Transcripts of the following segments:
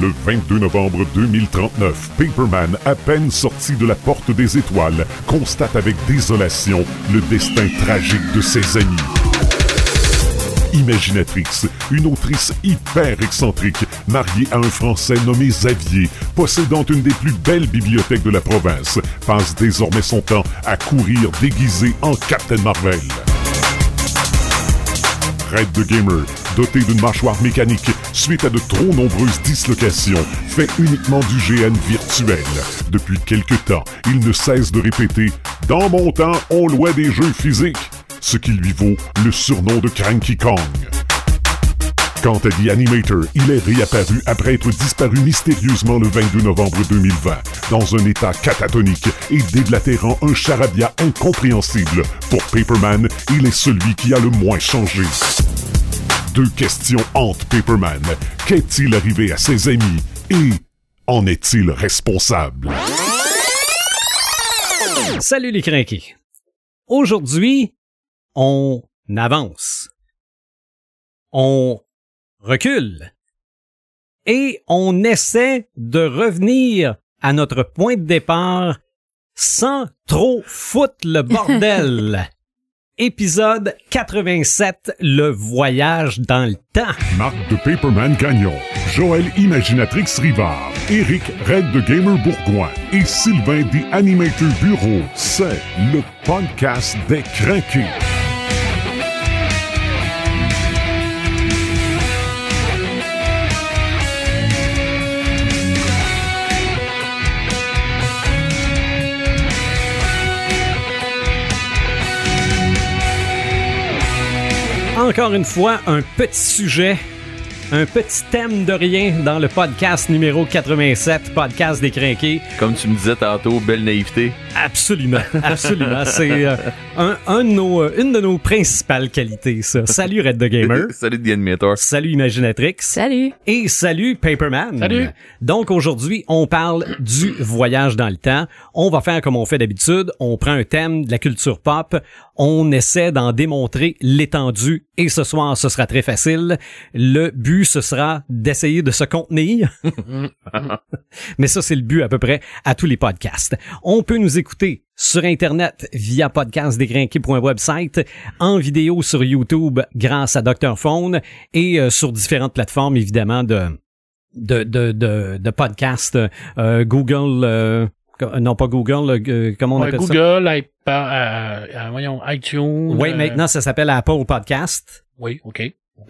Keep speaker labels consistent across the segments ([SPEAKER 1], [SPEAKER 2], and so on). [SPEAKER 1] Le 22 novembre 2039, Paperman, à peine sorti de la porte des étoiles, constate avec désolation le destin tragique de ses amis. Imaginatrix, une autrice hyper excentrique, mariée à un Français nommé Xavier, possédant une des plus belles bibliothèques de la province, passe désormais son temps à courir déguisée en Captain Marvel. Red the Gamer, doté d'une mâchoire mécanique suite à de trop nombreuses dislocations, fait uniquement du GN virtuel. Depuis quelque temps, il ne cesse de répéter « Dans mon temps, on louait des jeux physiques !» ce qui lui vaut le surnom de Cranky Kong. Quant à The Animator, il est réapparu après être disparu mystérieusement le 22 novembre 2020, dans un état catatonique et déblatérant un charabia incompréhensible. Pour Paperman, il est celui qui a le moins changé. Deux questions hantent Paperman. Qu'est-il arrivé à ses amis et en est-il responsable?
[SPEAKER 2] Salut les crinqués! Aujourd'hui, on avance. On recule. Et on essaie de revenir à notre point de départ sans trop foutre le bordel. Épisode 87, le voyage dans le temps.
[SPEAKER 1] Marc de Paperman Gagnon, Joël Imaginatrix Rivard, Eric Red de Gamer Bourgoin et Sylvain des Animator Bureau, c'est le podcast des craqués.
[SPEAKER 2] Encore une fois, un petit sujet, un petit thème de rien dans le podcast numéro 87, podcast des crinqués.
[SPEAKER 3] Comme tu me disais tantôt, belle naïveté.
[SPEAKER 2] Absolument, absolument. C'est euh, un, un de nos, euh, une de nos principales qualités, ça. Salut Red the Gamer.
[SPEAKER 3] Salut The Animator.
[SPEAKER 2] Salut Imaginatrix.
[SPEAKER 4] Salut.
[SPEAKER 2] Et salut Paperman.
[SPEAKER 5] Salut.
[SPEAKER 2] Donc aujourd'hui, on parle du voyage dans le temps. On va faire comme on fait d'habitude. On prend un thème de la culture pop. On essaie d'en démontrer l'étendue. Et ce soir, ce sera très facile. Le but, ce sera d'essayer de se contenir. Mais ça, c'est le but à peu près à tous les podcasts. On peut nous écouter sur Internet via podcastdégrinqué.website, en vidéo sur YouTube grâce à Dr. Phone et euh, sur différentes plateformes, évidemment, de, de, de, de, de podcasts, euh, Google, euh, co- non pas Google, euh, comment on
[SPEAKER 5] Ouais,
[SPEAKER 2] appelle ça?
[SPEAKER 5] Google, iPad, euh, euh, voyons, iTunes.
[SPEAKER 2] Oui,
[SPEAKER 5] euh,
[SPEAKER 2] maintenant, ça s'appelle Apple Podcast.
[SPEAKER 5] Oui, OK.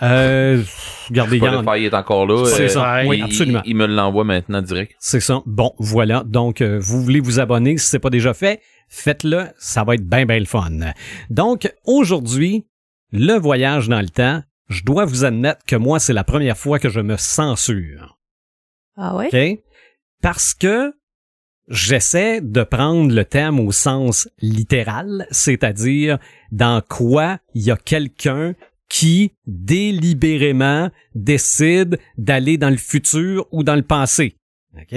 [SPEAKER 2] Euh, regardez, il y en-
[SPEAKER 3] Spotify est encore là.
[SPEAKER 2] C'est
[SPEAKER 3] Euh,
[SPEAKER 2] ça, oui,
[SPEAKER 3] il-
[SPEAKER 2] absolument.
[SPEAKER 3] Il, me l'envoie maintenant direct.
[SPEAKER 2] C'est ça. Bon, voilà. Donc, euh, vous voulez vous abonner si c'est pas déjà fait, faites-le. Ça va être bien, bien le fun. Donc, aujourd'hui, le voyage dans le temps, je dois vous admettre que moi, c'est la première fois que je me censure.
[SPEAKER 4] Ah ouais?
[SPEAKER 2] OK? Parce que j'essaie de prendre le thème au sens littéral, c'est-à-dire dans quoi il y a quelqu'un qui délibérément décide d'aller dans le futur ou dans le passé. OK?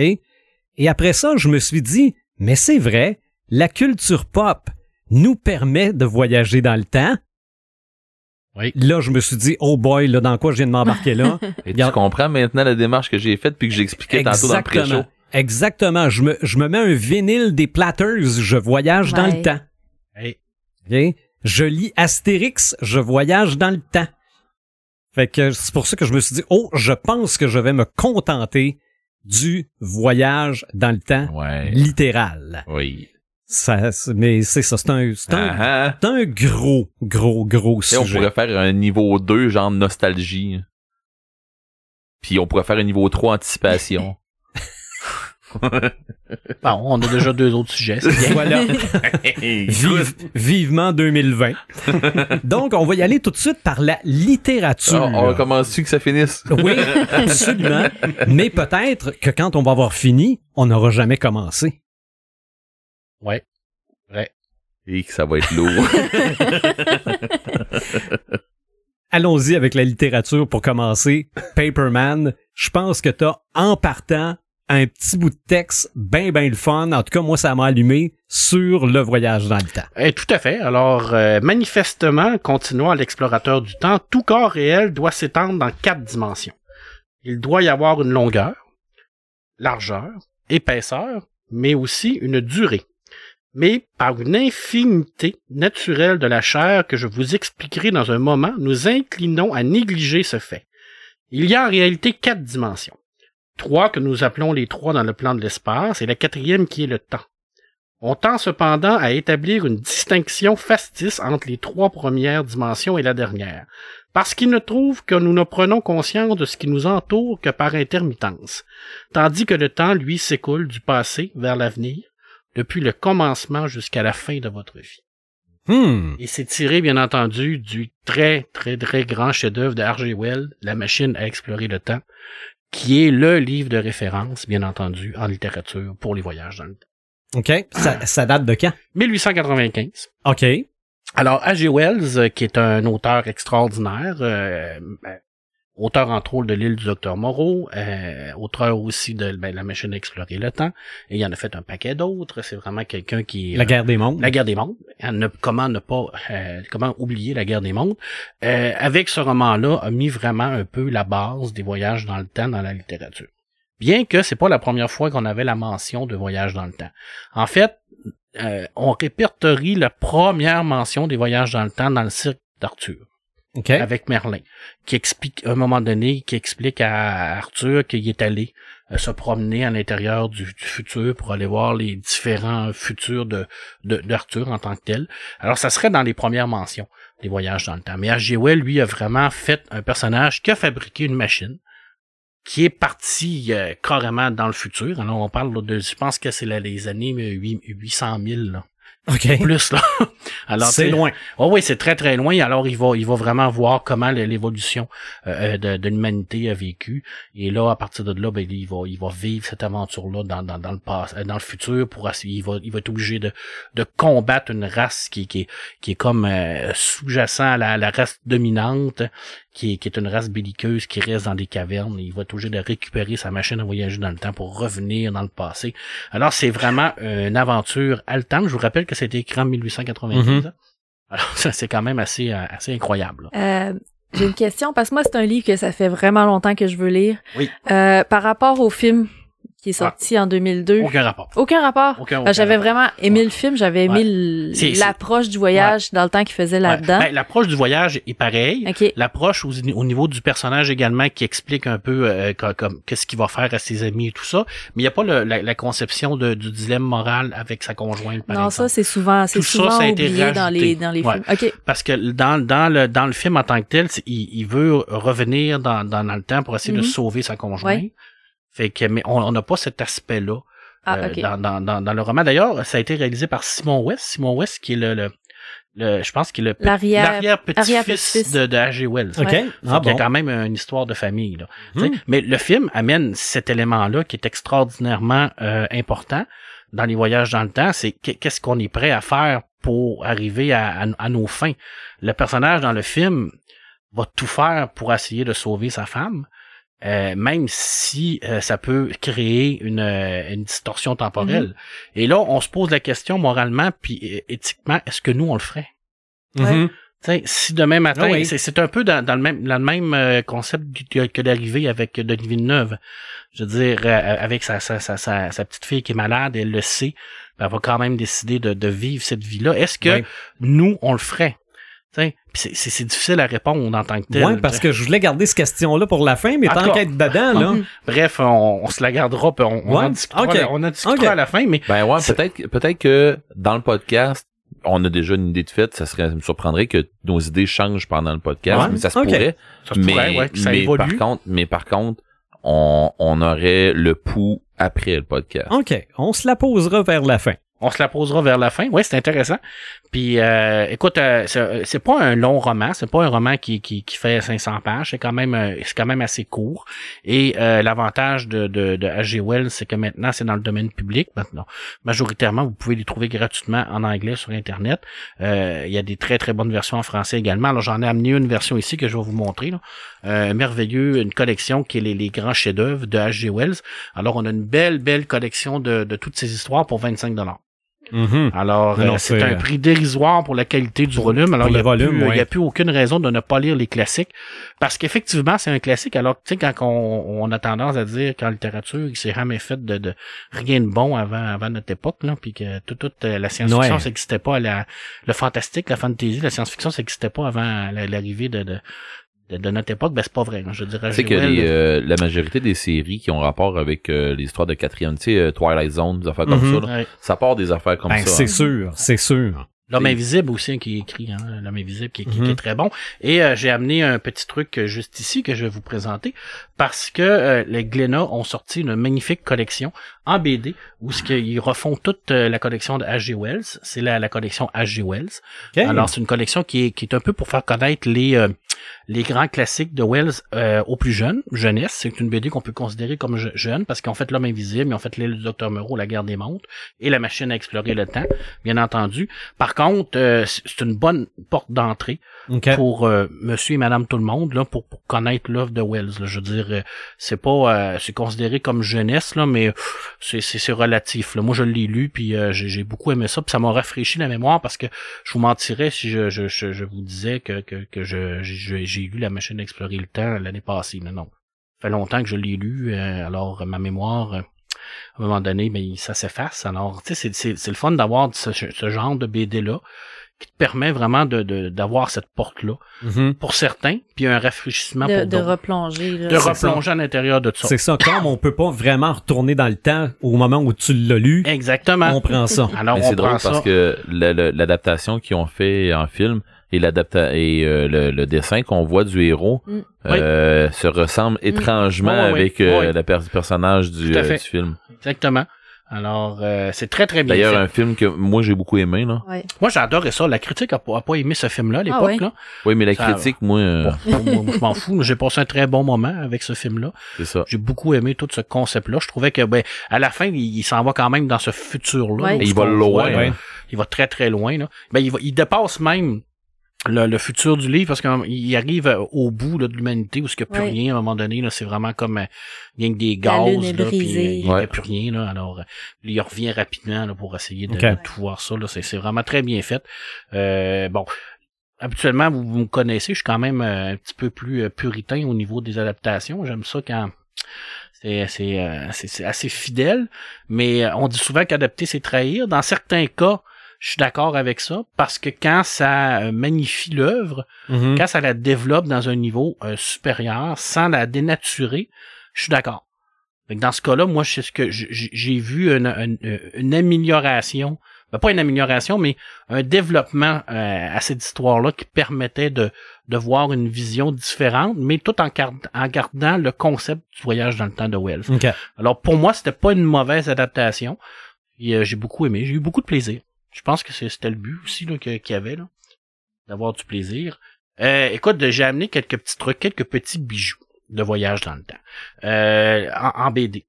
[SPEAKER 2] Et après ça, je me suis dit, mais c'est vrai, la culture pop nous permet de voyager dans le temps.
[SPEAKER 5] Oui.
[SPEAKER 2] Là, je me suis dit, oh boy, là, dans quoi je viens de m'embarquer là?
[SPEAKER 3] Et tu
[SPEAKER 2] Regarde.
[SPEAKER 3] comprends maintenant la démarche que j'ai faite puis que j'expliquais tantôt dans le pré-show.
[SPEAKER 2] Exactement. Exactement. Je me, je me mets un vinyle des Platters, je voyage dans
[SPEAKER 4] Ouais.
[SPEAKER 2] le temps.
[SPEAKER 5] Hey.
[SPEAKER 2] OK? Je lis Astérix, je voyage dans le temps. Fait que c'est pour ça que je me suis dit, oh, je pense que je vais me contenter du voyage dans le temps
[SPEAKER 3] Ouais.
[SPEAKER 2] littéral.
[SPEAKER 3] Oui.
[SPEAKER 2] Ça, c'est- mais c'est ça, c'est un, c'est un,
[SPEAKER 3] Ah, ah.
[SPEAKER 2] c'est un gros, gros, gros
[SPEAKER 3] Tu sais, on
[SPEAKER 2] sujet.
[SPEAKER 3] pourrait faire un niveau 2, genre nostalgie. Puis on pourrait faire un niveau 3, anticipation.
[SPEAKER 5] Bon, on a déjà deux autres sujets. c'est bien.
[SPEAKER 2] Voilà. Vive- vivement 2020. Donc, on va y aller tout de suite par la
[SPEAKER 3] Ah,
[SPEAKER 2] littérature.
[SPEAKER 3] on commence-tu que ça finisse?
[SPEAKER 2] Oui, absolument. Mais peut-être que quand on va avoir fini, on n'aura jamais commencé.
[SPEAKER 5] ouais.
[SPEAKER 3] Et que ça va être lourd.
[SPEAKER 2] Allons-y avec la littérature pour commencer. Paperman, je pense que t'as en partant un petit bout de texte ben ben le fun. En tout cas, moi, ça m'a allumé sur le voyage dans le temps.
[SPEAKER 5] Eh, tout à fait. Alors, euh, manifestement, continuant à l'explorateur du temps, tout corps réel doit s'étendre dans quatre dimensions. Il doit y avoir une longueur, largeur, épaisseur, mais aussi une durée. Mais par une infinité naturelle de la chair que je vous expliquerai dans un moment, nous inclinons à négliger ce fait. Il y a en réalité quatre dimensions. Trois que nous appelons les trois dans le plan de l'espace et la quatrième qui est le temps. On tend cependant à établir une distinction factice entre les trois premières dimensions et la dernière, parce qu'il ne trouve que nous ne prenons conscience de ce qui nous entoure que par intermittence, tandis que le temps, lui, s'écoule du passé vers l'avenir, depuis le commencement jusqu'à la fin de votre vie.
[SPEAKER 2] Hmm.
[SPEAKER 5] Et c'est tiré, bien entendu, du très, très, très grand chef-d'œuvre de R.G. Wells, La machine à explorer le temps, qui est le livre de référence, bien entendu, en littérature pour les voyages dans le temps.
[SPEAKER 2] OK. Ça, ça date de quand?
[SPEAKER 5] 1895.
[SPEAKER 2] OK.
[SPEAKER 5] Alors, A.G. Wells, euh, qui est un auteur extraordinaire, euh, ben, auteur entre autres de l'île du docteur Moreau, euh, auteur aussi de ben, La machine à explorer le temps, et il en a fait un paquet d'autres. C'est vraiment quelqu'un qui... est,
[SPEAKER 2] La guerre des mondes.
[SPEAKER 5] la guerre des mondes. Hein, ne- comment ne pas, euh, comment oublier la guerre des mondes. Euh, avec ce roman-là, a mis vraiment un peu la base des voyages dans le temps dans la littérature. Bien que c'est pas la première fois qu'on avait la mention de voyage dans le temps. En fait, euh, on répertorie la première mention des voyages dans le temps dans le cirque d'Arthur
[SPEAKER 2] OK.
[SPEAKER 5] avec Merlin, qui explique à un moment donné, qui explique à Arthur qu'il est allé euh, se promener à l'intérieur du, du futur pour aller voir les différents futurs de, de- d'Arthur en tant que tel. Alors, ça serait dans les premières mentions des voyages dans le temps. Mais H.G. Wells, lui, a vraiment fait un personnage qui a fabriqué une machine qui est partie euh, carrément dans le futur. Alors, on parle là, de, je pense que c'est là les années euh, huit- 800 000, là.
[SPEAKER 2] OK.
[SPEAKER 5] plus, là. Alors, tu
[SPEAKER 2] Hein? C'est
[SPEAKER 5] sais,
[SPEAKER 2] loin.
[SPEAKER 5] oui, Ah oui, c'est très très loin. Alors il va, il va vraiment voir comment le- l'évolution euh, euh, de, de l'humanité a vécu. Et là, à partir de là, ben, il va, il va vivre cette aventure-là dans, dans, dans le passé, euh, dans le futur. Pour ass- il va, il va être obligé de, de combattre une race qui, qui, est- qui est comme euh, sous-jacent à la, la race dominante, qui est, qui est une race belliqueuse qui reste dans des cavernes. Il va être obligé de récupérer sa machine à voyager dans le temps pour revenir dans le passé. Alors c'est vraiment une aventure haletante. Je vous rappelle que c'était écrit en 1895.
[SPEAKER 2] Mhm.
[SPEAKER 5] hein. Alors, ça, c'est quand même assez, euh, assez incroyable. là.
[SPEAKER 4] Euh, j'ai une question parce que moi c'est un livre que ça fait vraiment longtemps que je veux lire.
[SPEAKER 5] Oui. Ah.
[SPEAKER 4] Euh, par rapport au film qui est sorti en 2002,
[SPEAKER 5] Aucun rapport.
[SPEAKER 4] aucun rapport.
[SPEAKER 5] Aucun,
[SPEAKER 4] Enfin,
[SPEAKER 5] aucun
[SPEAKER 4] j'avais
[SPEAKER 5] rapport.
[SPEAKER 4] vraiment aimé
[SPEAKER 5] Ouais.
[SPEAKER 4] le film, j'avais aimé
[SPEAKER 5] Ouais.
[SPEAKER 4] l-
[SPEAKER 5] C'est- c'est-
[SPEAKER 4] l'approche du voyage dans le temps qu'il faisait là-dedans.
[SPEAKER 5] Ouais. Ben, L'approche du voyage est pareille.
[SPEAKER 4] ok.
[SPEAKER 5] L'approche au, au niveau du personnage également qui explique un peu euh, co- comme qu'est-ce qu'il va faire à ses amis et tout ça, mais il n'y a pas le- la, la conception de- du dilemme moral avec sa conjointe par
[SPEAKER 4] Non, ça
[SPEAKER 5] exemple.
[SPEAKER 4] c'est souvent, c'est
[SPEAKER 5] Tout ça,
[SPEAKER 4] souvent
[SPEAKER 5] ça a été
[SPEAKER 4] oublié dans
[SPEAKER 5] rajouté.
[SPEAKER 4] les dans les
[SPEAKER 5] Ouais.
[SPEAKER 4] films. Ok.
[SPEAKER 5] Parce que dans, dans le dans le film en tant que tel, c'est- il, il veut revenir dans, dans, dans le temps pour essayer
[SPEAKER 4] Mhm.
[SPEAKER 5] de sauver sa conjointe.
[SPEAKER 4] Ouais.
[SPEAKER 5] Fait que mais on on n'a pas cet aspect-là
[SPEAKER 4] Ah
[SPEAKER 5] euh,
[SPEAKER 4] ok.
[SPEAKER 5] dans, dans, dans, dans le roman. D'ailleurs, ça a été réalisé par Simon West. Simon West, qui est le, le, le- je pense qu'il est le
[SPEAKER 4] L'arrière.
[SPEAKER 5] l'arrière-petit-fils
[SPEAKER 4] arrière-petit-fils.
[SPEAKER 5] de, de H.G. Wells.
[SPEAKER 2] OK.
[SPEAKER 4] Ouais.
[SPEAKER 2] Ah
[SPEAKER 5] Il y a
[SPEAKER 2] bon.
[SPEAKER 5] quand même une histoire de famille. Là.
[SPEAKER 2] Hmm.
[SPEAKER 5] Tu sais, Mais le film amène cet élément-là qui est extraordinairement euh, important dans les voyages dans le temps. C'est qu- qu'est-ce qu'on est prêt à faire pour arriver à, à- à nos fins. Le personnage dans le film va tout faire pour essayer de sauver sa femme. euh, même si euh, ça peut créer une, euh, une distorsion temporelle.
[SPEAKER 2] Mm-hmm.
[SPEAKER 5] Et là, on se pose la question moralement puis euh, éthiquement, est-ce que nous on le ferait?
[SPEAKER 2] Mhm.
[SPEAKER 5] Tu sais, si demain matin,
[SPEAKER 2] Ah oui.
[SPEAKER 5] c'est, c'est un peu dans, dans le même, dans le même euh, concept du- que, que d'arriver avec Denis Villeneuve. Je veux dire, euh, avec sa, sa, sa, sa, sa petite fille qui est malade, elle le sait, ben, elle va quand même décider de, de vivre cette vie-là. Est-ce que
[SPEAKER 2] Ouais.
[SPEAKER 5] nous, on le ferait? Tu sais, puis c'est, c'est, c'est difficile à répondre en tant que tel.
[SPEAKER 2] Ouais, parce que je voulais garder cette question-là pour la fin, mais
[SPEAKER 5] En
[SPEAKER 2] tant
[SPEAKER 5] tout
[SPEAKER 2] qu'à être dedans, là.
[SPEAKER 5] Mhm. Bref, on, on se la gardera, puis on, on
[SPEAKER 2] Ouais,
[SPEAKER 5] en discutera,
[SPEAKER 2] ok.
[SPEAKER 5] on en discutera
[SPEAKER 2] Ok.
[SPEAKER 5] à la fin, mais
[SPEAKER 3] Ben ouais,
[SPEAKER 5] C'est-
[SPEAKER 3] peut-être que- peut-être que dans le podcast, on a déjà une idée de fait, ça serait ça me surprendrait que nos idées changent pendant le podcast,
[SPEAKER 5] Ouais,
[SPEAKER 3] mais ça se
[SPEAKER 2] ok.
[SPEAKER 3] pourrait.
[SPEAKER 5] ça se
[SPEAKER 3] Mais,
[SPEAKER 5] pourrait, ouais, que ça
[SPEAKER 3] mais
[SPEAKER 5] évolue.
[SPEAKER 3] par contre, mais par contre, on, on aurait le pouls après le podcast.
[SPEAKER 2] OK. On se la posera vers la fin.
[SPEAKER 5] On se la posera vers la fin. Oui, c'est intéressant. Puis, euh, écoute, euh, c'est c'est pas un long roman. C'est pas un roman qui, qui, qui fait 500 pages. C'est quand même, euh, c'est quand même assez court. Et euh, l'avantage de, de, de H.G. Wells, c'est que maintenant, c'est dans le domaine public. Maintenant, majoritairement, vous pouvez les trouver gratuitement en anglais sur Internet. Euh, Il y a des très très bonnes versions en français également. Alors, j'en ai amené une version ici que je vais vous montrer. Là. Euh, merveilleux, une collection qui est les, les grands chefs-d'œuvre de H.G. Wells. Alors, on a une belle belle collection de, de toutes ces histoires pour 25 dollars.
[SPEAKER 2] Mhm.
[SPEAKER 5] Alors,
[SPEAKER 2] Non,
[SPEAKER 5] euh, c'est
[SPEAKER 2] c'est-
[SPEAKER 5] un prix dérisoire pour la qualité du volume. Alors,
[SPEAKER 2] pour
[SPEAKER 5] il n'y a,
[SPEAKER 2] le volume,
[SPEAKER 5] plus- euh, il y a
[SPEAKER 2] ouais.
[SPEAKER 5] plus aucune raison de ne pas lire les classiques. Parce qu'effectivement, c'est un classique. Alors, tu sais, quand on, on a tendance à dire qu'en littérature, il s'est jamais fait de, de rien de bon avant, avant notre époque, là, puis que tout- toute euh, la science-fiction,
[SPEAKER 2] Ouais.
[SPEAKER 5] ça n'existait pas. La, le fantastique, la fantasy, la science-fiction, ça n'existait pas avant la- l'arrivée de, de, de, de notre époque. Ben, c'est pas vrai. hein. Je dirais,
[SPEAKER 3] Tu sais que
[SPEAKER 5] Joël,
[SPEAKER 3] les, euh, la majorité des séries qui ont rapport avec euh, les histoires de quatrième, tu sais, euh, Twilight Zone, des affaires comme
[SPEAKER 2] Mhm.
[SPEAKER 3] ça, là,
[SPEAKER 5] ouais.
[SPEAKER 3] ça part des affaires comme
[SPEAKER 2] Ben,
[SPEAKER 3] ça.
[SPEAKER 2] c'est
[SPEAKER 3] hein.
[SPEAKER 2] sûr, c'est sûr.
[SPEAKER 5] L'homme
[SPEAKER 3] C'est-
[SPEAKER 5] invisible aussi hein, qui écrit, hein, l'homme invisible qui, qui- qui
[SPEAKER 2] Mhm.
[SPEAKER 5] est très bon. Et euh, j'ai amené un petit truc euh, juste ici que je vais vous présenter parce que euh, les Glénat ont sorti une magnifique collection en BD où ce qu'ils refont toute euh, la collection de H.G. Wells. C'est la, la collection H.G. Wells. Alors c'est une collection qui est, qui est un peu pour faire connaître les euh, les grands classiques de Wells euh, aux plus jeunes, jeunesse. C'est une BD qu'on peut considérer comme je- jeune parce qu'on fait l'homme invisible, ils ont fait l'île du docteur Moreau, la guerre des mondes et la machine à explorer le temps, bien entendu. Par contre, euh, c- c'est une bonne porte d'entrée
[SPEAKER 2] OK.
[SPEAKER 5] pour euh, monsieur et madame tout le monde là pour, pour connaître l'œuvre de Wells là. je veux dire euh, c'est pas euh, c'est considéré comme jeunesse là mais pff, c'est c'est c'est relatif là. moi je l'ai lu puis euh, j'ai j'ai beaucoup aimé ça puis ça m'a rafraîchi la mémoire parce que je vous mentirais si je je, je, je vous disais que que, que je j'ai j'ai lu la machine à explorer le temps l'année passée non non ça fait longtemps que je l'ai lu euh, alors euh, ma mémoire euh, à un moment donné, mais ça s'efface. Alors, tu sais, c'est- c'est c'est le fun d'avoir ce, ce genre de BD-là qui te permet vraiment d'avoir de, d'avoir cette porte-là
[SPEAKER 2] Mhm.
[SPEAKER 5] pour certains, puis un rafraîchissement
[SPEAKER 4] de,
[SPEAKER 5] pour
[SPEAKER 4] de
[SPEAKER 5] d'autres.
[SPEAKER 4] replonger. là.
[SPEAKER 5] De
[SPEAKER 2] C'est
[SPEAKER 5] replonger à l'intérieur de ça.
[SPEAKER 2] C'est ça, comme on peut pas vraiment retourner dans le temps au moment où tu l'as lu,
[SPEAKER 5] Exactement.
[SPEAKER 2] on prend ça.
[SPEAKER 5] Alors,
[SPEAKER 3] Mais
[SPEAKER 5] Ah, on
[SPEAKER 3] c'est drôle
[SPEAKER 5] prend ça.
[SPEAKER 3] parce que la- la- l'adaptation qu'ils ont fait en film et, l'adapta et euh, le, le dessin qu'on voit du héros
[SPEAKER 4] Mm.
[SPEAKER 3] euh, se ressemble
[SPEAKER 5] Mm.
[SPEAKER 3] étrangement
[SPEAKER 5] Ouais, ouais,
[SPEAKER 3] avec
[SPEAKER 5] ouais.
[SPEAKER 3] euh,
[SPEAKER 5] Ouais.
[SPEAKER 3] la per- le personnage du,
[SPEAKER 5] Oh, Tout à
[SPEAKER 3] euh,
[SPEAKER 5] fait.
[SPEAKER 3] du film.
[SPEAKER 5] Exactement. Alors, euh, c'est très, très bien.
[SPEAKER 3] D'ailleurs,
[SPEAKER 5] fait.
[SPEAKER 3] un film que moi j'ai beaucoup aimé. là.
[SPEAKER 4] Ouais.
[SPEAKER 5] Moi, j'adorais ça. La critique a pas, a pas aimé ce film-là à l'époque.
[SPEAKER 4] Ah ouais.
[SPEAKER 5] là.
[SPEAKER 3] Oui, mais la
[SPEAKER 5] Ça-
[SPEAKER 3] critique, moi, euh,
[SPEAKER 5] Bon, moi, moi, je m'en fous. mais J'ai passé un très bon moment avec ce film-là.
[SPEAKER 3] c'est ça.
[SPEAKER 5] J'ai beaucoup aimé tout ce concept-là. Je trouvais que, ben, à la fin, il, il s'en va quand même dans ce futur-là.
[SPEAKER 4] Ouais.
[SPEAKER 5] où
[SPEAKER 3] Et il
[SPEAKER 5] ce
[SPEAKER 3] va
[SPEAKER 5] qu'on
[SPEAKER 3] loin,
[SPEAKER 5] voit,
[SPEAKER 3] hein.
[SPEAKER 5] là. Il va très, très loin. Là. Ben, il, va, il dépasse même le, le futur du livre parce qu'il arrive euh, au bout là, de l'humanité où il n'y a plus
[SPEAKER 4] Ouais.
[SPEAKER 5] rien à un moment donné. là. C'est vraiment comme euh, il y a que des
[SPEAKER 4] La
[SPEAKER 5] gaz.
[SPEAKER 4] lune est
[SPEAKER 5] là, puis, euh,
[SPEAKER 4] brisée.
[SPEAKER 5] il n'y
[SPEAKER 3] Ouais.
[SPEAKER 5] a plus rien. Là. Alors, euh, il revient rapidement là, pour essayer de,
[SPEAKER 2] Ok.
[SPEAKER 5] de tout voir ça. là. C'est c'est vraiment très bien fait. Euh, bon, habituellement, vous, vous me connaissez, je suis quand même euh, un petit peu plus euh, puritain au niveau des adaptations. J'aime ça quand c'est c'est, euh, c'est- c'est assez fidèle, mais euh, on dit souvent qu'adapter, c'est trahir. Dans certains cas, je suis d'accord avec ça, parce que quand ça euh, magnifie l'œuvre,
[SPEAKER 2] Mhm.
[SPEAKER 5] quand ça la développe dans un niveau euh, supérieur, sans la dénaturer, je suis d'accord. Fait que Dans ce cas-là, moi, c'est ce que j- j- j'ai vu une, une- une amélioration, ben, pas une amélioration, mais un développement euh, à cette histoire-là qui permettait de, de voir une vision différente, mais tout en, gar- en gardant le concept du voyage dans le temps de Wells.
[SPEAKER 2] OK.
[SPEAKER 5] Alors pour moi, c'était pas une mauvaise adaptation. Et, euh, j'ai beaucoup aimé, j'ai eu beaucoup de plaisir. Je pense que c'est- c'était le but aussi là, que- qu'il y avait, là, d'avoir du plaisir. Euh, écoute, j'ai amené quelques petits trucs, quelques petits bijoux de voyage dans le temps. Euh, en, en BD.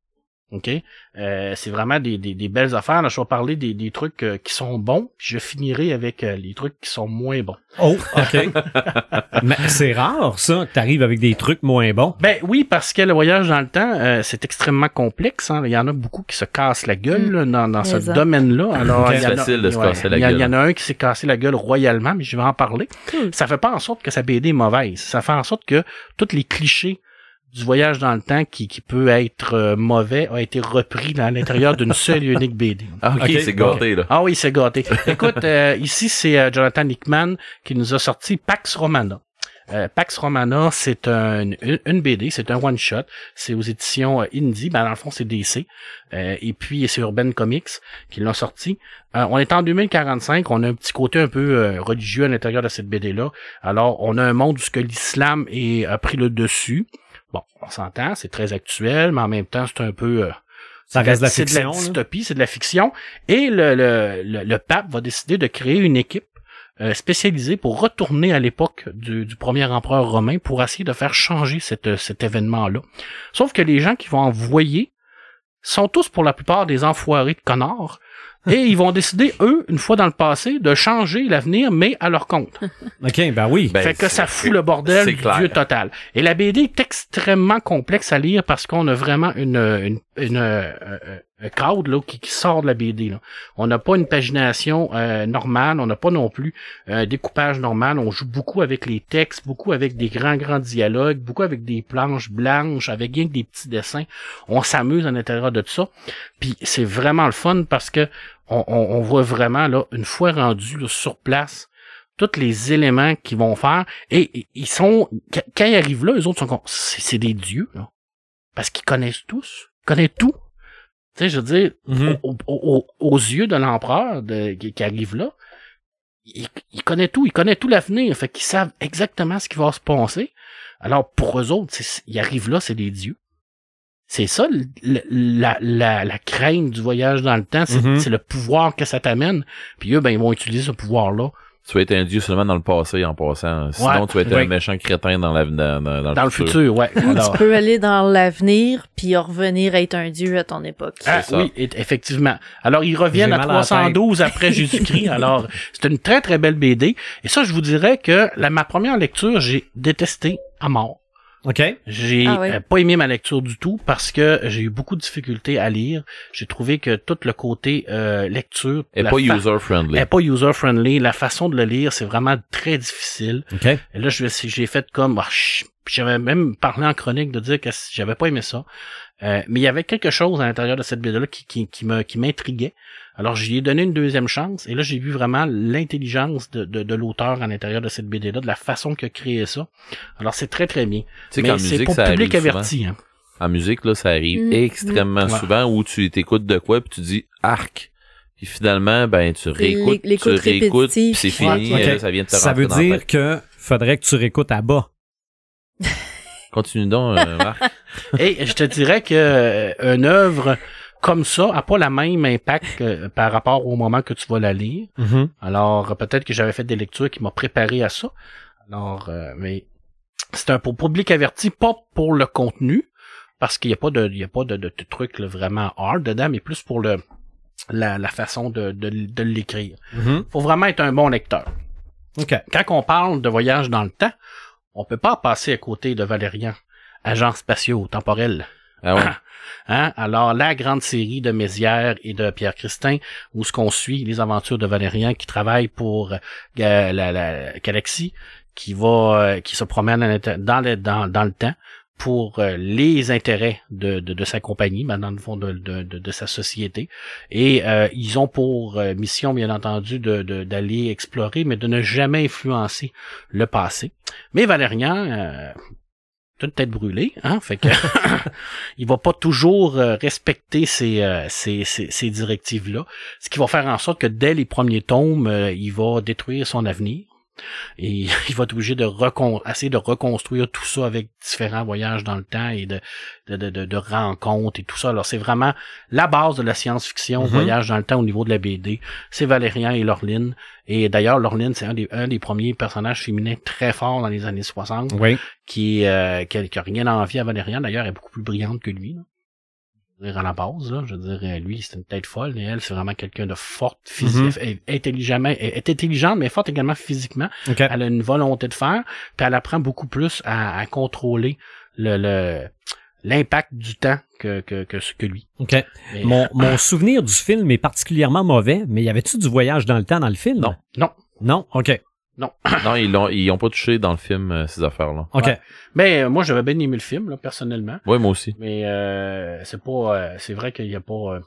[SPEAKER 5] OK? Euh, c'est vraiment des, des- des belles affaires. Là, je vais parler des, des trucs euh, qui sont bons, puis je finirai avec euh, les trucs qui sont moins bons.
[SPEAKER 2] Oh, OK. Mais c'est rare, ça, que t'arrives avec des trucs moins bons.
[SPEAKER 5] Ben oui, parce que le voyage dans le temps, euh, c'est extrêmement complexe. hein. Il y en a beaucoup qui se cassent la gueule
[SPEAKER 4] Mm.
[SPEAKER 5] là, dans, dans ce
[SPEAKER 4] Mais ça.
[SPEAKER 5] domaine-là. Alors,
[SPEAKER 2] Ok.
[SPEAKER 5] il y en
[SPEAKER 3] C'est
[SPEAKER 5] a-
[SPEAKER 3] facile de se
[SPEAKER 5] ouais,
[SPEAKER 3] casser la
[SPEAKER 5] il y a-
[SPEAKER 3] gueule.
[SPEAKER 5] Il y en a un qui s'est cassé la gueule royalement, mais je vais en parler. Ça fait pas en sorte que sa BD est mauvaise. Ça fait en sorte que tous les clichés du voyage dans le temps qui, qui peut être euh, mauvais a été repris dans l'intérieur d'une seule et unique BD.
[SPEAKER 3] Ah, ok,
[SPEAKER 2] Ok,
[SPEAKER 3] c'est gâté, là.
[SPEAKER 5] Ah oui, c'est gâté. Écoute, euh, ici, c'est euh, Jonathan Hickman qui nous a sorti Pax Romana. Euh, Pax Romana, c'est un, une, une BD, c'est un one-shot. C'est aux éditions euh, Indie. Ben, dans le fond, c'est DC. Euh, et puis, c'est Urban Comics qui l'ont sorti. Euh, on est en 2045. On a un petit côté un peu euh, religieux à l'intérieur de cette BD-là. Alors, on a un monde où ce que l'islam est- a pris le dessus. Bon, on s'entend, c'est très actuel, mais en même temps, c'est un peu... euh,
[SPEAKER 2] Ça reste de la
[SPEAKER 5] c'est
[SPEAKER 2] fiction.
[SPEAKER 5] de la
[SPEAKER 2] là.
[SPEAKER 5] dystopie, c'est de la fiction. Et le, le, le, le pape va décider de créer une équipe euh, spécialisée pour retourner à l'époque du, du premier empereur romain pour essayer de faire changer cette, euh, cet événement-là. Sauf que les gens qui vont envoyer sont tous pour la plupart des enfoirés de connards Et ils vont décider, eux, une fois dans le passé, de changer l'avenir, mais à leur compte.
[SPEAKER 2] OK, ben oui.
[SPEAKER 3] Ben,
[SPEAKER 5] fait que
[SPEAKER 3] c'est-
[SPEAKER 5] ça fout le bordel
[SPEAKER 3] c'est
[SPEAKER 5] du
[SPEAKER 3] clair.
[SPEAKER 5] dieu total. Et la BD est extrêmement complexe à lire parce qu'on a vraiment une, une, une, euh, euh, un crowd là, qui, qui sort de la BD. Là. On n'a pas une pagination euh, normale, on n'a pas non plus euh, un découpage normal. On joue beaucoup avec les textes, beaucoup avec des grands, grands dialogues, beaucoup avec des planches blanches, avec rien que des petits dessins. On s'amuse à l'intérieur de tout ça. Puis c'est vraiment le fun parce que on, on- on voit vraiment, là, une fois rendu là, sur place, tous les éléments qu'ils vont faire. Et et ils sont. qu- Quand ils arrivent là, eux autres sont comme. C'est c'est des dieux, là. Parce qu'ils connaissent tous. Ils connaissent tout. Tu sais, je veux dire,
[SPEAKER 2] Mm-hmm.
[SPEAKER 3] Mhm.
[SPEAKER 5] au- au- au- aux yeux de l'empereur de- qui, qui arrive là, il, il connaît tout, il connaît tout l'avenir, fait qu'ils savent exactement ce qui va se passer. Alors pour eux autres, c'est- ils arrivent là, c'est des dieux. C'est ça le- le- la, la, la crainte du voyage dans le temps, c'est
[SPEAKER 2] Mhm.
[SPEAKER 5] c'est le pouvoir que ça t'amène. Puis eux, ben ils vont utiliser ce pouvoir-là
[SPEAKER 3] Tu vas être un dieu seulement dans le passé en passant. Sinon,
[SPEAKER 5] Ouais.
[SPEAKER 3] tu vas être
[SPEAKER 2] Ouais.
[SPEAKER 3] un méchant crétin dans, la, dans, dans- dans
[SPEAKER 5] dans le futur, ouais. Alors,
[SPEAKER 4] Tu peux aller dans l'avenir puis revenir être un dieu à ton époque.
[SPEAKER 5] Ah,
[SPEAKER 3] C'est ça.
[SPEAKER 5] oui, et- effectivement. Alors, ils reviennent
[SPEAKER 2] J'ai
[SPEAKER 5] à
[SPEAKER 2] mal à la
[SPEAKER 5] 312 après Jésus-Christ. Alors, c'est une très, très belle BD. Et ça, je vous dirais que la, ma première lecture, j'ai détesté à mort.
[SPEAKER 2] OK.
[SPEAKER 5] J'ai
[SPEAKER 4] Ah ouais.
[SPEAKER 5] euh, pas aimé ma lecture du tout parce que j'ai eu beaucoup de difficultés à lire. J'ai trouvé que tout le côté euh, lecture
[SPEAKER 3] Et
[SPEAKER 5] la
[SPEAKER 3] pas
[SPEAKER 5] fa- Eh,
[SPEAKER 3] user-friendly.
[SPEAKER 5] est pas user-friendly. La façon de le lire, c'est vraiment très difficile.
[SPEAKER 2] OK.
[SPEAKER 5] Et là, je vais- j'ai fait comme... ah, ch- puis j'avais même parlé en chronique de dire que si- j'avais pas aimé ça. Euh, mais il y avait quelque chose à l'intérieur de cette BD-là qui, qui, qui me- qui m'intriguait. Alors, j'y ai donné une deuxième chance. Et là, j'ai vu vraiment l'intelligence de, de, de l'auteur à l'intérieur de cette BD-là, de la façon qu'il a créé ça. Alors, c'est très, très bien.
[SPEAKER 3] Tu sais qu'en
[SPEAKER 5] mais c'est
[SPEAKER 3] musique,
[SPEAKER 5] pour
[SPEAKER 3] ça arrive
[SPEAKER 5] public
[SPEAKER 3] souvent.
[SPEAKER 5] averti. Hein.
[SPEAKER 3] En musique, là, ça arrive
[SPEAKER 2] Mm-hmm.
[SPEAKER 4] Mm.
[SPEAKER 3] extrêmement
[SPEAKER 5] Ouais.
[SPEAKER 3] souvent où tu t'écoutes de quoi puis tu dis arc. Puis finalement, ben, tu réécoutes, tu
[SPEAKER 4] l'écoute
[SPEAKER 3] réécoutes, puis c'est
[SPEAKER 4] répétitive.
[SPEAKER 3] fini,
[SPEAKER 2] Ouais,
[SPEAKER 3] et là,
[SPEAKER 2] ok.
[SPEAKER 3] ça vient de te
[SPEAKER 2] Ça
[SPEAKER 3] rentrer
[SPEAKER 2] veut
[SPEAKER 3] dans la
[SPEAKER 2] dire
[SPEAKER 3] tête.
[SPEAKER 2] que faudrait que tu réécoutes à bas.
[SPEAKER 3] Continue donc, euh, Marc.
[SPEAKER 5] Et je te dirais que euh, une œuvre comme ça a pas la même impact que- par rapport au moment que tu vas la lire. Alors, euh, peut-être que j'avais fait des lectures qui m'ont préparé à ça. Alors, euh, mais c'est un pour public averti, pas pour le contenu, parce qu'il n'y a pas de, il y a pas de, de, de truc là, vraiment hard dedans, mais plus pour le la, la façon de, de, de l'écrire.
[SPEAKER 2] Mhm.
[SPEAKER 5] Faut vraiment être un bon lecteur.
[SPEAKER 2] OK.
[SPEAKER 5] Quand on parle de voyage dans le temps, on peut pas passer à côté de Valérian, agent spatio temporel.
[SPEAKER 3] Ah ouais.
[SPEAKER 5] Hein? Alors, la grande série de Mézières et de Pierre Christin, où ce qu'on suit les aventures de Valérian qui travaille pour euh, la, la Galaxie, qui va, euh, qui se promène à l'inter- dans le, dans, dans le temps pour euh, les intérêts de, de, de sa compagnie, maintenant dans le fond de, de, de, de sa société. Et euh, ils ont pour euh, mission, bien entendu, de- de- d'aller explorer, mais de ne jamais influencer le passé. Mais Valérian, euh, toute tête brûlée, hein, fait que il va pas toujours euh, respecter ces, euh, ces, ces, ces directives-là, ce qui va faire en sorte que dès les premiers tomes, euh, il va détruire son avenir. Et il va être obligé de recon- essayer de reconstruire tout ça avec différents voyages dans le temps et de, de, de, de- de rencontres et tout ça. Alors c'est vraiment la base de la science-fiction,
[SPEAKER 2] Mhm.
[SPEAKER 5] voyage dans le temps au niveau de la BD. C'est Valérian et Laureline. Et d'ailleurs, Laureline, c'est un des, un des premiers personnages féminins très forts dans les années 60
[SPEAKER 2] Oui.
[SPEAKER 5] qui euh, qui, a, qui a rien à envier à Valérian. D'ailleurs, elle est beaucoup plus brillante que lui. Là. Je veux dire, À la base, là, je veux dire, euh, lui, c'est une tête folle, et elle, c'est vraiment quelqu'un de forte,
[SPEAKER 2] Mhm.
[SPEAKER 5] physique, intelligemment, elle est intelligente, mais forte également physiquement.
[SPEAKER 2] OK.
[SPEAKER 5] Elle a une volonté de faire, puis elle apprend beaucoup plus à, à contrôler le, le- l'impact du temps que, que, que, ce- que lui.
[SPEAKER 2] OK.
[SPEAKER 5] Mais-
[SPEAKER 2] Mon, mon souvenir du film est particulièrement mauvais, mais y avait-tu du voyage dans le temps dans le film?
[SPEAKER 3] Non.
[SPEAKER 5] Non.
[SPEAKER 2] Non? OK.
[SPEAKER 3] non, ils l'ont, ils ont pas touché dans le film, euh, ces affaires-là.
[SPEAKER 2] OK.
[SPEAKER 5] Ouais. Mais euh, moi, j'avais bien aimé le film, là, personnellement.
[SPEAKER 3] Ouais, moi aussi.
[SPEAKER 5] Mais euh, c'est pas, euh, c'est vrai qu'il n'y a pas, euh,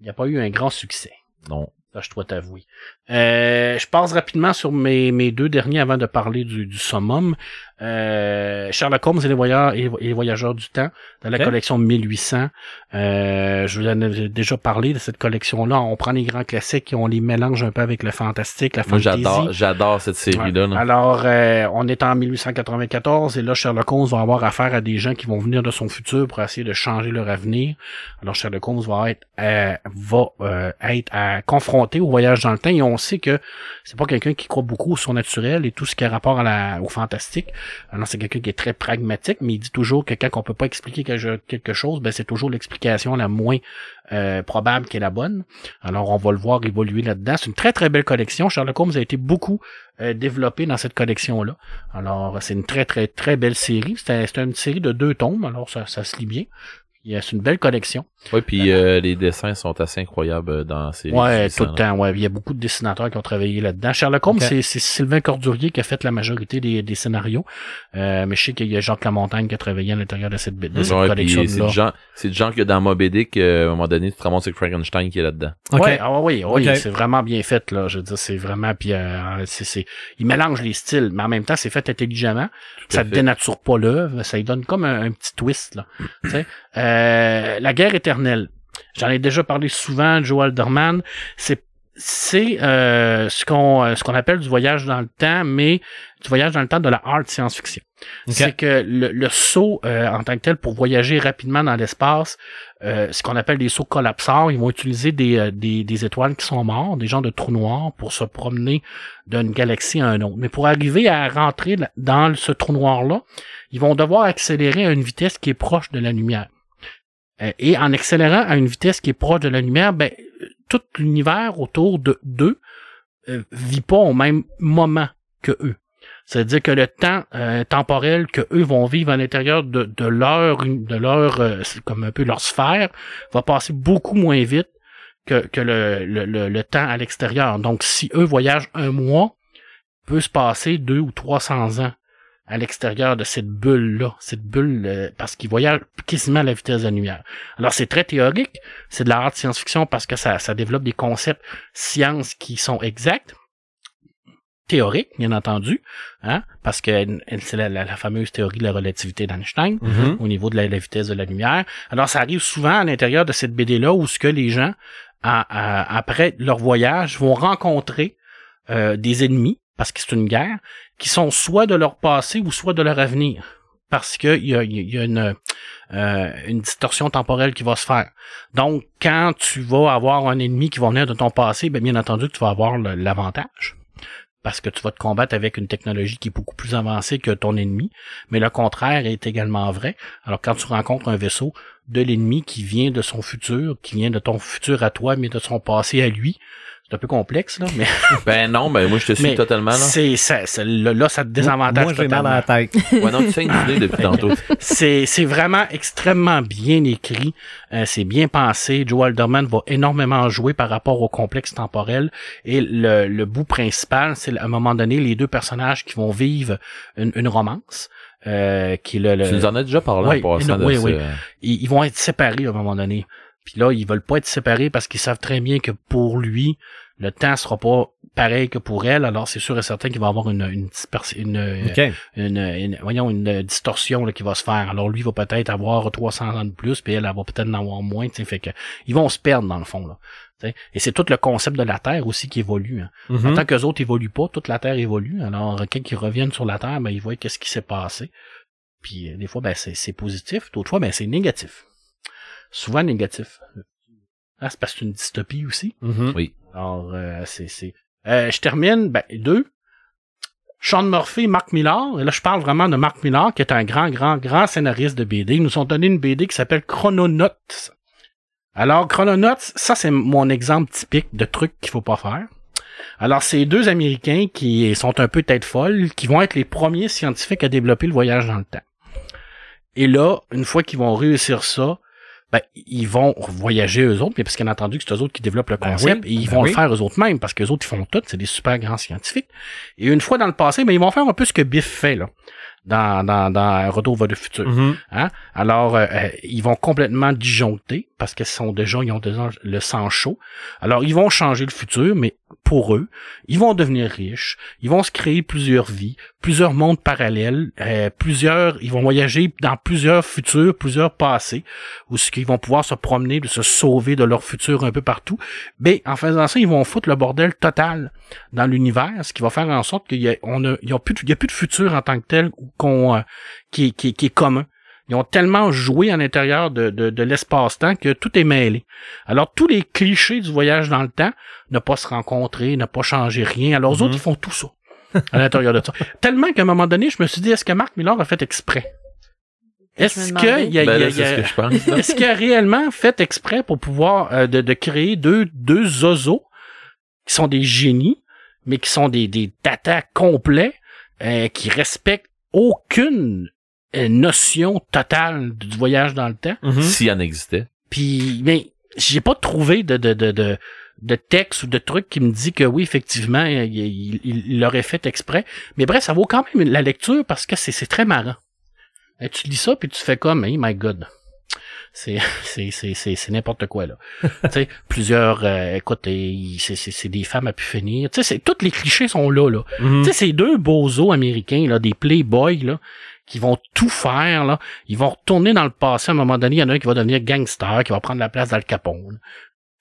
[SPEAKER 5] il y a pas eu un grand succès.
[SPEAKER 3] Non.
[SPEAKER 5] Ça, je dois t'avouer. Euh, je passe rapidement sur mes, mes deux derniers avant de parler du, du summum. Euh, Sherlock Holmes et les, voyageurs, et les voyageurs du temps, dans la
[SPEAKER 2] Ok.
[SPEAKER 5] collection 1800. Euh, je vous en ai déjà parlé de cette collection-là. On prend les grands classiques et on les mélange un peu avec le fantastique, la
[SPEAKER 3] Moi,
[SPEAKER 5] fantasy.
[SPEAKER 3] j'adore, j'adore cette série-là.
[SPEAKER 5] Ouais.
[SPEAKER 3] là.
[SPEAKER 5] Alors, euh, on est en 1894 et là, Sherlock Holmes va avoir affaire à des gens qui vont venir de son futur pour essayer de changer leur avenir. Alors, Sherlock Holmes va être, euh, va euh, être à, confronté au voyage dans le temps et on sait que c'est pas quelqu'un qui croit beaucoup au surnaturel et tout ce qui a rapport à la, au fantastique. Alors, c'est quelqu'un qui est très pragmatique, mais il dit toujours que quand on peut pas expliquer quelque quelque chose, ben, c'est toujours l'explication la moins euh, probable qui est la bonne. Alors, on va le voir évoluer là-dedans. C'est une très, très belle collection. Sherlock Holmes a été beaucoup euh, développé dans cette collection-là. Alors, c'est une très, très, très belle série. C'est c'est une série de deux tomes, alors ça, ça se lit bien. Puis, euh, C'est une belle collection.
[SPEAKER 3] Oui, puis euh, les dessins sont assez incroyables euh, dans ces.
[SPEAKER 5] Ouais,
[SPEAKER 3] ces
[SPEAKER 5] tout le
[SPEAKER 3] scènes-là.
[SPEAKER 5] temps. Ouais, il y a beaucoup de dessinateurs qui ont travaillé là-dedans. Sherlock Holmes,
[SPEAKER 2] Ok.
[SPEAKER 5] c'est- c'est Sylvain Cordurier qui a fait la majorité des, des scénarios. Euh, mais je sais qu'il y a Jacques Lamontagne qui a travaillé à l'intérieur de cette, de cette
[SPEAKER 3] Ouais, puis c'est
[SPEAKER 5] collection-là.
[SPEAKER 3] le genre, c'est le genre que dans Moby Dick, euh, à un moment donné, tu te ramasses avec Frankenstein qui est là-dedans.
[SPEAKER 2] OK.
[SPEAKER 5] Ouais, ah oui, oui,
[SPEAKER 2] Ok.
[SPEAKER 5] c'est vraiment bien fait là. Je veux dire, c'est vraiment puis euh, c'est c'est il mélange les styles, mais en même temps c'est fait intelligemment.
[SPEAKER 3] à
[SPEAKER 5] Ça ne
[SPEAKER 3] fait.
[SPEAKER 5] dénature pas l'œuvre, ça lui donne comme un, un petit twist là. Tu sais, euh, la guerre éternelle. J'en ai déjà parlé souvent, Joe Alderman. C'est c'est euh, ce qu'on euh, ce qu'on appelle du voyage dans le temps, mais du voyage dans le temps de la hard science-fiction.
[SPEAKER 2] Ok.
[SPEAKER 5] C'est que le, le saut euh, en tant que tel pour voyager rapidement dans l'espace, euh, ce qu'on appelle des sauts collapsars, ils vont utiliser des, euh, des, des étoiles qui sont mortes, des genres de trous noirs pour se promener d'une galaxie à un autre. Mais pour arriver à rentrer la- dans le- ce trou noir-là, ils vont devoir accélérer à une vitesse qui est proche de la lumière. Euh, et en accélérant à une vitesse qui est proche de la lumière, ben, euh, tout l'univers autour de d'eux euh, vit pas au même moment que eux. C'est-à-dire que le temps euh, temporel que eux vont vivre à l'intérieur de, de leur de leur euh, c'est comme un peu leur sphère va passer beaucoup moins vite que, que le, le, le, le temps à l'extérieur. Donc si eux voyagent un mois, peut se passer deux ou trois cents ans à l'extérieur de cette bulle-là, cette bulle, euh, parce qu'ils voyagent quasiment à la vitesse de la lumière. Alors c'est très théorique, c'est de la hard science-fiction parce que ça, ça développe des concepts sciences qui sont exacts, théoriques bien entendu, hein, parce que euh, c'est la, la- la fameuse théorie de la relativité d'Einstein
[SPEAKER 2] Mhm.
[SPEAKER 5] au niveau de la, la vitesse de la lumière. Alors, ça arrive souvent à l'intérieur de cette BD-là où ce que les gens, à- à- après leur voyage, vont rencontrer euh, des ennemis, parce que c'est une guerre, qui sont soit de leur passé ou soit de leur avenir. Parce qu'il y a, il y a une, euh, une distorsion temporelle qui va se faire. Donc, quand tu vas avoir un ennemi qui va venir de ton passé, ben, bien entendu que tu vas avoir le- l'avantage. Parce que tu vas te combattre avec une technologie qui est beaucoup plus avancée que ton ennemi. Mais le contraire est également vrai. Alors quand tu rencontres un vaisseau de l'ennemi qui vient de son futur, qui vient de ton futur à toi, mais de son passé à lui, c'est un peu complexe là, mais
[SPEAKER 3] ben non, ben moi je te suis
[SPEAKER 5] Mais
[SPEAKER 3] totalement là.
[SPEAKER 5] c'est ça, ça- là, là, ça te désavantage
[SPEAKER 2] Moi, j'ai mal
[SPEAKER 5] totalement.
[SPEAKER 2] à la tête.
[SPEAKER 3] Ouais, non, tu sais une idée depuis tantôt.
[SPEAKER 5] C'est c'est vraiment extrêmement bien écrit, euh, c'est bien pensé. Joe Alderman va énormément jouer par rapport au complexe temporel et le, le bout principal, c'est à un moment donné les deux personnages qui vont vivre une, une romance. euh, qui est le, le-
[SPEAKER 3] Tu nous en as déjà parlé
[SPEAKER 5] Oui,
[SPEAKER 3] en passant de
[SPEAKER 5] oui,
[SPEAKER 3] ce-
[SPEAKER 5] oui. ils, ils vont être séparés à un moment donné. Puis là, ils veulent pas être séparés parce qu'ils savent très bien que pour lui, le temps sera pas pareil que pour elle. Alors c'est sûr et certain qu'il va avoir une une, dispersi- une,
[SPEAKER 2] OK.
[SPEAKER 5] une, une- voyons une euh, distorsion là, qui va se faire. Alors lui va peut-être avoir 300 ans de plus, puis elle, elle va peut-être en avoir moins. tu sais. Fait que ils vont se perdre dans le fond là. tu sais. Et c'est tout le concept de la Terre aussi qui évolue. hein.
[SPEAKER 2] Mhm.
[SPEAKER 5] Tant qu'eux autres évoluent pas, toute la Terre évolue. Alors, euh, quand ils reviennent sur la Terre, ben, ils voient qu'est-ce qui s'est passé. Puis, euh, des fois, ben, c'est, c'est positif. D'autres fois, ben, c'est négatif. Souvent négatif. Ah, c'est parce que c'est une dystopie aussi.
[SPEAKER 2] Mhm.
[SPEAKER 5] Alors, euh, c'est, c'est... Euh, je termine, ben, deux. Sean Murphy, Marc Millard. Et là, je parle vraiment de Marc Millard, qui est un grand, grand, grand scénariste de BD. Ils nous ont donné une BD qui s'appelle Chrononauts. Alors, Chrononauts, ça, c'est mon exemple typique de truc qu'il faut pas faire. Alors, c'est deux Américains qui sont un peu tête folle, qui vont être les premiers scientifiques à développer le voyage dans le temps. Et là, une fois qu'ils vont réussir ça, ben, ils vont voyager eux autres, mais parce qu'on a entendu que c'est eux autres qui développent le
[SPEAKER 2] Ben
[SPEAKER 5] concept,
[SPEAKER 2] oui,
[SPEAKER 5] et ils
[SPEAKER 2] ben
[SPEAKER 5] vont
[SPEAKER 2] oui.
[SPEAKER 5] le faire eux autres mêmes, parce qu'eux autres, ils font tout, c'est des super grands scientifiques. Et une fois dans le passé, ben, ils vont faire un peu ce que Biff fait, là, dans, dans, dans Retour vers le futur.
[SPEAKER 2] Mhm.
[SPEAKER 5] Hein? Alors, euh, euh, ils vont complètement disjoncter parce qu'ils sont déjà, ils ont déjà le sang chaud. Alors, ils vont changer le futur, mais pour eux, ils vont devenir riches, ils vont se créer plusieurs vies, plusieurs mondes parallèles, euh, plusieurs, ils vont voyager dans plusieurs futurs, plusieurs passés, où ce qu'ils vont pouvoir se promener, de se sauver de leur futur un peu partout. Mais en faisant ça, ils vont foutre le bordel total dans l'univers, ce qui va faire en sorte qu'il y a, on a, il y a plus, de- il y a plus de futur en tant que tel qu'on, euh, qui, qui, qui est commun. Ils ont tellement joué à l'intérieur de, de, de l'espace-temps que tout est mêlé. Alors, tous les clichés du voyage dans le temps, ne pas se rencontrer, ne pas changer rien. Alors, eux
[SPEAKER 2] Mhm.
[SPEAKER 3] Mm-hmm.
[SPEAKER 5] autres, ils font tout ça. à l'intérieur de ça. Tellement qu'à un moment donné, je me suis dit, est-ce que Marc Millard a fait exprès? Est-ce
[SPEAKER 4] demandais.
[SPEAKER 5] qu'il y a,
[SPEAKER 3] Ben
[SPEAKER 5] il y a-
[SPEAKER 3] là,
[SPEAKER 5] il y
[SPEAKER 3] c'est ce
[SPEAKER 5] a-
[SPEAKER 3] que je pense. là.
[SPEAKER 5] est-ce qu'il a réellement fait exprès pour pouvoir euh, de, de créer deux, deux zozos qui sont des génies, mais qui sont des, des tatas complets, euh, qui respectent aucune euh, notion totale du voyage dans le temps?
[SPEAKER 2] Mhm.
[SPEAKER 3] S'il y en existait.
[SPEAKER 5] Puis, mais j'ai pas trouvé de, de, de, de, de texte ou de truc qui me dit que oui, effectivement, il, il, il l'aurait fait exprès. Mais bref, ça vaut quand même la lecture parce que c'est, c'est très marrant. Euh, tu lis ça puis tu fais comme, hey my god. C'est, c'est, c'est, c'est, c'est n'importe quoi, là. tu sais, plusieurs, euh, écoute, euh, il- c'est, c'est, c'est des femmes à pu finir. Tu sais, c'est, tous les clichés sont là, là.
[SPEAKER 2] Mhm.
[SPEAKER 5] Tu sais, ces deux bozos américains, là, des playboys, là, qui vont tout faire, là. Ils vont retourner dans le passé. À un moment donné, il y en a un qui va devenir gangster, qui va prendre la place d'Al Capone.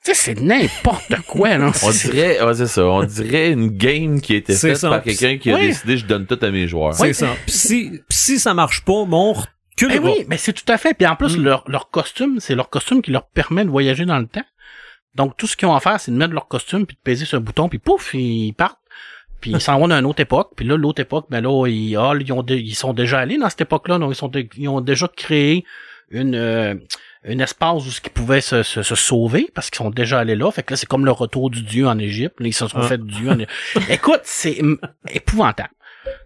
[SPEAKER 5] Tu sais, c'est n'importe quoi, là.
[SPEAKER 3] On
[SPEAKER 5] C'est-
[SPEAKER 3] dirait, ouais, c'est ça, on dirait une game qui a été
[SPEAKER 2] C'est
[SPEAKER 3] faite
[SPEAKER 2] ça.
[SPEAKER 3] par quelqu'un qui a
[SPEAKER 5] Oui.
[SPEAKER 3] décidé je donne tout à mes joueurs.
[SPEAKER 2] C'est ça. Pis si, pis si ça marche pas, bon, on recule
[SPEAKER 5] Eh
[SPEAKER 2] pas.
[SPEAKER 5] oui, mais c'est tout à fait. Puis en plus, leur, leur costume, c'est leur costume qui leur permet de voyager dans le temps. Donc, tout ce qu'ils ont à faire, c'est de mettre leur costume, puis de peser sur un bouton, puis pouf, ils partent. Puis ils s'en vont dans une autre époque. Puis là, l'autre époque, ben là, ils, ah, ils, ont dé- ils sont déjà allés dans cette époque-là. Donc, ils, sont dé- ils ont déjà créé une, euh, une espace où ce qu'ils pouvaient se, se, se sauver parce qu'ils sont déjà allés là. Fait que là, c'est comme le retour du dieu en Égypte. Là, ils se sont
[SPEAKER 2] Ah.
[SPEAKER 5] fait dieu en Égypte. Écoute, c'est hum, épouvantable.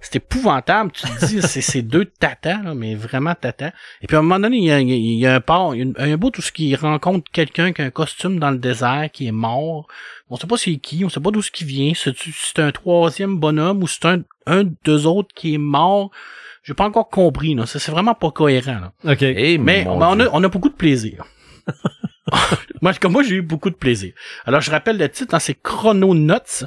[SPEAKER 5] C'est épouvantable. Tu te dis, c'est c'est deux tatas, là, mais vraiment tatas. Et puis à un moment donné, il y a, il y a- il y a un port, il y a une- un bout où ce qui rencontre quelqu'un qui a un costume dans le désert, qui est mort. On sait pas c'est qui, on sait pas d'où ce qui vient. C'est c'est un troisième bonhomme ou c'est un, un de deux autres qui est mort. J'ai pas encore compris, là. Ça, C'est vraiment pas cohérent, là.
[SPEAKER 2] OK.
[SPEAKER 3] Eh,
[SPEAKER 5] Mais
[SPEAKER 3] mon
[SPEAKER 5] ben, on, a,
[SPEAKER 3] Dieu.
[SPEAKER 5] on a beaucoup de plaisir. moi, comme moi, j'ai eu beaucoup de plaisir. Alors, je rappelle le titre, hein, c'est Chrononauts.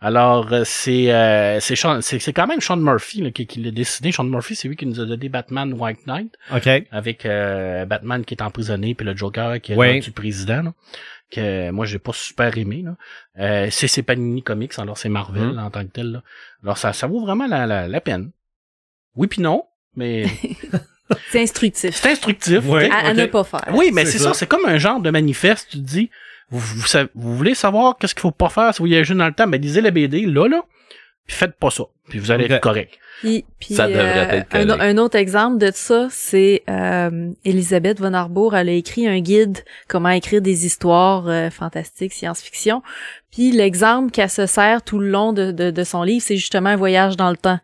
[SPEAKER 5] Alors, euh, c'est euh, c'est Sean- c'est c'est quand même Sean Murphy là, qui, qui l'a décidé. Sean Murphy, c'est lui qui nous a donné Batman White Knight
[SPEAKER 2] OK.
[SPEAKER 5] avec euh, Batman qui est emprisonné puis le Joker qui est
[SPEAKER 2] Ouais.
[SPEAKER 5] rendu président là, que moi j'ai pas super aimé là. Euh, c'est c'est Panini Comics alors c'est Marvel
[SPEAKER 3] Mhm.
[SPEAKER 5] là, en tant que tel là. alors ça ça vaut vraiment la, la, la peine oui puis non mais
[SPEAKER 4] C'est instructif.
[SPEAKER 5] c'est instructif
[SPEAKER 2] Ouais.
[SPEAKER 5] tu sais.
[SPEAKER 4] À, à
[SPEAKER 2] ok.
[SPEAKER 4] ne pas faire.
[SPEAKER 5] Ah oui mais
[SPEAKER 2] C'est
[SPEAKER 5] c'est ça,
[SPEAKER 2] ça.
[SPEAKER 5] c'est comme un genre de manifeste tu te dis vous, vous, sa- vous voulez savoir qu'est-ce qu'il faut pas faire si vous voyagez dans le temps ben lisez la BD là là puis faites pas ça puis vous allez
[SPEAKER 2] Ok.
[SPEAKER 5] être correct
[SPEAKER 4] Puis, puis, euh,
[SPEAKER 3] Ça devrait être
[SPEAKER 4] un,
[SPEAKER 3] correct.
[SPEAKER 4] un autre exemple de ça, c'est euh, Elisabeth Von Arbour, elle a écrit un guide comment écrire des histoires euh, fantastiques, science-fiction. Puis l'exemple qu'elle se sert tout le long de, de, de son livre, c'est justement un voyage dans le temps.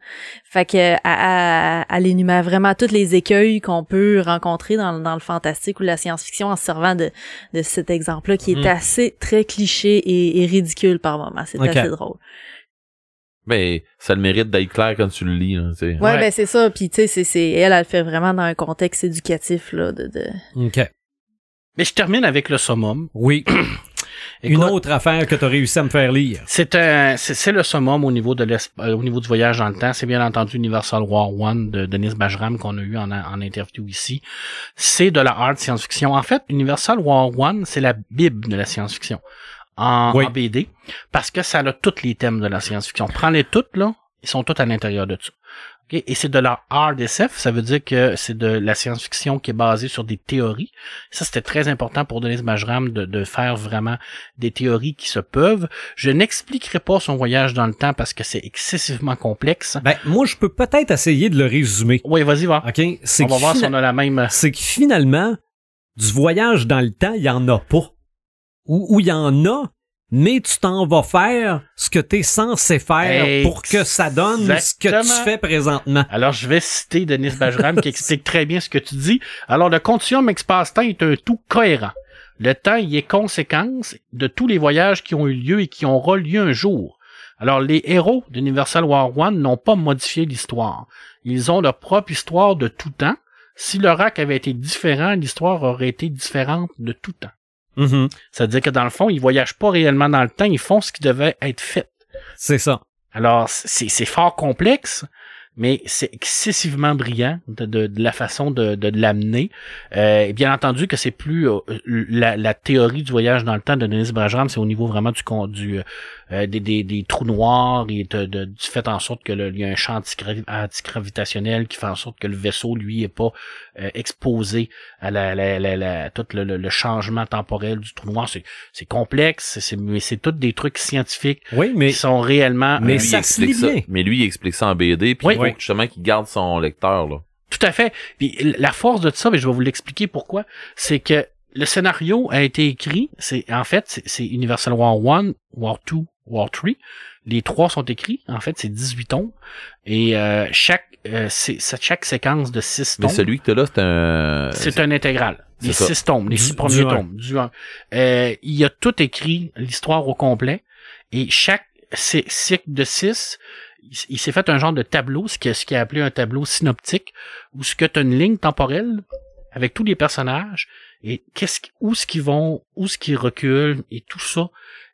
[SPEAKER 4] Fait que euh, elle, elle- elle énumère vraiment tous les écueils qu'on peut rencontrer dans, dans le fantastique ou la science-fiction en se servant de, de cet exemple-là qui
[SPEAKER 3] Mm.
[SPEAKER 2] Mhm.
[SPEAKER 4] est assez très cliché et, et ridicule par moments. C'est
[SPEAKER 2] Ok.
[SPEAKER 4] assez drôle.
[SPEAKER 3] Mais ça le mérite d'être clair quand tu le lis, hein, tu sais.
[SPEAKER 4] Ouais,
[SPEAKER 5] Ouais.
[SPEAKER 4] ben c'est ça. Puis tu sais, c'est, c'est elle, elle le fait vraiment dans un contexte éducatif là, de, de...
[SPEAKER 2] OK.
[SPEAKER 5] mais je termine avec le summum
[SPEAKER 2] Oui. Une
[SPEAKER 5] Écoute-
[SPEAKER 2] autre affaire que t'as réussi à me faire lire.
[SPEAKER 5] C'est un, c'est c'est le summum au niveau de l'esp- euh, au niveau du voyage dans le temps. C'est bien entendu Universal War One de Denis Bajram qu'on a eu en, en interview ici. C'est de la hard science-fiction. En fait, Universal War One, c'est la bible de la science-fiction en,
[SPEAKER 2] Oui.
[SPEAKER 5] en BD parce que ça a tous les thèmes de la science-fiction. Prends-les toutes là, ils sont tous à l'intérieur de ça. Ok? Et c'est de la hard SF, ça veut dire que c'est de la science-fiction qui est basée sur des théories. Ça, c'était très important pour Denis Bajram de, de faire vraiment des théories qui se peuvent. Je n'expliquerai pas son voyage dans le temps parce que c'est excessivement complexe.
[SPEAKER 2] Ben, moi, je peux peut-être essayer de le résumer.
[SPEAKER 5] Oui, vas-y, va.
[SPEAKER 2] OK? C'est
[SPEAKER 5] On va
[SPEAKER 2] que
[SPEAKER 5] voir si
[SPEAKER 2] fina-
[SPEAKER 5] on a la même.
[SPEAKER 2] c'est que finalement, du voyage dans le temps, il y en a pas. Ou ou il y en a, mais tu t'en vas faire ce que tu es censé faire pour que ça donne ce que
[SPEAKER 5] Exactement.
[SPEAKER 2] tu fais présentement.
[SPEAKER 5] Alors, je vais citer Denis Bajram qui explique très bien ce que tu dis. Alors, le continuum espace-temps est un tout cohérent. Le temps y est conséquence de tous les voyages qui ont eu lieu et qui auront lieu un jour. Alors, les héros d'Universal War One n'ont pas modifié l'histoire. Ils ont leur propre histoire de tout temps. Si le rack avait été différent, l'histoire aurait été différente de tout temps.
[SPEAKER 2] Mhm.
[SPEAKER 5] C'est-à-dire que dans le fond, ils voyagent pas réellement dans le temps, ils font ce qui devait être fait.
[SPEAKER 2] C'est ça.
[SPEAKER 5] Alors, c'est c'est fort complexe, mais c'est excessivement brillant de, de- de la façon de, de, de l'amener. Euh, et bien entendu que c'est plus euh, la, la théorie du voyage dans le temps de Denis Brajram, c'est au niveau vraiment du, con- du, euh, euh, des, des, des trous noirs et de, de- du fait en sorte que le, il y a un champ antigravi- antigravitationnel qui fait en sorte que le vaisseau, lui, est pas euh, exposé à la, la, la, la- tout le, le- le changement temporel du trou noir. C'est, c'est complexe, c'est- c'est, mais c'est tous des trucs scientifiques
[SPEAKER 2] Oui, mais
[SPEAKER 5] qui sont réellement...
[SPEAKER 2] mais
[SPEAKER 5] euh,
[SPEAKER 2] ça
[SPEAKER 3] il
[SPEAKER 2] se
[SPEAKER 3] explique
[SPEAKER 2] lit
[SPEAKER 3] ça-
[SPEAKER 2] bien.
[SPEAKER 3] Mais lui, il explique ça en BD, puis
[SPEAKER 5] Oui.
[SPEAKER 3] il faut
[SPEAKER 2] Oui.
[SPEAKER 3] justement qu'il garde son lecteur, là.
[SPEAKER 5] Tout à fait. Puis la force de ça, mais je vais vous l'expliquer pourquoi, c'est que le scénario a été écrit, c'est en fait, c'est- c'est Universal War 1, War 2, War 3. Les trois sont écrits, en fait, c'est 18 tomes. Et euh, chaque, euh, sé- sa- chaque séquence de 6
[SPEAKER 3] Mais
[SPEAKER 5] tomes,
[SPEAKER 3] celui que t'as là, c'est un...
[SPEAKER 2] Euh,
[SPEAKER 5] c'est un intégral.
[SPEAKER 3] C'est
[SPEAKER 5] Les
[SPEAKER 3] ça.
[SPEAKER 5] 6 tomes, les
[SPEAKER 2] Du-
[SPEAKER 5] 6 premiers
[SPEAKER 2] du un.
[SPEAKER 5] tomes, du un. Euh, il a tout écrit, l'histoire au complet. Et chaque cy- cycle de 6 il s- il s'est fait un genre de tableau, ce qui est ce qui est appelé un tableau synoptique, où ce que tu as une ligne temporelle avec tous les personnages et qu'est-ce qui- où ce qu'ils vont, où ce qu'ils reculent et tout ça.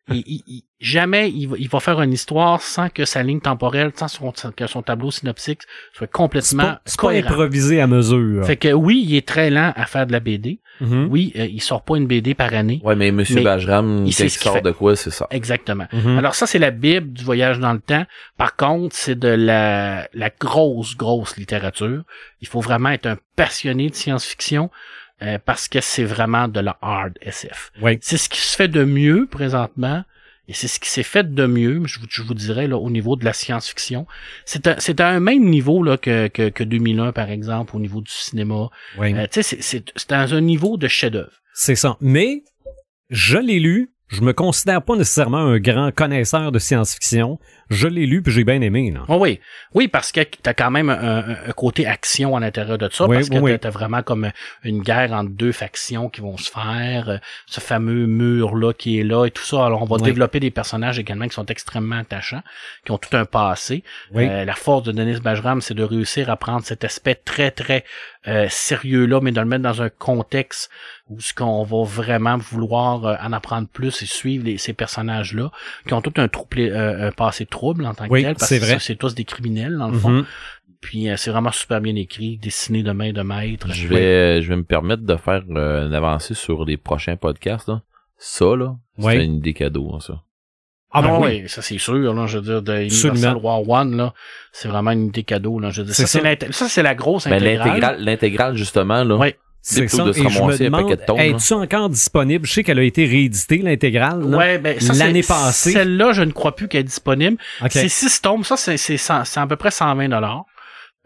[SPEAKER 5] Et il- il- jamais il va, il va faire une histoire sans que sa ligne temporelle, sans, son, sans que son tableau synoptique soit
[SPEAKER 2] C'est
[SPEAKER 5] complètement
[SPEAKER 2] pas, c'est pas
[SPEAKER 5] cohérent.
[SPEAKER 2] improvisé à mesure.
[SPEAKER 5] Fait que oui, il est très lent à faire de la BD.
[SPEAKER 2] Mhm.
[SPEAKER 5] Oui, euh, il sort pas une BD par année.
[SPEAKER 3] Ouais, mais Monsieur
[SPEAKER 5] Mais
[SPEAKER 3] Bajram,
[SPEAKER 5] il
[SPEAKER 3] il
[SPEAKER 5] sait ce qu'il
[SPEAKER 3] sort
[SPEAKER 5] fait.
[SPEAKER 3] de quoi, c'est ça.
[SPEAKER 5] Exactement.
[SPEAKER 2] Mhm.
[SPEAKER 5] Alors ça, c'est la Bible du voyage dans le temps. Par contre, c'est de la, la grosse, grosse littérature. Il faut vraiment être un passionné de science-fiction euh, parce que c'est vraiment de la hard SF.
[SPEAKER 2] Ouais.
[SPEAKER 5] C'est ce qui se fait de mieux présentement. Et c'est ce qui s'est fait de mieux, je vous, je vous dirais, là, au niveau de la science-fiction. C'est à, c'est à un même niveau là, que, que, que 2001, par exemple, au niveau du cinéma.
[SPEAKER 2] Ouais.
[SPEAKER 5] Euh, tu sais, c'est- c'est c'est dans un niveau de chef-d'œuvre.
[SPEAKER 2] C'est ça. Mais je l'ai lu. Je me considère pas nécessairement un grand connaisseur de science-fiction. Je l'ai lu puis j'ai bien aimé. Là.
[SPEAKER 5] Ah oui, oui, parce que t'as quand même un, un- un côté action à l'intérieur de ça,
[SPEAKER 2] Oui,
[SPEAKER 5] parce que
[SPEAKER 2] oui, oui.
[SPEAKER 5] t'as- t'as vraiment comme une guerre entre deux factions qui vont se faire, euh, ce fameux mur-là qui est là et tout ça. Alors on va
[SPEAKER 2] Oui.
[SPEAKER 5] développer des personnages également qui sont extrêmement attachants, qui ont tout un passé.
[SPEAKER 2] Oui.
[SPEAKER 5] Euh, la force de Denis Bajram, c'est de réussir à prendre cet aspect très, très euh, sérieux-là, mais de le mettre dans un contexte où ce qu'on va vraiment vouloir euh, en apprendre plus et suivre les- ces personnages-là, qui ont tout un, troublé- euh, un passé trouble en tant que
[SPEAKER 2] Oui,
[SPEAKER 5] tel, parce
[SPEAKER 2] c'est
[SPEAKER 5] que
[SPEAKER 2] vrai.
[SPEAKER 5] ça, c'est tous des criminels, dans le fond.
[SPEAKER 2] Mhm.
[SPEAKER 5] Puis euh, c'est vraiment super bien écrit, dessiné de main de maître.
[SPEAKER 3] Je vais, je vais me permettre de faire euh, une avancée sur les prochains podcasts, là. Ça, là, c'est
[SPEAKER 2] Ouais.
[SPEAKER 3] une idée cadeau, hein, ça.
[SPEAKER 5] Ah
[SPEAKER 2] Ah ben
[SPEAKER 5] non,
[SPEAKER 2] oui.
[SPEAKER 5] oui, ça c'est sûr, là, je veux dire, de Universal
[SPEAKER 2] Absolument.
[SPEAKER 5] War One, là, c'est vraiment une idée cadeau, là, je veux dire.
[SPEAKER 2] C'est
[SPEAKER 5] Ça, c'est
[SPEAKER 2] ça.
[SPEAKER 5] l'inté- ça, c'est la grosse
[SPEAKER 3] Mais
[SPEAKER 5] intégrale.
[SPEAKER 3] Ben, l'intégrale, l'intégrale, justement, là.
[SPEAKER 5] Ouais.
[SPEAKER 2] C'est
[SPEAKER 3] plutôt
[SPEAKER 2] ça.
[SPEAKER 3] de
[SPEAKER 2] Et
[SPEAKER 3] se
[SPEAKER 2] je me
[SPEAKER 3] ramasser un paquet de
[SPEAKER 2] demande,
[SPEAKER 3] tonnes, là.
[SPEAKER 2] es-tu encore disponible? Je sais qu'elle a été rééditée, l'intégrale. là.
[SPEAKER 5] Ouais, ben, ça, c'est-
[SPEAKER 2] L'année passée.
[SPEAKER 5] Celle-là, je ne crois plus qu'elle est disponible.
[SPEAKER 2] OK.
[SPEAKER 5] C'est 6 tomes, ça, c'est c'est cent- c'est à peu près 120 dollars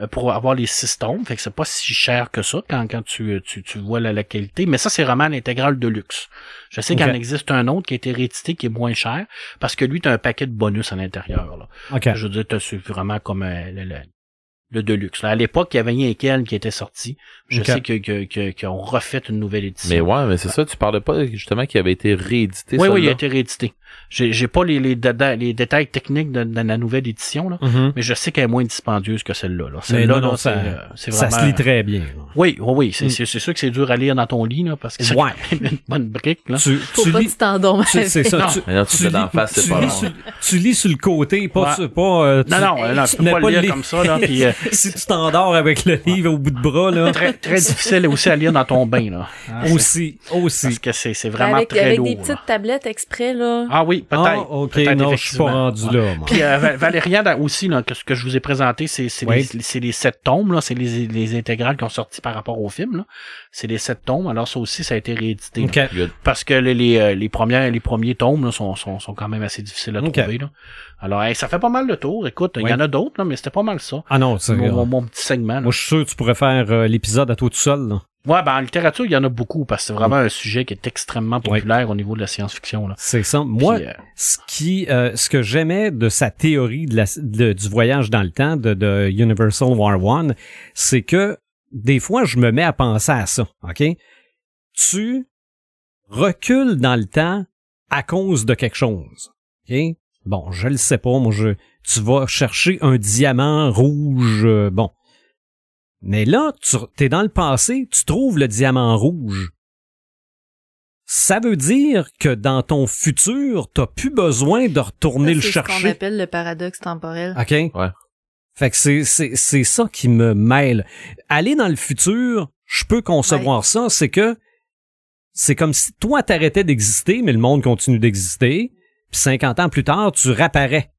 [SPEAKER 5] euh, pour avoir les 6 tomes. Fait que c'est pas si cher que ça quand, quand tu, euh, tu, tu vois la, la qualité. Mais ça, c'est vraiment l'intégrale de luxe. Je sais qu'il
[SPEAKER 2] Ok.
[SPEAKER 5] en existe un autre qui a été réédité qui est moins cher parce que lui, t'as un paquet de bonus à l'intérieur. là.
[SPEAKER 2] OK.
[SPEAKER 5] Je veux dire, t'as su- vraiment comme euh, le, le, le deluxe. là. À l'époque, il y avait rien qu'elle qui était sorti. Je
[SPEAKER 2] Ok.
[SPEAKER 5] sais que- que- que- qu'ils ont refait une nouvelle édition.
[SPEAKER 3] Mais ouais, mais c'est ça, tu parlais pas, justement, qu'il avait été réédité,
[SPEAKER 5] oui,
[SPEAKER 3] celle-là.
[SPEAKER 5] oui, il a été réédité. J'ai j'ai pas les, les, déta- les détails techniques de, de la nouvelle édition, là,
[SPEAKER 2] Mhm.
[SPEAKER 5] mais je sais qu'elle est moins dispendieuse que celle-là. Là. Celle-là,
[SPEAKER 2] non, non,
[SPEAKER 5] là, c'est
[SPEAKER 2] ça-
[SPEAKER 5] euh, c'est
[SPEAKER 2] Ça
[SPEAKER 5] vraiment... euh,
[SPEAKER 2] se lit très bien. là.
[SPEAKER 5] Oui, oui, oui. C'est
[SPEAKER 2] Mm.
[SPEAKER 5] c'est- c'est sûr que c'est dur à lire dans ton lit, là, parce que c'est
[SPEAKER 2] Ouais.
[SPEAKER 5] une bonne brique. Là.
[SPEAKER 2] Tu,
[SPEAKER 4] Faut
[SPEAKER 2] tu
[SPEAKER 4] pas que
[SPEAKER 2] lis.
[SPEAKER 4] tu t'endormes
[SPEAKER 2] tu- C'est
[SPEAKER 4] avec.
[SPEAKER 2] ça.
[SPEAKER 5] Non.
[SPEAKER 2] Tu,
[SPEAKER 3] Mais non,
[SPEAKER 2] tu
[SPEAKER 3] tu fais
[SPEAKER 2] lis,
[SPEAKER 3] d'en face, c'est
[SPEAKER 2] tu
[SPEAKER 3] pas
[SPEAKER 2] lis
[SPEAKER 3] long.
[SPEAKER 2] sur, tu lis sur le côté, pas,
[SPEAKER 5] Ouais.
[SPEAKER 2] sur- pas euh, tu-
[SPEAKER 5] Non, non, euh, non,
[SPEAKER 2] n'as
[SPEAKER 5] tu peux pas
[SPEAKER 2] pas
[SPEAKER 5] le lire
[SPEAKER 2] les-
[SPEAKER 5] comme ça. Là, puis, euh,
[SPEAKER 2] si tu t'endors avec le livre au bout de bras, là,
[SPEAKER 5] très, très difficile aussi à lire dans ton bain. Là. Hein, c'est-
[SPEAKER 2] aussi,
[SPEAKER 5] Parce
[SPEAKER 2] aussi.
[SPEAKER 5] que c'est c'est vraiment
[SPEAKER 4] Avec,
[SPEAKER 5] très
[SPEAKER 4] avec
[SPEAKER 5] lourd.
[SPEAKER 4] des
[SPEAKER 5] là.
[SPEAKER 4] petites tablettes exprès, là.
[SPEAKER 5] Ah oui, peut-être.
[SPEAKER 2] Ah, ok,
[SPEAKER 5] peut-être,
[SPEAKER 2] non, je suis pas
[SPEAKER 5] effectivement.
[SPEAKER 2] rendu là, moi.
[SPEAKER 5] Puis euh, Va- Valérian dans- aussi, là, que ce que je vous ai présenté, c'est c'est
[SPEAKER 2] Oui.
[SPEAKER 5] les, c'est les sept tomes, là, c'est les, les intégrales qui ont sorti par rapport au film. là. C'est les sept tomes. Alors ça aussi, ça a été réédité. là.
[SPEAKER 2] Ok.
[SPEAKER 3] Il a-
[SPEAKER 5] Parce que les, les, euh, les premières, les premiers tomes là, sont, sont, sont quand même assez difficiles à
[SPEAKER 2] Ok.
[SPEAKER 5] trouver. Là. Alors, hey, ça fait pas mal le tour. Écoute, il
[SPEAKER 2] Oui.
[SPEAKER 5] y en a d'autres, là, mais c'était pas mal ça.
[SPEAKER 2] Ah non, c'est.
[SPEAKER 5] Mon, mon,
[SPEAKER 2] Moi,
[SPEAKER 5] mon petit segment. Là.
[SPEAKER 2] je suis sûr que tu pourrais faire euh, l'épisode à toi tout seul. là.
[SPEAKER 5] Ouais, ben, en littérature, il y en a beaucoup parce que c'est vraiment un sujet qui est extrêmement populaire au niveau de la science-fiction. là.
[SPEAKER 2] C'est ça. Moi,
[SPEAKER 5] Puis, euh,
[SPEAKER 2] ce qui, euh, ce que j'aimais de sa théorie de la- de- du voyage dans le temps de, de Universal War One, c'est que des fois, je me mets à penser à ça. Ok, tu recules dans le temps à cause de quelque chose. Ok, bon, je le sais pas. Moi, je, tu vas chercher un diamant rouge. euh, bon, mais là, tu es dans le passé, tu trouves le diamant rouge. Ça veut dire que dans ton futur, t'as plus besoin de
[SPEAKER 4] Ça,
[SPEAKER 2] retourner
[SPEAKER 4] c'est
[SPEAKER 2] le
[SPEAKER 4] ce qu'on
[SPEAKER 2] chercher.
[SPEAKER 4] appelle le paradoxe
[SPEAKER 5] Ah,
[SPEAKER 4] temporel.
[SPEAKER 2] OK? Ouais. Fait que c'est, c'est, c'est ça qui me mêle. Aller dans le futur, je peux concevoir ça, c'est que c'est comme si toi t'arrêtais d'exister, mais le monde continue d'exister. Puis 50 ans plus tard, tu réapparais.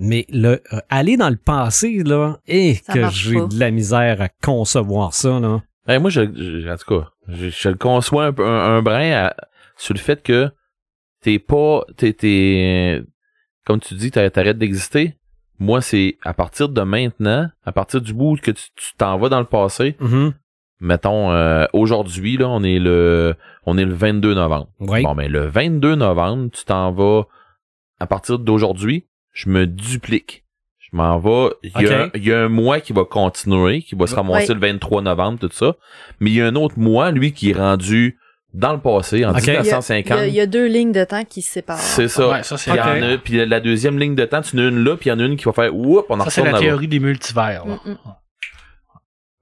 [SPEAKER 2] Mais le euh, aller dans le passé, là, et
[SPEAKER 4] Ça
[SPEAKER 2] que
[SPEAKER 4] marche
[SPEAKER 2] j'ai
[SPEAKER 4] pas.
[SPEAKER 2] de la misère à concevoir ça, là.
[SPEAKER 3] Ben, moi, je, je- en tout cas, je, je le conçois un, peu- un, un brin à- sur le fait que t'es pas, t'es, t'es- comme tu dis, t'arrêtes t'arrêtes d'exister. Moi, c'est à partir de maintenant, à partir du bout que tu tu t'en vas dans le passé. Mettons, euh, aujourd'hui, là, on est le, on est le 22 novembre.
[SPEAKER 2] Oui.
[SPEAKER 3] Bon, ben, le 22 novembre, tu t'en vas, à partir d'aujourd'hui, je me duplique. Je m'en vais, il y, a-
[SPEAKER 2] Ok.
[SPEAKER 3] il y a un mois qui va continuer, qui va se ramasser
[SPEAKER 4] Ouais.
[SPEAKER 3] le 23 novembre, tout ça. Mais il y a un autre mois, lui, qui est rendu dans le passé, en
[SPEAKER 2] Ok.
[SPEAKER 4] Il y a- Il y,
[SPEAKER 3] 1950.
[SPEAKER 4] a- il y a deux lignes de temps qui se séparent.
[SPEAKER 3] C'est ça.
[SPEAKER 5] Ouais, ça, c'est
[SPEAKER 3] Puis il y en a- puis la deuxième ligne de temps, tu en as une là, puis il y en a une qui va faire, oups, on en
[SPEAKER 5] Ça, c'est
[SPEAKER 3] retourne
[SPEAKER 5] la
[SPEAKER 3] là-bas.
[SPEAKER 5] théorie des multivers. là.
[SPEAKER 4] Mm, mm.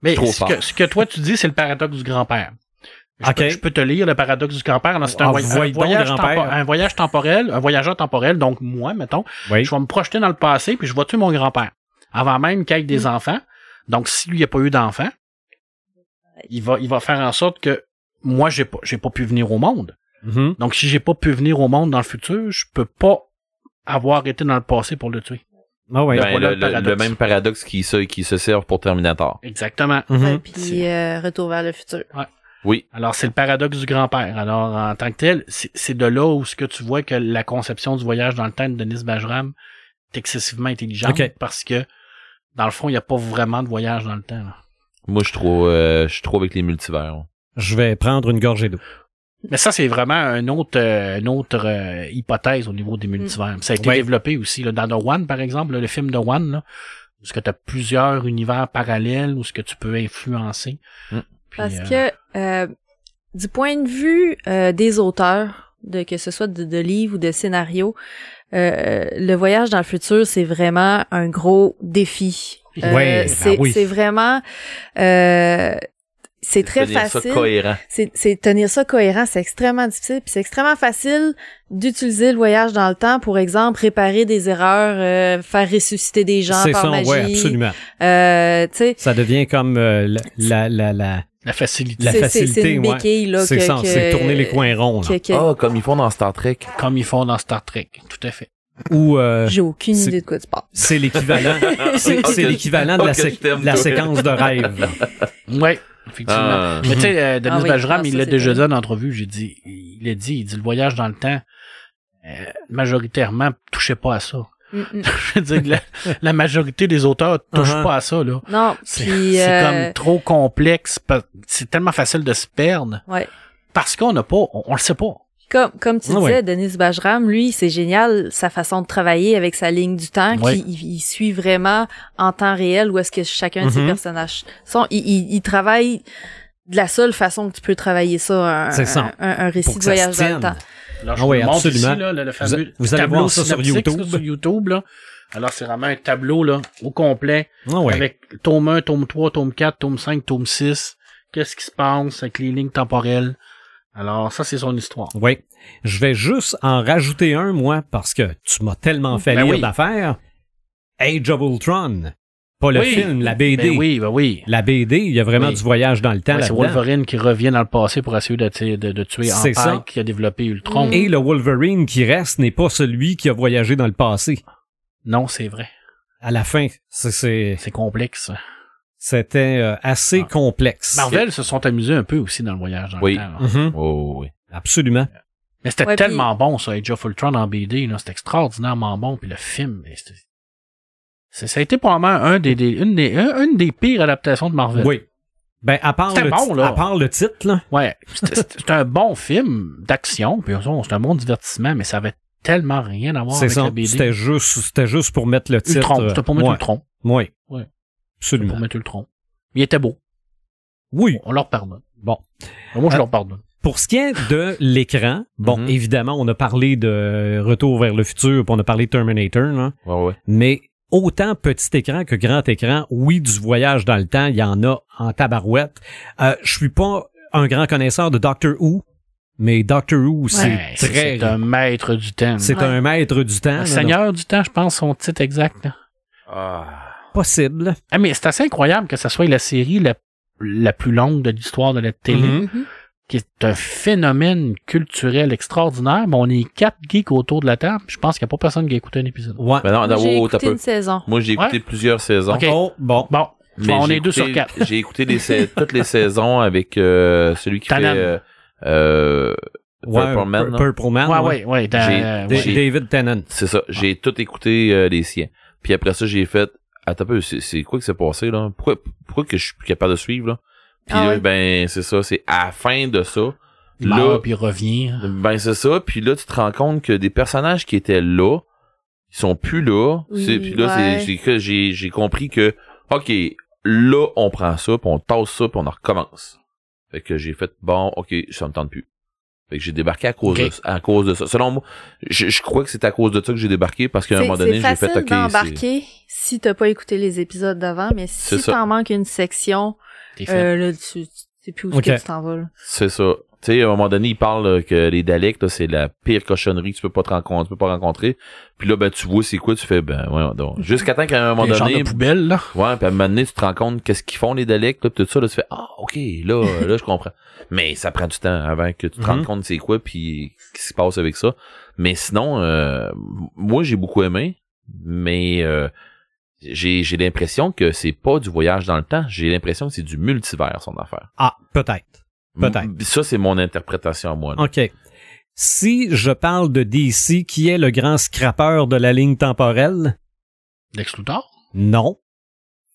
[SPEAKER 5] Mais
[SPEAKER 3] Trop
[SPEAKER 5] ce
[SPEAKER 3] fort.
[SPEAKER 5] que, ce que toi, tu dis, c'est le paradoxe du grand-père. Je,
[SPEAKER 2] Ok.
[SPEAKER 5] peux, je peux te lire le paradoxe du grand-père. Alors, C'est
[SPEAKER 2] Ah,
[SPEAKER 5] un, voy-
[SPEAKER 2] voyons
[SPEAKER 5] un, voyage
[SPEAKER 2] donc, grand-père.
[SPEAKER 5] tempo- un voyage temporel, un voyageur temporel, donc moi, mettons.
[SPEAKER 2] Oui.
[SPEAKER 5] Je vais me projeter dans le passé, puis je vois tuer mon grand-père. Avant même qu'il ait des
[SPEAKER 2] Mm.
[SPEAKER 5] enfants. Donc, si lui n'a pas eu d'enfants, il va, il va faire en sorte que moi, j'ai pas, j'ai pas pu venir au monde.
[SPEAKER 2] Mhm.
[SPEAKER 5] Donc, si j'ai pas pu venir au monde dans le futur, je peux pas avoir été dans le passé pour le tuer.
[SPEAKER 2] Ah ouais.
[SPEAKER 3] Ben, le,
[SPEAKER 5] Voilà le
[SPEAKER 3] le- le
[SPEAKER 5] paradoxe.
[SPEAKER 3] même paradoxe qui se, qui se sert pour Terminator.
[SPEAKER 5] Exactement.
[SPEAKER 2] Mhm.
[SPEAKER 4] Et puis, euh, retour vers le futur.
[SPEAKER 3] Oui.
[SPEAKER 5] Alors, c'est le paradoxe du grand-père. Alors, en tant que tel, c'est c'est de là où ce que tu vois que la conception du voyage dans le temps de Denis Bajram est excessivement intelligente
[SPEAKER 2] Ok.
[SPEAKER 5] parce que, dans le fond, il n'y a pas vraiment de voyage dans le temps. là.
[SPEAKER 3] Moi, je suis trop, euh, je suis trop avec les multivers. là.
[SPEAKER 2] Je vais prendre une gorgée d'eau.
[SPEAKER 5] Mais ça, c'est vraiment un autre, euh, une autre euh, hypothèse au
[SPEAKER 4] Mm.
[SPEAKER 5] niveau des multivers. Ça a été
[SPEAKER 2] Ouais.
[SPEAKER 5] développé aussi là, dans The One, par exemple, là, le film The One, là, où ce que tu as plusieurs univers parallèles où ce que tu peux influencer.
[SPEAKER 3] Mm.
[SPEAKER 5] Puis,
[SPEAKER 4] Parce
[SPEAKER 5] euh,
[SPEAKER 4] que euh, du point de vue euh, des auteurs, de que ce soit de, de livres ou de scénarios, euh, le voyage dans le futur, c'est vraiment un gros défi. Euh,
[SPEAKER 2] Ouais, ben
[SPEAKER 4] c'est
[SPEAKER 2] oui.
[SPEAKER 4] c'est vraiment euh, c'est très
[SPEAKER 3] Tenir
[SPEAKER 4] facile.
[SPEAKER 3] ça cohérent.
[SPEAKER 4] C'est c'est tenir ça cohérent, c'est extrêmement difficile, puis c'est extrêmement facile d'utiliser le voyage dans le temps pour exemple réparer des erreurs, euh, faire ressusciter des gens
[SPEAKER 2] C'est
[SPEAKER 4] par
[SPEAKER 2] ça,
[SPEAKER 4] magie.
[SPEAKER 2] ouais, absolument.
[SPEAKER 4] Euh, tu sais,
[SPEAKER 2] Ça devient comme euh, la, la, la, la-
[SPEAKER 5] la facilité.
[SPEAKER 2] la
[SPEAKER 4] c'est- c'est-
[SPEAKER 2] facilité.
[SPEAKER 4] c'est une
[SPEAKER 2] ouais.
[SPEAKER 4] béquille, là,
[SPEAKER 2] c'est
[SPEAKER 4] que-
[SPEAKER 2] ça,
[SPEAKER 4] que-
[SPEAKER 2] c'est tourner les coins ronds. là.
[SPEAKER 4] que- que-
[SPEAKER 3] Ah, comme ils font dans Star Trek.
[SPEAKER 5] Comme ils font dans Star Trek. Tout à fait.
[SPEAKER 2] Ou euh,
[SPEAKER 4] J'ai aucune
[SPEAKER 2] c'est-
[SPEAKER 4] idée de quoi tu parles.
[SPEAKER 2] c'est l'équivalent, c'est,
[SPEAKER 3] Ah,
[SPEAKER 2] c'est
[SPEAKER 3] que-
[SPEAKER 2] l'équivalent de
[SPEAKER 3] ah,
[SPEAKER 2] la,
[SPEAKER 3] que
[SPEAKER 2] sé-
[SPEAKER 3] je t'aime,
[SPEAKER 2] de la
[SPEAKER 3] toi.
[SPEAKER 2] séquence de rêve. là.
[SPEAKER 5] Ouais, effectivement.
[SPEAKER 3] Ah.
[SPEAKER 5] Mais tu sais, euh, Denis
[SPEAKER 4] Ah oui,
[SPEAKER 5] Bergeram,
[SPEAKER 4] ah, ça,
[SPEAKER 5] il l'a
[SPEAKER 4] c'est
[SPEAKER 5] déjà
[SPEAKER 4] vrai.
[SPEAKER 5] dit en entrevue, j'ai dit, il l'a dit, il dit le voyage dans le temps, euh, majoritairement, touchez pas à ça.
[SPEAKER 4] Mm, mm.
[SPEAKER 5] Je veux dire, la, la majorité des auteurs touchent
[SPEAKER 2] Uh-huh.
[SPEAKER 5] pas à ça, là.
[SPEAKER 4] Non,
[SPEAKER 5] C'est
[SPEAKER 4] puis,
[SPEAKER 5] c'est
[SPEAKER 4] euh,
[SPEAKER 5] comme trop complexe, pa- c'est tellement facile de se perdre,
[SPEAKER 4] ouais.
[SPEAKER 5] parce qu'on n'a pas, on, on le sait pas.
[SPEAKER 4] Comme, comme tu
[SPEAKER 2] Ah
[SPEAKER 4] disais,
[SPEAKER 2] ouais.
[SPEAKER 4] Denis Bajram, lui, c'est génial, sa façon de travailler avec sa ligne du temps,
[SPEAKER 5] Ouais.
[SPEAKER 4] qui il, il suit vraiment en temps réel où est-ce que chacun de ses
[SPEAKER 2] Mhm.
[SPEAKER 4] personnages sont. Il, il, il travaille de la seule façon que tu peux travailler ça, un,
[SPEAKER 2] C'est ça.
[SPEAKER 4] un, un récit
[SPEAKER 2] Pour
[SPEAKER 4] de
[SPEAKER 2] que ça
[SPEAKER 4] voyage
[SPEAKER 2] se
[SPEAKER 4] dans le
[SPEAKER 2] tienne.
[SPEAKER 4] temps.
[SPEAKER 5] Alors, je
[SPEAKER 2] Ah oui,
[SPEAKER 5] vous montre
[SPEAKER 2] absolument.
[SPEAKER 5] ici, là, le, le fameux
[SPEAKER 2] vous allez
[SPEAKER 5] tableau
[SPEAKER 2] voir ça sur
[SPEAKER 5] synoptique,
[SPEAKER 2] YouTube.
[SPEAKER 5] sur YouTube, là. Alors, c'est vraiment un tableau, là, au complet,
[SPEAKER 2] Ah ouais.
[SPEAKER 5] avec tome 1, tome 3, tome 4, tome 5, tome 6. Qu'est-ce qui se passe avec les lignes temporelles? Alors, ça, c'est son histoire.
[SPEAKER 2] Oui. Je vais juste en rajouter un, moi, parce que tu m'as tellement fait
[SPEAKER 5] Ben
[SPEAKER 2] lire
[SPEAKER 5] oui.
[SPEAKER 2] d'affaires. Age of Ultron. Pas le
[SPEAKER 5] Oui.
[SPEAKER 2] film, la BD.
[SPEAKER 5] Ben oui, ben oui.
[SPEAKER 2] La BD, il y a vraiment
[SPEAKER 5] Oui.
[SPEAKER 2] du voyage dans le temps
[SPEAKER 5] Ouais, c'est
[SPEAKER 2] là-dedans.
[SPEAKER 5] Wolverine qui revient dans le passé pour essayer de, tu sais, de, de tuer
[SPEAKER 2] C'est ça.
[SPEAKER 5] Empire qui a développé Ultron.
[SPEAKER 2] Et le Wolverine qui reste n'est pas celui qui a voyagé dans le passé.
[SPEAKER 5] Non, c'est vrai.
[SPEAKER 2] À la fin, c'est- c'est-
[SPEAKER 5] C'est complexe.
[SPEAKER 2] c'était euh, assez
[SPEAKER 5] Ah.
[SPEAKER 2] complexe.
[SPEAKER 5] Marvel se sont amusés un peu aussi dans le voyage dans
[SPEAKER 3] Oui.
[SPEAKER 5] le temps. là.
[SPEAKER 2] Mhm.
[SPEAKER 3] Oh, oui.
[SPEAKER 2] Absolument.
[SPEAKER 5] Mais c'était
[SPEAKER 4] Ouais,
[SPEAKER 5] tellement bon, ça, Age of Ultron en BD, là. C'était extraordinairement bon, puis le film, mais c'était- c'est- ça a été probablement un des, des- une, des, un- une des pires adaptations de Marvel.
[SPEAKER 2] Oui. Ben, à part,
[SPEAKER 5] C'était
[SPEAKER 2] le,
[SPEAKER 5] bon,
[SPEAKER 2] tit-
[SPEAKER 5] là.
[SPEAKER 2] à part le titre, là,
[SPEAKER 5] Ouais, c'était- c'était c'était un bon film d'action, puis on- c'est un bon divertissement, mais ça avait tellement rien à voir
[SPEAKER 2] c'est
[SPEAKER 5] avec
[SPEAKER 2] ça.
[SPEAKER 5] la BD.
[SPEAKER 2] C'était juste, c'était juste pour mettre le titre. euh,
[SPEAKER 5] Ultron, c'était pour mettre
[SPEAKER 2] ouais.
[SPEAKER 5] Ultron.
[SPEAKER 2] Oui.
[SPEAKER 5] Ouais. C'était
[SPEAKER 2] Absolument.
[SPEAKER 5] pour mettre Ultron. Il était beau.
[SPEAKER 2] Oui.
[SPEAKER 5] On leur pardonne.
[SPEAKER 2] Bon.
[SPEAKER 5] Moi, je
[SPEAKER 2] Euh,
[SPEAKER 5] leur pardonne.
[SPEAKER 2] Pour ce qui est de l'écran, bon,
[SPEAKER 5] Mm-hmm.
[SPEAKER 3] Mhm.
[SPEAKER 2] évidemment, on a parlé de Retour vers le futur, puis on a parlé de Terminator, là.
[SPEAKER 3] Ouais, ouais.
[SPEAKER 2] mais autant petit écran que grand écran, oui, du voyage dans le temps, il y en a en tabarouette. Euh, je suis pas un grand connaisseur de Doctor Who, mais Doctor Who, c'est
[SPEAKER 5] Ouais,
[SPEAKER 2] très...
[SPEAKER 5] c'est un maître du temps.
[SPEAKER 2] C'est
[SPEAKER 4] Ouais.
[SPEAKER 2] un maître du temps. là,
[SPEAKER 5] Le Seigneur du temps, je pense, son titre exact. là.
[SPEAKER 3] Ah.
[SPEAKER 2] donc, Possible.
[SPEAKER 5] Ah, mais c'est assez incroyable que ça soit la série la, la plus longue de l'histoire de la télé,
[SPEAKER 2] Mhm.
[SPEAKER 4] Mhm.
[SPEAKER 5] qui est un phénomène culturel extraordinaire, mais on est quatre geeks autour de la table. Je pense qu'il n'y a pas personne qui a écouté un épisode.
[SPEAKER 2] Ouais.
[SPEAKER 3] Ben non, non,
[SPEAKER 4] J'ai
[SPEAKER 3] oh, oh, t'as
[SPEAKER 4] écouté
[SPEAKER 3] peu.
[SPEAKER 4] une saison.
[SPEAKER 3] Moi, j'ai écouté
[SPEAKER 5] Ouais.
[SPEAKER 3] plusieurs saisons.
[SPEAKER 5] Ok.
[SPEAKER 2] Oh, bon.
[SPEAKER 5] Bon,
[SPEAKER 3] Mais
[SPEAKER 5] on
[SPEAKER 3] j'ai
[SPEAKER 5] est deux
[SPEAKER 3] écouté-
[SPEAKER 5] sur quatre.
[SPEAKER 3] J'ai écouté les sais- toutes les saisons avec euh, celui qui
[SPEAKER 5] Tanan.
[SPEAKER 3] fait euh, euh, Purple
[SPEAKER 2] Ouais,
[SPEAKER 3] Man,
[SPEAKER 2] Pur-
[SPEAKER 3] là.
[SPEAKER 2] Purple Man.
[SPEAKER 5] Ouais,
[SPEAKER 2] ouais.
[SPEAKER 5] ouais, ouais. dans-
[SPEAKER 3] Ah, J'ai-
[SPEAKER 5] euh,
[SPEAKER 2] Da-
[SPEAKER 5] ouais.
[SPEAKER 3] j'ai-
[SPEAKER 2] David Tennant.
[SPEAKER 3] C'est ça. J'ai tout écouté euh, les siens. Puis après ça, j'ai fait Attends un peu, c'est- c'est quoi qui s'est passé là? Pourquoi, pourquoi que je suis plus capable de suivre là? Puis
[SPEAKER 4] Ah
[SPEAKER 3] là,
[SPEAKER 4] ouais.
[SPEAKER 3] ben c'est ça, c'est à la fin de ça.
[SPEAKER 5] Il
[SPEAKER 3] là-
[SPEAKER 5] meurt, puis euh, il revient.
[SPEAKER 3] Ben c'est ça. Puis là, tu te rends compte que des personnages qui étaient là, ils sont plus là.
[SPEAKER 4] Oui,
[SPEAKER 3] C'est- puis là, c'est-
[SPEAKER 4] ouais.
[SPEAKER 3] j'ai que- j'ai j'ai compris que OK, là, on prend ça, puis on tasse ça, puis on en recommence. Fait que j'ai fait bon, OK, ça me tente plus. Fait que j'ai débarqué à cause,
[SPEAKER 5] Ok.
[SPEAKER 3] de, à cause de ça. Selon moi, je, je crois que c'est à cause de ça que j'ai débarqué parce qu'à un
[SPEAKER 4] C'est
[SPEAKER 3] moment
[SPEAKER 4] c'est
[SPEAKER 3] donné, j'ai
[SPEAKER 4] facile
[SPEAKER 3] fait OK. c'est-
[SPEAKER 4] d'embarquer si t'as pas écouté les épisodes d'avant, mais si
[SPEAKER 3] C'est ça.
[SPEAKER 4] t'en manques une section,
[SPEAKER 5] T'es fait.
[SPEAKER 4] euh, là, tu, tu sais plus où est-ce
[SPEAKER 2] Ok.
[SPEAKER 4] que tu t'en vas. là.
[SPEAKER 3] C'est ça. Tu sais, à un moment donné, il parle euh, que les Daleks, là, c'est la pire cochonnerie que tu peux pas te rencontrer, tu peux pas rencontrer. Puis là, ben, tu vois c'est quoi, tu fais, ben, ouais, donc. Jusqu'à temps qu'à un moment
[SPEAKER 5] Un genre
[SPEAKER 3] donné,
[SPEAKER 5] de poubelle, là.
[SPEAKER 3] Ouais, puis à un moment donné, tu te rends compte qu'est-ce qu'ils font les Daleks, là, pis tout ça, là, tu fais Ah, ok, là, euh, là, je comprends. Mais ça prend du temps avant que tu te rendes
[SPEAKER 2] Mhm.
[SPEAKER 3] compte c'est quoi, puis qu'est-ce qui se passe avec ça. Mais sinon, euh, moi, j'ai beaucoup aimé, mais euh, j'ai j'ai l'impression que c'est pas du voyage dans le temps, j'ai l'impression que c'est du multivers, son affaire.
[SPEAKER 2] Ah, peut-être. Peut-être.
[SPEAKER 3] M- Ça, c'est mon interprétation à moi. là.
[SPEAKER 2] OK. Si je parle de DC, qui est le grand scrappeur de la ligne temporelle,
[SPEAKER 5] Lex Luthor.
[SPEAKER 2] non.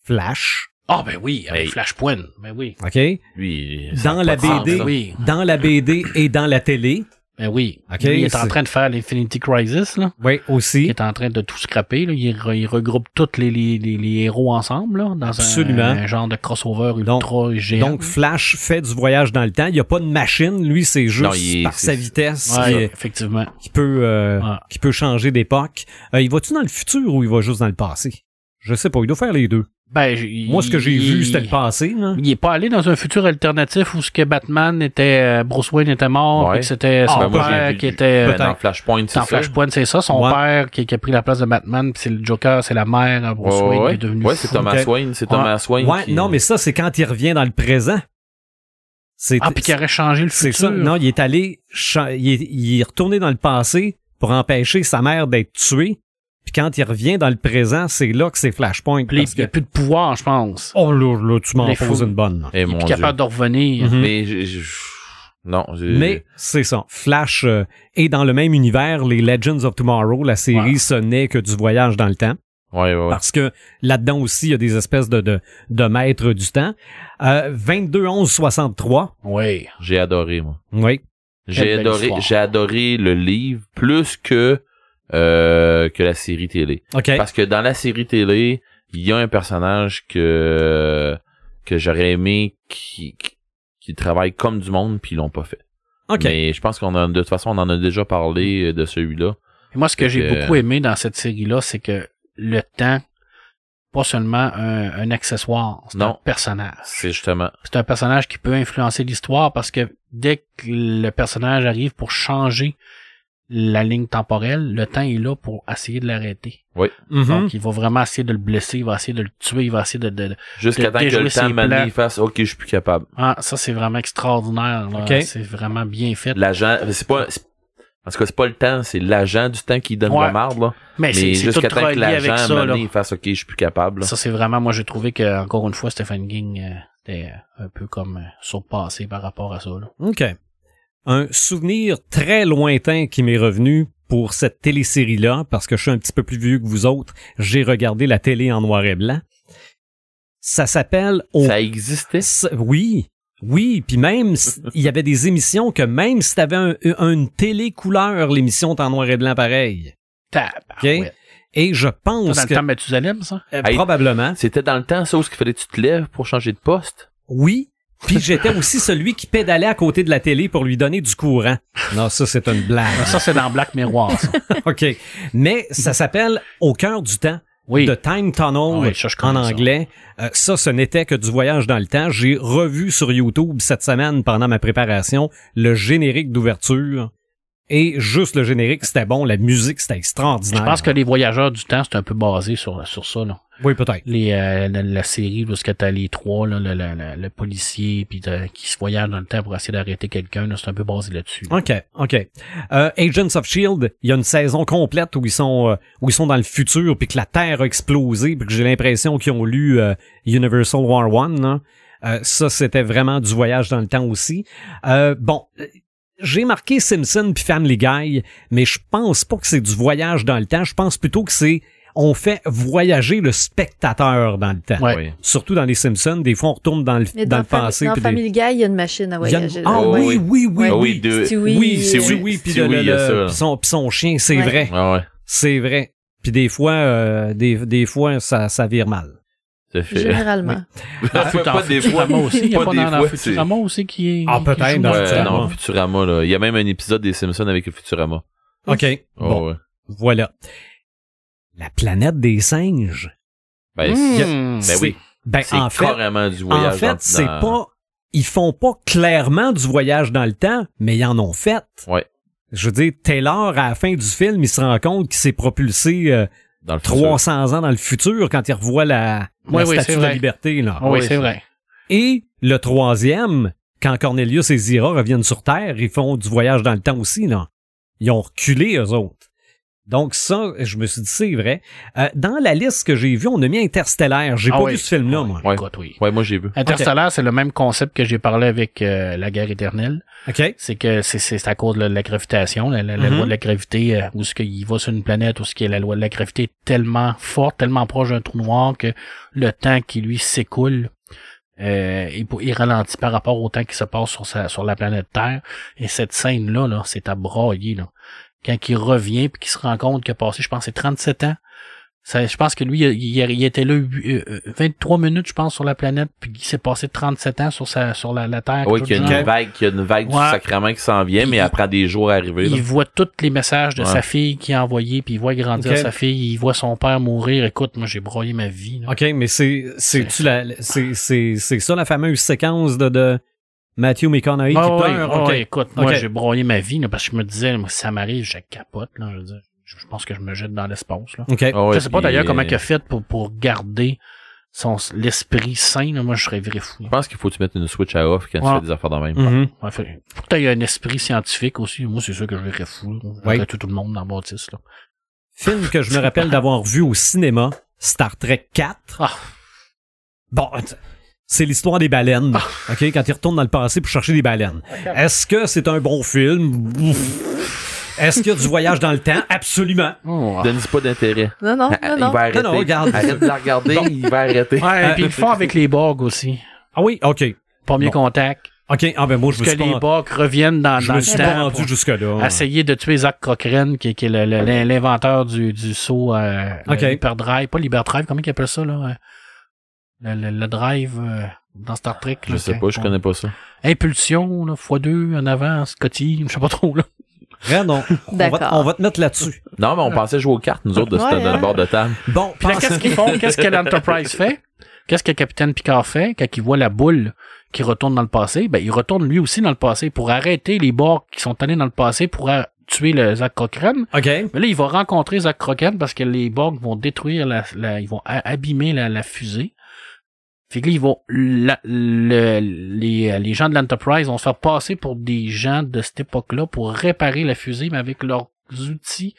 [SPEAKER 2] Flash.
[SPEAKER 5] Ah, ben oui, avec
[SPEAKER 3] Hey.
[SPEAKER 5] Flashpoint. Ben oui.
[SPEAKER 2] OK?
[SPEAKER 3] Lui, ça
[SPEAKER 2] Dans
[SPEAKER 3] a
[SPEAKER 2] la
[SPEAKER 3] pas de sens,
[SPEAKER 2] BD,
[SPEAKER 5] Ah,
[SPEAKER 3] ça.
[SPEAKER 5] oui.
[SPEAKER 2] dans la BD et dans la télé.
[SPEAKER 5] Ben oui.
[SPEAKER 2] Ok,
[SPEAKER 5] Lui, il est en
[SPEAKER 2] c'est-
[SPEAKER 5] train de faire l'Infinity Crisis, là.
[SPEAKER 2] Oui,
[SPEAKER 5] Il
[SPEAKER 2] aussi.
[SPEAKER 5] est en train de tout scraper. Là. Il, re- il regroupe tous les, les, les, les héros ensemble là, dans
[SPEAKER 2] Absolument.
[SPEAKER 5] Un, un genre de crossover
[SPEAKER 2] Donc-
[SPEAKER 5] ultra géant.
[SPEAKER 2] Donc, Flash fait du voyage dans le temps. Il n'y a pas de machine. Lui, c'est juste
[SPEAKER 3] Non, il est-
[SPEAKER 2] par sa
[SPEAKER 3] c'est-
[SPEAKER 2] vitesse
[SPEAKER 5] Ouais,
[SPEAKER 2] qui,
[SPEAKER 5] effectivement.
[SPEAKER 2] qui peut, euh,
[SPEAKER 5] Ouais.
[SPEAKER 2] qui peut changer d'époque. Euh, il va-tu dans le futur ou il va juste dans le passé? Je sais pas. Il doit faire les deux.
[SPEAKER 5] Ben, j-
[SPEAKER 2] Moi, ce que j'ai
[SPEAKER 5] il-
[SPEAKER 2] vu, c'était le passé. là.
[SPEAKER 5] Il est pas allé dans un futur alternatif où ce que Batman était, euh, Bruce Wayne était mort,
[SPEAKER 3] Ouais.
[SPEAKER 5] puis que c'était
[SPEAKER 2] Ah,
[SPEAKER 5] son
[SPEAKER 2] ben,
[SPEAKER 5] père
[SPEAKER 2] moi, j'ai
[SPEAKER 3] vu-
[SPEAKER 5] qui était
[SPEAKER 3] Ben,
[SPEAKER 5] euh,
[SPEAKER 3] dans Flashpoint, c'est
[SPEAKER 5] dans
[SPEAKER 3] ça.
[SPEAKER 5] Flashpoint, c'est ça, son
[SPEAKER 2] Ouais.
[SPEAKER 5] père qui, qui a pris la place de Batman, puis c'est le Joker, c'est la mère, euh, Bruce
[SPEAKER 3] Ouais,
[SPEAKER 5] Wayne qui
[SPEAKER 3] ouais,
[SPEAKER 5] est devenu
[SPEAKER 3] ouais, c'est
[SPEAKER 5] fou.
[SPEAKER 3] Thomas
[SPEAKER 2] Ok. Ah,
[SPEAKER 3] Wayne, c'est Thomas Wayne.
[SPEAKER 2] Ouais,
[SPEAKER 3] qui-
[SPEAKER 2] non, mais ça, c'est quand il revient dans le présent. C'est
[SPEAKER 5] Ah, puis qui aurait changé le
[SPEAKER 2] c'est
[SPEAKER 5] futur.
[SPEAKER 2] ça. Non, il est allé, cha- il est, il est retourné dans le passé pour empêcher sa mère d'être tuée. Puis quand il revient dans le présent, c'est là que c'est Flashpoint.
[SPEAKER 5] Puis
[SPEAKER 2] Parce
[SPEAKER 5] il n'y a
[SPEAKER 2] que,
[SPEAKER 5] plus de pouvoir, je pense.
[SPEAKER 2] oh là, là, tu m'en
[SPEAKER 5] Les
[SPEAKER 2] poses
[SPEAKER 5] fous.
[SPEAKER 2] une bonne.
[SPEAKER 3] Eh,
[SPEAKER 5] il est
[SPEAKER 3] mon
[SPEAKER 5] plus
[SPEAKER 3] Dieu.
[SPEAKER 5] capable de revenir.
[SPEAKER 2] Mhm.
[SPEAKER 3] Mais j'ai- j'ai- non, j'ai-
[SPEAKER 2] Mais c'est ça. Flash euh, est dans le même univers. Les Legends of Tomorrow, la série,
[SPEAKER 5] Ouais.
[SPEAKER 2] ce n'est que du voyage dans le temps.
[SPEAKER 3] ouais, ouais, ouais.
[SPEAKER 2] Parce que là-dedans aussi, il y a des espèces de, de, de maîtres du temps. Euh, 22 11 63.
[SPEAKER 5] Oui.
[SPEAKER 3] j'ai adoré moi.
[SPEAKER 2] Oui.
[SPEAKER 3] J'ai
[SPEAKER 5] belle
[SPEAKER 3] adoré,
[SPEAKER 5] histoire.
[SPEAKER 3] j'ai adoré le livre plus que euh, que la série télé.
[SPEAKER 2] OK.
[SPEAKER 3] Parce que dans la série télé, il y a un personnage que que j'aurais aimé qui, qui qui travaille comme du monde puis ils l'ont pas fait.
[SPEAKER 2] OK.
[SPEAKER 3] Mais je pense qu'on en de toute façon on en a déjà parlé euh, de celui-là.
[SPEAKER 5] Et moi, ce que j'ai
[SPEAKER 3] que- euh,
[SPEAKER 5] beaucoup aimé dans cette série-là, c'est que le temps, pas seulement un, un accessoire, c'est
[SPEAKER 3] Non.
[SPEAKER 5] un personnage.
[SPEAKER 3] C'est justement
[SPEAKER 5] C'est un personnage qui peut influencer l'histoire parce que dès que le personnage arrive pour changer la ligne temporelle, le temps est là pour essayer de l'arrêter.
[SPEAKER 2] Mhm.
[SPEAKER 5] Donc, il va vraiment essayer de le blesser, il va essayer de le tuer, il va essayer de... de- de-
[SPEAKER 3] jusqu'à
[SPEAKER 5] De
[SPEAKER 3] temps que
[SPEAKER 5] déjouer
[SPEAKER 3] le
[SPEAKER 5] ses
[SPEAKER 3] temps
[SPEAKER 5] plans.
[SPEAKER 3] mané il fasse OK, je suis plus capable.
[SPEAKER 5] Ah, ça, c'est vraiment extraordinaire. là.
[SPEAKER 2] Ok.
[SPEAKER 5] C'est vraiment bien fait.
[SPEAKER 3] L'agent, c'est pas c'est- en tout cas, c'est pas le temps, c'est l'agent du temps qui donne
[SPEAKER 5] Ouais.
[SPEAKER 3] la marde, là.
[SPEAKER 5] Mais, c'est
[SPEAKER 3] Mais
[SPEAKER 5] c'est tout
[SPEAKER 3] jusqu'à temps
[SPEAKER 5] relié
[SPEAKER 3] que
[SPEAKER 5] avec
[SPEAKER 3] l'agent, à un
[SPEAKER 5] ça.
[SPEAKER 3] moment
[SPEAKER 5] Là.
[SPEAKER 3] donné, il fasse OK, je suis plus capable, là.
[SPEAKER 5] Ça, c'est vraiment... Moi, j'ai trouvé que encore une fois, Stephen King euh, était euh, un peu comme euh, surpassé par rapport à ça. là.
[SPEAKER 2] OK. Un souvenir très lointain qui m'est revenu pour cette télésérie-là, parce que je suis un petit peu plus vieux que vous autres, j'ai regardé la télé en noir et blanc. Ça s'appelle Au
[SPEAKER 3] Ça existait.
[SPEAKER 2] Ça- Oui, oui, puis même s- il y avait des émissions que même si t'avais un- un- une télé couleur, l'émission était en noir et blanc pareil.
[SPEAKER 5] Tabarouette.
[SPEAKER 2] Et je
[SPEAKER 5] Ça,
[SPEAKER 2] pense
[SPEAKER 5] Dans
[SPEAKER 2] que
[SPEAKER 5] le temps de Mathusalem, ça?
[SPEAKER 2] euh,
[SPEAKER 3] Hey.
[SPEAKER 2] probablement,
[SPEAKER 3] C'était dans le temps, ça, où il fallait que tu te lèves pour changer de poste.
[SPEAKER 2] oui. Puis j'étais aussi celui qui pédalait à côté de la télé pour lui donner du courant. Non, ça c'est une blague.
[SPEAKER 5] Ben, Ça, c'est dans Black Mirror, ça.
[SPEAKER 2] Ok, mais ça s'appelle Au cœur du temps.
[SPEAKER 5] Oui.
[SPEAKER 2] de Time Tunnel
[SPEAKER 5] Ah oui, ça, je
[SPEAKER 2] en
[SPEAKER 5] connais ça.
[SPEAKER 2] anglais. Euh, Ça. ce n'était que du voyage dans le temps. J'ai revu sur YouTube cette semaine pendant ma préparation le générique d'ouverture Et juste le générique, c'était bon. La musique, c'était extraordinaire.
[SPEAKER 5] Je pense que les voyageurs du temps, c'est un peu basé sur, sur ça, là.
[SPEAKER 2] Oui, peut-être.
[SPEAKER 5] Les, euh, la, la série où tu as les trois, là, le, le- le- le policier puis de- qui se voyage dans le temps pour essayer d'arrêter quelqu'un, là, c'est un peu basé là-dessus.
[SPEAKER 2] OK, OK. Euh, Agents of Shield, il y a une saison complète où ils sont euh, où ils sont dans le futur puis que la Terre a explosé puis que j'ai l'impression qu'ils ont lu euh, Universal War One. là. Euh, ça, c'était vraiment du voyage dans le temps aussi. Euh, bon, euh, j'ai marqué Simpson puis Family Guy, mais je pense pas que c'est du voyage dans le temps. Je pense plutôt que c'est on fait voyager le spectateur dans le temps.
[SPEAKER 5] Ouais.
[SPEAKER 3] Oui.
[SPEAKER 2] Surtout dans les Simpsons, des fois on retourne dans le,
[SPEAKER 4] Mais
[SPEAKER 2] dans le
[SPEAKER 4] Fam-
[SPEAKER 2] passé.
[SPEAKER 4] dans
[SPEAKER 2] puis des-
[SPEAKER 4] Family Guy, il y a une machine à
[SPEAKER 2] il y a une-
[SPEAKER 4] voyager.
[SPEAKER 2] Ah
[SPEAKER 4] là.
[SPEAKER 3] ouais.
[SPEAKER 2] oui, oui, oui,
[SPEAKER 3] Ah
[SPEAKER 2] oui.
[SPEAKER 3] oui, deux.
[SPEAKER 4] Stewie,
[SPEAKER 2] Oui, c'est
[SPEAKER 4] euh,
[SPEAKER 2] oui, puis de-
[SPEAKER 3] Stewie,
[SPEAKER 2] le-
[SPEAKER 3] il y a
[SPEAKER 2] le-
[SPEAKER 3] ça, là.
[SPEAKER 2] puis son, puis son chien, c'est
[SPEAKER 4] Ouais.
[SPEAKER 2] vrai,
[SPEAKER 3] Ah ouais.
[SPEAKER 2] c'est vrai. Puis des fois, euh, des, des fois, ça, ça vire mal.
[SPEAKER 3] Ça fait.
[SPEAKER 4] Généralement.
[SPEAKER 5] Dans
[SPEAKER 3] Pas- pas des
[SPEAKER 5] Futurama
[SPEAKER 3] fois.
[SPEAKER 5] aussi, il y a
[SPEAKER 3] Pas
[SPEAKER 5] pas
[SPEAKER 3] des
[SPEAKER 5] dans, dans
[SPEAKER 3] fois,
[SPEAKER 5] Futurama aussi qui est.
[SPEAKER 2] Ah,
[SPEAKER 5] qui
[SPEAKER 2] peut-être,
[SPEAKER 5] joue
[SPEAKER 2] dans
[SPEAKER 5] dans-
[SPEAKER 3] Ouais,
[SPEAKER 2] Futurama.
[SPEAKER 3] non, Futurama, là. Il y a même un épisode des Simpsons avec le Futurama.
[SPEAKER 2] Ok,
[SPEAKER 3] Oh,
[SPEAKER 2] bon,
[SPEAKER 3] ouais.
[SPEAKER 2] voilà. La planète des singes.
[SPEAKER 3] Ben,
[SPEAKER 5] Hmm.
[SPEAKER 3] c'est- ben
[SPEAKER 5] Ben,
[SPEAKER 3] oui.
[SPEAKER 2] Ben
[SPEAKER 3] C'est
[SPEAKER 2] en fait,
[SPEAKER 3] carrément du
[SPEAKER 2] en
[SPEAKER 3] voyage.
[SPEAKER 2] fait,
[SPEAKER 3] dans-
[SPEAKER 2] c'est
[SPEAKER 3] dans-
[SPEAKER 2] pas, ils font pas clairement du voyage dans le temps, mais ils en ont fait.
[SPEAKER 3] Ouais.
[SPEAKER 2] Je veux dire, Taylor, à la fin du film, il se rend compte qu'il s'est propulsé euh,
[SPEAKER 3] Dans le futur.
[SPEAKER 2] 300 ans dans le futur quand il revoit la, la
[SPEAKER 5] Oui, oui,
[SPEAKER 2] statue
[SPEAKER 5] c'est
[SPEAKER 2] de la
[SPEAKER 5] vrai.
[SPEAKER 2] liberté. Là.
[SPEAKER 5] Ah oui, c'est vrai.
[SPEAKER 2] Et le troisième, quand Cornelius et Zira reviennent sur Terre, ils font du voyage dans le temps aussi, là. Ils ont reculé, eux autres. Donc ça, je me suis dit, c'est vrai. Euh, dans la liste que j'ai vue, on a mis Interstellaire. J'ai
[SPEAKER 5] Ah
[SPEAKER 2] pas
[SPEAKER 5] oui.
[SPEAKER 2] vu ce film-là, moi.
[SPEAKER 3] Ouais.
[SPEAKER 5] Écoute, oui.
[SPEAKER 3] Ouais, moi j'ai vu.
[SPEAKER 5] Interstellar, c'est le même concept que j'ai parlé avec euh, la guerre éternelle.
[SPEAKER 2] OK?
[SPEAKER 5] C'est que c'est- c'est c'est à cause de la, la gravitation, la, la- la
[SPEAKER 2] Mhm.
[SPEAKER 5] loi de la gravité, euh, où ce qu'il va sur une planète, où ce qui est la loi de la gravité est tellement forte, tellement proche d'un trou noir que le temps qui lui s'écoule, euh, il, pour- il ralentit par rapport au temps qui se passe sur sa, sur la planète Terre. Et cette scène là, là c'est à brailler là. Quand il revient puis qu'il se rend compte qu'il a passé, je pense, c'est 37 ans. Ça, je pense que lui, il, il- il était là euh, euh, 23 minutes, je pense, sur la planète, puis il s'est passé 37 ans sur sa sur la, la Terre.
[SPEAKER 3] Ah Oui,
[SPEAKER 5] tout
[SPEAKER 3] qu'il y a
[SPEAKER 5] genre.
[SPEAKER 3] une vague, qu'il y a une vague du
[SPEAKER 5] Ouais.
[SPEAKER 3] sacrement qui s'en vient, mais
[SPEAKER 5] Il-
[SPEAKER 3] elle prend des jours à arriver. là.
[SPEAKER 5] Il voit tous les messages de
[SPEAKER 3] Ouais.
[SPEAKER 5] sa fille qui a envoyé, puis il voit grandir
[SPEAKER 2] Ok.
[SPEAKER 5] sa fille, il voit son père mourir. Écoute, moi j'ai broyé ma vie. là.
[SPEAKER 2] OK, mais c'est, c'est, tu la, c'est, c'est, c'est ça la fameuse séquence de, de Matthew McConaughey
[SPEAKER 5] Ah
[SPEAKER 2] qui
[SPEAKER 5] ouais,
[SPEAKER 2] pleure.
[SPEAKER 5] ah
[SPEAKER 2] OK.
[SPEAKER 5] ouais, écoute, moi
[SPEAKER 2] Ok.
[SPEAKER 5] j'ai broyé ma vie là, parce que je me disais, moi, si ça m'arrive, je capote. Là, je, veux dire, je- je pense que je me jette dans l'espace. Là.
[SPEAKER 2] OK.
[SPEAKER 3] Ah ouais,
[SPEAKER 5] je sais pas
[SPEAKER 3] puis,
[SPEAKER 5] d'ailleurs comment
[SPEAKER 3] euh,
[SPEAKER 5] il a fait pour, pour garder son l'esprit sain. là. moi je serais viré fou.
[SPEAKER 3] Je pense qu'il faut que tu mettes une switch à off quand
[SPEAKER 5] Ouais. Hmm.
[SPEAKER 3] tu fais des affaires dans le même.
[SPEAKER 2] Mhm.
[SPEAKER 5] Ouais, fait- faut que t'aies un esprit scientifique aussi. Moi c'est sûr que je verrais fou. là. Je
[SPEAKER 2] Ouais.
[SPEAKER 5] verrais tout, tout le monde dans la bâtisse. Là.
[SPEAKER 2] Film que je me rappelle d'avoir vu au cinéma, Star Trek 4.
[SPEAKER 5] Ah.
[SPEAKER 2] Bon, t- c'est l'histoire des baleines.
[SPEAKER 5] Ah.
[SPEAKER 2] OK, quand ils retournent dans le passé pour chercher des baleines. Est-ce que c'est un bon film? Ouf. Est-ce qu'il y a du voyage dans le temps? Absolument.
[SPEAKER 5] Oh,
[SPEAKER 3] Donne Ah. pas d'intérêt.
[SPEAKER 4] Non, non,
[SPEAKER 3] Ah, ah,
[SPEAKER 4] non, non.
[SPEAKER 3] Il va arrêter.
[SPEAKER 2] Non, non, regarde.
[SPEAKER 3] Arrête de la regarder, il va arrêter.
[SPEAKER 5] Ouais, puis ils le font avec les Borg aussi.
[SPEAKER 2] Ah oui, OK.
[SPEAKER 5] Premier
[SPEAKER 2] Bon.
[SPEAKER 5] contact.
[SPEAKER 2] OK, ah ben moi, je me
[SPEAKER 5] que
[SPEAKER 2] suis pas,
[SPEAKER 5] les Borg reviennent dans,
[SPEAKER 2] je
[SPEAKER 5] dans
[SPEAKER 2] me
[SPEAKER 5] le
[SPEAKER 2] suis pas
[SPEAKER 5] temps Ah,
[SPEAKER 2] rendu
[SPEAKER 5] pour
[SPEAKER 2] jusque-là.
[SPEAKER 5] essayer de tuer Zach Cochrane, qui, qui est le- le- le- l'inventeur du, du saut euh,
[SPEAKER 2] Ok.
[SPEAKER 5] le Hyperdrive. Pas l'Hyperdrive, comment ils appellent ça, là? euh, Le, le- le drive euh, dans Star Trek.
[SPEAKER 3] Je
[SPEAKER 5] là,
[SPEAKER 3] sais
[SPEAKER 5] quand-
[SPEAKER 3] pas, je connais pas ça.
[SPEAKER 5] Impulsion, là, x2, en avant, Scotty, je sais pas trop, là.
[SPEAKER 2] Ren, on, on va, te-
[SPEAKER 4] D'accord.
[SPEAKER 2] on va te mettre là-dessus.
[SPEAKER 3] Non, mais on pensait jouer aux cartes, nous autres, de
[SPEAKER 4] Ouais,
[SPEAKER 3] ce- dans
[SPEAKER 4] hein.
[SPEAKER 3] le bord de table.
[SPEAKER 2] Bon,
[SPEAKER 5] Puis là,
[SPEAKER 2] pense-
[SPEAKER 5] qu'est-ce qu'ils font? Qu'est-ce que l'Enterprise fait? Qu'est-ce que Capitaine Picard fait quand il voit la boule qui retourne dans le passé? Ben, il retourne lui aussi dans le passé pour arrêter les Borg qui sont allés dans le passé pour euh, tuer le Zach Cochrane.
[SPEAKER 2] OK.
[SPEAKER 5] Mais là, il va rencontrer Zach Crockett parce que les Borg vont détruire la, la- ils vont a- abîmer la, la fusée. Fait que là, ils vont, la- le- les, les gens de l'Enterprise vont se faire passer pour des gens de cette époque-là pour réparer la fusée, mais avec leurs outils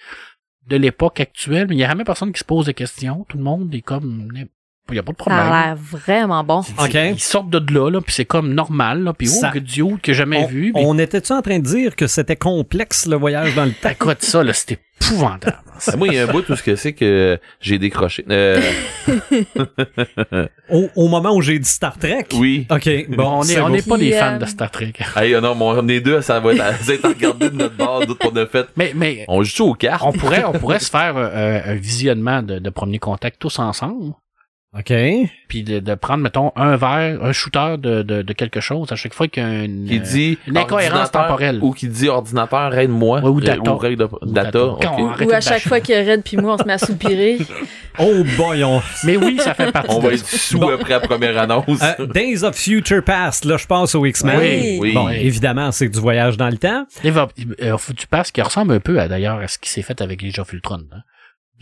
[SPEAKER 5] de l'époque actuelle. Mais il n'y a jamais personne qui se pose des questions. Tout le monde est comme, il n'y a pas de
[SPEAKER 4] Ça
[SPEAKER 5] problème.
[SPEAKER 4] a l'air vraiment bon.
[SPEAKER 2] OK.
[SPEAKER 5] Ils sortent de là, là, puis c'est comme normal, là, puis oh,
[SPEAKER 2] Ça-
[SPEAKER 5] que Dieu que j'ai jamais
[SPEAKER 2] on,
[SPEAKER 5] vu. puis-
[SPEAKER 2] on était-tu en train de dire que c'était complexe le voyage dans le temps?
[SPEAKER 5] Écoute ça, là, c'est épouvantable.
[SPEAKER 3] Ah, Moi, il y a un bout, tout ce que c'est que j'ai décroché. Euh,
[SPEAKER 2] Au, au moment où j'ai dit Star Trek?
[SPEAKER 3] oui.
[SPEAKER 2] OK, bon,
[SPEAKER 5] on
[SPEAKER 2] c'est
[SPEAKER 5] n'est on
[SPEAKER 2] beau.
[SPEAKER 5] est pas
[SPEAKER 4] Puis,
[SPEAKER 5] des fans
[SPEAKER 4] euh,
[SPEAKER 5] de Star Trek.
[SPEAKER 3] Hey, oh non, mais on est deux, ça va être, ça va être regardé de notre bord, d'autres qu'on a fait.
[SPEAKER 5] Mais, mais
[SPEAKER 3] On joue aux cartes.
[SPEAKER 5] on pourrait, on pourrait se faire euh, euh, un visionnement de, de premier contact tous ensemble.
[SPEAKER 2] OK.
[SPEAKER 5] puis de, de prendre, mettons, un verre, un shooter de, de, de quelque chose à chaque fois qu'il y a une...
[SPEAKER 3] Qui
[SPEAKER 5] euh,
[SPEAKER 3] dit.
[SPEAKER 5] une incohérence
[SPEAKER 3] ordinateur
[SPEAKER 5] temporelle.
[SPEAKER 3] Ou qui dit ordinateur, aide-moi.
[SPEAKER 5] Ouais, ou
[SPEAKER 3] euh,
[SPEAKER 5] data.
[SPEAKER 3] règle de-
[SPEAKER 5] Ou
[SPEAKER 3] data.
[SPEAKER 5] data.
[SPEAKER 3] ok.
[SPEAKER 5] Quand on-
[SPEAKER 4] Ou
[SPEAKER 5] Arrêtez
[SPEAKER 4] à
[SPEAKER 5] de
[SPEAKER 4] chaque
[SPEAKER 5] bâcher.
[SPEAKER 4] fois que Red puis moi on se met à soupirer.
[SPEAKER 2] Oh boy, on...
[SPEAKER 5] Mais oui, ça fait partie
[SPEAKER 3] On va
[SPEAKER 5] de ça.
[SPEAKER 3] être sous
[SPEAKER 2] Bon.
[SPEAKER 3] après la première annonce.
[SPEAKER 2] Euh, Days of Future Past, là, je passe au X-Men.
[SPEAKER 4] Oui.
[SPEAKER 3] oui.
[SPEAKER 2] Bon,
[SPEAKER 5] Oui.
[SPEAKER 2] évidemment, c'est du voyage dans le temps.
[SPEAKER 5] Les va- euh, faut que tu passes qui ressemble un peu à d'ailleurs à ce qui s'est fait avec les of Ultron. Hein.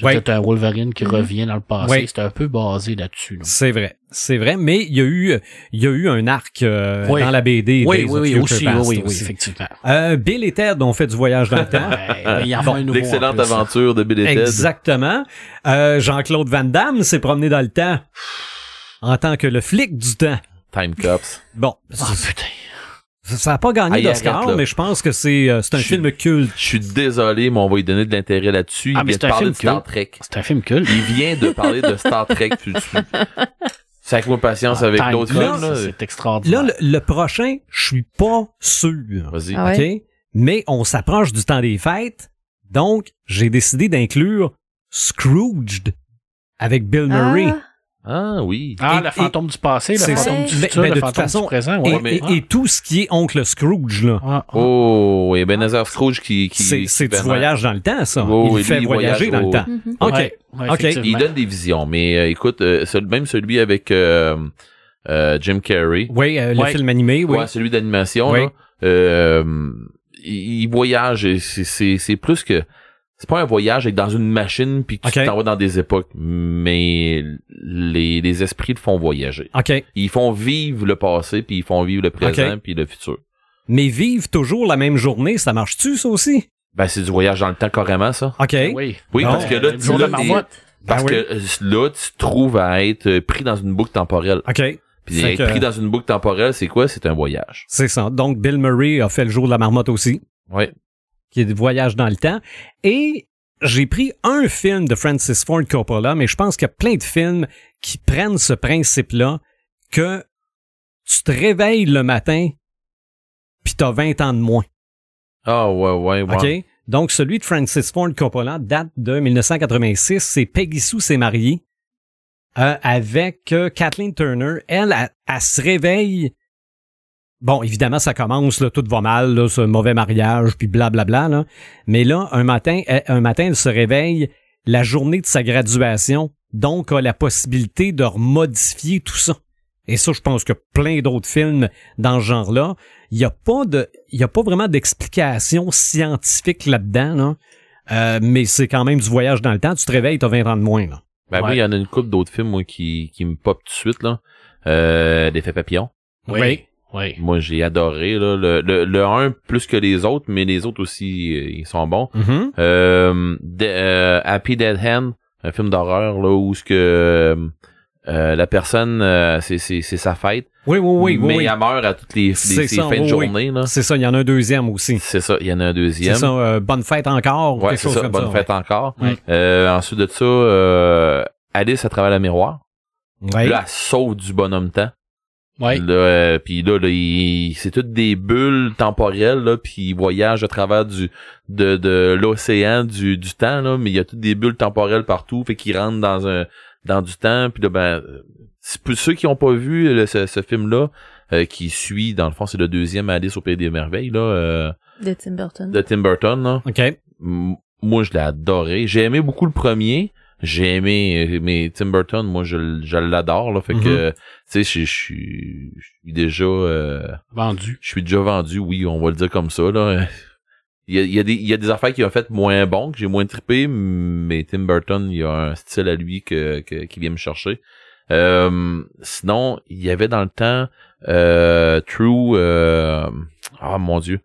[SPEAKER 2] Oui.
[SPEAKER 5] C'est un Wolverine qui revient dans le passé.
[SPEAKER 2] Oui.
[SPEAKER 5] C'est un peu basé là-dessus. là.
[SPEAKER 2] C'est vrai, c'est vrai, mais il y a eu, il y a eu un arc euh,
[SPEAKER 5] Oui.
[SPEAKER 2] dans la BD.
[SPEAKER 5] Oui,
[SPEAKER 2] Days
[SPEAKER 5] oui,
[SPEAKER 2] of
[SPEAKER 5] oui,
[SPEAKER 2] Future
[SPEAKER 5] aussi, oui,
[SPEAKER 2] Past
[SPEAKER 5] oui, oui,
[SPEAKER 2] aussi.
[SPEAKER 5] effectivement.
[SPEAKER 2] Euh, Bill et Ted ont fait du voyage dans le temps.
[SPEAKER 5] Ouais, il y en fait un nouveau en
[SPEAKER 3] L'excellente
[SPEAKER 5] plus.
[SPEAKER 3] aventure de Bill et Ted.
[SPEAKER 2] Exactement. Euh, Jean-Claude Van Damme s'est promené dans le temps en tant que le flic du temps.
[SPEAKER 3] Time Cops.
[SPEAKER 2] Bon,
[SPEAKER 5] Ah,
[SPEAKER 2] ça
[SPEAKER 5] putain.
[SPEAKER 2] ça a pas gagné
[SPEAKER 3] Aïe,
[SPEAKER 2] d'Oscar,
[SPEAKER 3] arrête, là.
[SPEAKER 2] mais je pense que c'est euh, c'est un
[SPEAKER 3] Je-
[SPEAKER 2] film culte.
[SPEAKER 3] Je suis désolé, mais on va lui donner de l'intérêt là-dessus. Il
[SPEAKER 5] Ah, mais
[SPEAKER 3] vient de
[SPEAKER 5] c'est un
[SPEAKER 3] parler
[SPEAKER 5] film
[SPEAKER 3] de Star Trek.
[SPEAKER 5] C'est un film cool.
[SPEAKER 3] Il vient de parler de Star Trek. puis tu- Sacre-moi patience avec
[SPEAKER 5] Ah, Time
[SPEAKER 3] l'autre
[SPEAKER 5] Cop,
[SPEAKER 3] film.
[SPEAKER 5] ça,
[SPEAKER 3] là.
[SPEAKER 5] C'est extraordinaire.
[SPEAKER 2] Là, le, le prochain, je suis pas sûr.
[SPEAKER 3] Vas-y.
[SPEAKER 4] Ah ouais.
[SPEAKER 2] OK? Mais on s'approche du temps des fêtes, donc j'ai décidé d'inclure Scrooged avec Bill Murray.
[SPEAKER 4] Ah,
[SPEAKER 3] Ah oui.
[SPEAKER 5] ah,
[SPEAKER 2] et-
[SPEAKER 5] le fantôme du passé, le
[SPEAKER 2] c'est
[SPEAKER 5] fantôme
[SPEAKER 4] ça.
[SPEAKER 5] du
[SPEAKER 2] Mais-
[SPEAKER 5] futur,
[SPEAKER 2] mais de
[SPEAKER 5] le
[SPEAKER 2] toute
[SPEAKER 5] fantôme
[SPEAKER 2] façon,
[SPEAKER 5] du présent.
[SPEAKER 2] et,
[SPEAKER 5] Ouais,
[SPEAKER 3] mais- hein?
[SPEAKER 2] et- et tout ce qui est oncle Scrooge, là.
[SPEAKER 5] Ah, ah.
[SPEAKER 3] Oh, et Benazar Scrooge qui. qui
[SPEAKER 2] C'est
[SPEAKER 3] qui
[SPEAKER 2] c'est du
[SPEAKER 3] permet-
[SPEAKER 2] voyage dans le temps, ça.
[SPEAKER 3] Oh,
[SPEAKER 2] il
[SPEAKER 3] oui,
[SPEAKER 2] fait
[SPEAKER 3] lui, il
[SPEAKER 2] voyager
[SPEAKER 3] voyage,
[SPEAKER 2] dans le
[SPEAKER 3] oh.
[SPEAKER 2] temps.
[SPEAKER 4] mhm.
[SPEAKER 2] OK.
[SPEAKER 5] Ouais, ouais,
[SPEAKER 2] Ok.
[SPEAKER 5] effectivement.
[SPEAKER 3] Il donne des visions, mais euh, écoute, euh, ce- même celui avec euh, euh, Jim Carrey,
[SPEAKER 2] Oui, euh, le
[SPEAKER 5] Ouais.
[SPEAKER 2] film animé, oui.
[SPEAKER 3] ouais, celui d'animation,
[SPEAKER 2] Oui.
[SPEAKER 3] là, euh, il, il voyage. et c'est- C'est c'est plus que c'est pas un voyage avec dans une machine puis tu
[SPEAKER 2] Ok.
[SPEAKER 3] t'en vas dans des époques, mais les, les esprits le font voyager.
[SPEAKER 2] OK.
[SPEAKER 3] Ils font vivre le passé puis ils font vivre le présent puis le futur.
[SPEAKER 2] Mais vivre toujours la même journée, ça marche-tu, ça aussi?
[SPEAKER 3] Ben c'est du voyage dans le temps carrément ça.
[SPEAKER 2] OK.
[SPEAKER 5] Oui.
[SPEAKER 3] Ben Oui,
[SPEAKER 2] Non,
[SPEAKER 3] parce que là,
[SPEAKER 5] le
[SPEAKER 3] tu,
[SPEAKER 5] jour de
[SPEAKER 3] là,
[SPEAKER 5] la
[SPEAKER 3] t'es-
[SPEAKER 5] marmotte.
[SPEAKER 3] parce
[SPEAKER 2] Ben oui.
[SPEAKER 3] que euh, là, tu te trouves à être euh, pris dans une boucle temporelle.
[SPEAKER 2] OK.
[SPEAKER 3] Puis
[SPEAKER 2] Fait
[SPEAKER 3] être
[SPEAKER 2] que-
[SPEAKER 3] pris dans une boucle temporelle, c'est quoi? C'est un voyage.
[SPEAKER 2] C'est ça. Donc, Bill Murray a fait le jour de la marmotte aussi,
[SPEAKER 3] Ouais.
[SPEAKER 2] qui est du voyage dans le temps. Et j'ai pris un film de Francis Ford Coppola, mais je pense qu'il y a plein de films qui prennent ce principe-là que tu te réveilles le matin puis t'as 20 ans de moins.
[SPEAKER 3] Ah ouais, ouais, ouais.
[SPEAKER 2] OK? Donc, celui de Francis Ford Coppola date de 1986. C'est Peggy Sue s'est mariée euh, avec euh, Kathleen Turner. Elle, elle, elle se réveille. Bon, évidemment, ça commence, là, tout va mal, là, ce mauvais mariage, puis blablabla. Là. Mais là, un matin, elle- un matin, elle se réveille la journée de sa graduation, donc a la possibilité de remodifier tout ça. Et ça, je pense que plein d'autres films dans ce genre-là, il n'y a pas de, il y a pas vraiment d'explication scientifique là-dedans, là. Euh, mais c'est quand même du voyage dans le temps. Tu te réveilles, t'as 20 ans de moins, là.
[SPEAKER 3] Ben oui,
[SPEAKER 5] Ouais.
[SPEAKER 3] il y en a une couple d'autres films, moi, qui, qui me pop tout de suite, là. Euh, l'effet papillon.
[SPEAKER 5] Oui. Oui.
[SPEAKER 3] Moi, j'ai adoré, là. Le, le, le un plus que les autres, mais les autres aussi, euh, ils sont bons.
[SPEAKER 2] Mhm.
[SPEAKER 3] Euh, de- euh, Happy Dead Hand, un film d'horreur, là, où ce que, euh, euh, la personne, euh, c'est, c'est, c'est sa fête.
[SPEAKER 2] Oui, oui, oui, oui.
[SPEAKER 3] mais
[SPEAKER 2] oui.
[SPEAKER 3] elle meurt à toutes les, les-
[SPEAKER 2] C'est
[SPEAKER 3] ses
[SPEAKER 2] ça,
[SPEAKER 3] fins
[SPEAKER 2] oui,
[SPEAKER 3] de
[SPEAKER 2] oui.
[SPEAKER 3] journée, là.
[SPEAKER 2] C'est ça, il y en a un deuxième aussi.
[SPEAKER 3] C'est ça, il y en a un
[SPEAKER 2] C'est
[SPEAKER 3] deuxième.
[SPEAKER 2] ça, euh, bonne fête encore, ou
[SPEAKER 3] Ouais,
[SPEAKER 2] quelque
[SPEAKER 3] c'est
[SPEAKER 2] chose
[SPEAKER 3] ça,
[SPEAKER 2] comme
[SPEAKER 3] bonne
[SPEAKER 2] ça.
[SPEAKER 3] fête encore.
[SPEAKER 5] Ouais.
[SPEAKER 3] Euh, ensuite de ça, euh, Alice à travers la miroir.
[SPEAKER 2] Ouais.
[SPEAKER 3] Là, elle sauve du bonhomme temps.
[SPEAKER 2] Mm.
[SPEAKER 5] Oui.
[SPEAKER 3] Là, euh, puis là, là, il- c'est toutes des bulles temporelles, là, puis il voyage à travers du de, de l'océan du, du temps, là, mais il y a toutes des bulles temporelles partout, fait qu'il rentre dans un dans du temps, puis là, ben, euh, c'est pour ceux qui n'ont pas vu là, ce, ce film-là, euh, qui suit, dans le fond, c'est le deuxième Alice au Pays des Merveilles, là, euh,
[SPEAKER 4] De Tim Burton.
[SPEAKER 3] de Tim Burton, là.
[SPEAKER 2] OK.
[SPEAKER 3] M- moi je l'ai adoré. J'ai aimé beaucoup le premier. J'ai aimé euh, mais Tim Burton, moi je, l- je l'adore là, fait que tu sais je je suis je suis déjà euh,
[SPEAKER 5] Vendu.
[SPEAKER 3] je suis déjà vendu, oui, on va le dire comme ça là. Il y a, il y a des il y a des affaires qui ont fait moins bon que j'ai moins trippé, mais Tim Burton, il y a un style à lui que, que- qui vient me chercher. Euh, sinon, il y avait dans le temps euh, True euh, ah mon dieu.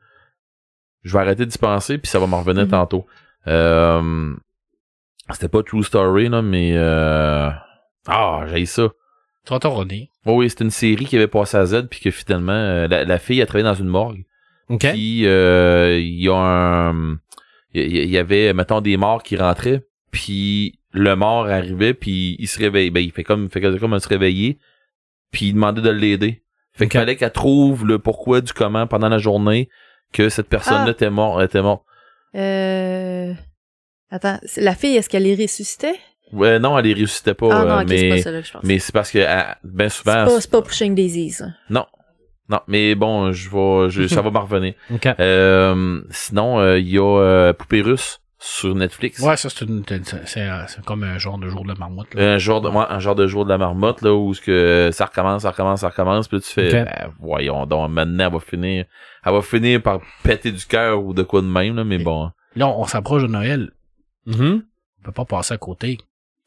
[SPEAKER 3] Je vais arrêter d'y penser puis ça va m'en revenir
[SPEAKER 4] Mhm.
[SPEAKER 3] tantôt. Euh, c'était pas True Story, là, mais... euh, Ah, j'ai ça.
[SPEAKER 5] Tu vas t'en rôder.
[SPEAKER 3] Oh oui, c'était une série qui avait passé à Z, puis que finalement, euh, la, la fille a travaillé dans une morgue.
[SPEAKER 2] OK.
[SPEAKER 3] Puis, euh, il y a un... Il y- il y avait, mettons, des morts qui rentraient, puis le mort arrivait, puis il se réveille. Ben, il fait comme, il fait comme un se réveiller, puis il demandait de l'aider. Fait
[SPEAKER 2] Ok.
[SPEAKER 3] qu'il fallait qu'elle trouve le pourquoi du comment pendant la journée que cette personne-là
[SPEAKER 4] Ah.
[SPEAKER 3] était morte. Était morte.
[SPEAKER 4] Euh... Attends, c'est- la fille, est-ce qu'elle les ressuscitait?
[SPEAKER 3] Ouais, non, elle les ressuscitait pas.
[SPEAKER 4] ah non,
[SPEAKER 3] euh,
[SPEAKER 4] ok, c'est
[SPEAKER 3] mais
[SPEAKER 4] pas ça, là, je pense.
[SPEAKER 3] mais c'est parce que ah, ben
[SPEAKER 4] c'est
[SPEAKER 3] souvent.
[SPEAKER 4] pas, c'est pas Pushing Daisies. hein.
[SPEAKER 3] Non. Non, mais bon, je vais, je- ça va m'en revenir.
[SPEAKER 2] OK.
[SPEAKER 3] Euh, sinon, euh, il y a euh, Poupée Russe sur Netflix.
[SPEAKER 5] Ouais, ça, c'est une- c'est- c'est euh, c'est comme un genre de jour de la marmotte. Là.
[SPEAKER 3] Euh, Un genre de, ouais, un genre de jour de la marmotte, là, où ce que euh, ça recommence, ça recommence, ça recommence, puis là, tu fais,
[SPEAKER 2] Ok.
[SPEAKER 3] ben, voyons donc, maintenant, elle va finir, elle va finir par péter du cœur ou de quoi de même, là, mais
[SPEAKER 5] Et-
[SPEAKER 3] bon. hein.
[SPEAKER 5] Là, on, on s'approche de Noël.
[SPEAKER 2] Mhm.
[SPEAKER 5] On peut pas passer à côté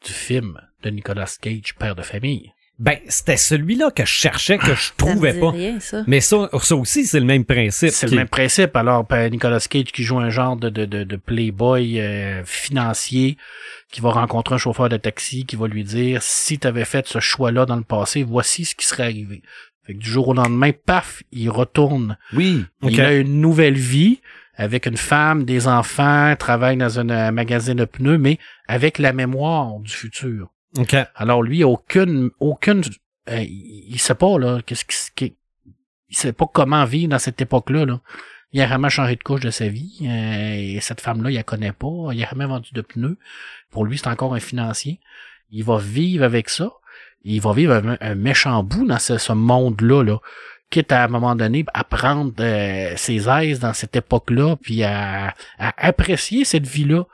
[SPEAKER 5] du film de Nicolas Cage, Père de famille.
[SPEAKER 2] Ben, c'était celui-là que je cherchais, que je
[SPEAKER 4] Ah, Ça me
[SPEAKER 2] trouvais
[SPEAKER 4] dit
[SPEAKER 2] pas.
[SPEAKER 4] rien, ça.
[SPEAKER 2] Mais ça, ça aussi, c'est le même principe.
[SPEAKER 5] C'est
[SPEAKER 2] qui-
[SPEAKER 5] le même principe. Alors, ben, Nicolas Cage qui joue un genre de, de, de, de playboy euh, financier qui va rencontrer un chauffeur de taxi qui va lui dire si tu avais fait ce choix-là dans le passé, voici ce qui serait arrivé. Fait que du jour au lendemain, paf, il retourne.
[SPEAKER 3] Oui.
[SPEAKER 5] Il
[SPEAKER 2] Ok.
[SPEAKER 5] a une nouvelle vie avec une femme, des enfants, travaille dans un euh, magasin de pneus, mais avec la mémoire du futur.
[SPEAKER 2] OK.
[SPEAKER 5] Alors lui, il a aucune, aucune, euh, il il sait pas là, qu'est-ce qui, qui- il sait pas comment vivre dans cette époque-là. Là. Il a vraiment changé de couche de sa vie. euh, et cette femme-là, il la connaît pas. Il a jamais vendu de pneus. Pour lui, c'est encore un financier. Il va vivre avec ça. Il va vivre un, un méchant bout dans ce, ce monde-là. Là. Quitte à, à un moment donné à prendre euh, ses aises dans cette époque-là, puis à, à apprécier cette vie-là.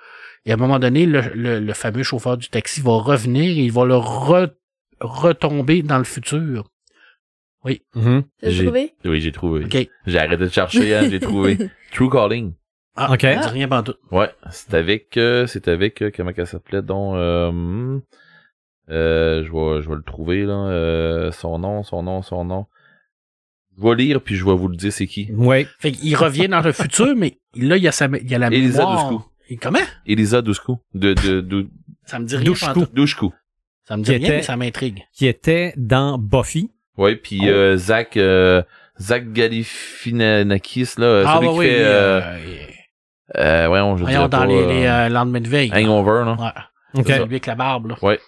[SPEAKER 5] Et à un moment donné, le, le- le fameux chauffeur du taxi va revenir et il va le re- retomber dans le futur.
[SPEAKER 2] Mhm.
[SPEAKER 4] T'as
[SPEAKER 3] J'ai-
[SPEAKER 4] trouvé?
[SPEAKER 3] Oui, j'ai trouvé.
[SPEAKER 5] OK.
[SPEAKER 3] J'ai arrêté de chercher, hein, j'ai trouvé. True Calling.
[SPEAKER 5] Ah,
[SPEAKER 2] OK.
[SPEAKER 5] on dit rien pendant tout.
[SPEAKER 3] Ouais, c'est avec, euh, c'est avec, euh, comment qu'elle s'appelait, donc, euh, hmm, euh, je vais, je vais le trouver, là, euh, son nom, son nom, son nom. Je vais lire, puis je vais vous le dire c'est qui.
[SPEAKER 2] Ouais.
[SPEAKER 5] Fait qu'il revient dans le futur, mais là, il y a, sa, il y a la
[SPEAKER 3] Elisa
[SPEAKER 5] mémoire.
[SPEAKER 3] Dushku.
[SPEAKER 5] Et comment?
[SPEAKER 3] Elisa Dushku. De, de, de,
[SPEAKER 5] Ça me dit rien
[SPEAKER 2] Dushku.
[SPEAKER 5] pendant tout.
[SPEAKER 3] Dushku.
[SPEAKER 5] Ça me dit
[SPEAKER 2] Qui
[SPEAKER 5] rien,
[SPEAKER 2] était-
[SPEAKER 5] mais ça m'intrigue.
[SPEAKER 2] Qui était dans Buffy.
[SPEAKER 3] Ouais, puis
[SPEAKER 5] Oh.
[SPEAKER 3] euh, Zach, euh, Zach Galifianakis, là, euh, celui
[SPEAKER 5] bah
[SPEAKER 3] qui fait, euh, euh, voyons, je
[SPEAKER 5] voyons,
[SPEAKER 3] dirais
[SPEAKER 5] dans
[SPEAKER 3] pas,
[SPEAKER 5] les,
[SPEAKER 3] euh,
[SPEAKER 5] les euh, lendemains de veille.
[SPEAKER 3] Hangover, là.
[SPEAKER 5] Ouais.
[SPEAKER 2] OK.
[SPEAKER 5] C'est Celui avec la barbe, là.
[SPEAKER 3] Ouais.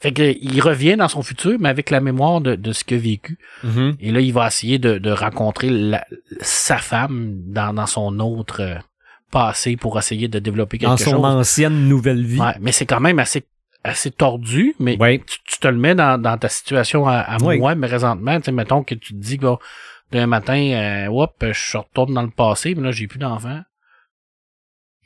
[SPEAKER 5] Fait que, il revient dans son futur, mais avec la mémoire de, de ce qu'il a vécu.
[SPEAKER 2] Mhm.
[SPEAKER 5] Et là, il va essayer de, de rencontrer la- sa femme dans, dans son autre euh, passé pour essayer de développer quelque
[SPEAKER 2] Dans son
[SPEAKER 5] chose.
[SPEAKER 2] ancienne nouvelle vie.
[SPEAKER 5] Ouais, mais c'est quand même assez, assez tordu, mais
[SPEAKER 2] Ouais.
[SPEAKER 5] tu, tu te le mets dans, dans ta situation à, à
[SPEAKER 2] Oui.
[SPEAKER 5] moi, mais présentement, tu sais, mettons que tu te dis que bon, d'un matin, euh, hop, je retourne dans le passé, mais là, j'ai plus d'enfants.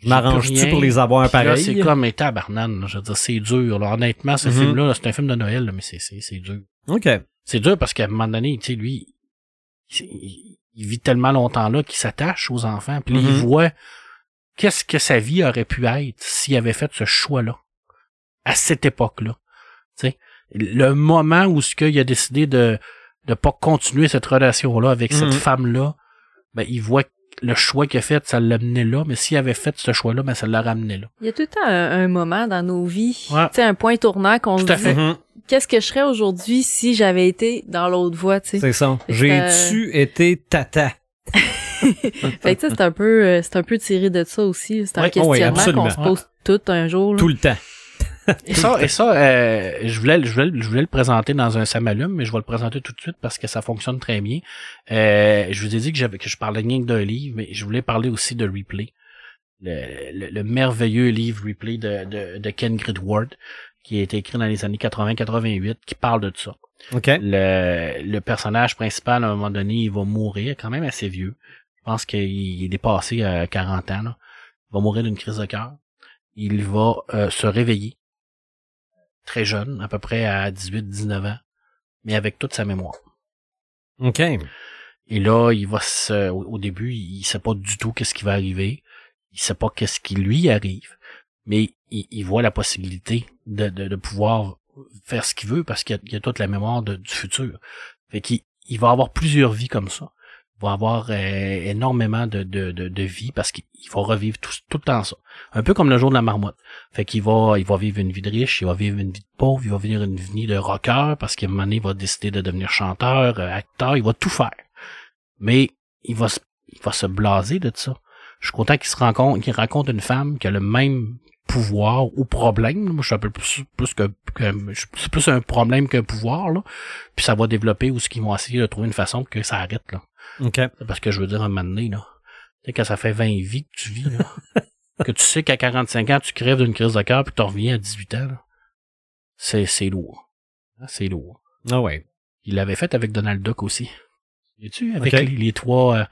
[SPEAKER 2] Je M'arranges-tu
[SPEAKER 5] rien.
[SPEAKER 2] pour les avoir
[SPEAKER 5] Puis là,
[SPEAKER 2] pareil?
[SPEAKER 5] c'est comme un tabarnane, là. je veux dire, c'est dur. là. Honnêtement, ce
[SPEAKER 2] Mhm.
[SPEAKER 5] film-là, là, c'est un film de Noël, là, mais c'est- c'est c'est dur.
[SPEAKER 2] OK.
[SPEAKER 5] C'est dur parce qu'à un moment donné, tu sais, lui, il- il, il vit tellement longtemps là qu'il s'attache aux enfants, puis là,
[SPEAKER 2] Mhm.
[SPEAKER 5] il voit qu'est-ce que sa vie aurait pu être s'il avait fait ce choix-là, à cette époque-là. Tu sais, le moment où ce qu'il a décidé de ne pas continuer cette relation-là avec
[SPEAKER 2] Mhm.
[SPEAKER 5] cette femme-là, ben, il voit que le choix qu'il a fait, ça l'a mené là, mais s'il avait fait ce choix-là, ben, ça l'a ramené là.
[SPEAKER 4] Il y a tout le temps un, un moment dans nos vies,
[SPEAKER 5] Ouais.
[SPEAKER 4] tu sais, un point tournant qu'on se
[SPEAKER 5] Tout à
[SPEAKER 4] dit,
[SPEAKER 5] fait.
[SPEAKER 2] Mhm.
[SPEAKER 4] qu'est-ce que je serais aujourd'hui si j'avais été dans l'autre voie, tu sais.
[SPEAKER 2] C'est ça.
[SPEAKER 4] Fait que,
[SPEAKER 2] J'ai-tu été tata?
[SPEAKER 4] Fait que tu sais, c'est un peu, euh, c'est un peu tiré de ça aussi. C'est un
[SPEAKER 5] Ouais,
[SPEAKER 2] oh oui,
[SPEAKER 4] questionnement qu'on se
[SPEAKER 2] absolument.
[SPEAKER 4] pose tout un jour. là.
[SPEAKER 2] Tout le temps.
[SPEAKER 5] Et ça, et ça euh, je, voulais, le- je, voulais, le- je voulais le présenter dans un Samalume, mais je vais le présenter tout de suite parce que ça fonctionne très bien. Euh, je vous ai dit que, j'avais, que je parlais rien que d'un livre, mais je voulais parler aussi de Replay. Le, le- le merveilleux livre Replay de, de, de Ken Gridward, qui a été écrit dans les années 80-88, qui parle de ça.
[SPEAKER 2] OK.
[SPEAKER 5] Le, le personnage principal, à un moment donné, il va mourir, quand même assez vieux. Je pense qu'il il est dépassé à 40 ans. là. Il va mourir d'une crise de cœur. Il va euh, se réveiller très jeune, à peu près à 18-19 ans, mais avec toute sa mémoire.
[SPEAKER 2] OK.
[SPEAKER 5] Et là, il va se, au au début, il sait pas du tout qu'est-ce qui va arriver. Il sait pas qu'est-ce qui lui arrive. Mais il, il voit la possibilité de, de, de pouvoir faire ce qu'il veut parce qu'il y a, il y a toute la mémoire de- du futur. Fait qu'il il va avoir plusieurs vies comme ça. Il va avoir euh, énormément de, de, de, de vies parce qu'il il va revivre tout, tout le temps ça. Un peu comme le jour de la marmotte. Fait qu'il va, il va vivre une vie de riche, il va vivre une vie de pauvre, il va vivre une vie de rocker parce qu'à un moment donné, il va décider de devenir chanteur, euh, acteur, il va tout faire mais il va se, il va se blaser de ça. Je suis content qu'il se rencontre, qu'il rencontre une femme qui a le même pouvoir ou problème. Moi, je suis un peu plus, plus que, que- je suis- c'est plus un problème qu'un pouvoir, là. Puis ça va développer ou ce qu'ils vont essayer de trouver une façon que ça arrête, là.
[SPEAKER 2] OK.
[SPEAKER 5] Parce que je veux dire, un moment donné, là. Tu sais, quand ça fait 20 vies que tu vis, là. que tu sais qu'à 45 ans, tu crèves d'une crise de cœur puis que tu reviens à 18 ans, là. C'est, c'est lourd. C'est lourd.
[SPEAKER 2] Ah ouais.
[SPEAKER 5] Il l'avait fait avec Donald Duck aussi. Et tu avec
[SPEAKER 2] Ok.
[SPEAKER 5] les, les trois euh,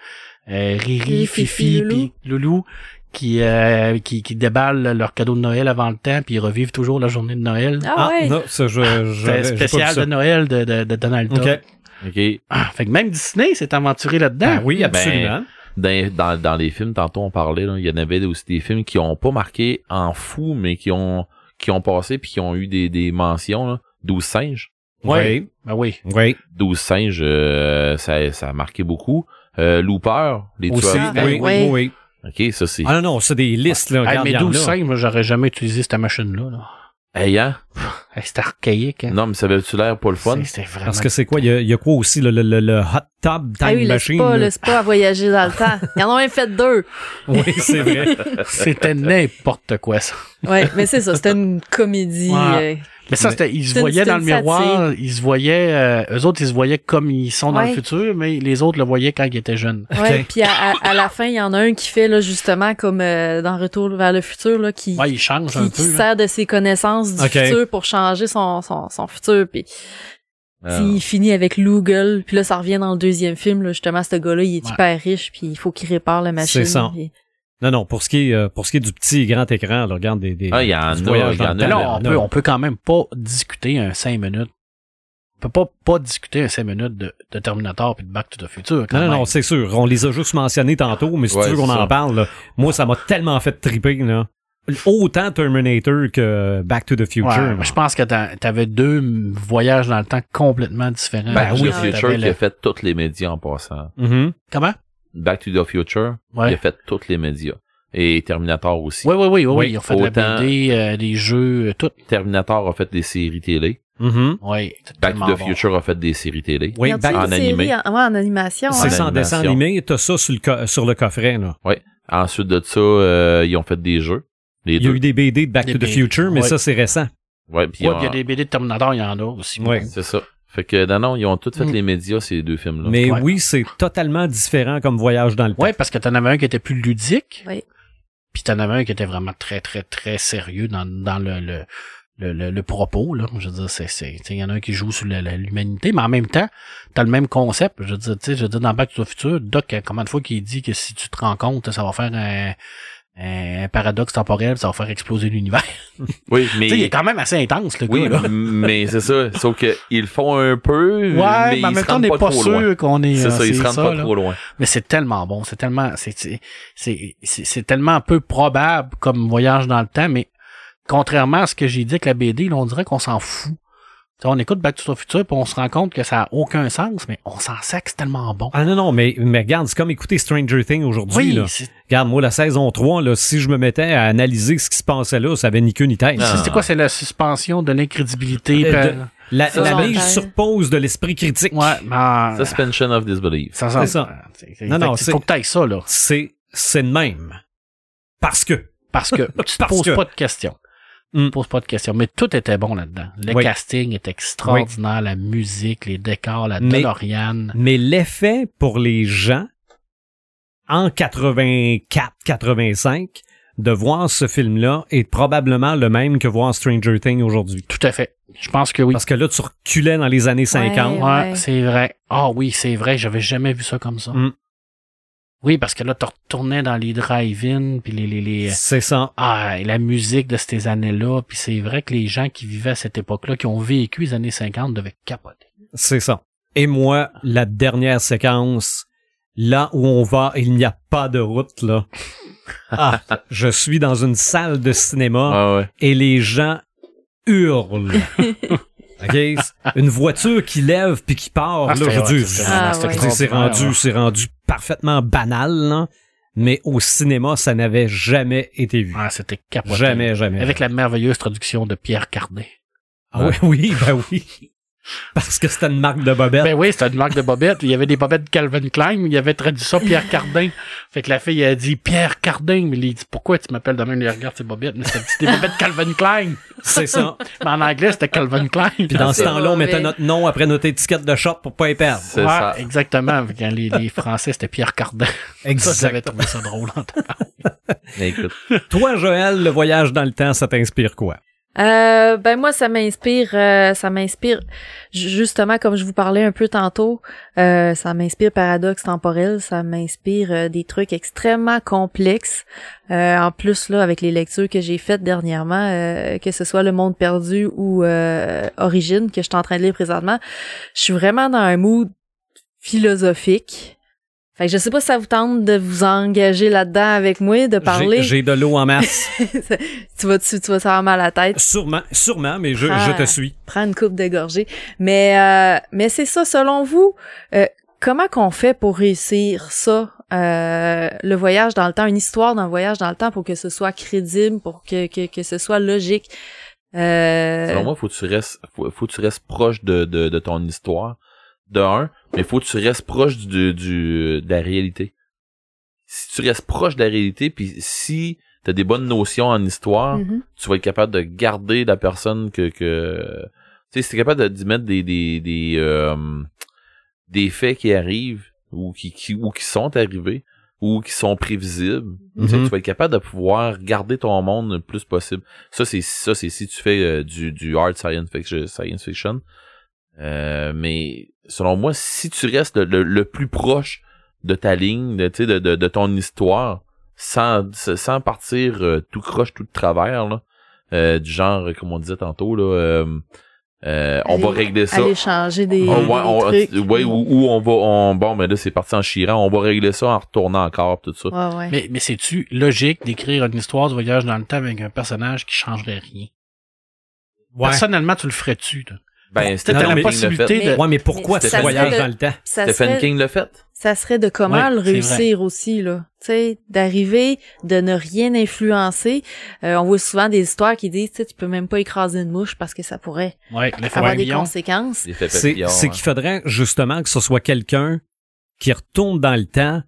[SPEAKER 5] euh, Riri,
[SPEAKER 4] Riri,
[SPEAKER 5] Fifi
[SPEAKER 4] Fifi,
[SPEAKER 5] puis Loulou qui, euh, qui qui déballent leur cadeau de Noël avant le temps puis ils revivent toujours la journée de Noël.
[SPEAKER 4] Ah, ouais.
[SPEAKER 2] non, ça, je, je,
[SPEAKER 5] C'est
[SPEAKER 2] j'ai pas vu
[SPEAKER 5] spécial
[SPEAKER 2] ça.
[SPEAKER 5] de Noël de, de, de Donald Duck.
[SPEAKER 2] OK.
[SPEAKER 3] OK.
[SPEAKER 5] Ah, fait que même Disney s'est aventuré là-dedans.
[SPEAKER 2] Ben oui, absolument.
[SPEAKER 3] Dans, dans, dans les films, tantôt on parlait, là, il y en avait aussi des films qui ont pas marqué en fou, mais qui ont qui ont passé puis qui ont eu des, des mentions. Là. 12 singes.
[SPEAKER 5] Ouais. Ben oui.
[SPEAKER 2] Oui.
[SPEAKER 3] 12 singes, euh, ça, ça a marqué beaucoup. Euh, Looper, les
[SPEAKER 2] Aussi,
[SPEAKER 3] tueurs.
[SPEAKER 4] Ben
[SPEAKER 2] oui, oui,
[SPEAKER 4] oui.
[SPEAKER 2] oui.
[SPEAKER 3] OK, ça c'est...
[SPEAKER 2] Ah non, non, c'est des listes, là.
[SPEAKER 5] Hey,
[SPEAKER 2] regarde,
[SPEAKER 5] Ah, mais
[SPEAKER 2] il y en
[SPEAKER 5] 12
[SPEAKER 2] a.
[SPEAKER 5] cinq, moi j'aurais jamais utilisé cette machine-là. Là.
[SPEAKER 3] Hey, hein?
[SPEAKER 5] Hey, C'était archaïque. Hein.
[SPEAKER 3] Non, mais ça avait-tu l'air pas le fun?
[SPEAKER 5] C'est- C'était vraiment.
[SPEAKER 2] Parce que c'est quoi? Il y a- il y, a quoi aussi? Le, le, le, le hot tub time
[SPEAKER 4] Ah oui, laisse
[SPEAKER 2] machine?
[SPEAKER 4] pas,
[SPEAKER 2] là?
[SPEAKER 4] laisse pas à voyager dans le temps. Ils en ont même fait deux.
[SPEAKER 2] Oui, c'est vrai.
[SPEAKER 5] C'était n'importe quoi ça.
[SPEAKER 4] Ouais, mais c'est ça, c'était une comédie.
[SPEAKER 5] Ouais.
[SPEAKER 4] euh,
[SPEAKER 5] Mais ça,
[SPEAKER 2] Mais-
[SPEAKER 5] c'était, ils se
[SPEAKER 4] C'est une-
[SPEAKER 5] voyaient
[SPEAKER 4] c'est
[SPEAKER 5] dans le
[SPEAKER 4] une
[SPEAKER 5] miroir, ils se voyaient, euh, eux autres, ils se voyaient comme ils sont dans le
[SPEAKER 4] Ouais.
[SPEAKER 5] futur, mais les autres le voyaient quand ils étaient jeunes.
[SPEAKER 4] Ouais,
[SPEAKER 2] Ok.
[SPEAKER 4] puis à, à- à la fin, il y en a un qui fait là justement comme euh, dans Retour vers le futur là, qui
[SPEAKER 5] Ouais, ils changent un
[SPEAKER 4] qui, qui
[SPEAKER 5] peu.
[SPEAKER 4] se
[SPEAKER 5] là.
[SPEAKER 4] sert de ses connaissances du
[SPEAKER 2] Ok.
[SPEAKER 4] futur pour changer son son, son futur. Puis
[SPEAKER 3] Ah.
[SPEAKER 4] il finit avec Loogle. Puis là, ça revient dans le deuxième film là, justement ce gars-là, il est
[SPEAKER 5] Ouais.
[SPEAKER 4] hyper riche, puis il faut qu'il répare la machine.
[SPEAKER 2] C'est ça.
[SPEAKER 4] puis-
[SPEAKER 2] Non, non, pour ce qui est, euh, pour ce qui est du petit et grand écran, là, regarde des, des
[SPEAKER 3] Ah, il y en a,
[SPEAKER 2] du
[SPEAKER 3] il
[SPEAKER 2] voyage
[SPEAKER 3] y
[SPEAKER 2] dans
[SPEAKER 3] en
[SPEAKER 2] le
[SPEAKER 3] a,
[SPEAKER 5] Mais
[SPEAKER 2] temps,
[SPEAKER 5] là,
[SPEAKER 3] là,
[SPEAKER 5] on peut, on peut quand même pas discuter un 5 minutes. On peut pas, pas discuter un 5 minutes de, de Terminator puis de Back to the Future. Quand
[SPEAKER 2] Non, non,
[SPEAKER 5] même.
[SPEAKER 2] non, c'est sûr. On les a juste mentionnés tantôt, mais si
[SPEAKER 3] Ouais,
[SPEAKER 2] tu veux qu'on
[SPEAKER 3] c'est
[SPEAKER 2] en
[SPEAKER 3] ça.
[SPEAKER 2] parle, là, moi, ça m'a tellement fait triper. Là. Autant Terminator que Back to the Future.
[SPEAKER 5] Ouais,
[SPEAKER 2] là.
[SPEAKER 5] je pense que t'as- t'avais deux voyages dans le temps complètement différents.
[SPEAKER 3] Back to
[SPEAKER 4] oui,
[SPEAKER 3] the
[SPEAKER 4] c'est
[SPEAKER 3] Ben Future
[SPEAKER 5] T'avais
[SPEAKER 3] qui
[SPEAKER 5] le-
[SPEAKER 3] a fait toutes les médias en passant.
[SPEAKER 2] Mhm.
[SPEAKER 5] Comment?
[SPEAKER 3] Back to the Future,
[SPEAKER 5] Ouais.
[SPEAKER 3] il a fait toutes les médias. Et Terminator aussi.
[SPEAKER 5] Oui, oui, oui, oui, oui,
[SPEAKER 2] Oui,
[SPEAKER 5] ils ont fait de la
[SPEAKER 3] autant-
[SPEAKER 5] BD, euh, des jeux, euh, tout.
[SPEAKER 3] Terminator a fait des séries télé.
[SPEAKER 2] Mhm.
[SPEAKER 5] Oui, c'est
[SPEAKER 3] Back to
[SPEAKER 5] tellement
[SPEAKER 3] the
[SPEAKER 5] bon.
[SPEAKER 3] Future a fait des séries télé.
[SPEAKER 2] Oui,
[SPEAKER 4] Y a-t-il
[SPEAKER 2] Back-
[SPEAKER 4] une
[SPEAKER 3] en
[SPEAKER 4] série
[SPEAKER 3] animé.
[SPEAKER 4] en- ouais, en animation. hein.
[SPEAKER 2] c'est
[SPEAKER 4] ouais.
[SPEAKER 2] sans dessin
[SPEAKER 3] animation.
[SPEAKER 2] animé, t'as ça sur le, co- sur le coffret. Là.
[SPEAKER 3] Ensuite de ça, euh, ils ont fait des jeux. Les
[SPEAKER 2] Il y a
[SPEAKER 3] deux.
[SPEAKER 2] eu des BD de Back
[SPEAKER 5] Des
[SPEAKER 2] to the
[SPEAKER 5] BD,
[SPEAKER 2] Future, mais
[SPEAKER 5] ouais.
[SPEAKER 2] ça, c'est récent.
[SPEAKER 3] Ouais, puis euh,
[SPEAKER 5] Ouais,
[SPEAKER 3] ils
[SPEAKER 5] puis il y a
[SPEAKER 3] ont-
[SPEAKER 5] des BD de Terminator, il y en a aussi.
[SPEAKER 2] Ouais.
[SPEAKER 3] c'est ça. Fait que non, non, ils ont tous fait
[SPEAKER 5] Mm.
[SPEAKER 3] les médias, ces deux films-là.
[SPEAKER 2] Mais
[SPEAKER 5] Ouais.
[SPEAKER 2] oui, c'est totalement différent comme voyage dans le temps.
[SPEAKER 5] Ouais, parce que t'en avais un qui était plus ludique.
[SPEAKER 4] Oui.
[SPEAKER 5] Puis t'en avais un qui était vraiment très, très, très sérieux dans, dans le, le, le, le- le propos, là. Je veux dire, c'est, c'est, tu sais, il y en a un qui joue sur la- la- l'humanité, mais en même temps, t'as le même concept. Je veux dire, tu sais, je veux dire, dans Back to the Future, Doc, euh, combien de fois qu'il dit que si tu te rends compte, ça va faire un, un paradoxe temporel, ça va faire exploser l'univers.
[SPEAKER 3] Oui, mais.
[SPEAKER 5] Tu sais, il est quand même assez intense, le
[SPEAKER 3] Oui,
[SPEAKER 5] gars, là.
[SPEAKER 3] mais c'est ça. Sauf que ils le font un peu, mais,
[SPEAKER 5] Ouais, mais en
[SPEAKER 3] ils
[SPEAKER 5] même
[SPEAKER 3] se
[SPEAKER 5] temps, on
[SPEAKER 3] rendent
[SPEAKER 5] n'est
[SPEAKER 3] pas,
[SPEAKER 5] pas
[SPEAKER 3] trop loin.
[SPEAKER 5] sûr qu'on est.
[SPEAKER 3] C'est
[SPEAKER 5] euh,
[SPEAKER 3] ça, ils se rendent pas
[SPEAKER 5] là.
[SPEAKER 3] trop loin.
[SPEAKER 5] Mais c'est tellement bon, c'est tellement, c'est, c'est, c'est, c'est- c'est tellement peu probable comme voyage dans le temps, mais contrairement à ce que j'ai dit avec la BD, là, on dirait qu'on s'en fout. Tu sais, on écoute Back to the Future puis on se rend compte que ça a aucun sens, mais on s'en sert que c'est tellement bon.
[SPEAKER 2] Ah non, non, mais, mais regarde, c'est comme écouter Stranger Things aujourd'hui.
[SPEAKER 5] oui,
[SPEAKER 2] là.
[SPEAKER 5] c'est,
[SPEAKER 2] Regarde, moi, la saison 3, là, si je me mettais à analyser ce qui se passait là, ça avait ni queue ni tête.
[SPEAKER 3] Ah.
[SPEAKER 5] c'est- c'est quoi, c'est la suspension de l'incrédibilité.
[SPEAKER 2] Euh,
[SPEAKER 5] puis-
[SPEAKER 2] de- La,
[SPEAKER 4] Ça,
[SPEAKER 2] la
[SPEAKER 4] j'entends.
[SPEAKER 2] mise sur pause de l'esprit critique.
[SPEAKER 5] Ouais, mais,
[SPEAKER 3] Suspension of disbelief.
[SPEAKER 5] ça,
[SPEAKER 2] c'est ça. Non, non,
[SPEAKER 5] Il faut
[SPEAKER 2] c'est-
[SPEAKER 5] que t'ailles ça, là.
[SPEAKER 2] C'est, c'est de même. Parce que.
[SPEAKER 5] Parce que tu te
[SPEAKER 2] Parce
[SPEAKER 5] poses
[SPEAKER 2] que-
[SPEAKER 5] pas de questions.
[SPEAKER 2] Mm.
[SPEAKER 5] Tu te poses pas de questions. Mais tout était bon là-dedans. Le
[SPEAKER 2] Oui.
[SPEAKER 5] casting est extraordinaire, la musique, les décors, la
[SPEAKER 2] Mais-
[SPEAKER 5] DeLorean.
[SPEAKER 2] Mais l'effet pour les gens, en 84-85, de voir ce film-là est probablement le même que voir Stranger Things aujourd'hui.
[SPEAKER 5] Tout à fait. Je pense que oui.
[SPEAKER 2] Parce que là, tu reculais dans les années 50.
[SPEAKER 5] Ouais,
[SPEAKER 4] Ouais.
[SPEAKER 5] c'est vrai. Ah oui, c'est vrai. J'avais jamais vu ça comme ça.
[SPEAKER 2] Mm.
[SPEAKER 5] Oui, parce que là, tu retournais dans les drive-in, puis les, les, les-
[SPEAKER 2] C'est ça.
[SPEAKER 5] Ah, et la musique de ces années-là. Puis c'est vrai que les gens qui vivaient à cette époque-là, qui ont vécu les années 50, devaient capoter.
[SPEAKER 2] C'est ça. Et moi, la dernière séquence, là où on va, il n'y a pas de route, là. Ah, je suis dans une salle de cinéma.
[SPEAKER 3] Ah ouais.
[SPEAKER 2] et les gens hurlent. OK? Une voiture qui lève puis qui part, là,
[SPEAKER 5] Ah, c'était-
[SPEAKER 2] je dis,
[SPEAKER 5] c'était-
[SPEAKER 4] Ah,
[SPEAKER 5] c'était
[SPEAKER 2] je dis, c'est
[SPEAKER 5] extraordinaire,
[SPEAKER 2] rendu, c'est rendu parfaitement banal, là. mais au cinéma, ça n'avait jamais été vu.
[SPEAKER 5] ouais. Ah, c'était capoté.
[SPEAKER 2] jamais, jamais.
[SPEAKER 5] Avec la merveilleuse traduction de Pierre Cardin.
[SPEAKER 2] Ah oui, oui, ben oui. Parce que c'était une marque de bobette.
[SPEAKER 5] Ben oui, c'était une marque de bobettes. Il y avait des bobettes Calvin Klein. Il avait traduit ça Pierre Cardin. Fait que la fille, elle a dit Pierre Cardin. Mais il dit Pourquoi tu m'appelles de même? Il regarde ses bobettes. Mais c'était des bobettes Calvin Klein.
[SPEAKER 2] C'est ça.
[SPEAKER 5] Mais en anglais, c'était Calvin Klein.
[SPEAKER 2] Puis dans ce
[SPEAKER 4] C'est
[SPEAKER 2] temps-là, on
[SPEAKER 4] mauvais.
[SPEAKER 2] mettait notre nom après notre étiquette de shop pour pas y perdre.
[SPEAKER 3] C'est
[SPEAKER 5] Ouais,
[SPEAKER 3] ça.
[SPEAKER 5] exactement. Fait que les, les Français, c'était Pierre Cardin. Ça, j'avais trouvé ça drôle.
[SPEAKER 3] Mais écoute,
[SPEAKER 2] Toi, Joël, le voyage dans le temps, ça t'inspire quoi?
[SPEAKER 4] Euh, ben moi ça m'inspire euh, ça m'inspire ju- justement comme je vous parlais un peu tantôt euh, ça m'inspire paradoxe temporel ça m'inspire euh, des trucs extrêmement complexes Euh, en plus là avec les lectures que j'ai faites dernièrement euh, que ce soit le monde perdu ou euh, origine que je suis en train de lire présentement je suis vraiment dans un mood philosophique fait que je sais pas si ça vous tente de vous engager là-dedans avec moi de
[SPEAKER 2] J'ai-
[SPEAKER 4] parler
[SPEAKER 2] J'ai de l'eau en masse.
[SPEAKER 4] tu vas tu, tu vas ça avoir mal à la tête
[SPEAKER 2] sûrement, sûrement, mais je,
[SPEAKER 4] Ah.
[SPEAKER 2] je te suis.
[SPEAKER 4] prends une coupe de gorgée. Mais euh, mais c'est ça selon vous. euh, comment qu'on fait pour réussir ça, euh, le voyage dans le temps, une histoire d'un voyage dans le temps pour que ce soit crédible, pour que que, que ce soit logique. Euh,
[SPEAKER 3] Selon moi, faut que tu restes, faut, faut que tu restes proche de, de, de ton histoire, de un, mais faut que tu restes proche du, du, de la réalité. Si tu restes proche de la réalité, puis si t'as des bonnes notions en histoire,
[SPEAKER 4] mhm.
[SPEAKER 3] tu vas être capable de garder la personne que, que... tu sais, si t'es capable de- d'y mettre des, des, des, euh, des faits qui arrivent, ou qui, qui, ou qui sont arrivés, ou qui sont prévisibles, tu sais,
[SPEAKER 2] Mhm.
[SPEAKER 3] tu vas être capable de pouvoir garder ton monde le plus possible. Ça, c'est ça, c'est si tu fais euh, du, du hard science fiction. Science fiction. Euh, mais selon moi, si tu restes le, le- le plus proche de ta ligne, de, tu sais, de, de, de ton histoire, sans, sans partir euh, tout croche, tout de travers, là, euh, du genre, euh, comme on disait tantôt, là, euh, euh, on
[SPEAKER 4] Allez-
[SPEAKER 3] va régler ça.
[SPEAKER 4] Aller changer des,
[SPEAKER 3] On va-
[SPEAKER 4] des
[SPEAKER 3] on-
[SPEAKER 4] trucs.
[SPEAKER 3] ouais, ou, ou on va, on, bon, mais là, c'est parti en chirant, on va régler ça en retournant encore, pis tout ça.
[SPEAKER 4] Ouais, ouais.
[SPEAKER 5] Mais, mais c'est-tu logique d'écrire une histoire de voyage dans le temps avec un personnage qui changerait rien?
[SPEAKER 2] Ouais.
[SPEAKER 5] Personnellement, tu le ferais-tu? là?
[SPEAKER 3] Ben,
[SPEAKER 5] Peut-être
[SPEAKER 3] Stephen
[SPEAKER 2] t'as la
[SPEAKER 3] King l'a
[SPEAKER 5] possibilité
[SPEAKER 3] fait.
[SPEAKER 5] de-
[SPEAKER 2] Ouais, mais pourquoi
[SPEAKER 4] Mais
[SPEAKER 2] ce
[SPEAKER 3] ça
[SPEAKER 2] voyage
[SPEAKER 4] serait le-
[SPEAKER 2] dans le temps?
[SPEAKER 4] Ça
[SPEAKER 3] Stephen
[SPEAKER 4] serait,
[SPEAKER 3] King l'a fait.
[SPEAKER 4] ça serait de comment
[SPEAKER 5] Ouais,
[SPEAKER 4] le
[SPEAKER 5] c'est
[SPEAKER 4] réussir aussi là, tu sais, d'arriver, de ne rien influencer. Euh, on voit souvent des histoires qui disent, tu sais, tu peux même pas écraser une mouche parce que ça pourrait
[SPEAKER 5] Ouais, le
[SPEAKER 4] avoir des
[SPEAKER 5] papillon.
[SPEAKER 4] conséquences.
[SPEAKER 3] Il fait
[SPEAKER 2] C'est
[SPEAKER 3] papillon,
[SPEAKER 2] c'est
[SPEAKER 3] hein.
[SPEAKER 2] qu'il faudrait justement que ce soit quelqu'un qui retourne dans le temps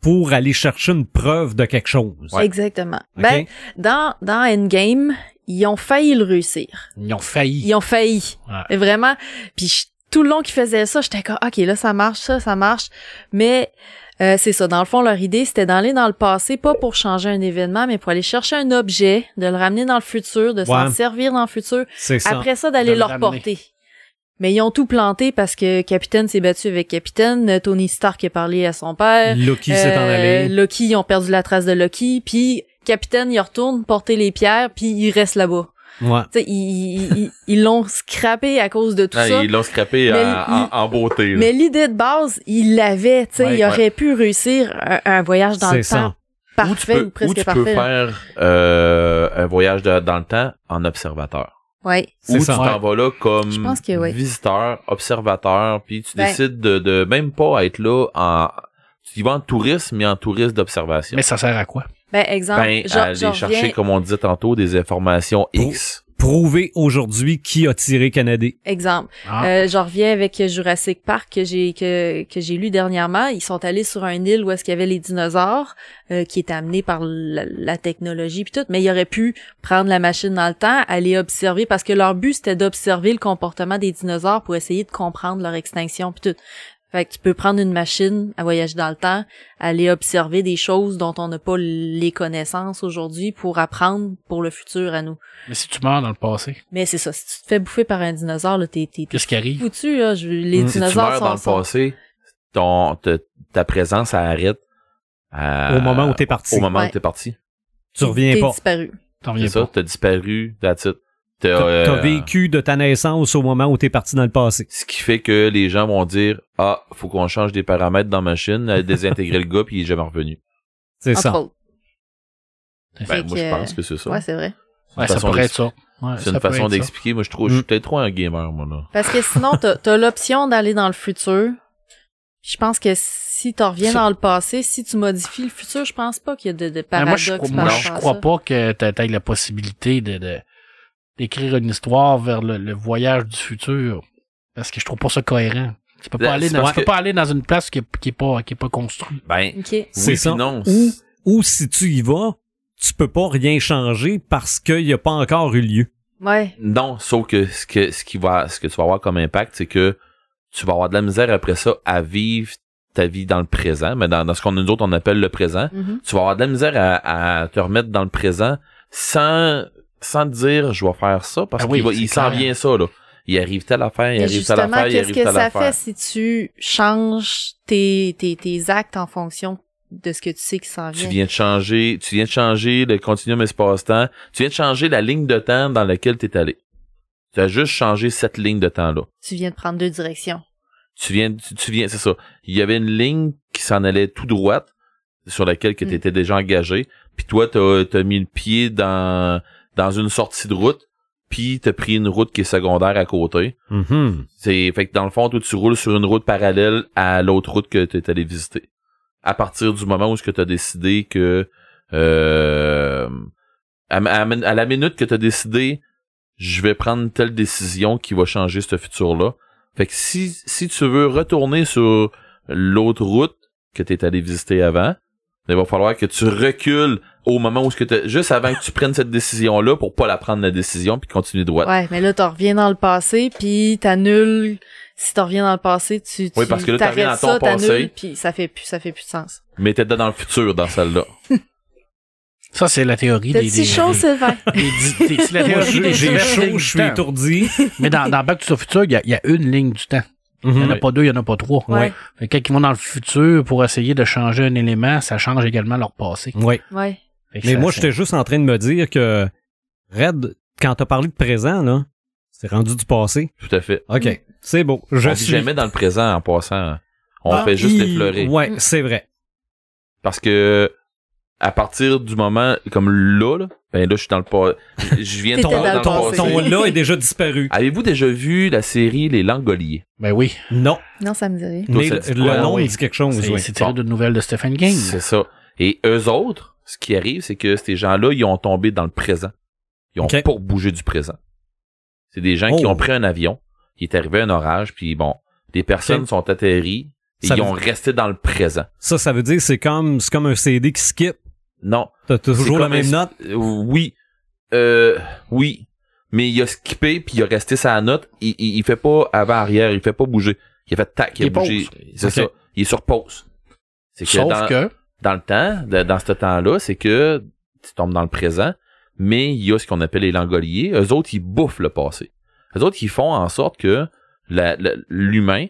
[SPEAKER 2] pour aller chercher une preuve de quelque chose.
[SPEAKER 4] Exactement.
[SPEAKER 2] OK?
[SPEAKER 4] Ben, dans, dans Endgame, ils ont failli le réussir.
[SPEAKER 5] Ils ont failli.
[SPEAKER 4] Ils ont failli.
[SPEAKER 5] Ouais.
[SPEAKER 4] Et Vraiment. Puis je- tout le long qu'ils faisaient ça, j'étais comme, OK, là, ça marche, ça, ça marche. Mais euh, c'est ça. Dans le fond, leur idée, c'était d'aller dans le passé, pas pour changer un événement, mais pour aller chercher un objet, de le ramener dans le futur, de s'en
[SPEAKER 2] Ouais.
[SPEAKER 4] servir dans le futur.
[SPEAKER 2] c'est ça.
[SPEAKER 4] Après ça, d'aller
[SPEAKER 5] De le
[SPEAKER 4] le
[SPEAKER 5] ramener.
[SPEAKER 4] reporter. Mais ils ont tout planté parce que Capitaine s'est battu avec Capitaine, Tony Stark a parlé à son père,
[SPEAKER 2] Loki s'est en
[SPEAKER 4] euh,
[SPEAKER 2] allé.
[SPEAKER 4] Loki, ils ont perdu la trace de Loki, puis Capitaine, il retourne porter les pierres, puis il reste là-bas.
[SPEAKER 2] Ouais.
[SPEAKER 4] Tu sais, ils- ils ils- ils l'ont scrappé à cause de tout
[SPEAKER 3] Ah,
[SPEAKER 4] ça.
[SPEAKER 3] ils l'ont scrappé
[SPEAKER 4] Mais
[SPEAKER 3] en,
[SPEAKER 4] il-
[SPEAKER 3] en- en beauté. là.
[SPEAKER 4] Mais l'idée de base, il l'avait, tu sais,
[SPEAKER 3] Ouais,
[SPEAKER 4] il
[SPEAKER 3] ouais.
[SPEAKER 4] aurait pu réussir un, un voyage dans
[SPEAKER 2] C'est
[SPEAKER 4] le
[SPEAKER 2] ça.
[SPEAKER 4] temps parfait
[SPEAKER 3] Ou tu peux,
[SPEAKER 4] ou,
[SPEAKER 3] ou
[SPEAKER 4] presque
[SPEAKER 3] tu peux
[SPEAKER 4] parfait.
[SPEAKER 3] faire euh, un voyage de- dans le temps en observateur.
[SPEAKER 4] Ouais.
[SPEAKER 2] C'est
[SPEAKER 3] Ou
[SPEAKER 2] ça.
[SPEAKER 3] tu t'en vas là comme
[SPEAKER 4] Je pense que oui.
[SPEAKER 3] visiteur, observateur, puis tu
[SPEAKER 4] Ben.
[SPEAKER 3] décides de, de même pas être là en... Tu y vas en tourisme, mais en tourisme d'observation.
[SPEAKER 5] Mais ça sert à quoi?
[SPEAKER 4] Ben exemple,
[SPEAKER 3] Ben,
[SPEAKER 4] je-
[SPEAKER 3] aller
[SPEAKER 4] je
[SPEAKER 3] chercher,
[SPEAKER 4] reviens-
[SPEAKER 3] comme on disait tantôt, des informations X.
[SPEAKER 2] Prouver aujourd'hui qui a tiré Canadé.
[SPEAKER 4] exemple.
[SPEAKER 5] Ah,
[SPEAKER 4] Euh, J'en reviens avec Jurassic Park que j'ai que, que j'ai lu dernièrement. Ils sont allés sur un île où est-ce qu'il y avait les dinosaures, euh, qui est amené par la, la technologie puis tout. Mais ils auraient pu prendre la machine dans le temps, aller observer parce que leur but c'était d'observer le comportement des dinosaures pour essayer de comprendre leur extinction puis tout. Fait que tu peux prendre une machine à voyager dans le temps, aller observer des choses dont on n'a pas les connaissances aujourd'hui pour apprendre pour le futur à nous.
[SPEAKER 5] mais si tu meurs dans le passé,
[SPEAKER 4] Mais c'est ça, si tu te fais bouffer par un dinosaure, là, t'es, t'es, t'es
[SPEAKER 5] qu'est-ce qui arrive?
[SPEAKER 4] foutu, là. Je, les
[SPEAKER 2] Mm.
[SPEAKER 3] Si tu
[SPEAKER 4] dinosaures
[SPEAKER 3] meurs
[SPEAKER 4] sont,
[SPEAKER 3] dans le
[SPEAKER 4] sont-
[SPEAKER 3] passé, ton, te- ta présence elle arrête à-
[SPEAKER 2] au moment où t'es parti.
[SPEAKER 3] Euh, au moment
[SPEAKER 4] Ouais.
[SPEAKER 3] où t'es parti.
[SPEAKER 2] Tu reviens
[SPEAKER 4] t'es
[SPEAKER 2] pas.
[SPEAKER 4] disparu.
[SPEAKER 3] C'est
[SPEAKER 5] T'en reviens
[SPEAKER 3] ça,
[SPEAKER 5] pas.
[SPEAKER 3] t'as disparu, that's it. T'as,
[SPEAKER 2] T'as t'as
[SPEAKER 3] euh,
[SPEAKER 2] vécu de ta naissance au moment où t'es parti dans le passé.
[SPEAKER 3] Ce qui fait que les gens vont dire Ah, faut qu'on change des paramètres dans ma machine, euh, désintégrer le gars, puis il est jamais revenu.
[SPEAKER 2] C'est
[SPEAKER 4] Entre
[SPEAKER 2] ça.
[SPEAKER 4] autres. Fait
[SPEAKER 3] Ben, moi,
[SPEAKER 4] que-
[SPEAKER 3] je pense que c'est ça.
[SPEAKER 4] Ouais, c'est vrai.
[SPEAKER 3] C'est une
[SPEAKER 5] Ouais, ça
[SPEAKER 3] façon
[SPEAKER 5] pourrait être
[SPEAKER 3] d'ex-
[SPEAKER 5] ça. Ouais,
[SPEAKER 3] C'est
[SPEAKER 5] ça
[SPEAKER 3] une
[SPEAKER 5] pourrait
[SPEAKER 3] façon
[SPEAKER 5] être ça.
[SPEAKER 3] d'expliquer. Moi, je trouve, je suis
[SPEAKER 2] Mm.
[SPEAKER 3] peut-être trop un gamer, moi, là.
[SPEAKER 4] Parce que sinon, t'as, t'as l'option d'aller dans le futur. Je pense que si t'en reviens
[SPEAKER 5] Ça-
[SPEAKER 4] dans le passé, si tu modifies le futur, je pense pas qu'il y a de, de
[SPEAKER 5] Mais moi,
[SPEAKER 4] paradoxe
[SPEAKER 5] je, crois-
[SPEAKER 4] par
[SPEAKER 5] moi, je
[SPEAKER 4] rapport à
[SPEAKER 5] crois
[SPEAKER 4] ça.
[SPEAKER 5] pas que t'a- t'aies la possibilité de, de- d'écrire une histoire vers le, le voyage du futur. Parce que je trouve pas ça cohérent. Tu peux
[SPEAKER 3] Là,
[SPEAKER 5] pas, aller
[SPEAKER 3] Ben, c'est
[SPEAKER 5] dans,
[SPEAKER 3] parce
[SPEAKER 5] tu peux
[SPEAKER 3] que-
[SPEAKER 5] pas aller dans une place qui, est- qui est pas, qui est pas construite.
[SPEAKER 3] Ben,
[SPEAKER 4] Ok.
[SPEAKER 2] C'est
[SPEAKER 3] oui,
[SPEAKER 2] ça.
[SPEAKER 3] puis non.
[SPEAKER 2] Ou-
[SPEAKER 3] c'est-
[SPEAKER 2] Ou si tu y vas, tu peux pas rien changer parce qu'il n'y a pas encore eu lieu.
[SPEAKER 4] Ouais.
[SPEAKER 3] Non, sauf que ce que, ce qui va, ce que tu vas avoir comme impact, c'est que tu vas avoir de la misère après ça à vivre ta vie dans le présent, mais dans, dans ce qu'on, nous autres, on appelle le présent.
[SPEAKER 4] Mhm.
[SPEAKER 3] tu vas avoir de la misère à, à te remettre dans le présent sans sans te dire je vais faire ça parce
[SPEAKER 5] Ah oui,
[SPEAKER 3] qu'il va-
[SPEAKER 5] c'est
[SPEAKER 3] il s'en
[SPEAKER 5] clair.
[SPEAKER 3] vient ça là. Il arrive telle affaire, il
[SPEAKER 4] Mais
[SPEAKER 3] arrive telle
[SPEAKER 4] justement,
[SPEAKER 3] affaire, il
[SPEAKER 4] qu'est-ce
[SPEAKER 3] arrive
[SPEAKER 4] que
[SPEAKER 3] telle
[SPEAKER 4] ça fait
[SPEAKER 3] affaire.
[SPEAKER 4] si tu changes tes, tes, tes actes en fonction de ce que tu sais qui s'en
[SPEAKER 3] Tu
[SPEAKER 4] vient?
[SPEAKER 3] viens de changer, tu viens de changer le continuum espace-temps, tu viens de changer la ligne de temps dans laquelle tu es allé. Tu as juste changé cette ligne de temps là.
[SPEAKER 4] Tu viens de prendre deux directions.
[SPEAKER 3] tu viens, tu, tu viens, c'est ça. Il y avait une ligne qui s'en allait tout droite, sur laquelle que
[SPEAKER 4] Mm.
[SPEAKER 3] t'étais déjà engagé, puis toi, t'as as mis le pied dans, dans une sortie de route, puis t'as pris une route qui est secondaire à côté.
[SPEAKER 2] Mhm.
[SPEAKER 3] C'est, fait que dans le fond, toi, tu roules sur une route parallèle à l'autre route que t'es allé visiter. À partir du moment où est-ce que t'as décidé que, euh, à, ma- à ma- à la minute que t'as décidé, je vais prendre telle décision qui va changer ce futur-là, fait que si, si tu veux retourner sur l'autre route que tu es allé visiter avant, il va falloir que tu recules au moment où ce que t'as- juste avant que tu prennes cette décision là pour pas la prendre la décision puis continuer droit.
[SPEAKER 4] Ouais, mais là, t'en reviens dans le passé, puis t'annules. Si t'en reviens dans le passé, tu, tu
[SPEAKER 3] Oui, parce que là, t'en reviens
[SPEAKER 4] t'arrêtes
[SPEAKER 3] dans ton
[SPEAKER 4] ça, t'annules,
[SPEAKER 3] passé.
[SPEAKER 4] puis ça fait plus, ça fait plus de sens.
[SPEAKER 3] Mais t'es dedans dans le futur dans celle-là.
[SPEAKER 5] Ça, c'est la théorie des...
[SPEAKER 4] T'as-tu
[SPEAKER 5] des-
[SPEAKER 4] chaud, Sylvain?
[SPEAKER 5] des- des- des- c'est la
[SPEAKER 2] Moi,
[SPEAKER 5] théorie
[SPEAKER 2] j'ai
[SPEAKER 5] des
[SPEAKER 2] j'ai
[SPEAKER 5] diverses lignes
[SPEAKER 2] chaud,
[SPEAKER 5] du
[SPEAKER 2] je suis
[SPEAKER 5] temps.
[SPEAKER 2] étourdi.
[SPEAKER 5] Mais dans, dans Back to the Future, il y, a- il y a une ligne du temps. Il n'y en a
[SPEAKER 3] Oui.
[SPEAKER 5] pas deux, il n'y en a pas trois.
[SPEAKER 4] Ouais.
[SPEAKER 5] Fait que quand ils vont dans le futur pour essayer de changer un élément, ça change également leur passé.
[SPEAKER 2] Mhm. Oui.
[SPEAKER 4] Ouais.
[SPEAKER 5] Fait que
[SPEAKER 2] Mais
[SPEAKER 5] ça-
[SPEAKER 2] moi,
[SPEAKER 5] ça-
[SPEAKER 2] j'étais juste en train de me dire que, Red, quand t'as parlé de présent, là, c'est rendu du passé.
[SPEAKER 3] Tout à fait.
[SPEAKER 2] OK.
[SPEAKER 4] Mm.
[SPEAKER 2] C'est beau. Je
[SPEAKER 3] on vit
[SPEAKER 2] suis.
[SPEAKER 3] jamais dans le présent en passant. On
[SPEAKER 2] Ah,
[SPEAKER 3] fait juste
[SPEAKER 2] hi-
[SPEAKER 3] l'effleurer.
[SPEAKER 2] Ouais, c'est vrai.
[SPEAKER 3] Parce que à partir du moment comme là, là, ben là je suis dans le pas. Je viens de
[SPEAKER 4] T'étais
[SPEAKER 2] Ton,
[SPEAKER 3] tomber
[SPEAKER 4] dans le
[SPEAKER 2] ton,
[SPEAKER 4] passé.
[SPEAKER 2] ton là est déjà disparu.
[SPEAKER 3] Avez-vous déjà vu la série Les Langoliers?
[SPEAKER 5] Ben oui.
[SPEAKER 2] Non,
[SPEAKER 4] Non, ça me dit rien.
[SPEAKER 2] mais
[SPEAKER 3] ça
[SPEAKER 2] le,
[SPEAKER 3] dit
[SPEAKER 2] le
[SPEAKER 3] quoi?
[SPEAKER 2] nom
[SPEAKER 5] Ah Oui.
[SPEAKER 2] dit quelque chose.
[SPEAKER 5] C'est
[SPEAKER 2] oui.
[SPEAKER 5] c'est tiré d'une nouvelle de Stephen King.
[SPEAKER 3] C'est ça. Et eux autres, ce qui arrive, c'est que ces gens-là, ils ont tombé dans le présent. Ils ont
[SPEAKER 2] Ok.
[SPEAKER 3] pas bougé du présent. C'est des gens qui
[SPEAKER 2] Oh.
[SPEAKER 3] ont pris un avion, il est arrivé un orage, puis bon, des personnes
[SPEAKER 2] Ok.
[SPEAKER 3] sont atterries et
[SPEAKER 2] Ça
[SPEAKER 3] ils
[SPEAKER 2] veut-
[SPEAKER 3] ont resté dans le présent.
[SPEAKER 2] Ça, ça veut dire c'est comme c'est comme un CD qui skip.
[SPEAKER 3] Non.
[SPEAKER 2] T'as toujours
[SPEAKER 3] C'est
[SPEAKER 2] la
[SPEAKER 3] comme
[SPEAKER 2] même
[SPEAKER 3] un-
[SPEAKER 2] note.
[SPEAKER 3] Euh, Oui. Euh, oui. Mais il a skippé, puis il a resté sa note. Il, il, il fait pas avant-arrière, il fait pas bouger. Il a fait tac, il,
[SPEAKER 5] Il
[SPEAKER 3] a bougé.
[SPEAKER 5] pause.
[SPEAKER 3] C'est
[SPEAKER 2] Ok.
[SPEAKER 3] ça. Il est sur pause. C'est que
[SPEAKER 5] Sauf
[SPEAKER 3] dans-
[SPEAKER 5] que,
[SPEAKER 3] dans le temps, de- dans ce temps-là, c'est que tu tombes dans le présent, mais il y a ce qu'on appelle les langoliers. Eux autres, ils bouffent le passé. Eux autres, ils font en sorte que la- la- l'humain,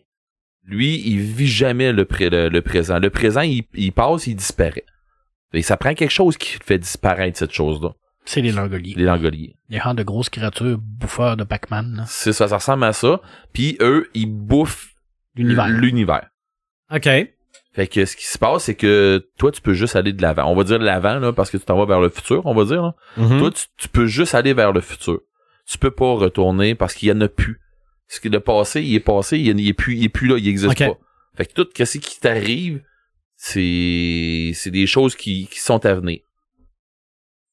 [SPEAKER 3] lui, il vit jamais le, pré- le, le présent. Le présent, il, il passe, il disparaît. Et ça prend quelque chose qui fait disparaître cette chose-là,
[SPEAKER 5] c'est les Langoliers.
[SPEAKER 3] les langoliers.
[SPEAKER 5] Les gens de grosses créatures bouffeurs de Pac-Man. là.
[SPEAKER 3] C'est ça, ça ressemble à ça. Puis eux, ils bouffent
[SPEAKER 5] L'univers.
[SPEAKER 3] l'univers.
[SPEAKER 2] OK.
[SPEAKER 3] Fait que ce qui se passe, c'est que toi, tu peux juste aller de l'avant. On va dire de l'avant, là, parce que tu t'en vas vers le futur, on va dire, là.
[SPEAKER 5] Hmm?
[SPEAKER 2] Mhm.
[SPEAKER 3] Toi, tu, tu peux juste aller vers le futur. Tu peux pas retourner parce qu'il y en a plus. Ce qui le passé, il est passé, il, y en- il est plus, il est plus là, il existe
[SPEAKER 2] Ok.
[SPEAKER 3] pas. Fait que tout ce qui t'arrive, c'est, c'est des choses qui, qui sont à venir.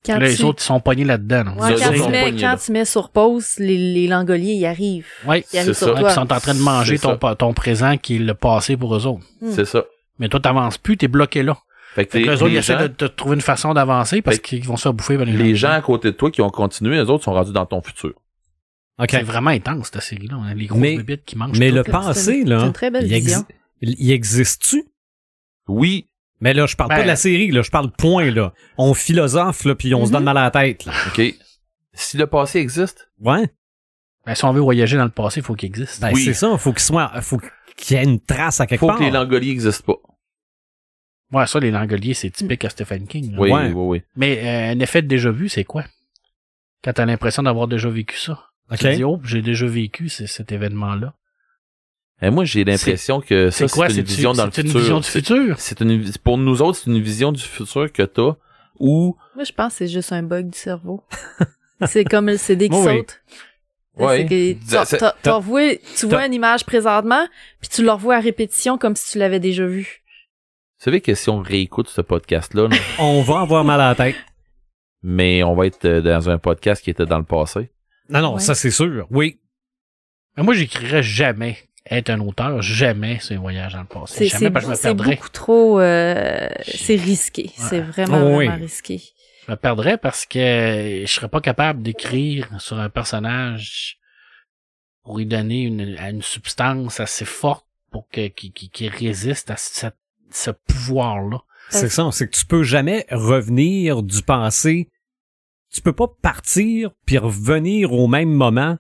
[SPEAKER 4] Quand
[SPEAKER 5] Là, les
[SPEAKER 4] tu,
[SPEAKER 5] autres, ils sont pognés là-dedans. là.
[SPEAKER 4] Ouais,
[SPEAKER 3] les
[SPEAKER 4] quand
[SPEAKER 3] autres
[SPEAKER 4] tu
[SPEAKER 3] sont
[SPEAKER 4] mets,
[SPEAKER 3] pognés,
[SPEAKER 4] quand
[SPEAKER 3] là.
[SPEAKER 4] tu mets sur pause, les, les langoliers y arrivent.
[SPEAKER 5] Ouais.
[SPEAKER 4] Ils arrivent
[SPEAKER 3] C'est ça.
[SPEAKER 4] sur
[SPEAKER 5] Ouais, puis
[SPEAKER 4] toi.
[SPEAKER 5] ils sont en train de manger
[SPEAKER 3] C'est
[SPEAKER 5] ton,
[SPEAKER 3] ça.
[SPEAKER 5] pa- ton présent qui est le passé pour eux autres.
[SPEAKER 4] Hmm.
[SPEAKER 3] C'est ça.
[SPEAKER 5] Mais toi, t'avances plus, t'es bloqué là.
[SPEAKER 3] Fait que,
[SPEAKER 5] Fait que
[SPEAKER 3] les,
[SPEAKER 5] eux autres, ils
[SPEAKER 3] les
[SPEAKER 5] essaient
[SPEAKER 3] gens,
[SPEAKER 5] de te trouver une façon d'avancer parce
[SPEAKER 3] Fait-
[SPEAKER 5] qu'ils vont se faire bouffer par les,
[SPEAKER 3] les gens à côté de toi qui ont continué, les autres sont rendus dans ton futur.
[SPEAKER 2] OK.
[SPEAKER 5] C'est vraiment intense, cette série-là. On a les grosses
[SPEAKER 2] Mais-
[SPEAKER 5] bébites qui mangent
[SPEAKER 2] Mais
[SPEAKER 5] tout.
[SPEAKER 2] le
[SPEAKER 4] C'est
[SPEAKER 2] passé,
[SPEAKER 4] une- C'est
[SPEAKER 2] là,
[SPEAKER 4] une très belle
[SPEAKER 2] il,
[SPEAKER 4] vision.
[SPEAKER 2] exi- il- il existe-tu?
[SPEAKER 3] Oui,
[SPEAKER 2] Mais là, je parle
[SPEAKER 5] Ben-
[SPEAKER 2] pas de la série, là, je parle point, là. On philosophe, là, puis on se
[SPEAKER 4] Mhm.
[SPEAKER 2] donne mal à la tête, là.
[SPEAKER 3] ok. Si le passé existe,
[SPEAKER 2] Ouais.
[SPEAKER 5] Ben, si on veut voyager dans le passé, il faut qu'il existe.
[SPEAKER 2] Ben,
[SPEAKER 3] Oui.
[SPEAKER 2] c'est ça. Faut qu'il soit, faut qu'il y ait une trace à quelque
[SPEAKER 3] faut
[SPEAKER 2] part.
[SPEAKER 3] que les langoliers existent pas.
[SPEAKER 5] Ouais, ça, les langoliers, c'est typique à Stephen King. là.
[SPEAKER 3] Oui,
[SPEAKER 2] Ouais.
[SPEAKER 3] oui, oui.
[SPEAKER 5] Mais euh, un effet de déjà vu, c'est quoi? Quand t'as l'impression d'avoir déjà vécu ça.
[SPEAKER 2] OK.
[SPEAKER 5] Tu te dis, oh, j'ai déjà vécu c- cet événement-là.
[SPEAKER 3] Et moi, j'ai l'impression que ça,
[SPEAKER 5] C'est
[SPEAKER 3] c'est
[SPEAKER 5] quoi?
[SPEAKER 3] une
[SPEAKER 5] C'est-tu-
[SPEAKER 3] vision dans le
[SPEAKER 5] c'est
[SPEAKER 3] futur.
[SPEAKER 5] une vision du
[SPEAKER 3] C'est-
[SPEAKER 5] futur.
[SPEAKER 3] c'est une, pour nous autres, c'est une vision du futur que t'as où
[SPEAKER 4] Moi, je pense que c'est juste un bug du cerveau. c'est comme le CD qui
[SPEAKER 2] Oui, oui.
[SPEAKER 4] saute.
[SPEAKER 3] Ouais.
[SPEAKER 4] C'est que t'as-
[SPEAKER 3] Ça-
[SPEAKER 4] t'as- t'as
[SPEAKER 2] t'as-
[SPEAKER 4] revu- tu vois
[SPEAKER 2] t'as-
[SPEAKER 4] une image présentement, puis tu la revois à répétition comme si tu l'avais déjà vue.
[SPEAKER 3] Vous savez que si on réécoute ce podcast-là, là,
[SPEAKER 2] On va avoir mal à la tête.
[SPEAKER 3] mais on va être euh, dans un podcast qui était dans le passé.
[SPEAKER 2] Non, non,
[SPEAKER 4] Ouais.
[SPEAKER 2] ça, c'est sûr. Oui.
[SPEAKER 5] Mais moi, j'écrirais jamais être un auteur, jamais sur un voyage dans le passé.
[SPEAKER 4] C'est
[SPEAKER 5] Jamais
[SPEAKER 4] c'est
[SPEAKER 5] parce que je me
[SPEAKER 4] c'est
[SPEAKER 5] perdrais.
[SPEAKER 4] beaucoup trop... euh, c'est risqué. C'est vraiment,
[SPEAKER 2] Oh, oui.
[SPEAKER 4] vraiment risqué.
[SPEAKER 5] Je me perdrais parce que je serais pas capable d'écrire sur un personnage pour lui donner une, à une substance assez forte pour que qui, qui, qui résiste à cette- ce pouvoir-là.
[SPEAKER 2] C'est ça. C'est que tu peux jamais revenir du passé. tu peux pas partir puis revenir au même moment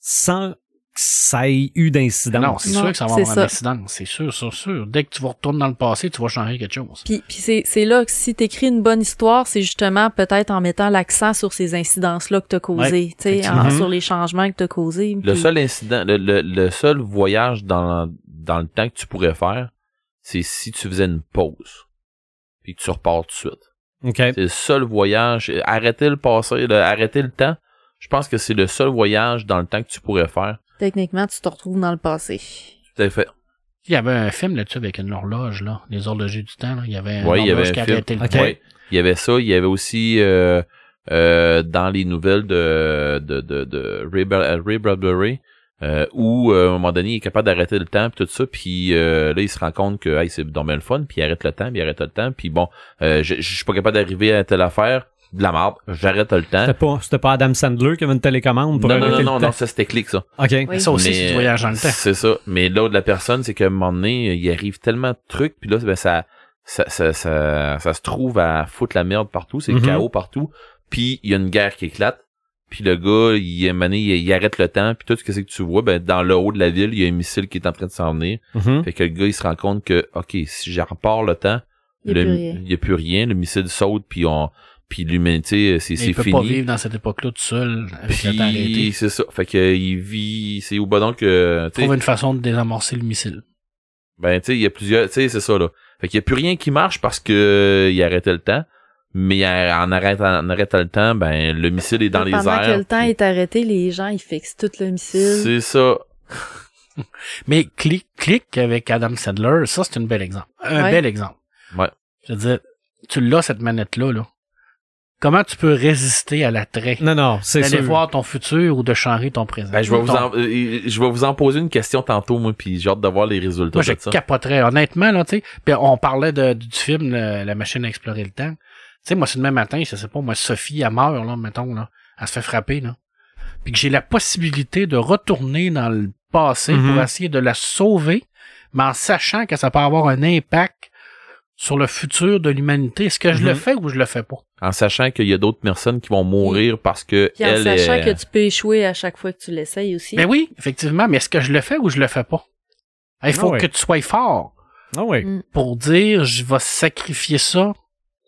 [SPEAKER 2] sans que ça ait eu d'incidence.
[SPEAKER 5] Non, c'est
[SPEAKER 4] Non,
[SPEAKER 5] sûr que ça va
[SPEAKER 4] c'est
[SPEAKER 5] avoir un
[SPEAKER 4] ça.
[SPEAKER 5] accident. C'est sûr, sûr, sûr. Dès que tu vas retourner dans le passé, tu vas changer quelque chose.
[SPEAKER 4] Puis, puis c'est, c'est là que si t'écris une bonne histoire, c'est justement peut-être en mettant l'accent sur ces incidences-là que t'as causé, tu sais, en-
[SPEAKER 5] effectivement.
[SPEAKER 4] sur les changements que t'as causés.
[SPEAKER 3] Le
[SPEAKER 4] puis-
[SPEAKER 3] seul incident, le, le- le seul voyage dans, dans le temps que tu pourrais faire, c'est si tu faisais une pause. Puis que tu repars tout de suite.
[SPEAKER 2] OK.
[SPEAKER 3] C'est le seul voyage. Arrêter le passé, le- arrêter le temps, je pense que c'est le seul voyage dans le temps que tu pourrais faire.
[SPEAKER 4] Techniquement, tu te retrouves dans le passé.
[SPEAKER 3] Tout à fait.
[SPEAKER 5] Il y avait un film là-dessus avec une horloge, là. Les horlogers du temps, là. Il y avait une
[SPEAKER 3] Ouais, il y
[SPEAKER 5] horloge
[SPEAKER 3] avait un
[SPEAKER 5] Euh, qui
[SPEAKER 3] film.
[SPEAKER 5] arrêtait le
[SPEAKER 2] Ok.
[SPEAKER 5] temps.
[SPEAKER 3] Ouais. Il y avait ça. Il y avait aussi euh, euh, dans les nouvelles de, de, de, de Ray, Bra- euh, Ray Bradbury euh, où euh, à un moment donné il est capable d'arrêter le temps puis tout ça puis euh, là il se rend compte que hey, c'est dans le fun puis il arrête le temps puis il arrête le temps puis bon euh, je je suis pas capable d'arriver à telle affaire de la merde j'arrête le temps
[SPEAKER 2] C'était pas, c'était pas Adam Sandler qui avait une télécommande
[SPEAKER 3] non
[SPEAKER 2] pour
[SPEAKER 3] non
[SPEAKER 2] arrêter
[SPEAKER 3] non
[SPEAKER 2] le
[SPEAKER 3] non,
[SPEAKER 2] temps.
[SPEAKER 3] non, ça c'était clic ça
[SPEAKER 2] OK.
[SPEAKER 4] Oui.
[SPEAKER 5] Ça aussi,
[SPEAKER 3] Mais,
[SPEAKER 5] c'est du voyage dans le temps.
[SPEAKER 3] C'est ça. Mais l'autre de la personne, c'est qu'à un moment donné, il arrive tellement de trucs, puis là, ben, ça, ça, ça, ça, ça se trouve à foutre la merde partout, c'est
[SPEAKER 5] Mm-hmm.
[SPEAKER 2] Mhm.
[SPEAKER 3] le chaos partout, puis il y a une guerre qui éclate, puis le gars, il, à un moment donné, il, il arrête le temps, puis tout ce que c'est que tu vois, ben, dans le haut de la ville, il y a un missile qui est en train de s'en venir.
[SPEAKER 2] Mhm.
[SPEAKER 3] Fait que le gars, il se rend compte que, OK, si j'en repars le temps,
[SPEAKER 4] Il y a
[SPEAKER 3] le-
[SPEAKER 4] plus rien.
[SPEAKER 3] il y a plus rien, le missile saute, puis on... Puis l'humanité, c'est
[SPEAKER 5] Mais il
[SPEAKER 3] c'est
[SPEAKER 5] peut
[SPEAKER 3] fini.
[SPEAKER 5] pas vivre dans cette époque-là tout seul avec le temps
[SPEAKER 3] Puis
[SPEAKER 5] arrêté.
[SPEAKER 3] c'est ça. Fait que euh, il vit. C'est au bas donc que. tu sais,
[SPEAKER 5] Trouve une façon de désamorcer le missile.
[SPEAKER 3] Ben, tu sais, il y a plusieurs, tu sais, c'est ça, là. Fait qu'il y a plus rien qui marche parce que euh, il arrêtait le temps. Mais en, en arrêtant, en arrêtant le temps, ben, le missile est dans les
[SPEAKER 4] Pendant que
[SPEAKER 3] airs.
[SPEAKER 4] le temps est arrêté, les gens, ils fixent tout le missile.
[SPEAKER 3] C'est ça.
[SPEAKER 5] Mais clic, clic avec Adam Sadler, ça, c'est un bel exemple. Un
[SPEAKER 4] Ouais.
[SPEAKER 5] bel exemple.
[SPEAKER 3] Ouais.
[SPEAKER 5] Je veux dire, tu l'as, cette manette-là, là. Comment tu peux résister à l'attrait
[SPEAKER 2] Non, non, c'est
[SPEAKER 5] d'aller
[SPEAKER 2] sûr.
[SPEAKER 5] voir ton futur ou de changer ton présent?
[SPEAKER 3] Ben, je vais vous
[SPEAKER 5] Ton-
[SPEAKER 3] en, euh, je vais vous en poser une question tantôt, moi, puis j'ai hâte de voir les résultats
[SPEAKER 5] Moi, je
[SPEAKER 3] de ça.
[SPEAKER 5] capoterais. Honnêtement, là, tu sais, puis on parlait de- du film le- La machine à explorer le temps. Tu sais, moi, si demain matin, je sais pas, moi, Sophie, elle meurt, là, mettons, là, elle se fait frapper, là, puis que j'ai la possibilité de retourner dans le passé
[SPEAKER 2] Mhm.
[SPEAKER 5] pour essayer de la sauver, mais en sachant que ça peut avoir un impact sur le futur de l'humanité. Est-ce que je le
[SPEAKER 2] Mm-hmm.
[SPEAKER 3] Mhm.
[SPEAKER 5] fais ou je le fais pas?
[SPEAKER 3] En sachant qu'il y a d'autres personnes qui vont mourir parce que
[SPEAKER 4] Puis en
[SPEAKER 3] elle
[SPEAKER 4] sachant
[SPEAKER 3] est...
[SPEAKER 4] que tu peux échouer à chaque fois que tu l'essayes aussi.
[SPEAKER 5] Ben oui, effectivement, mais est-ce que je le fais ou je le fais pas? Il faut
[SPEAKER 2] Ah ouais.
[SPEAKER 5] que tu sois fort.
[SPEAKER 2] Ah oui.
[SPEAKER 5] pour dire je vais sacrifier ça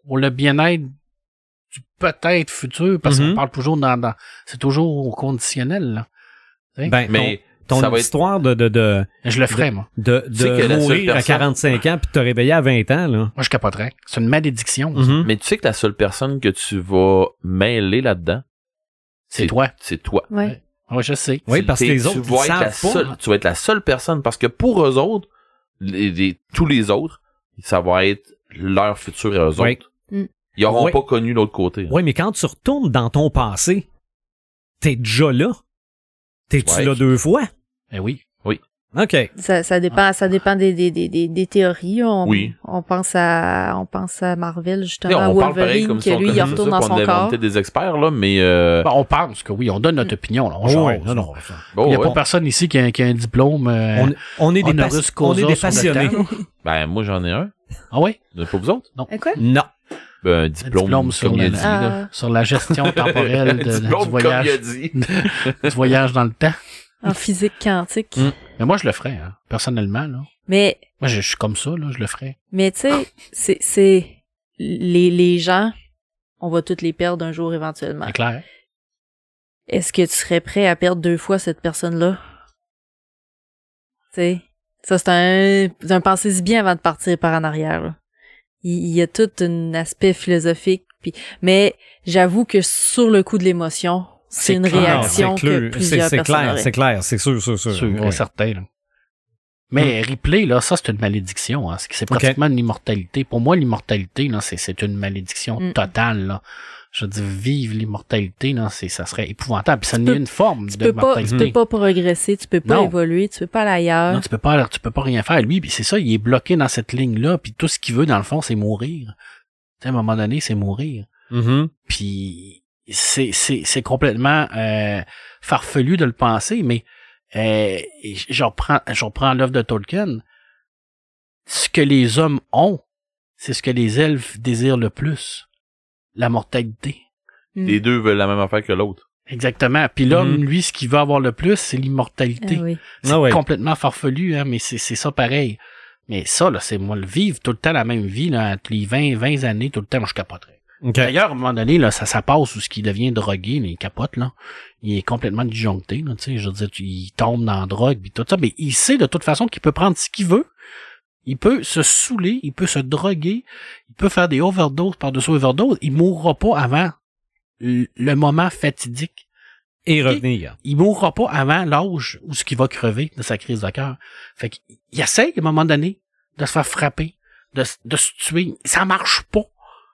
[SPEAKER 5] pour le bien-être du peut-être futur parce
[SPEAKER 2] Mhm.
[SPEAKER 5] qu'on parle toujours dans, dans- c'est toujours au conditionnel là.
[SPEAKER 4] Mm.
[SPEAKER 2] Ben,
[SPEAKER 3] Mais
[SPEAKER 2] ton,
[SPEAKER 3] ça
[SPEAKER 2] ton
[SPEAKER 3] va être-
[SPEAKER 2] histoire de, de, de,
[SPEAKER 5] je le ferais moi
[SPEAKER 2] de,
[SPEAKER 3] Tu sais que la
[SPEAKER 2] de
[SPEAKER 3] seule
[SPEAKER 2] mourir à
[SPEAKER 3] personne-
[SPEAKER 2] 45 ans puis de te réveiller à 20 ans, là.
[SPEAKER 5] moi je capoterais c'est une malédiction
[SPEAKER 2] Mhm.
[SPEAKER 3] Mais tu sais que la seule personne que tu vas mêler là-dedans,
[SPEAKER 5] c'est toi Ah
[SPEAKER 3] c'est toi.
[SPEAKER 4] Ouais.
[SPEAKER 5] ouais je sais
[SPEAKER 2] Oui,
[SPEAKER 3] Tu-
[SPEAKER 2] parce que
[SPEAKER 3] t'es-
[SPEAKER 2] les autres,
[SPEAKER 3] tu vas
[SPEAKER 2] ils
[SPEAKER 3] être la
[SPEAKER 2] savent pas. hein.
[SPEAKER 3] seule- tu vas être la seule personne parce que pour eux autres, les, les- tous les autres, ça va être leur futur à eux
[SPEAKER 2] Oui.
[SPEAKER 3] autres.
[SPEAKER 4] Mm.
[SPEAKER 3] Ils auront
[SPEAKER 2] Oui.
[SPEAKER 3] pas connu l'autre côté. hein.
[SPEAKER 2] Oui, mais quand tu retournes dans ton passé, t'es déjà là. T'es-tu
[SPEAKER 3] Ouais.
[SPEAKER 2] là deux fois?
[SPEAKER 5] ben oui
[SPEAKER 2] OK.
[SPEAKER 4] Ça, ça dépend, ça dépend des, des, des, des, des théories. On,
[SPEAKER 3] Oui.
[SPEAKER 4] on pense à, on pense à Marvel,
[SPEAKER 3] Tu sais,
[SPEAKER 4] justement, à
[SPEAKER 3] on parle pareil
[SPEAKER 4] Wolverine,
[SPEAKER 3] comme
[SPEAKER 4] que
[SPEAKER 3] si on
[SPEAKER 4] lui, il
[SPEAKER 3] connaissait
[SPEAKER 4] retourne
[SPEAKER 3] ça,
[SPEAKER 4] dans
[SPEAKER 3] puis on
[SPEAKER 4] son
[SPEAKER 3] devait
[SPEAKER 4] corps.
[SPEAKER 3] monter des experts, là, mais... euh, Mhm. Oh,
[SPEAKER 5] Ben, on pense que oui on donne notre opinion là, on jase, hein.
[SPEAKER 2] Ouais, non,
[SPEAKER 5] là.
[SPEAKER 2] non.
[SPEAKER 3] bon,
[SPEAKER 5] il n'y a
[SPEAKER 3] Oh, ouais.
[SPEAKER 5] pas personne ici qui a, qui a un diplôme euh,
[SPEAKER 2] On, on est des,
[SPEAKER 5] honoris
[SPEAKER 2] pas- on
[SPEAKER 5] causa
[SPEAKER 2] est des
[SPEAKER 5] sur le
[SPEAKER 2] passionnés.
[SPEAKER 5] temps.
[SPEAKER 3] Ben, moi, j'en ai un.
[SPEAKER 5] ah ouais
[SPEAKER 3] Vous en avez Pas vous autres?
[SPEAKER 4] À quoi?
[SPEAKER 2] Non.
[SPEAKER 3] Ben, un diplôme,
[SPEAKER 5] diplôme sur
[SPEAKER 3] comme il a
[SPEAKER 5] le-
[SPEAKER 3] dit. là.
[SPEAKER 4] Ah,
[SPEAKER 5] sur la gestion temporelle de-
[SPEAKER 3] Un
[SPEAKER 5] du
[SPEAKER 3] diplôme comme il a
[SPEAKER 5] voyage
[SPEAKER 3] dit.
[SPEAKER 5] du voyage dans le temps
[SPEAKER 4] en physique quantique.
[SPEAKER 2] Mm.
[SPEAKER 5] mais moi je le ferais hein, personnellement là
[SPEAKER 4] Mais
[SPEAKER 5] moi je, je suis comme ça là je le ferais
[SPEAKER 4] Mais tu sais, c'est, c'est les, les gens, on va toutes les perdre un jour éventuellement.
[SPEAKER 5] c'est clair
[SPEAKER 4] Est-ce que tu serais prêt à perdre deux fois cette personne-là? Tu sais, ça c'est un, c'est un pensez-y bien avant de partir par en arrière. là. Il, il y a tout un aspect philosophique. Puis, mais j'avoue que sur le coup de l'émotion, c'est,
[SPEAKER 5] C'est
[SPEAKER 4] une
[SPEAKER 5] clair,
[SPEAKER 4] réaction
[SPEAKER 2] c'est clair,
[SPEAKER 4] que plusieurs
[SPEAKER 2] c'est
[SPEAKER 4] personnes
[SPEAKER 2] clair,
[SPEAKER 4] auraient.
[SPEAKER 2] c'est clair, c'est sûr, sûr, sûr.
[SPEAKER 5] sûr, et
[SPEAKER 2] Ouais.
[SPEAKER 5] certain. là. Mais Ripley, là, ça, c'est une malédiction. Hein. C'est c'est
[SPEAKER 2] Ok.
[SPEAKER 5] pratiquement une immortalité. Pour moi, l'immortalité, là, c'est- c'est une malédiction
[SPEAKER 4] Mm.
[SPEAKER 5] totale. Là. Je dis vivre l'immortalité, là, c'est- ça serait épouvantable. Puis ça
[SPEAKER 4] Tu
[SPEAKER 5] n'est
[SPEAKER 4] peux-
[SPEAKER 5] une forme
[SPEAKER 4] Tu
[SPEAKER 5] de
[SPEAKER 4] peux pas, tu
[SPEAKER 5] mortalité.
[SPEAKER 4] peux pas progresser, tu peux pas
[SPEAKER 5] Non.
[SPEAKER 4] évoluer, tu peux pas aller ailleurs.
[SPEAKER 5] Non, tu peux pas, tu peux pas rien faire. Lui, puis c'est ça, il est bloqué dans cette ligne-là. Puis tout ce qu'il veut, dans le fond, c'est mourir. Tu sais, à un moment donné, c'est mourir.
[SPEAKER 2] Mhm.
[SPEAKER 5] Puis c'est c'est c'est complètement euh, farfelu de le penser, mais euh, je reprends je reprends l'œuvre de Tolkien. Ce que les hommes ont, c'est ce que les elfes désirent le plus, la mortalité.
[SPEAKER 4] Mm.
[SPEAKER 3] Les deux veulent la même affaire que l'autre.
[SPEAKER 5] Exactement. Puis l'homme,
[SPEAKER 2] Mhm.
[SPEAKER 5] lui, ce qu'il veut avoir le plus, c'est l'immortalité.
[SPEAKER 4] Ah oui.
[SPEAKER 5] C'est
[SPEAKER 2] Ah ouais.
[SPEAKER 5] complètement farfelu, hein, mais c'est c'est ça pareil. Mais ça, là, c'est moi le vivre tout le temps la même vie, là, entre les 20 20 années, tout le temps, moi, je capoterais.
[SPEAKER 2] OK.
[SPEAKER 5] D'ailleurs, à un moment donné, là, ça, ça passe où ce qui devient drogué, là, il capote, là. Il est complètement disjoncté, là, tu sais, je veux dire, tu- il tombe dans la drogue, puis tout ça, mais il sait de toute façon qu'il peut prendre ce qu'il veut. Il peut se saouler, il peut se droguer, il peut faire des overdoses par-dessus overdoses, il mourra pas avant le le moment fatidique
[SPEAKER 2] Et revenir.
[SPEAKER 5] il mourra pas avant l'âge où ce qui va crever de sa crise de cœur. Fait qu'il essaye, à un moment donné, de se faire frapper, de, s- de se tuer. Ça marche pas.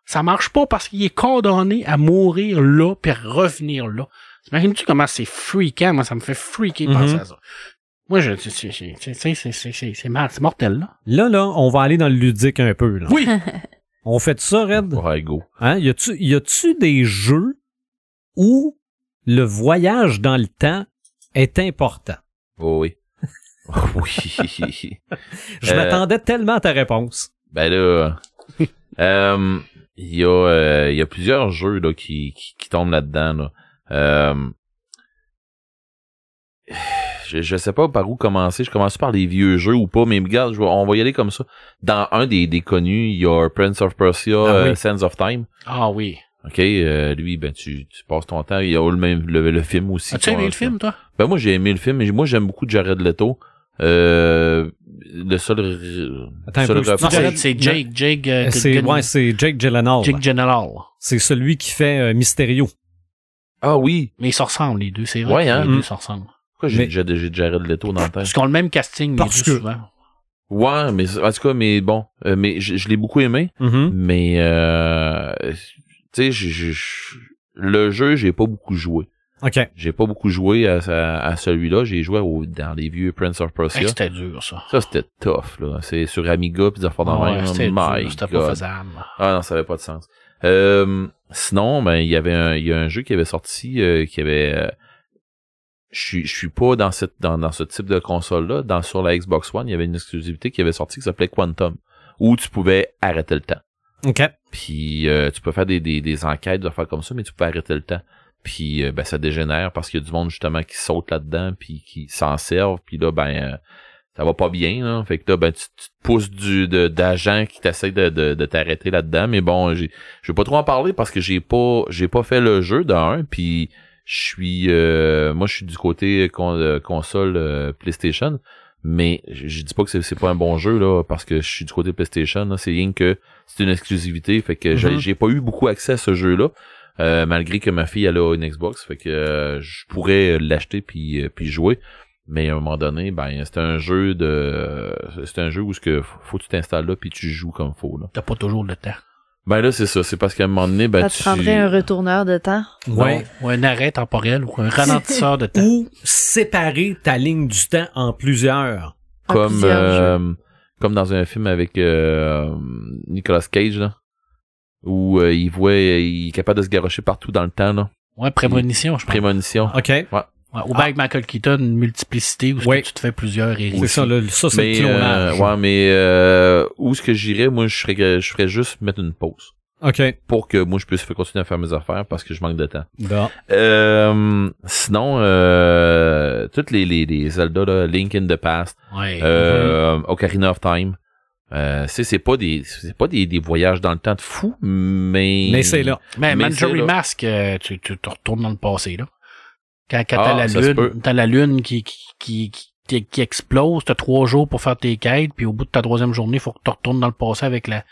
[SPEAKER 5] Ça marche pas parce qu'il est condamné à mourir là puis à revenir là. T'imagines-tu comment c'est freakant? Moi, ça me fait freaker de
[SPEAKER 2] Mhm.
[SPEAKER 5] penser à ça. Moi, je, c'est, c'est, c'est, c'est, c'est, c'est, c'est- c'est mal- c'est mortel, là.
[SPEAKER 2] Là, là, on va aller dans le ludique un peu. Là.
[SPEAKER 5] Oui!
[SPEAKER 2] On fait de ça, Red?
[SPEAKER 3] Ouais, Oh, go.
[SPEAKER 2] Hein? Y a-tu- y a-tu des jeux où le voyage dans le temps est important?
[SPEAKER 3] Oh, oui. Oh, oui.
[SPEAKER 2] Je
[SPEAKER 3] Euh,
[SPEAKER 2] m'attendais tellement à ta réponse.
[SPEAKER 3] Ben là. euh, Il y, a, euh, il y a plusieurs jeux là, qui, qui, qui tombent là-dedans. Là. Euh, je, je sais pas par où commencer. Je commence par les vieux jeux ou pas, mais regarde, je vais- on va y aller comme ça. Dans un des, des connus, il y a Prince of Persia,
[SPEAKER 2] Ah oui.
[SPEAKER 3] euh, Sands of Time.
[SPEAKER 5] Ah oui.
[SPEAKER 3] OK, euh, lui, ben tu, tu passes ton temps. Il y a le même le, le film aussi.
[SPEAKER 5] As-tu aimé
[SPEAKER 3] Qu'on-
[SPEAKER 5] le film, toi?
[SPEAKER 3] Ben moi j'ai aimé le film, mais moi j'aime beaucoup Jared Leto. Euh, le seul r-
[SPEAKER 2] Attends un
[SPEAKER 3] seul
[SPEAKER 2] peu, je-
[SPEAKER 5] Non,
[SPEAKER 3] reproche-
[SPEAKER 5] c'est, c'est Jake, Jake, euh,
[SPEAKER 2] C'est
[SPEAKER 5] Gun-
[SPEAKER 2] ouais, c'est Jake Gyllenhaal.
[SPEAKER 5] Jake General.
[SPEAKER 2] C'est celui qui fait euh, Mysterio.
[SPEAKER 3] Ah oui,
[SPEAKER 5] Mais ils se ressemblent, les deux. C'est vrai
[SPEAKER 3] Ouais,
[SPEAKER 5] que
[SPEAKER 3] hein.
[SPEAKER 5] les deux
[SPEAKER 2] Mm.
[SPEAKER 5] se ressemblent.
[SPEAKER 3] pourquoi j'ai
[SPEAKER 2] Mais-
[SPEAKER 3] déjà j'ai Jared Leto dans le temps
[SPEAKER 5] Parce qu'ils ont le même casting, les
[SPEAKER 2] Parce
[SPEAKER 5] deux,
[SPEAKER 2] que-
[SPEAKER 5] souvent.
[SPEAKER 3] Ouais, mais en tout cas mais bon, euh, mais je, je l'ai beaucoup aimé,
[SPEAKER 2] Mhm.
[SPEAKER 3] mais euh, tu sais je- je- je- le jeu, j'ai pas beaucoup joué.
[SPEAKER 2] OK.
[SPEAKER 3] J'ai pas beaucoup joué à, à, à celui-là, j'ai joué au, dans les vieux Prince of
[SPEAKER 5] Hey,
[SPEAKER 3] Persia.
[SPEAKER 5] c'était dur, ça.
[SPEAKER 3] Ça c'était tough là, c'est sur Amiga puis des affaires dans
[SPEAKER 5] Ouais,
[SPEAKER 3] même.
[SPEAKER 5] c'était
[SPEAKER 3] ben oh My
[SPEAKER 5] dur, c'était
[SPEAKER 3] God.
[SPEAKER 5] pas faisable.
[SPEAKER 3] Ah non, ça avait pas de sens. Euh, sinon, ben il y avait un, il y a un jeu qui avait sorti euh, qui avait euh, je suis je suis pas dans cette dans, dans ce type de console là, dans sur la Xbox One, il y avait une exclusivité qui avait sorti qui s'appelait Quantum où tu pouvais arrêter le temps.
[SPEAKER 2] OK.
[SPEAKER 3] Puis euh, tu peux faire des, des, des enquêtes, des affaires comme ça, mais tu peux arrêter le temps. Puis euh, ben ça dégénère parce qu'il y a du monde justement qui saute là-dedans puis qui s'en servent puis là ben euh, ça va pas bien là. Fait que là ben tu, tu te pousses du de- d'agents qui t'essayent de, de, de t'arrêter là-dedans, mais bon, j'ai je vais pas trop en parler parce que j'ai pas j'ai pas fait le jeu d'un puis je suis euh, moi je suis du côté con- euh, console euh, PlayStation mais je je dis pas que c'est- c'est pas un bon jeu là parce que je suis du côté PlayStation là, c'est rien que c'est une exclusivité fait que j'ai-
[SPEAKER 2] Mhm.
[SPEAKER 3] j'ai pas eu beaucoup accès à ce jeu là malgré que ma fille elle a une Xbox fait que euh, je pourrais l'acheter puis euh, puis jouer mais à un moment donné ben c'est un jeu de c'est un jeu où ce que faut faut que tu t'installes là puis tu joues comme faut là
[SPEAKER 5] T'as pas toujours le temps.
[SPEAKER 3] ben là, c'est ça. C'est parce qu'à un moment donné, ben
[SPEAKER 4] Ça
[SPEAKER 3] tu...
[SPEAKER 4] te prendrait un retourneur de temps.
[SPEAKER 2] Ouais.
[SPEAKER 5] Non, Ou un arrêt temporel, ou un ralentisseur de temps.
[SPEAKER 2] Ou séparer ta ligne du temps en plusieurs.
[SPEAKER 4] à
[SPEAKER 3] comme,
[SPEAKER 4] plusieurs
[SPEAKER 3] euh, comme dans un film avec euh, Nicolas Cage, là, où euh, il voit, il est capable de se garrocher partout dans le temps, là.
[SPEAKER 5] Ouais, prémonition, je pense.
[SPEAKER 3] Prémonition.
[SPEAKER 2] OK.
[SPEAKER 5] Ouais, ou bien avec Michael Keaton, une multiplicité, où ce que
[SPEAKER 2] Ouais.
[SPEAKER 5] tu te fais plusieurs et
[SPEAKER 2] C'est ça, là, ça c'est le
[SPEAKER 3] mais, euh,
[SPEAKER 2] clonage.
[SPEAKER 3] ouais, mais euh, où est-ce que j'irais? Moi, je ferais, je ferais juste mettre une pause
[SPEAKER 2] OK.
[SPEAKER 3] pour que moi, je puisse continuer à faire mes affaires parce que je manque de temps.
[SPEAKER 2] Bon.
[SPEAKER 3] Euh, sinon, euh, toutes les, les, les Zelda, là, Link in the Past,
[SPEAKER 5] Ouais.
[SPEAKER 3] euh, Ocarina of Time. Euh, c'est c'est pas des c'est pas des, des voyages dans le temps de fou, mais
[SPEAKER 2] Mais c'est là.
[SPEAKER 5] mais
[SPEAKER 3] mais
[SPEAKER 5] Manjury
[SPEAKER 3] c'est, là-
[SPEAKER 5] Ben, Mask, euh, tu, tu te retournes dans le passé, là. Quand, quand
[SPEAKER 3] Ah,
[SPEAKER 5] t'as la
[SPEAKER 3] ça se peut.
[SPEAKER 5] lune, t'as la lune qui, qui, qui, qui- qui, qui explose, t'as trois jours pour faire tes quêtes, puis au bout de ta troisième journée, faut que tu retournes dans le passé avec la...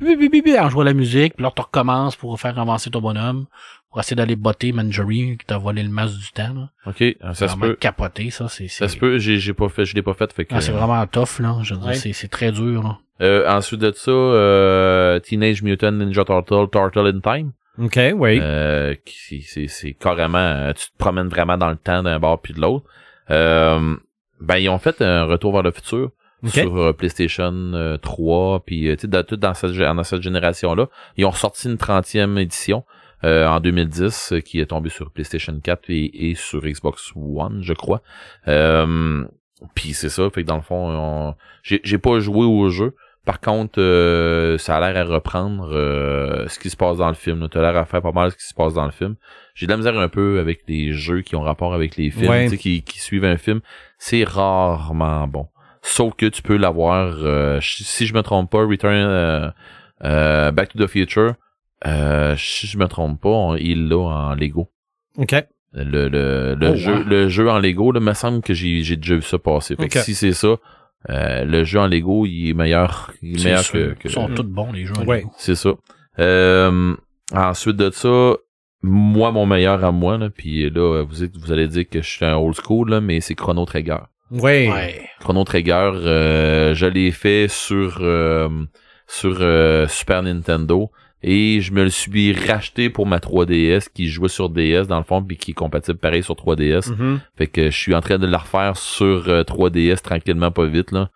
[SPEAKER 5] Bi, bi, bi, bi, En jouant la musique, puis là, tu recommences pour faire avancer ton bonhomme, pour essayer d'aller botter Manjury qui t'a volé le masque du temps, là.
[SPEAKER 3] Ok, ça se
[SPEAKER 5] vraiment
[SPEAKER 3] peut.
[SPEAKER 5] capoté, ça. C'est, c'est...
[SPEAKER 3] Ça se peut, j'ai j'ai pas fait, je l'ai pas fait. fait que,
[SPEAKER 5] Ah, c'est vraiment tough, là. Je veux dire,
[SPEAKER 2] Ouais.
[SPEAKER 5] c'est, c'est très dur, là.
[SPEAKER 3] Euh, ensuite de ça, euh, Teenage Mutant Ninja Turtle, Turtle in Time.
[SPEAKER 2] OK, oui.
[SPEAKER 3] Euh, qui- c'est c'est- c'est carrément, euh, tu te promènes vraiment dans le temps d'un bord puis de l'autre. Euh, ben ils ont fait un retour vers le futur.
[SPEAKER 2] OK.
[SPEAKER 3] sur euh, PlayStation euh, 3, puis euh, tu sais, dans, tout dans cette, gé- dans cette génération-là. Ils ont sorti une 30e édition euh, en 2010, euh, qui est tombée sur PlayStation 4 et, et sur Xbox One, je crois. Euh, puis c'est ça, fait que dans le fond, on- j'ai j'ai pas joué au jeu, Par contre, euh, ça a l'air à reprendre euh, ce qui se passe dans le film. Tu as l'air à faire pas mal ce qui se passe dans le film. J'ai de la misère un peu avec les jeux qui ont rapport avec les films,
[SPEAKER 2] Ouais.
[SPEAKER 3] tu sais, qui, qui suivent un film. C'est rarement bon. Sauf que tu peux l'avoir, euh, si si je me trompe pas, Return euh, euh, Back to the Future, euh, si je me trompe pas, on- il l'a en Lego.
[SPEAKER 2] OK.
[SPEAKER 3] Le, le, le
[SPEAKER 5] Oh,
[SPEAKER 3] jeu,
[SPEAKER 5] wow.
[SPEAKER 3] le jeu en Lego, là, me semble que j'ai j'ai déjà vu ça passer. Fait que
[SPEAKER 2] Ok.
[SPEAKER 3] si c'est ça, euh, le jeu en Lego, il est meilleur, il est
[SPEAKER 5] C'est
[SPEAKER 3] meilleur que,
[SPEAKER 5] sûr.
[SPEAKER 3] que-
[SPEAKER 5] Ils sont tous bons, les gens.
[SPEAKER 2] Ouais.
[SPEAKER 3] c'est ça. Euh, ensuite de ça, moi, mon meilleur à moi, là, puis là, vous, êtes- vous allez dire que je suis un old school, là, mais c'est Chrono Trigger.
[SPEAKER 2] Ouais.
[SPEAKER 5] Ouais.
[SPEAKER 3] Chrono Trigger, euh, je l'ai fait sur euh, sur euh, Super Nintendo et je me le suis racheté pour ma 3DS qui jouait sur DS dans le fond puis qui est compatible pareil sur 3DS.
[SPEAKER 2] Mhm.
[SPEAKER 3] Fait que je suis en train de la refaire sur euh, 3DS tranquillement pas vite là.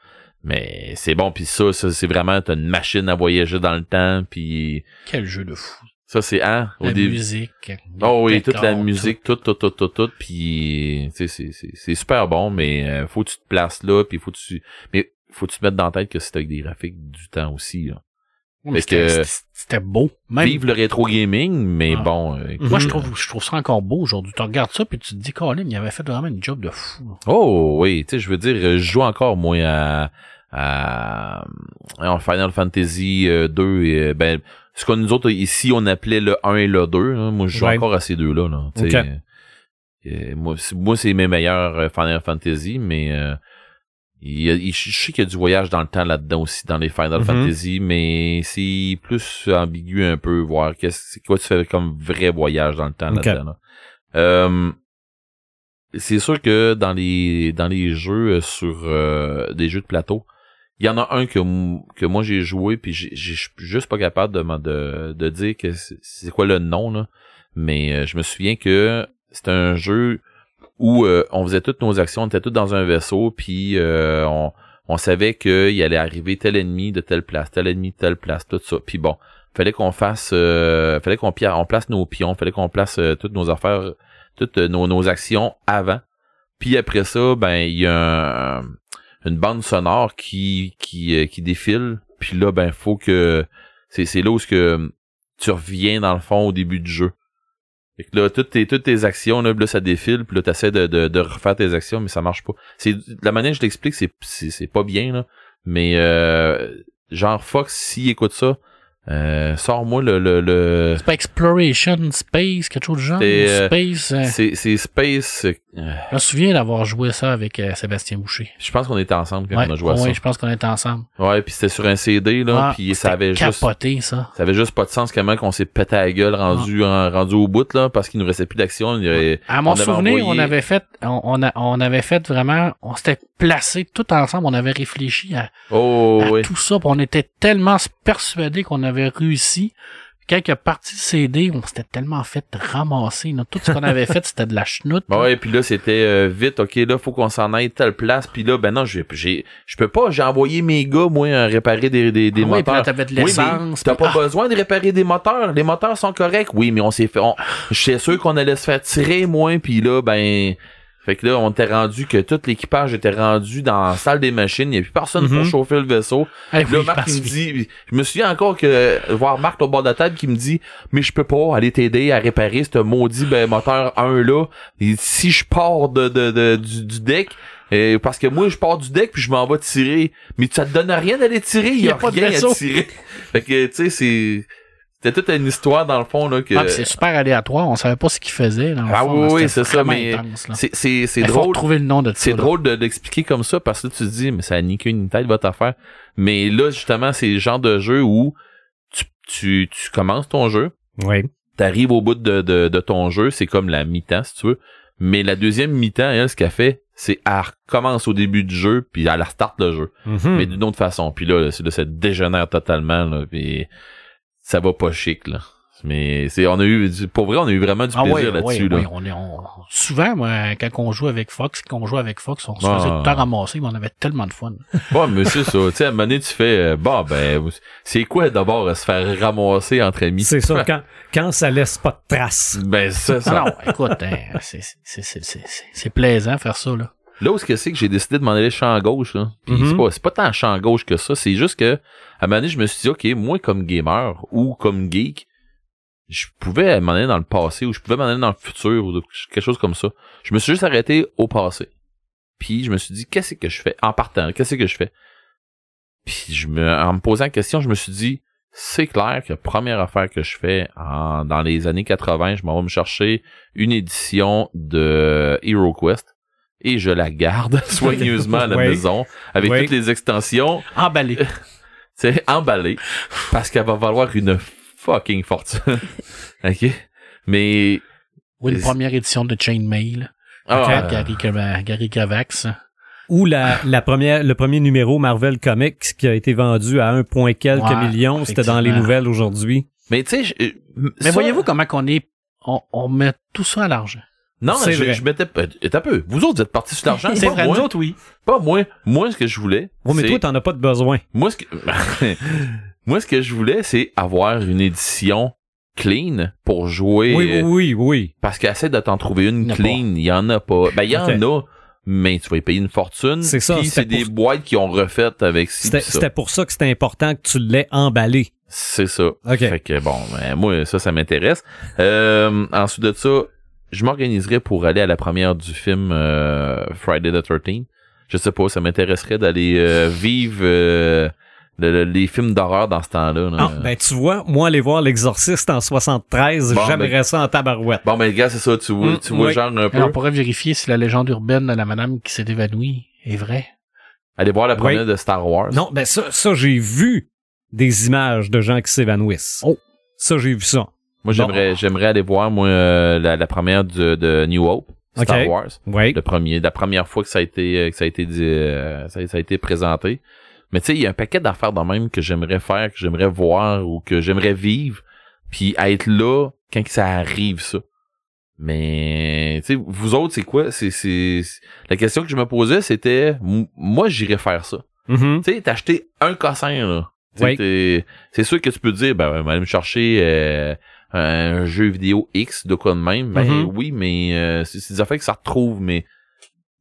[SPEAKER 3] Mais c'est bon puis ça, ça c'est vraiment t'as une machine à voyager dans le temps puis
[SPEAKER 5] Quel jeu de fou.
[SPEAKER 3] ça c'est hein au
[SPEAKER 5] la
[SPEAKER 3] début.
[SPEAKER 5] musique.
[SPEAKER 3] Oh
[SPEAKER 5] les
[SPEAKER 3] oui, toute la
[SPEAKER 5] décors,
[SPEAKER 3] musique, tout, tout, tout, tout, tout, puis tu sais, c'est- c'est c'est super bon, mais euh, faut que tu te places là, puis faut que tu, mais faut que tu te mettes dans la tête que c'est avec des graphiques du temps aussi. Là.
[SPEAKER 5] tout. Mais
[SPEAKER 3] Fait que-
[SPEAKER 5] C'était c'était beau. Même,
[SPEAKER 3] Vive le rétro gaming, mais
[SPEAKER 5] Ah.
[SPEAKER 3] bon. euh,
[SPEAKER 5] Moi,
[SPEAKER 3] écoute,
[SPEAKER 5] je
[SPEAKER 3] euh,
[SPEAKER 5] trouve, je trouve ça encore beau aujourd'hui. Tu regardes ça, puis tu te dis, Colin, il avait fait vraiment une job de fou.
[SPEAKER 3] Oh oui, tu sais, je veux dire, je joue encore moi à, à en Final Fantasy euh, 2 et euh, ben ce que nous autres ici on appelait le 1 et le 2, hein, moi je joue
[SPEAKER 2] Ouais.
[SPEAKER 3] encore à ces deux-là. Là, tu sais.
[SPEAKER 2] Ok.
[SPEAKER 3] Euh, moi, c'est- moi, c'est mes meilleurs euh, Final Fantasy, mais euh, il y a- il- je sais qu'il y a du voyage dans le temps là-dedans aussi, dans les Final
[SPEAKER 2] Mhm.
[SPEAKER 3] Fantasy, mais c'est plus ambigu un peu, voir qu'est-ce c'est quoi tu fais comme vrai voyage dans le temps
[SPEAKER 2] Ok.
[SPEAKER 3] là-dedans. là. Euh, c'est sûr que dans les dans les jeux euh, sur euh, des jeux de plateau, il y en a un que m- que moi j'ai joué puis j'ai j'ai- je suis juste pas capable de m'en- de, de dire que c'est- c'est quoi le nom là, mais euh, je me souviens que c'était un jeu où euh, on faisait toutes nos actions, on était tous dans un vaisseau puis euh, on on savait qu'il allait arriver tel ennemi de telle place, tel ennemi de telle place, tout ça. Puis bon, fallait qu'on fasse, euh, fallait qu'on pia- on place nos pions, fallait qu'on place euh, toutes nos affaires, toutes euh, nos, nos actions avant. Puis après ça, ben il y a un- une bande sonore qui qui, euh, qui défile. Puis là, ben faut que c'est c'est là où ce que hum, tu reviens dans le fond au début du jeu. Fait que là, toutes tes, toutes tes actions, là, là, ça défile, puis là, t'essaies de, de, de refaire tes actions, mais ça marche pas. C'est, la manière que je l'explique, c'est, c'est, c'est pas bien, là. Mais, euh, genre, Fox, s'il écoute ça, euh, sors-moi le, le, le-
[SPEAKER 5] C'est pas Exploration, Space, quelque chose de genre.
[SPEAKER 3] C'est, euh,
[SPEAKER 5] Space. euh,
[SPEAKER 3] c'est, c'est Space, euh,
[SPEAKER 5] je me souviens d'avoir joué ça avec euh, Sébastien Boucher.
[SPEAKER 3] je pense qu'on était ensemble quand
[SPEAKER 5] ouais,
[SPEAKER 3] on a joué à
[SPEAKER 5] ouais, je pense qu'on est ensemble.
[SPEAKER 3] ça. Ouais, puis c'était sur un CD, là,
[SPEAKER 5] Ah,
[SPEAKER 3] puis ça
[SPEAKER 5] c'était
[SPEAKER 3] avait juste...
[SPEAKER 5] capoté, ça.
[SPEAKER 3] Ça avait juste pas de sens comment qu'on s'est pété à la gueule rendu,
[SPEAKER 5] Ah.
[SPEAKER 3] en- rendu au bout, là, parce qu'il nous restait plus d'action. Il y avait-
[SPEAKER 5] À mon
[SPEAKER 3] on avait
[SPEAKER 5] souvenir, on
[SPEAKER 3] envoyé-
[SPEAKER 5] avait fait, on, on, a- on avait fait vraiment, on s'était placé tout ensemble, on avait réfléchi à,
[SPEAKER 3] Oh,
[SPEAKER 5] à
[SPEAKER 3] ouais.
[SPEAKER 5] tout ça, puis on était tellement persuadés qu'on avait réussi. Quand il a parti le CD, on s'était tellement fait ramasser. là. Tout ce qu'on avait fait, c'était de la chenoute.
[SPEAKER 3] Bah ouais, puis là c'était euh, vite, ok, là faut qu'on s'en aille telle place, puis là ben non, j'ai, j'ai, je peux pas, j'ai envoyé mes gars moi à réparer des des, des
[SPEAKER 5] Ah oui, puis là,
[SPEAKER 3] moteurs.
[SPEAKER 5] t'avais de
[SPEAKER 3] Oui, mais
[SPEAKER 5] l'essence.
[SPEAKER 3] t'as
[SPEAKER 5] puis- ah.
[SPEAKER 3] pas besoin de réparer des moteurs, les moteurs sont corrects. Oui, mais on s'est fait, on, j'étais sûr qu'on allait se faire tirer moins, puis là ben, fait que là on était rendu que tout l'équipage était rendu dans la salle des machines, il y a plus personne pour
[SPEAKER 2] Mhm.
[SPEAKER 3] chauffer le vaisseau.
[SPEAKER 5] Ah,
[SPEAKER 3] Puis là,
[SPEAKER 5] oui,
[SPEAKER 3] Marc,
[SPEAKER 5] parce
[SPEAKER 3] il me
[SPEAKER 5] que-
[SPEAKER 3] dit, je me souviens encore que, voir Marc au bord de la table qui me dit, mais je peux pas aller t'aider à réparer ce maudit ben, moteur 1 là. Et si je pars de, de, de- du, du deck, euh, parce que moi, je pars du deck puis je m'en vais tirer. Mais ça te donne rien d'aller tirer, il y a,
[SPEAKER 5] Y a pas de
[SPEAKER 3] rien à
[SPEAKER 5] vaisseau.
[SPEAKER 3] tirer. Fait que, tu sais, c'est, c'était toute une histoire dans le fond, là, que,
[SPEAKER 5] Ah, puis c'est super aléatoire, on savait pas ce qu'il faisait. Là,
[SPEAKER 3] Ah oui, oui, c'est ça, mais
[SPEAKER 5] C'est
[SPEAKER 3] c'est, c'est, c'est
[SPEAKER 5] drôle.
[SPEAKER 3] drôle.
[SPEAKER 5] trouver le nom de ça.
[SPEAKER 3] C'est
[SPEAKER 5] là.
[SPEAKER 3] drôle de l'expliquer comme ça parce que là, tu te dis, mais ça a ni queue ni tête votre affaire. Mais là, justement, c'est le genre de jeu où tu, tu, tu commences ton jeu,
[SPEAKER 2] Ouais.
[SPEAKER 3] t'arrives au bout de, de, de ton jeu, c'est comme la mi-temps, si tu veux. Mais la deuxième mi-temps, elle, ce qu'elle fait, c'est elle recommence au début du jeu, puis elle restart le jeu.
[SPEAKER 5] Hmm.
[SPEAKER 2] Mhm.
[SPEAKER 3] Mais d'une autre façon. Puis là, c'est- là, ça dégénère totalement, là, puis ça va pas chic, là. Mais c'est, on a eu, du- pour vrai, on a eu vraiment du
[SPEAKER 5] Ah
[SPEAKER 3] plaisir
[SPEAKER 5] ouais,
[SPEAKER 3] là-dessus,
[SPEAKER 5] ouais,
[SPEAKER 3] là.
[SPEAKER 5] ouais, on est, on- Souvent, moi, quand on joue avec Fox, quand on joue avec Fox, on se
[SPEAKER 3] Ah.
[SPEAKER 5] faisait tout le temps ramasser, mais on avait tellement de fun.
[SPEAKER 3] Bon, mais c'est ça. Tu sais, à un moment donné, tu fais, euh, bon, ben, c'est quoi d'abord euh, se faire ramasser entre amis?
[SPEAKER 2] C'est ça, quand, quand ça laisse pas de traces.
[SPEAKER 3] Ben, ça,
[SPEAKER 5] Ah
[SPEAKER 3] ça.
[SPEAKER 5] non, écoute, hein, c'est- c'est- c'est c'est- c'est- c'est plaisant faire ça, là.
[SPEAKER 3] Là où est-ce que c'est que j'ai décidé de m'en aller champ gauche, là. Puis
[SPEAKER 2] Mhm.
[SPEAKER 3] c'est pas, c'est pas tant champ gauche que ça. C'est juste que, à un moment donné, je me suis dit, OK, moi, comme gamer ou comme geek, je pouvais m'en aller dans le passé ou je pouvais m'en aller dans le futur ou de- quelque chose comme ça. Je me suis juste arrêté au passé. Puis je me suis dit, qu'est-ce que je fais en partant? Qu'est-ce que je fais? Puis je me, en me posant la question, je me suis dit, c'est clair que la première affaire que je fais en- dans les années 80, je m'en vais me chercher une édition de Hero Quest et je la garde soigneusement à la
[SPEAKER 2] Oui.
[SPEAKER 3] maison avec
[SPEAKER 2] Oui.
[SPEAKER 3] toutes les extensions,
[SPEAKER 5] Emballé.
[SPEAKER 3] Euh, tu sais, emballée parce qu'elle va valoir une fucking fortune. OK? Mais
[SPEAKER 5] Oui, une
[SPEAKER 3] Et-
[SPEAKER 5] première édition de Chainmail.
[SPEAKER 3] ah,
[SPEAKER 5] Par Gary, Kava- Gary Kavax.
[SPEAKER 2] Ou la, la première, le premier numéro Marvel Comics qui a été vendu à 1. point quelques
[SPEAKER 5] Ouais,
[SPEAKER 2] millions, c'était dans les
[SPEAKER 5] effectivement.
[SPEAKER 2] nouvelles aujourd'hui.
[SPEAKER 3] mais tu sais, je- euh,
[SPEAKER 5] Mais
[SPEAKER 3] ça-
[SPEAKER 5] voyez-vous comment qu'on est, on, on met tout ça à l'argent.
[SPEAKER 3] non,
[SPEAKER 2] C'est
[SPEAKER 3] je,
[SPEAKER 2] vrai.
[SPEAKER 3] je m'étais pas- t'as un peu. Vous autres, vous êtes partis sur l'argent.
[SPEAKER 5] C'est
[SPEAKER 3] pas
[SPEAKER 5] vrai, nous
[SPEAKER 3] moi,
[SPEAKER 5] autres, oui.
[SPEAKER 3] Pas moi. Moi, ce que je voulais.
[SPEAKER 2] Oui, mais
[SPEAKER 3] c'est-
[SPEAKER 2] toi, t'en as pas de besoin.
[SPEAKER 3] Moi, ce que, moi, ce que je voulais, c'est avoir une édition clean pour jouer.
[SPEAKER 2] oui,
[SPEAKER 3] euh,
[SPEAKER 2] oui, oui, oui.
[SPEAKER 3] Parce qu'essaie de t'en trouver
[SPEAKER 5] Il y en
[SPEAKER 3] une
[SPEAKER 5] a
[SPEAKER 3] clean, il y en a pas. Ben, il y en
[SPEAKER 2] Ok.
[SPEAKER 3] a, mais tu vas y payer une fortune.
[SPEAKER 2] C'est ça,
[SPEAKER 3] Puis
[SPEAKER 2] c'était
[SPEAKER 3] c'est des
[SPEAKER 2] pour-
[SPEAKER 3] boîtes qui ont refaites avec ci,
[SPEAKER 2] C'était
[SPEAKER 3] pis
[SPEAKER 2] c'était
[SPEAKER 3] ça.
[SPEAKER 2] pour ça que c'était important que tu l'aies emballé.
[SPEAKER 3] C'est ça.
[SPEAKER 2] Ok.
[SPEAKER 3] Fait que bon, ben, moi, ça, ça m'intéresse. Euh, ensuite de ça, je m'organiserais pour aller à la première du film euh, Friday the 13th. Je sais pas, ça m'intéresserait d'aller euh, vivre euh, le- le- les films d'horreur dans ce temps-là. là.
[SPEAKER 2] Ah, ben tu vois, moi aller voir l'exorciste en 73,
[SPEAKER 3] Bon,
[SPEAKER 2] j'aimerais ça en tabarouette.
[SPEAKER 3] Bon, mais gars, c'est ça, tu vois,
[SPEAKER 2] Mm,
[SPEAKER 3] tu vois
[SPEAKER 2] oui.
[SPEAKER 3] genre un peu.
[SPEAKER 5] Alors, on pourrait vérifier si la légende urbaine de la madame qui s'est évanouie est vraie.
[SPEAKER 3] Aller voir la première de Star Wars.
[SPEAKER 2] Non, ben ça, ça j'ai vu des images de gens qui s'évanouissent.
[SPEAKER 5] Oh.
[SPEAKER 2] Ça, j'ai vu ça.
[SPEAKER 3] Moi, j'aimerais, j'aimerais aller voir, moi, euh, la, la première de, de New Hope. Star
[SPEAKER 2] Ok.
[SPEAKER 3] Wars.
[SPEAKER 2] Oui.
[SPEAKER 3] Le premier, la première fois que ça a été, euh, que ça a été dit, euh, ça, a- ça a été présenté. Mais tu sais, il y a un paquet d'affaires dans même que j'aimerais faire, que j'aimerais voir ou que j'aimerais vivre. Puis être là quand que ça arrive, ça. Mais, tu sais, vous autres, c'est quoi? C'est, c'est, c'est- la question que je me posais, c'était, m- moi, j'irais faire ça.
[SPEAKER 2] Mhm.
[SPEAKER 3] tu sais, t'as acheté un cossin, là. Tu sais,
[SPEAKER 2] Oui.
[SPEAKER 3] t'es- C'est sûr que tu peux te dire, ben, ben, aller me chercher euh, un jeu vidéo X de quoi de même. Ben
[SPEAKER 5] Mm-hmm.
[SPEAKER 2] Mhm.
[SPEAKER 3] oui, mais euh, c'est c'est des affaires que ça retrouve, mais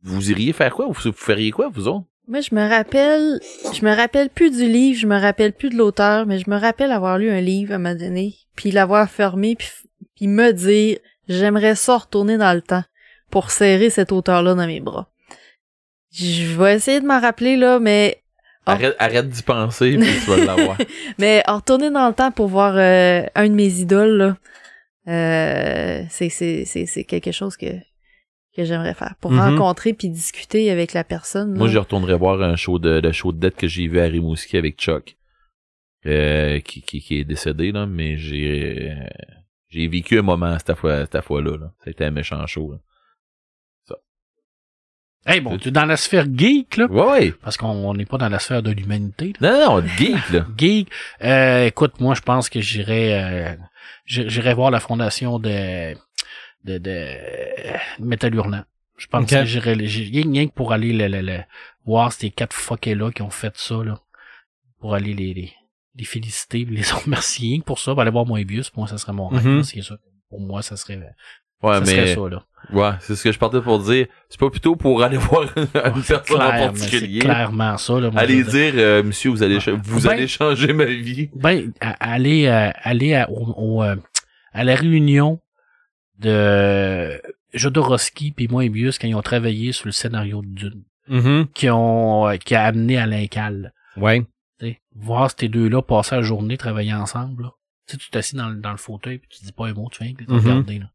[SPEAKER 3] vous iriez faire quoi? Vous, vous feriez quoi, vous autres?
[SPEAKER 4] Moi, je me rappelle, je me rappelle plus du livre, je me rappelle plus de l'auteur, mais je me rappelle avoir lu un livre à un moment donné, puis l'avoir fermé, puis, puis me dire, j'aimerais ça retourner dans le temps pour serrer cet auteur-là dans mes bras. Je vais essayer de m'en rappeler, là, mais, Ah.
[SPEAKER 3] Arrête, arrête d'y penser, puis tu vas l'avoir.
[SPEAKER 4] mais en retourner dans le temps pour voir euh, un de mes idoles, là, euh, c'est, c'est, c'est, c'est quelque chose que, que j'aimerais faire. Pour
[SPEAKER 2] Mhm.
[SPEAKER 4] rencontrer puis discuter avec la personne.
[SPEAKER 3] Moi,
[SPEAKER 4] là.
[SPEAKER 3] je retournerais voir un show de, le show de dette que j'ai vu à Rimouski avec Chuck, euh, qui, qui, qui est décédé, là, mais j'ai euh, j'ai vécu un moment cette fois-là. Cette fois là, là. C'était un méchant show. Là.
[SPEAKER 5] Eh hey, bon, tu es dans la sphère geek, là.
[SPEAKER 3] Ouais, ouais.
[SPEAKER 5] Parce qu'on on n'est pas dans la sphère de l'humanité, là.
[SPEAKER 3] Non, non, non, geek, là.
[SPEAKER 5] Geek. Euh, écoute, moi, je pense que j'irai, euh, j'i- j'irai voir la fondation de, de, de, euh, Metal Hurlant. Je pense
[SPEAKER 2] Ok.
[SPEAKER 5] que j'irai, j'irai rien que pour aller le, le- le- voir ces quatre fuckers-là qui ont fait ça, là. Pour aller les, les, les féliciter, les remercier rien que pour ça. Pour aller voir Moebius, moi, ça serait mon rêve,
[SPEAKER 2] Mhm.
[SPEAKER 5] là, c'est sûr. Pour moi, ça serait,
[SPEAKER 3] Ouais,
[SPEAKER 5] ça
[SPEAKER 3] mais.
[SPEAKER 5] serait ça, là.
[SPEAKER 3] Ouais, c'est ce que je partais pour dire. C'est pas plutôt pour aller voir une personne en
[SPEAKER 5] Claire, mais
[SPEAKER 3] particulier.
[SPEAKER 5] c'est clairement ça, là. moi, je
[SPEAKER 3] Allez
[SPEAKER 5] veux dire.
[SPEAKER 3] dire, euh, monsieur, vous allez, cha- vous
[SPEAKER 5] Ben-
[SPEAKER 3] allez changer ma vie.
[SPEAKER 5] Ben, à- aller, à- aller à, au- au, euh, à la réunion de euh, Jodorowsky puis Moebius quand ils ont travaillé sur le scénario de Dune,
[SPEAKER 2] Mhm.
[SPEAKER 5] qui ont euh, qui a amené à l'incal.
[SPEAKER 2] Ouais.
[SPEAKER 5] Voir ces deux-là passer la journée travailler ensemble. là. Tu sais, tu t'assis dans, le- dans le fauteuil puis tu dis pas un mot, tu viens de
[SPEAKER 2] Mhm.
[SPEAKER 5] regarder. Là.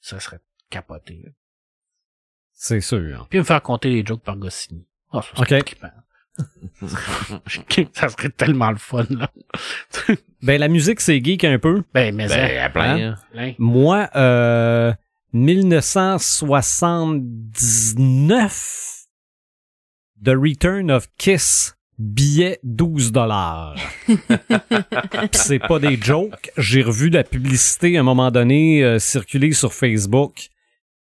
[SPEAKER 5] Ça serait capoté. là.
[SPEAKER 2] C'est sûr.
[SPEAKER 5] Puis me faire compter les jokes par Goscinny. Ah, ça, serait
[SPEAKER 2] Ok.
[SPEAKER 5] occupant. ça serait tellement le fun, là.
[SPEAKER 2] Ben la musique, c'est geek un peu.
[SPEAKER 5] Ben, mais
[SPEAKER 3] Ben, à plein. hein.
[SPEAKER 5] hein, hein.
[SPEAKER 2] Moi, euh, 1979, The Return of Kiss, billet 12 dollars. c'est pas des jokes. J'ai revu la publicité à un moment donné euh, circuler sur Facebook.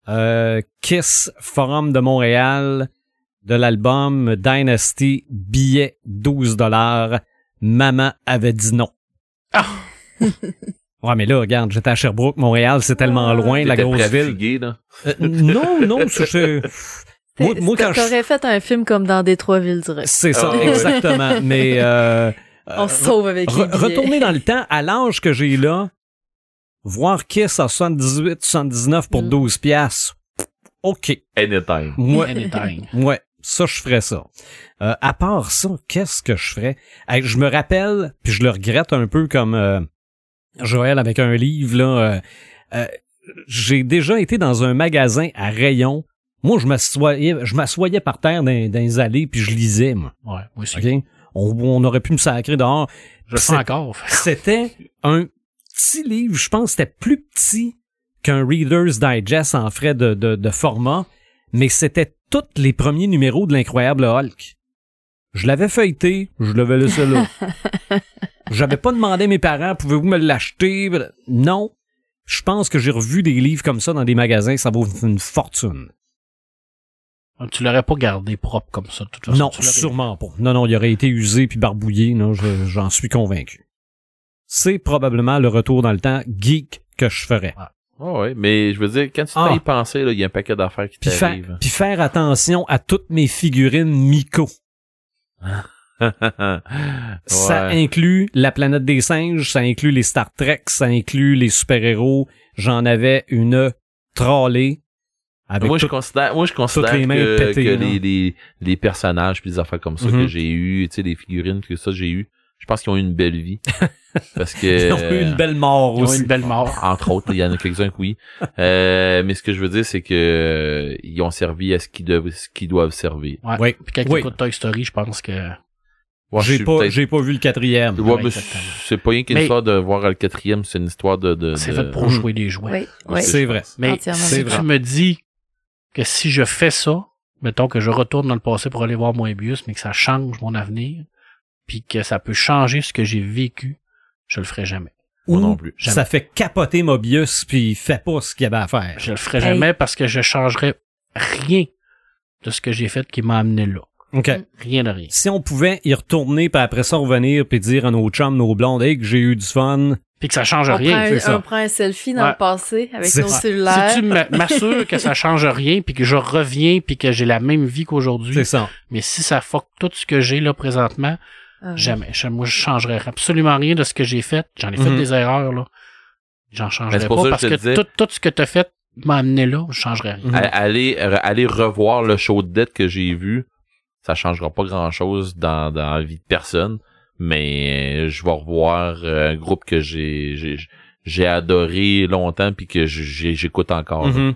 [SPEAKER 2] Euh, Kiss, Forum de Montréal, de l'album Dynasty, billet 12 dollars. Maman avait dit non.
[SPEAKER 5] Ah!
[SPEAKER 2] Ouais, mais là, regarde, j'étais à Sherbrooke, Montréal, c'est tellement loin, ben, la
[SPEAKER 3] Ah, T'étais
[SPEAKER 2] grosse ville.
[SPEAKER 3] fatigué, là.
[SPEAKER 2] Euh, non, non, c'est- c'est- Moi, moi, quand je-
[SPEAKER 4] T'aurais fait un film comme dans Détroit Ville du Reste.
[SPEAKER 2] C'est ça,
[SPEAKER 3] Ah ouais.
[SPEAKER 2] exactement. Mais euh, euh,
[SPEAKER 4] On se sauve avec les
[SPEAKER 2] re-
[SPEAKER 4] billets.
[SPEAKER 2] retourner dans le temps, à l'âge que j'ai là, voir Kiss à 78, 79 pour
[SPEAKER 4] Mm.
[SPEAKER 2] 12 piastres, OK.
[SPEAKER 3] Anytime.
[SPEAKER 2] Moi,
[SPEAKER 5] Anytime.
[SPEAKER 2] Ouais, ça, je ferais ça. Euh, à part ça, qu'est-ce que je ferais? Hey, je me rappelle, puis je le regrette un peu comme euh, Joël avec un livre, là. euh, euh, j'ai déjà été dans un magasin à rayons. Moi, je m'assoyais, je m'assoyais par terre dans, dans les allées, puis je lisais, moi.
[SPEAKER 5] Ouais, moi aussi.
[SPEAKER 2] OK? On, on aurait pu me sacrer dehors.
[SPEAKER 5] Je le
[SPEAKER 2] C'est-
[SPEAKER 5] fais encore.
[SPEAKER 2] C'était un petit livre, je pense que c'était plus petit qu'un Reader's Digest en frais de, de- de format, mais c'était tous les premiers numéros de l'incroyable Hulk. Je l'avais feuilleté, je l'avais laissé là. J'avais pas demandé à mes parents, pouvez-vous me l'acheter? Non. Je pense que j'ai revu des livres comme ça dans des magasins, ça vaut une fortune.
[SPEAKER 5] Tu l'aurais pas gardé propre comme ça, de toute façon.
[SPEAKER 2] non,
[SPEAKER 5] tu l'aurais-
[SPEAKER 2] sûrement pas. Non, non, il aurait été usé puis barbouillé, non, je- j'en suis convaincu. C'est probablement le retour dans le temps geek que je ferais.
[SPEAKER 3] Ah ouais, mais je veux dire, quand tu
[SPEAKER 2] Ah.
[SPEAKER 3] t'as y penser, là, il y a un paquet d'affaires qui
[SPEAKER 2] Puis, fa-
[SPEAKER 3] t'arrivent.
[SPEAKER 2] puis faire attention à toutes mes figurines Miko. Ça
[SPEAKER 3] Ouais.
[SPEAKER 2] inclut la planète des singes, ça inclut les Star Trek, ça inclut les super-héros. J'en avais une trollée. Avec
[SPEAKER 3] moi, je
[SPEAKER 2] tout-
[SPEAKER 3] considère, moi, je considère
[SPEAKER 2] les mains
[SPEAKER 3] que,
[SPEAKER 2] pétées,
[SPEAKER 3] que
[SPEAKER 2] là.
[SPEAKER 3] les, les, les personnages puis les affaires comme ça
[SPEAKER 2] Mhm.
[SPEAKER 3] que j'ai eu, tu sais, les figurines que ça j'ai eu, je pense qu'ils ont eu une belle vie. Parce que.
[SPEAKER 2] Ils ont eu une belle mort
[SPEAKER 5] Ils ont eu
[SPEAKER 2] aussi.
[SPEAKER 5] une belle mort.
[SPEAKER 3] Entre autres, il y en a quelques-uns que oui. Euh, mais ce que je veux dire, c'est que euh, ils ont servi à ce qu'ils doivent, ce qu'ils doivent servir.
[SPEAKER 5] Ouais.
[SPEAKER 2] Oui.
[SPEAKER 5] Puis quand tu
[SPEAKER 2] Oui.
[SPEAKER 5] écoutes Toy Story, je pense que.
[SPEAKER 3] Ouais, je
[SPEAKER 2] J'ai
[SPEAKER 3] suis
[SPEAKER 2] pas,
[SPEAKER 3] peut-être-
[SPEAKER 2] j'ai pas vu le quatrième.
[SPEAKER 3] Ouais,
[SPEAKER 5] Ouais,
[SPEAKER 3] mais
[SPEAKER 5] exactement.
[SPEAKER 3] c'est pas rien qu'une
[SPEAKER 5] Mais-
[SPEAKER 3] histoire de voir le quatrième, c'est une histoire de. de
[SPEAKER 5] C'est
[SPEAKER 3] de-
[SPEAKER 5] fait pour
[SPEAKER 2] Mm.
[SPEAKER 5] jouer des jouets.
[SPEAKER 4] Oui, oui.
[SPEAKER 2] C'est vrai.
[SPEAKER 5] Mais
[SPEAKER 4] Entièrement
[SPEAKER 5] si
[SPEAKER 2] d'accord.
[SPEAKER 5] tu me dis que si je fais ça, mettons que je retourne dans le passé pour aller voir Moebius, mais que ça change mon avenir, puis que ça peut changer ce que j'ai vécu, je le ferai jamais.
[SPEAKER 3] Moi
[SPEAKER 2] Ou
[SPEAKER 3] non plus.
[SPEAKER 2] Ça fait capoter Mobius puis il fait pas ce qu'il avait à faire.
[SPEAKER 5] Je le ferai
[SPEAKER 4] Hey.
[SPEAKER 5] jamais parce que je changerai rien de ce que j'ai fait qui m'a amené là.
[SPEAKER 2] OK.
[SPEAKER 5] Rien de rien.
[SPEAKER 2] Si on pouvait y retourner puis après ça revenir puis dire à nos chums, nos blondes, hey, que j'ai eu du fun.
[SPEAKER 5] Puis que ça change
[SPEAKER 4] On,
[SPEAKER 5] rien.
[SPEAKER 2] c'est
[SPEAKER 4] prend un,
[SPEAKER 2] ça.
[SPEAKER 4] on prend un selfie dans
[SPEAKER 5] Ouais.
[SPEAKER 4] le passé avec
[SPEAKER 2] C'est
[SPEAKER 4] nos
[SPEAKER 2] ça.
[SPEAKER 4] cellulaires.
[SPEAKER 5] Si tu m'a- m'assures que ça change rien, puis que je reviens, puis que j'ai la même vie
[SPEAKER 2] C'est
[SPEAKER 5] qu'aujourd'hui,
[SPEAKER 2] ça.
[SPEAKER 5] mais si ça fuck tout ce que j'ai là présentement,
[SPEAKER 4] Ah,
[SPEAKER 5] Jamais. Je- Moi, je changerais absolument rien de ce que j'ai fait. J'en ai fait
[SPEAKER 2] Mhm.
[SPEAKER 5] des erreurs, là. J'en
[SPEAKER 3] Ben,
[SPEAKER 5] changerais
[SPEAKER 3] c'est
[SPEAKER 5] pas
[SPEAKER 3] pour ça que
[SPEAKER 5] parce
[SPEAKER 3] je te
[SPEAKER 5] que
[SPEAKER 3] disais.
[SPEAKER 5] tout, tout ce que t'as fait m'a amené là, je changerais rien.
[SPEAKER 2] Mhm.
[SPEAKER 3] A- Aller, re- aller revoir le show de dette que j'ai vu, ça changera pas grand chose dans, dans la vie de personne, mais euh, je vais revoir euh, un groupe que j'ai, j'ai, j'ai adoré longtemps puis que j'ai- j'écoute encore. là.
[SPEAKER 2] Mhm.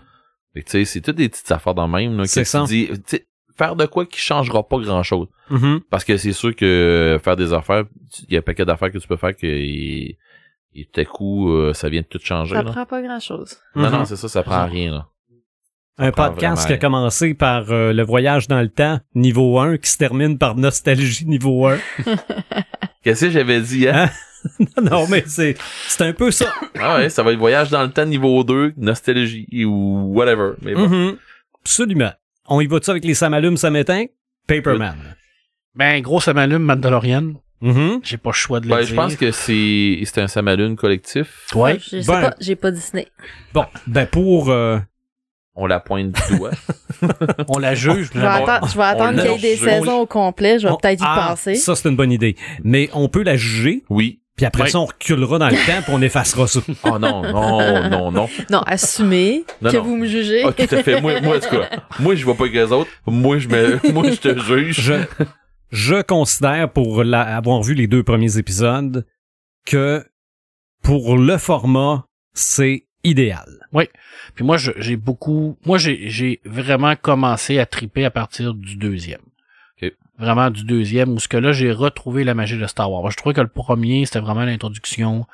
[SPEAKER 3] Fait que, tu sais, c'est toutes des petites affaires dans le même, là, que
[SPEAKER 2] C'est
[SPEAKER 3] tu
[SPEAKER 2] ça.
[SPEAKER 3] dis, tu sais, faire de quoi qui changera pas grand chose.
[SPEAKER 2] Mhm.
[SPEAKER 3] Parce que c'est sûr que faire des affaires, tu- il y a un paquet d'affaires que tu peux faire que, et, et tout à coup, euh, ça vient de tout changer,
[SPEAKER 4] Ça
[SPEAKER 3] là.
[SPEAKER 4] prend pas grand-chose.
[SPEAKER 3] Non,
[SPEAKER 2] Mhm.
[SPEAKER 3] non, c'est ça, ça prend rien, là.
[SPEAKER 2] Un
[SPEAKER 3] prend
[SPEAKER 2] podcast
[SPEAKER 3] vraiment
[SPEAKER 2] qui a
[SPEAKER 3] rien.
[SPEAKER 2] commencé par euh, le voyage dans le temps, niveau 1, qui se termine par nostalgie, niveau 1.
[SPEAKER 3] Qu'est-ce que j'avais dit, hein?
[SPEAKER 2] non, mais c'est, c'est un peu ça.
[SPEAKER 3] Ah ouais, ça va être voyage dans le temps niveau 2, nostalgie ou whatever. Mais bon.
[SPEAKER 2] Mhm. Absolument. On y va-tu avec les Samalumes, Samétin? Paperman.
[SPEAKER 5] Ben, gros, ça m'allume, Mandalorian.
[SPEAKER 2] Mhm.
[SPEAKER 5] J'ai pas le choix de le
[SPEAKER 3] Ben,
[SPEAKER 5] dire.
[SPEAKER 3] je pense que c'est c'est un Samalune collectif.
[SPEAKER 5] Ouais.
[SPEAKER 4] Je sais
[SPEAKER 2] ben-
[SPEAKER 4] pas, j'ai pas Disney.
[SPEAKER 2] Bon, ben pour... euh,
[SPEAKER 3] On la pointe du doigt.
[SPEAKER 5] On la juge.
[SPEAKER 4] Je
[SPEAKER 5] mais
[SPEAKER 4] vais
[SPEAKER 5] la-
[SPEAKER 4] attendre, je vais attendre
[SPEAKER 3] l'a
[SPEAKER 4] qu'il y ait des
[SPEAKER 3] jugé.
[SPEAKER 4] saisons au complet. Je vais
[SPEAKER 2] on-
[SPEAKER 4] peut-être y
[SPEAKER 2] Ah,
[SPEAKER 4] penser.
[SPEAKER 2] Ça, c'est une bonne idée. Mais on peut la juger,
[SPEAKER 3] Oui.
[SPEAKER 2] puis après
[SPEAKER 5] Ouais.
[SPEAKER 2] ça, on reculera dans le temps, puis on effacera ça.
[SPEAKER 3] Oh non, non, non, non.
[SPEAKER 4] Non, assumez
[SPEAKER 3] Non,
[SPEAKER 4] que
[SPEAKER 3] non.
[SPEAKER 4] vous me jugez.
[SPEAKER 3] Ah, tout à fait. Moi, moi, en tout cas, moi, je vois pas que les autres. Moi, je me, moi, je te juge.
[SPEAKER 2] Je, je considère, pour la- avoir vu les deux premiers épisodes, que pour le format, c'est idéal.
[SPEAKER 5] Puis moi, je- j'ai beaucoup. Moi, j'ai j'ai vraiment commencé à triper à partir du deuxième.
[SPEAKER 3] Ok.
[SPEAKER 5] Vraiment du deuxième, où ce que là, j'ai retrouvé la magie de Star Wars. Je trouvais que le premier, c'était vraiment l'introduction.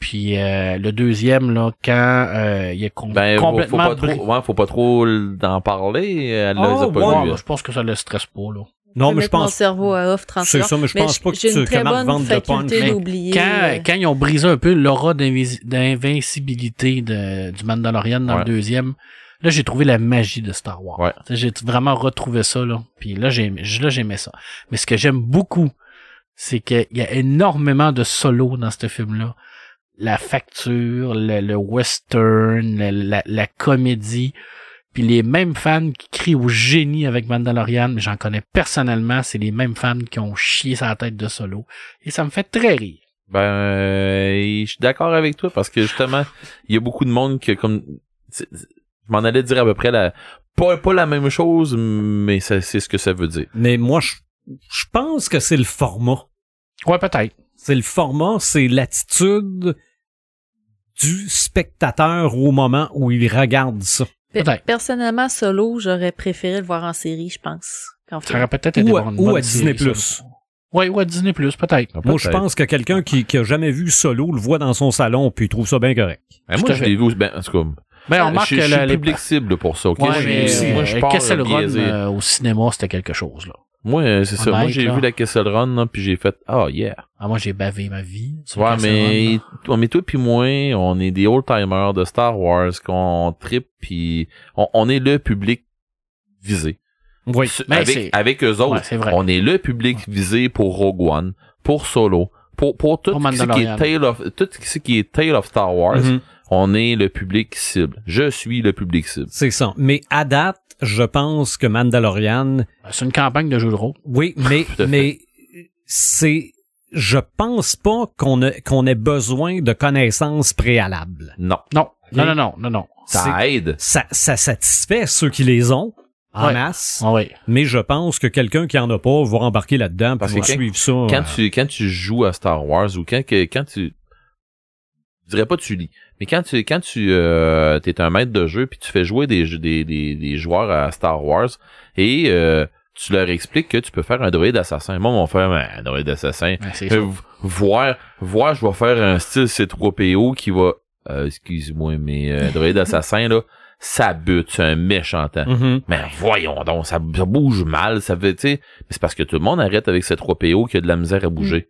[SPEAKER 5] Puis euh, le deuxième, là, quand euh, il est com-
[SPEAKER 3] Ben, faut- faut
[SPEAKER 5] complètement
[SPEAKER 3] pas
[SPEAKER 5] bri-
[SPEAKER 3] trop, ouais, faut pas trop d'en parler. Elle les a
[SPEAKER 2] Oh,
[SPEAKER 3] pas
[SPEAKER 2] ouais,
[SPEAKER 3] lu,
[SPEAKER 5] Ouais,
[SPEAKER 3] hein.
[SPEAKER 5] je pense que ça le stresse pas, là.
[SPEAKER 2] Non, mais je
[SPEAKER 4] mettre mon
[SPEAKER 2] pense...
[SPEAKER 4] cerveau à off 30
[SPEAKER 2] C'est ça, mais je pense pas que
[SPEAKER 4] j'ai
[SPEAKER 2] tu-
[SPEAKER 4] une
[SPEAKER 2] que
[SPEAKER 4] très
[SPEAKER 2] Marc
[SPEAKER 4] bonne
[SPEAKER 2] vende le
[SPEAKER 4] faculté
[SPEAKER 2] punch.
[SPEAKER 5] Mais
[SPEAKER 4] d'oublier.
[SPEAKER 5] Quand,
[SPEAKER 4] euh,
[SPEAKER 5] quand ils ont brisé un peu l'aura d'invis- d'invincibilité de- du Mandalorian dans
[SPEAKER 3] Ouais.
[SPEAKER 5] le deuxième, là, j'ai trouvé la magie de Star Wars.
[SPEAKER 3] Ouais.
[SPEAKER 5] T'sais, J'ai vraiment retrouvé ça, là. Puis là, j'ai- là, j'aimais ça. Mais ce que j'aime beaucoup, c'est qu'il y a énormément de solos dans ce film-là. La facture, le, le western, le- la, la comédie. Puis les mêmes fans qui crient au génie avec Mandalorian, mais j'en connais personnellement, c'est les mêmes fans qui ont chié sa tête de solo. Et ça me fait très rire.
[SPEAKER 3] Ben, euh, je suis d'accord avec toi parce que justement, il y a beaucoup de monde qui, comme, c'est- c'est- je m'en allais dire à peu près la, pas, pas la même chose, mais ça- c'est ce que ça veut dire.
[SPEAKER 2] Mais moi, je, je pense que c'est le format.
[SPEAKER 5] Ouais, peut-être.
[SPEAKER 2] C'est le format, c'est l'attitude du spectateur au moment où il regarde ça.
[SPEAKER 4] Pe-
[SPEAKER 5] Peut-être.
[SPEAKER 4] Personnellement, solo, j'aurais préféré le voir en série, je pense. qu'en
[SPEAKER 5] Ça
[SPEAKER 4] film.
[SPEAKER 5] aurait peut-être été
[SPEAKER 2] Ou,
[SPEAKER 5] voir
[SPEAKER 2] à-
[SPEAKER 5] une
[SPEAKER 2] ou
[SPEAKER 5] bonne
[SPEAKER 2] à Disney+.
[SPEAKER 5] série, ça. Ouais, ou à Disney+, peut-être.
[SPEAKER 3] Donc,
[SPEAKER 2] Moi, je
[SPEAKER 3] peut-être.
[SPEAKER 2] pense que quelqu'un qui, qui a jamais vu Solo le voit dans son salon puis il trouve ça bien correct.
[SPEAKER 3] Ben,
[SPEAKER 5] Tout
[SPEAKER 3] moi,
[SPEAKER 5] à
[SPEAKER 3] je
[SPEAKER 5] fait.
[SPEAKER 3] l'ai vu, ben, en tout cas,
[SPEAKER 5] Ben, on
[SPEAKER 3] je
[SPEAKER 5] marque
[SPEAKER 3] suis- je suis
[SPEAKER 5] le, les-
[SPEAKER 3] public cible pour ça, ok?
[SPEAKER 5] Ouais,
[SPEAKER 3] Je-
[SPEAKER 5] mais,
[SPEAKER 3] je- moi, je
[SPEAKER 5] euh,
[SPEAKER 3] pars
[SPEAKER 5] Kessel Run
[SPEAKER 3] biaisé.
[SPEAKER 5] euh, au cinéma, c'était quelque chose, là.
[SPEAKER 3] Moi, euh, c'est ça.
[SPEAKER 5] Honnête,
[SPEAKER 3] Moi, j'ai
[SPEAKER 5] là.
[SPEAKER 3] vu la Kessel Run, là, puis j'ai fait, ah, yeah.
[SPEAKER 5] Ah, moi, j'ai bavé ma vie. sur
[SPEAKER 3] Ouais,
[SPEAKER 5] Kessel Run,
[SPEAKER 3] mais,
[SPEAKER 5] là.
[SPEAKER 3] toi, mais toi puis moi, on est des old-timers de Star Wars, qu'on tripe, puis on, on est le public visé.
[SPEAKER 2] Oui.
[SPEAKER 3] Ce-
[SPEAKER 5] mais c'est-
[SPEAKER 3] avec, avec eux
[SPEAKER 5] Ouais,
[SPEAKER 3] autres,
[SPEAKER 5] c'est vrai.
[SPEAKER 3] on est le public visé pour Rogue One, pour Solo, pour, pour tout,
[SPEAKER 5] Pour
[SPEAKER 3] ce qui est
[SPEAKER 5] Mandalorian. Mm-hmm.
[SPEAKER 3] Tale of, tout ce qui est Tale of Star Wars.
[SPEAKER 2] Mhm.
[SPEAKER 3] On est le public cible. Je suis le public cible.
[SPEAKER 2] C'est ça. Mais à date, je pense que Mandalorian,
[SPEAKER 5] euh, C'est une campagne de jeu de rôle.
[SPEAKER 2] oui, mais,
[SPEAKER 3] Tout à fait.
[SPEAKER 2] mais c'est, je pense pas qu'on a- qu'on ait besoin de connaissances préalables.
[SPEAKER 3] Non.
[SPEAKER 5] Non. Non,
[SPEAKER 2] Ok.
[SPEAKER 5] non, non, non, non.
[SPEAKER 3] Ça aide.
[SPEAKER 2] Ça, ça satisfait ceux qui les ont en
[SPEAKER 5] Ouais.
[SPEAKER 2] masse,
[SPEAKER 5] Ah oui.
[SPEAKER 2] mais je pense que quelqu'un qui en a pas va embarquer là-dedans
[SPEAKER 3] Parce
[SPEAKER 2] puis va
[SPEAKER 3] que quand-
[SPEAKER 2] suivre ça.
[SPEAKER 3] Quand
[SPEAKER 2] euh,
[SPEAKER 3] tu, quand tu joues à Star Wars ou quand, que- quand tu, je dirais pas tu lis, mais quand tu, quand tu, euh, t'es un maître de jeu puis tu fais jouer des, jeux- des, des, des joueurs à Star Wars et, euh, tu leur expliques que tu peux faire un droïde assassin. Moi, mon frère, un droïde assassin,
[SPEAKER 5] Ben, c'est
[SPEAKER 3] Euh, v- voir, voir, je vais faire un style C3PO qui va, euh, excuse-moi, mais euh, droïde assassin, là, ça bute, c'est un méchant temps.
[SPEAKER 2] Mhm.
[SPEAKER 3] Mais voyons donc, ça, ça bouge mal, ça veut, tu sais, mais c'est parce que tout le monde arrête avec C3PO qui a de la misère à bouger.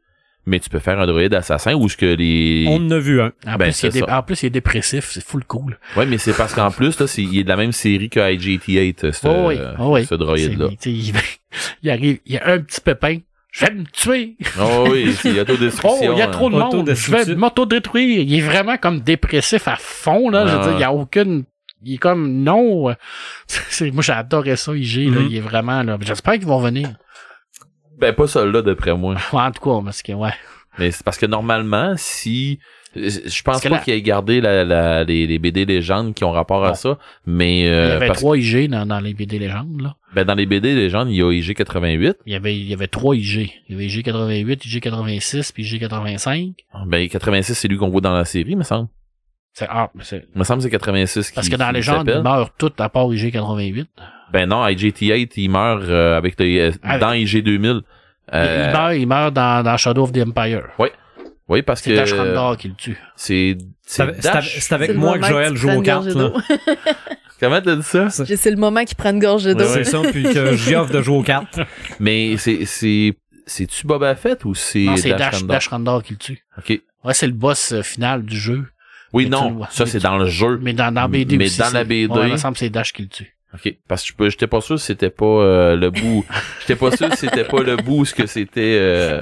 [SPEAKER 3] Mais tu peux faire un droïde assassin ou ce que les...
[SPEAKER 2] On en a vu un.
[SPEAKER 5] ça. En,
[SPEAKER 3] ben,
[SPEAKER 5] plus, il
[SPEAKER 3] c'est
[SPEAKER 5] est dé-
[SPEAKER 3] ça.
[SPEAKER 5] en plus, il est dépressif. C'est full cool.
[SPEAKER 3] Ouais, mais c'est parce qu'en plus, là, c'est, il est de la même série que IG-88, euh, ce,
[SPEAKER 5] Oh oui, oh oui.
[SPEAKER 3] ce droïde-là.
[SPEAKER 5] C'est- tu sais, Il, il arrive, il y a un petit pépin. Je vais me tuer.
[SPEAKER 3] Oh oui, c'est
[SPEAKER 5] Oh,
[SPEAKER 3] l'autodestruction,
[SPEAKER 5] il y a
[SPEAKER 3] hein.
[SPEAKER 5] trop de monde. Je
[SPEAKER 2] Autodestruction.
[SPEAKER 5] vais m'auto-détruire. Il est vraiment comme dépressif à fond, là. Je veux
[SPEAKER 3] Ah.
[SPEAKER 5] dire, il y a aucune, il est comme, non. euh, c'est- Moi, j'ai adoré ça, IG, là.
[SPEAKER 3] Mm-hmm.
[SPEAKER 2] Mhm.
[SPEAKER 5] Il est vraiment, là. J'espère qu'ils vont venir.
[SPEAKER 3] Ben, pas celui-là, d'après moi.
[SPEAKER 5] En tout cas, parce que, ouais.
[SPEAKER 3] Mais c'est parce que normalement, si je pense
[SPEAKER 5] Parce que
[SPEAKER 3] pas
[SPEAKER 5] là-
[SPEAKER 3] qu'il ait gardé la, la- les, les BD légendes qui ont rapport à
[SPEAKER 5] Non.
[SPEAKER 3] ça, mais
[SPEAKER 5] Il y
[SPEAKER 3] euh,
[SPEAKER 5] avait
[SPEAKER 3] parce-
[SPEAKER 5] trois IG dans, dans les BD légendes, là.
[SPEAKER 3] ben, dans les BD légendes, il y a IG88.
[SPEAKER 5] Il y avait, il y avait trois IG. Il y avait IG 88, IG 86, puis IG 85.
[SPEAKER 3] Ben 86, c'est lui qu'on voit dans la série, me semble.
[SPEAKER 5] C'est, ah, mais c'est,
[SPEAKER 3] Me semble que c'est 86 qui
[SPEAKER 5] parce que dans
[SPEAKER 3] qui
[SPEAKER 5] les gens,
[SPEAKER 3] s'appelle.
[SPEAKER 5] ils meurent tous à part IG 88.
[SPEAKER 3] Ben non, IG88, il meurt euh, avec les, euh,
[SPEAKER 5] Ah, Avec-
[SPEAKER 3] dans IG2000.
[SPEAKER 5] Il-
[SPEAKER 3] Euh,
[SPEAKER 5] Il meurt, il meurt dans, dans Shadow of the Empire.
[SPEAKER 3] oui, parce
[SPEAKER 5] C'est Dash
[SPEAKER 3] que
[SPEAKER 5] Randar qui le tue.
[SPEAKER 3] c'est
[SPEAKER 2] C'est
[SPEAKER 3] c'est
[SPEAKER 2] av- c'est av-
[SPEAKER 3] Dash.
[SPEAKER 2] c'est avec
[SPEAKER 4] C'est le
[SPEAKER 2] moi
[SPEAKER 4] moment
[SPEAKER 2] que Joël
[SPEAKER 4] tu
[SPEAKER 2] joue aux
[SPEAKER 4] prennes
[SPEAKER 2] cartes.
[SPEAKER 4] gorgée
[SPEAKER 2] là.
[SPEAKER 4] d'eau.
[SPEAKER 3] Comment t'as dit ça?
[SPEAKER 4] J'ai- C'est le moment qui prend une gorge d'eau.
[SPEAKER 2] C'est ça, puis que j'y offre de jouer aux cartes.
[SPEAKER 3] Mais c'est c'est c'est tu Boba Fett ou c'est
[SPEAKER 5] Non, c'est
[SPEAKER 3] Dash,
[SPEAKER 5] Dash,
[SPEAKER 3] Randall?
[SPEAKER 5] Dash Randar qui le tue.
[SPEAKER 3] Ok.
[SPEAKER 5] Ouais, c'est le boss euh, final du jeu.
[SPEAKER 3] Oui,
[SPEAKER 5] Mais tu le
[SPEAKER 3] non,
[SPEAKER 5] vois.
[SPEAKER 3] ça
[SPEAKER 5] Mais
[SPEAKER 3] c'est
[SPEAKER 5] tu-
[SPEAKER 3] dans le jeu.
[SPEAKER 5] Mais dans, dans BD
[SPEAKER 3] Mais
[SPEAKER 5] aussi,
[SPEAKER 3] dans la
[SPEAKER 5] c'est-
[SPEAKER 3] BD.
[SPEAKER 5] Ouais, il me semble que c'est Dash qui le tue.
[SPEAKER 3] OK. Parce que je peux- j'étais pas sûr si c'était pas euh, le bout. J'étais pas sûr si c'était pas le bout, ce que c'était. euh,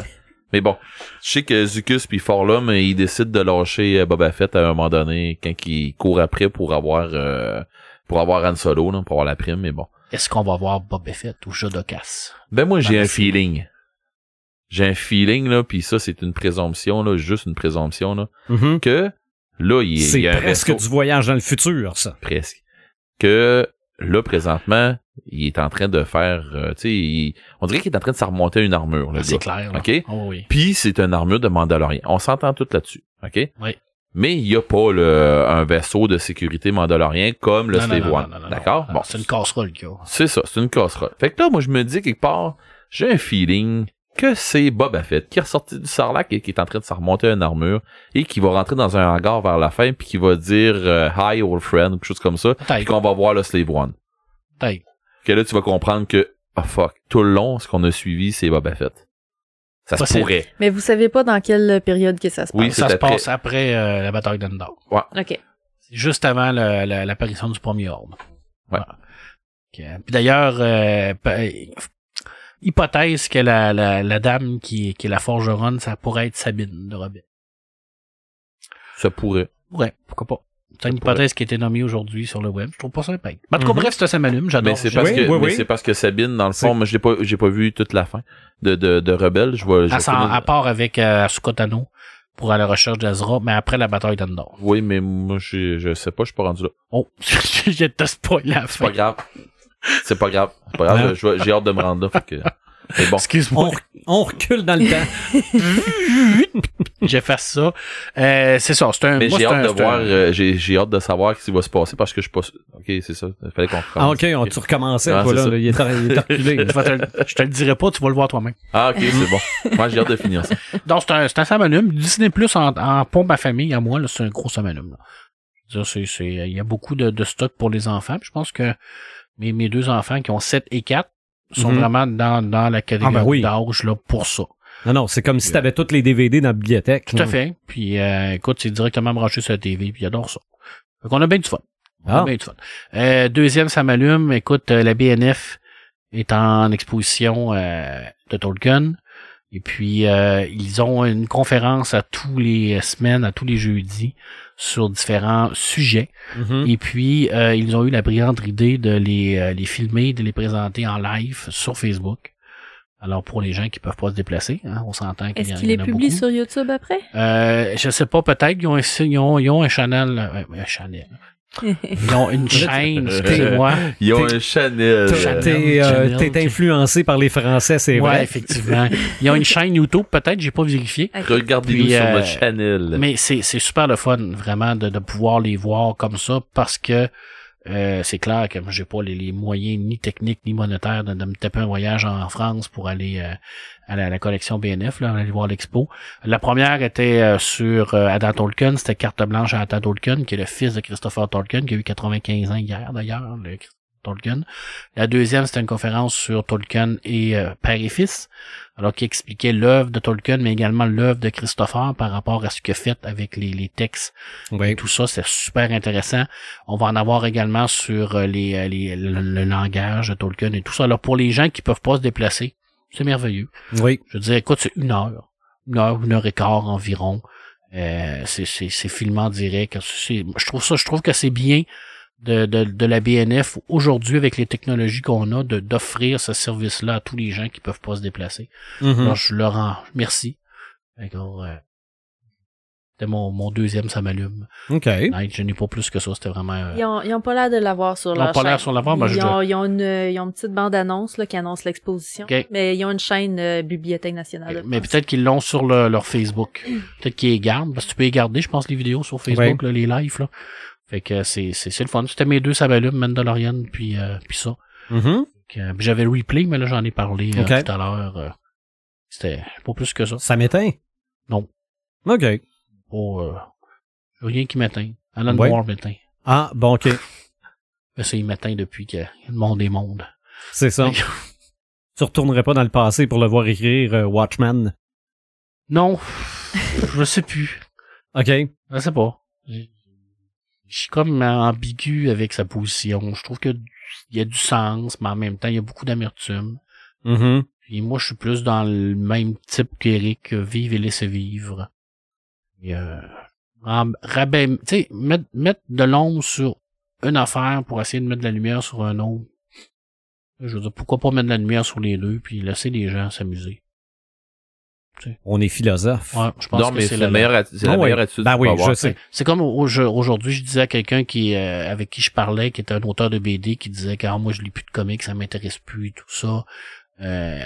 [SPEAKER 3] Mais bon, je sais que Zucus puis Forlum, euh, ils décident de lâcher euh, Boba Fett à un moment donné quand il court après pour avoir euh, pour avoir Han Solo, là, pour avoir la prime. Mais bon.
[SPEAKER 5] Est-ce qu'on va voir Boba Fett ou Jodocas?
[SPEAKER 3] Ben moi j'ai un
[SPEAKER 5] Ah, mais c'est-
[SPEAKER 3] feeling. J'ai un feeling là, puis ça c'est une présomption là, juste une présomption là,
[SPEAKER 2] Mhm.
[SPEAKER 3] que là il, y a- il
[SPEAKER 2] C'est
[SPEAKER 3] y a un
[SPEAKER 2] presque
[SPEAKER 3] resto-
[SPEAKER 2] du voyage dans le futur, ça.
[SPEAKER 3] presque que là présentement il est en train de faire euh, tu sais il- on dirait qu'il est en train de se remonter une armure le
[SPEAKER 5] Ah, C'est
[SPEAKER 3] gars.
[SPEAKER 5] clair. là.
[SPEAKER 3] Ok.
[SPEAKER 5] Oh, oui.
[SPEAKER 3] puis c'est une armure de Mandalorien on s'entend tout là-dessus ok
[SPEAKER 5] Oui.
[SPEAKER 3] mais il n'y a pas le, un vaisseau de sécurité mandalorien comme le
[SPEAKER 5] Non, non,
[SPEAKER 3] Slave
[SPEAKER 5] non, non,
[SPEAKER 3] One
[SPEAKER 5] non, non, non.
[SPEAKER 3] d'accord
[SPEAKER 5] Non,
[SPEAKER 3] bon
[SPEAKER 5] C'est une casserole, le gars.
[SPEAKER 3] c'est ça c'est une casserole fait que là moi je me dis quelque part j'ai un feeling que c'est Boba Fett qui est ressorti du sarlac et qui est en train de se remonter une armure et qui va rentrer dans un hangar vers la fin puis qui va dire euh, hi old friend ou quelque chose comme ça puis
[SPEAKER 5] Peut-être.
[SPEAKER 3] qu'on va voir le Slave One.
[SPEAKER 5] Peut-être.
[SPEAKER 3] Que là, tu vas comprendre que, ah fuck, tout le long, ce qu'on a suivi, c'est Boba Fett. Ça se
[SPEAKER 5] Possible.
[SPEAKER 3] pourrait.
[SPEAKER 4] Mais vous savez pas dans quelle période que ça se passe.
[SPEAKER 3] Oui,
[SPEAKER 5] Ah, ça
[SPEAKER 3] c'est
[SPEAKER 5] se
[SPEAKER 3] après.
[SPEAKER 5] passe après euh, la bataille d'Endor.
[SPEAKER 4] OK.
[SPEAKER 5] C'est juste avant le- le- l'apparition du premier ordre.
[SPEAKER 3] Ouais.
[SPEAKER 5] Voilà. Ok. Puis d'ailleurs, euh, pa- hypothèse que la, la, la dame qui, est- qui est la forgeronne, ça pourrait être Sabine de Robin.
[SPEAKER 3] Ça pourrait.
[SPEAKER 5] Ouais, pourquoi pas. C'est une hypothèse qui a été nommée aujourd'hui sur le web. Je trouve pas ça épais. En tout cas, bref, ça, ça m'allume. J'adore.
[SPEAKER 3] Mm-hmm. Mais c'est parce,
[SPEAKER 2] Oui,
[SPEAKER 3] que-
[SPEAKER 2] oui,
[SPEAKER 3] mais
[SPEAKER 2] oui.
[SPEAKER 3] c'est parce que Sabine, dans le
[SPEAKER 2] C'est-
[SPEAKER 3] fond, moi, je l'ai pas, j'ai pas vu toute la fin de, de, de Rebelle. Je vois, je
[SPEAKER 5] à,
[SPEAKER 3] vais finir-
[SPEAKER 5] Ah, à part avec euh, Asuka Tano pour aller à la recherche d'Azra, mais après la bataille d'Andor.
[SPEAKER 3] Oui, mais moi, je, je sais pas, je suis pas rendu là.
[SPEAKER 5] Oh, je te spoil la
[SPEAKER 3] C'est pas
[SPEAKER 5] fin.
[SPEAKER 3] grave. C'est pas grave. C'est pas grave. je vais- J'ai hâte de me rendre là. Fait que, mais bon.
[SPEAKER 5] Excuse-moi.
[SPEAKER 2] On, re- on recule dans le temps.
[SPEAKER 5] J'efface ça. Euh, c'est ça, c'est un...
[SPEAKER 3] Mais
[SPEAKER 5] moi,
[SPEAKER 3] j'ai
[SPEAKER 5] c'est un-
[SPEAKER 3] hâte de
[SPEAKER 5] c'est
[SPEAKER 3] voir,
[SPEAKER 5] un-
[SPEAKER 3] euh, j'ai j'ai hâte de savoir ce qui va se passer parce que je suis pas. sûr. Ok, c'est ça. Il fallait qu'on
[SPEAKER 2] Ah,
[SPEAKER 3] recommence.
[SPEAKER 2] ok, on, tu recommençais,
[SPEAKER 3] Ah,
[SPEAKER 2] toi,
[SPEAKER 3] c'est
[SPEAKER 2] là,
[SPEAKER 3] ça.
[SPEAKER 2] là, Il est, il est reculé.
[SPEAKER 5] Je, vais te le- je te le dirai pas, tu vas le voir toi-même.
[SPEAKER 3] Ah, ok, c'est bon. Moi, j'ai hâte de finir ça.
[SPEAKER 5] Donc, c'est un, c'est un samanium. Disney Plus en, en pompe à famille, à moi, là, c'est un gros samanium. là. Je veux dire, c'est- c'est- Il y a beaucoup de, de stock pour les enfants. Puis je pense que mes, mes deux enfants qui ont 7 et 4 sont
[SPEAKER 2] Mhm.
[SPEAKER 5] vraiment dans, dans la catégorie
[SPEAKER 2] Ah, ben oui.
[SPEAKER 5] d'âge là, pour ça.
[SPEAKER 2] Non, non, c'est comme si t'avais tous les DVD dans la bibliothèque.
[SPEAKER 5] Tout à
[SPEAKER 2] là.
[SPEAKER 5] fait. Puis euh, écoute, c'est directement branché sur la TV, puis j'adore ça. Fait qu'on a bien du fun. On a
[SPEAKER 2] Ah.
[SPEAKER 5] bien du fun. Euh, deuxième, ça m'allume. Écoute, euh, la BNF est en exposition euh, de Tolkien. Et puis, euh, ils ont une conférence à tous les euh, semaines, à tous les jeudis, sur différents sujets.
[SPEAKER 4] Hmm.
[SPEAKER 2] Mhm.
[SPEAKER 5] Et puis, euh, ils ont eu la brillante idée de les, euh, les filmer, de les présenter en live sur Facebook. Alors, pour les gens qui peuvent pas se déplacer, hein, on s'entend qu'il y,
[SPEAKER 4] Est-ce
[SPEAKER 5] en-
[SPEAKER 4] qu'il
[SPEAKER 5] il y
[SPEAKER 4] les
[SPEAKER 5] en a
[SPEAKER 4] publie
[SPEAKER 5] beaucoup.
[SPEAKER 4] sur YouTube après?
[SPEAKER 5] Euh, je sais pas, peut-être qu'ils ont, un- ils ont, ils ont un channel. euh, un channel. Ils ont une chaîne, excusez-moi.
[SPEAKER 3] Ils ont
[SPEAKER 2] T'es-
[SPEAKER 3] un Chanel.
[SPEAKER 2] T'as-
[SPEAKER 5] Chanel,
[SPEAKER 2] T'es euh,
[SPEAKER 5] Chanel,
[SPEAKER 2] t'es
[SPEAKER 5] Chanel.
[SPEAKER 2] influencé par les Français, c'est
[SPEAKER 5] Ouais,
[SPEAKER 2] vrai.
[SPEAKER 5] effectivement. Ils ont une chaîne YouTube, peut-être, j'ai pas vérifié.
[SPEAKER 3] Regardez-nous
[SPEAKER 5] Puis,
[SPEAKER 3] sur
[SPEAKER 5] euh,
[SPEAKER 3] notre Chanel.
[SPEAKER 5] Mais c'est c'est super le fun, vraiment, de, de pouvoir les voir comme ça, parce que euh, c'est clair que moi, j'ai pas les, les moyens ni techniques ni monétaires de, de me taper un voyage en France pour aller euh, à, la, la collection BNF, là, aller voir l'expo. La première était euh, sur euh, Adam Tolkien, c'était Carte Blanche à Adam Tolkien, qui est le fils de Christopher Tolkien, qui a eu 95 ans hier d'ailleurs, le Christopher Tolkien. La deuxième, c'était une conférence sur Tolkien et euh, Père et Fils, alors qui expliquait l'œuvre de Tolkien, mais également l'œuvre de Christopher par rapport à ce que fait avec les, les textes
[SPEAKER 2] Ouais.
[SPEAKER 5] tout ça, c'est super intéressant. On va en avoir également sur euh, les, euh, les- le, le langage de Tolkien et tout ça. Alors, pour les gens qui peuvent pas se déplacer, c'est merveilleux.
[SPEAKER 2] Oui.
[SPEAKER 5] Je veux dire, écoute, c'est une heure. Une heure, une heure et quart environ. Euh, c'est, c'est, c'est filmé en direct. C'est- je trouve ça, je trouve que c'est bien de, de, de la BNF aujourd'hui avec les technologies qu'on a de, d'offrir ce service-là à tous les gens qui peuvent pas se déplacer.
[SPEAKER 2] Mhm.
[SPEAKER 5] Alors, je leur en merci. Fait que, euh, C'était mon, mon deuxième, ça m'allume.
[SPEAKER 2] OK.
[SPEAKER 5] Night, je n'ai pas plus que ça, c'était vraiment. euh,
[SPEAKER 4] Ils ont, ils ont pas l'air de l'avoir sur
[SPEAKER 5] Ils
[SPEAKER 4] leur
[SPEAKER 5] ont pas l'air
[SPEAKER 4] chaîne.
[SPEAKER 5] sur l'avoir, ben, je
[SPEAKER 4] ils, ont, ils, ont une, ils ont une petite bande-annonce là, qui annonce l'exposition.
[SPEAKER 5] Ok.
[SPEAKER 4] Mais ils ont une chaîne euh, Bibliothèque nationale.
[SPEAKER 5] mais peut-être qu'ils l'ont sur le- leur Facebook.
[SPEAKER 4] Hmm.
[SPEAKER 5] Peut-être qu'ils les gardent, parce que tu peux les garder, je pense, les vidéos sur Facebook, là, les lives. Là. Fait que c'est, c'est, c'est le fun. C'était mes deux Sabalum, Mandalorian, puis, euh, puis ça.
[SPEAKER 2] Mhm.
[SPEAKER 5] Fait que, euh, puis j'avais replay, mais là, j'en ai parlé euh,
[SPEAKER 2] Ok.
[SPEAKER 5] tout à l'heure. euh, c'était pas plus que ça.
[SPEAKER 2] Ça m'éteint?
[SPEAKER 5] Non.
[SPEAKER 2] OK.
[SPEAKER 5] Pas, euh, rien qui m'éteint. Alan
[SPEAKER 2] Ouais.
[SPEAKER 5] Moore m'éteint.
[SPEAKER 2] Ah, bon, OK.
[SPEAKER 5] Mais ça, il m'éteint depuis que le monde est monde.
[SPEAKER 2] C'est ça. tu retournerais pas dans le passé pour le voir écrire euh, Watchman.
[SPEAKER 5] Non, je sais plus.
[SPEAKER 2] OK.
[SPEAKER 5] Je sais pas. Je je suis comme ambigu avec sa position. Je trouve que du- il y a du sens, mais en même temps, il y a beaucoup d'amertume.
[SPEAKER 2] Mhm.
[SPEAKER 5] Et moi, je suis plus dans le même type qu'Eric, euh, vive et laissez vivre. Et, euh, ram- rabais, tu sais, mettre, mettre de l'ombre sur une affaire pour essayer de mettre de la lumière sur un autre. Je veux dire, pourquoi pas mettre de la lumière sur les deux, puis laisser les gens s'amuser.
[SPEAKER 2] On est philosophe.
[SPEAKER 5] Ouais, je pense
[SPEAKER 3] Non,
[SPEAKER 5] que
[SPEAKER 3] mais
[SPEAKER 5] c'est
[SPEAKER 3] c'est
[SPEAKER 5] la
[SPEAKER 3] la meilleure atti- c'est la
[SPEAKER 2] Ah ouais.
[SPEAKER 3] meilleure attitude
[SPEAKER 2] Ben
[SPEAKER 3] qu'on
[SPEAKER 2] oui,
[SPEAKER 3] peut avoir.
[SPEAKER 2] je sais.
[SPEAKER 5] C'est comme au- je- aujourd'hui, je disais à quelqu'un qui euh, avec qui je parlais, qui était un auteur de BD, qui disait que Ah, moi je lis plus de comics, ça m'intéresse plus, tout ça. Euh,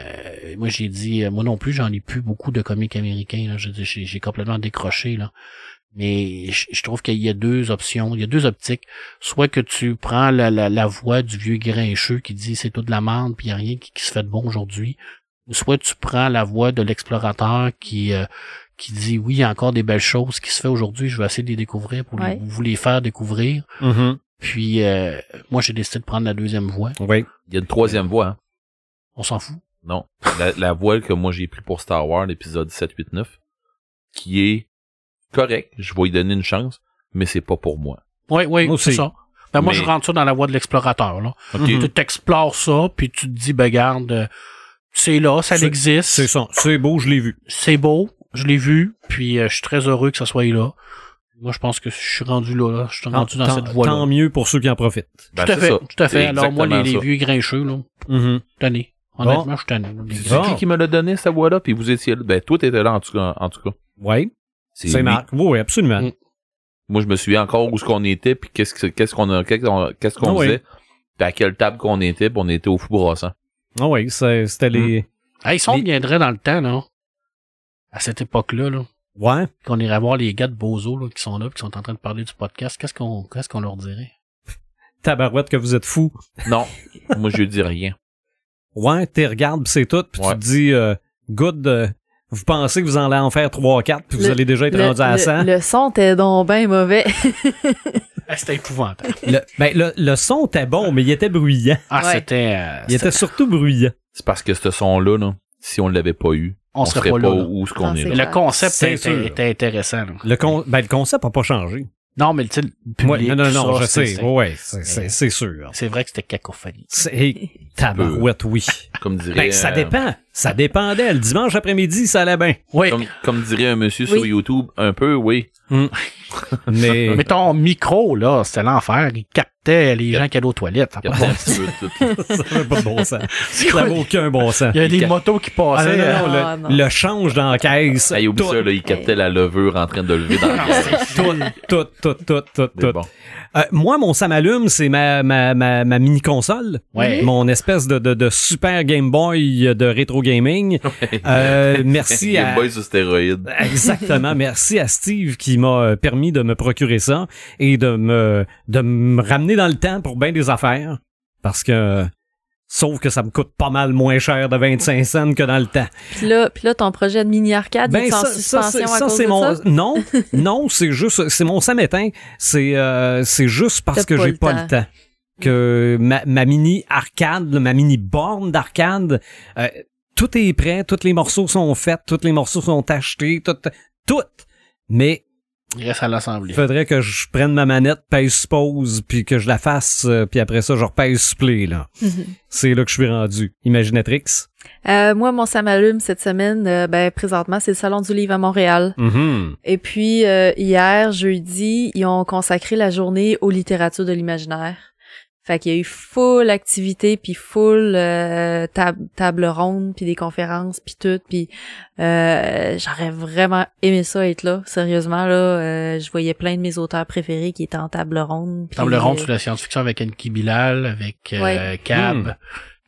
[SPEAKER 5] moi j'ai dit, euh, moi non plus, j'en lis plus beaucoup de comics américains. là. Je dis, J'ai j'ai complètement décroché là. Mais je, je trouve qu'il y a deux options, il y a deux optiques. Soit que tu prends la, la, la voix du vieux grincheux qui dit c'est tout de la merde, puis il n'y a rien qui, qui se fait de bon aujourd'hui. Ou Soit tu prends la voix de l'explorateur qui euh, qui dit oui, il y a encore des belles choses qui se fait aujourd'hui, je vais essayer de les découvrir pour les-
[SPEAKER 4] Ouais.
[SPEAKER 5] vous les faire découvrir.
[SPEAKER 2] Mhm.
[SPEAKER 5] Puis euh, moi j'ai décidé de prendre la deuxième voie.
[SPEAKER 2] Oui.
[SPEAKER 3] Il y a une troisième voix. hein.
[SPEAKER 5] On s'en fout.
[SPEAKER 3] Non. La, la voile que moi j'ai pris pour Star Wars, l'épisode 7, 8, 9, qui est correct, je vais y donner une chance, mais c'est pas pour moi.
[SPEAKER 5] Oui, oui,
[SPEAKER 2] Moi
[SPEAKER 5] c'est
[SPEAKER 2] aussi.
[SPEAKER 5] ça. Ben, moi
[SPEAKER 3] Mais-
[SPEAKER 5] je rentre ça dans la voie de l'explorateur. là.
[SPEAKER 2] Mhm.
[SPEAKER 3] Mm-hmm.
[SPEAKER 5] Tu t'explores ça, puis tu te dis, ben garde, euh, c'est là, ça
[SPEAKER 2] C'est-
[SPEAKER 5] existe.
[SPEAKER 2] C'est ça. C'est beau, je l'ai vu.
[SPEAKER 5] c'est beau, je l'ai vu, puis euh, je suis très heureux que ça soit là. Moi, je pense que je suis rendu là, là. Je suis
[SPEAKER 2] Tant,
[SPEAKER 5] rendu dans cette voie-là.
[SPEAKER 2] tant mieux pour ceux qui en profitent.
[SPEAKER 3] Ben,
[SPEAKER 5] tout à
[SPEAKER 3] c'est
[SPEAKER 5] fait,
[SPEAKER 3] ça.
[SPEAKER 5] tout à fait.
[SPEAKER 3] C'est
[SPEAKER 5] Alors, moi, les,
[SPEAKER 3] exactement
[SPEAKER 5] les
[SPEAKER 3] ça.
[SPEAKER 5] vieux grincheux, là,
[SPEAKER 2] Mhm.
[SPEAKER 5] tanné. Honnêtement, je suis tanné. là.
[SPEAKER 3] C'est
[SPEAKER 2] Bon.
[SPEAKER 3] qui qui me l'a donné, cette voix-là, puis vous étiez là. Ben, toi, t'étais là, en tout cas. En tout cas.
[SPEAKER 2] Oui, c'est
[SPEAKER 3] lui.
[SPEAKER 2] Marc. Oui, oui, absolument.
[SPEAKER 5] Mm.
[SPEAKER 3] Moi, je me souviens encore où ce qu'on était, puis qu'est-ce que- qu'est-ce qu'on a- qu'est-ce qu'on qu'est-ce qu'on
[SPEAKER 2] Ah oui.
[SPEAKER 3] faisait, puis à quelle table qu'on était, puis on était au fou brossant.
[SPEAKER 2] Ah oui, c'est- c'était les...
[SPEAKER 5] Hey, ils sont
[SPEAKER 2] Les-
[SPEAKER 5] viendraient dans le temps, là. À cette époque-là, là.
[SPEAKER 2] Ouais.
[SPEAKER 5] Qu'on irait voir les gars de Bozo, là, qui sont là, puis qui sont en train de parler du podcast. Qu'est-ce qu'on, qu'est-ce qu'on leur dirait?
[SPEAKER 2] Tabarouette que vous êtes fou.
[SPEAKER 3] Non, moi, je dis rien.
[SPEAKER 2] Ouais, t'es regardes, pis c'est tout, puis
[SPEAKER 3] Ouais.
[SPEAKER 2] tu te dis, euh, good, euh, vous pensez que vous en allez en faire 3 4, puis vous
[SPEAKER 4] Le-
[SPEAKER 2] allez déjà être
[SPEAKER 4] Le-
[SPEAKER 2] rendu à
[SPEAKER 4] le-
[SPEAKER 2] 100.
[SPEAKER 4] Le son était donc bien mauvais.
[SPEAKER 5] Ah, c'était épouvantable.
[SPEAKER 2] Le, ben, le, le son était bon, mais il était bruyant.
[SPEAKER 5] Ah,
[SPEAKER 4] Ouais.
[SPEAKER 5] c'était, euh,
[SPEAKER 2] Il était surtout bruyant.
[SPEAKER 3] C'est parce que ce son-là, là, si on l'avait pas eu,
[SPEAKER 5] on serait pas là. là.
[SPEAKER 3] où ce qu'on
[SPEAKER 4] Non,
[SPEAKER 3] est
[SPEAKER 4] c'est
[SPEAKER 5] Mais
[SPEAKER 3] là.
[SPEAKER 5] le concept
[SPEAKER 2] C'est
[SPEAKER 5] était,
[SPEAKER 2] sûr.
[SPEAKER 5] était intéressant, là.
[SPEAKER 2] Le, con, ben, le concept n'a pas changé.
[SPEAKER 5] Non, mais, tu sais, le public,
[SPEAKER 2] Ouais, non, non,
[SPEAKER 5] tout
[SPEAKER 2] non,
[SPEAKER 5] ça,
[SPEAKER 2] je
[SPEAKER 5] c'est-
[SPEAKER 2] sais.
[SPEAKER 5] c'est-
[SPEAKER 2] Ouais, c'est- c'est c'est sûr.
[SPEAKER 5] C'est vrai que c'était cacophonie.
[SPEAKER 2] C'est- hey, tabarouette, oui.
[SPEAKER 3] Comme dirait,
[SPEAKER 2] Ben, ça
[SPEAKER 3] euh,
[SPEAKER 2] dépend. Ça dépendait. Le dimanche après-midi, ça allait bien.
[SPEAKER 5] Oui.
[SPEAKER 3] Comme, comme dirait un monsieur sur
[SPEAKER 4] Oui.
[SPEAKER 3] YouTube, un peu, oui.
[SPEAKER 2] Mais,
[SPEAKER 5] Mais ton micro, là, c'était l'enfer. Il captait les gens qui allaient aux toilettes. Ça
[SPEAKER 3] Il
[SPEAKER 5] a
[SPEAKER 3] y a
[SPEAKER 5] pas
[SPEAKER 3] un
[SPEAKER 5] de-
[SPEAKER 3] petit peu de tout.
[SPEAKER 2] ça n'avait pas de bon sens.
[SPEAKER 5] C'est
[SPEAKER 2] Ça
[SPEAKER 5] quoi?
[SPEAKER 2] n'avait aucun bon sens.
[SPEAKER 5] Il y a des
[SPEAKER 3] cap-
[SPEAKER 5] motos qui
[SPEAKER 2] Ah, non,
[SPEAKER 5] passaient.
[SPEAKER 2] non, non,
[SPEAKER 4] Ah,
[SPEAKER 2] le,
[SPEAKER 4] non.
[SPEAKER 2] le change dans la caisse.
[SPEAKER 3] Hey, oublie
[SPEAKER 2] tout,
[SPEAKER 3] ça, là, Ah, il captait la levure en train de lever dans le
[SPEAKER 5] Ah,
[SPEAKER 3] gaz.
[SPEAKER 2] tout, tout, tout, tout,
[SPEAKER 3] Mais
[SPEAKER 2] tout.
[SPEAKER 3] bon.
[SPEAKER 2] Euh, moi, mon Samalume, c'est ma, ma, ma, ma mini-console.
[SPEAKER 5] Ouais.
[SPEAKER 2] Mon espèce de, de, de super Game Boy de rétro gaming. Euh, merci
[SPEAKER 3] Game
[SPEAKER 2] à...
[SPEAKER 3] Boy sur stéroïde.
[SPEAKER 2] Exactement. Merci à Steve qui m'a euh, permis de me procurer ça et de me, de me ramener dans le temps pour bien des affaires. Parce que, euh, sauf que ça me coûte pas mal moins cher de 25 cents que dans le temps.
[SPEAKER 4] Puis là, puis là, ton projet de mini arcade,
[SPEAKER 2] Ben,
[SPEAKER 4] il est Ah, en suspension à cause
[SPEAKER 2] c'est
[SPEAKER 4] de
[SPEAKER 2] mon
[SPEAKER 4] ça.
[SPEAKER 2] non, non, c'est juste c'est mon samétain, c'est euh, c'est juste parce
[SPEAKER 4] T'as
[SPEAKER 2] que
[SPEAKER 4] pas
[SPEAKER 2] j'ai
[SPEAKER 4] le
[SPEAKER 2] pas
[SPEAKER 4] temps.
[SPEAKER 2] le temps que ma, ma mini arcade, ma mini borne d'arcade, euh, tout est prêt, tous les morceaux sont faits, tous les morceaux sont achetés, tout tout. Mais
[SPEAKER 5] Il reste à l'Assemblée.
[SPEAKER 2] il faudrait que je prenne ma manette, pèse pause, puis que je la fasse, euh, puis après ça je repèse play là. C'est là que je suis rendu. Imaginatrix.
[SPEAKER 4] Euh, moi, mon Samalume, cette semaine, euh, ben, présentement, c'est le Salon du Livre à Montréal.
[SPEAKER 2] Mhm.
[SPEAKER 4] Et puis, euh, hier, jeudi, ils ont consacré la journée aux littératures de l'imaginaire. Fait qu'il y a eu full activité, puis full euh, tab- table ronde, puis des conférences, puis tout. Puis euh, j'aurais vraiment aimé ça être là. Sérieusement, là, euh, je voyais plein de mes auteurs préférés qui étaient en table ronde. puis- euh,
[SPEAKER 5] Table ronde sur la science-fiction avec Anki Bilal, avec euh,
[SPEAKER 4] Ouais.
[SPEAKER 5] Cab,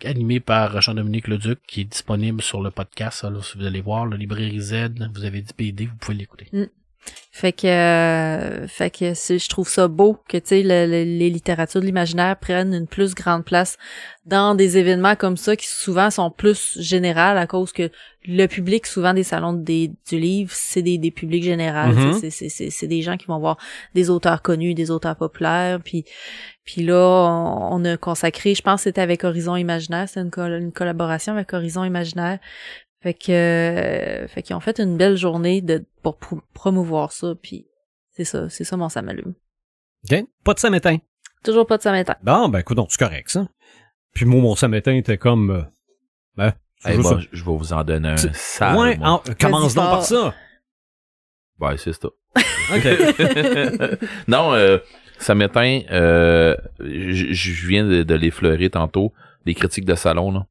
[SPEAKER 2] Hmm.
[SPEAKER 5] animé par Jean-Dominique Leduc, qui est disponible sur le podcast. là, si vous allez voir, le librairie Z, vous avez dit PD, vous pouvez l'écouter.
[SPEAKER 4] Fait que, euh, fait que c'est- je trouve ça beau que tu sais le- le- les littératures de l'imaginaire prennent une plus grande place dans des événements comme ça qui souvent sont plus générales à cause que le public souvent des salons des, du livre c'est des, des publics généraux
[SPEAKER 2] Mhm.
[SPEAKER 4] c'est c'est- c'est c'est des gens qui vont voir des auteurs connus des auteurs populaires puis puis là on, on a consacré je pense que c'était avec Horizon Imaginaire c'est une, col- une collaboration avec Horizon Imaginaire fait que, euh, fait qu'ils ont fait une belle journée de pour prou- promouvoir ça, puis c'est ça, c'est ça mon samalume.
[SPEAKER 2] Ok. Pas de samétain.
[SPEAKER 4] Toujours pas de samétain.
[SPEAKER 2] Bon, ben, écoute, c'est correct, ça. Puis moi, mon samétain était comme. euh, ben, c'est
[SPEAKER 3] Hey,
[SPEAKER 2] juste
[SPEAKER 3] bon,
[SPEAKER 2] ça.
[SPEAKER 3] je je vais vous en donner un
[SPEAKER 2] C'est-
[SPEAKER 3] sale.
[SPEAKER 2] Ouais,
[SPEAKER 3] moi.
[SPEAKER 2] en- commence
[SPEAKER 4] Vas-y
[SPEAKER 2] donc
[SPEAKER 4] fort.
[SPEAKER 2] par ça.
[SPEAKER 3] Ben, c'est ça.
[SPEAKER 2] OK.
[SPEAKER 3] non, euh, ça m'éteint. euh, je je viens de, de l'effleurer tantôt, les critiques de salon. Là.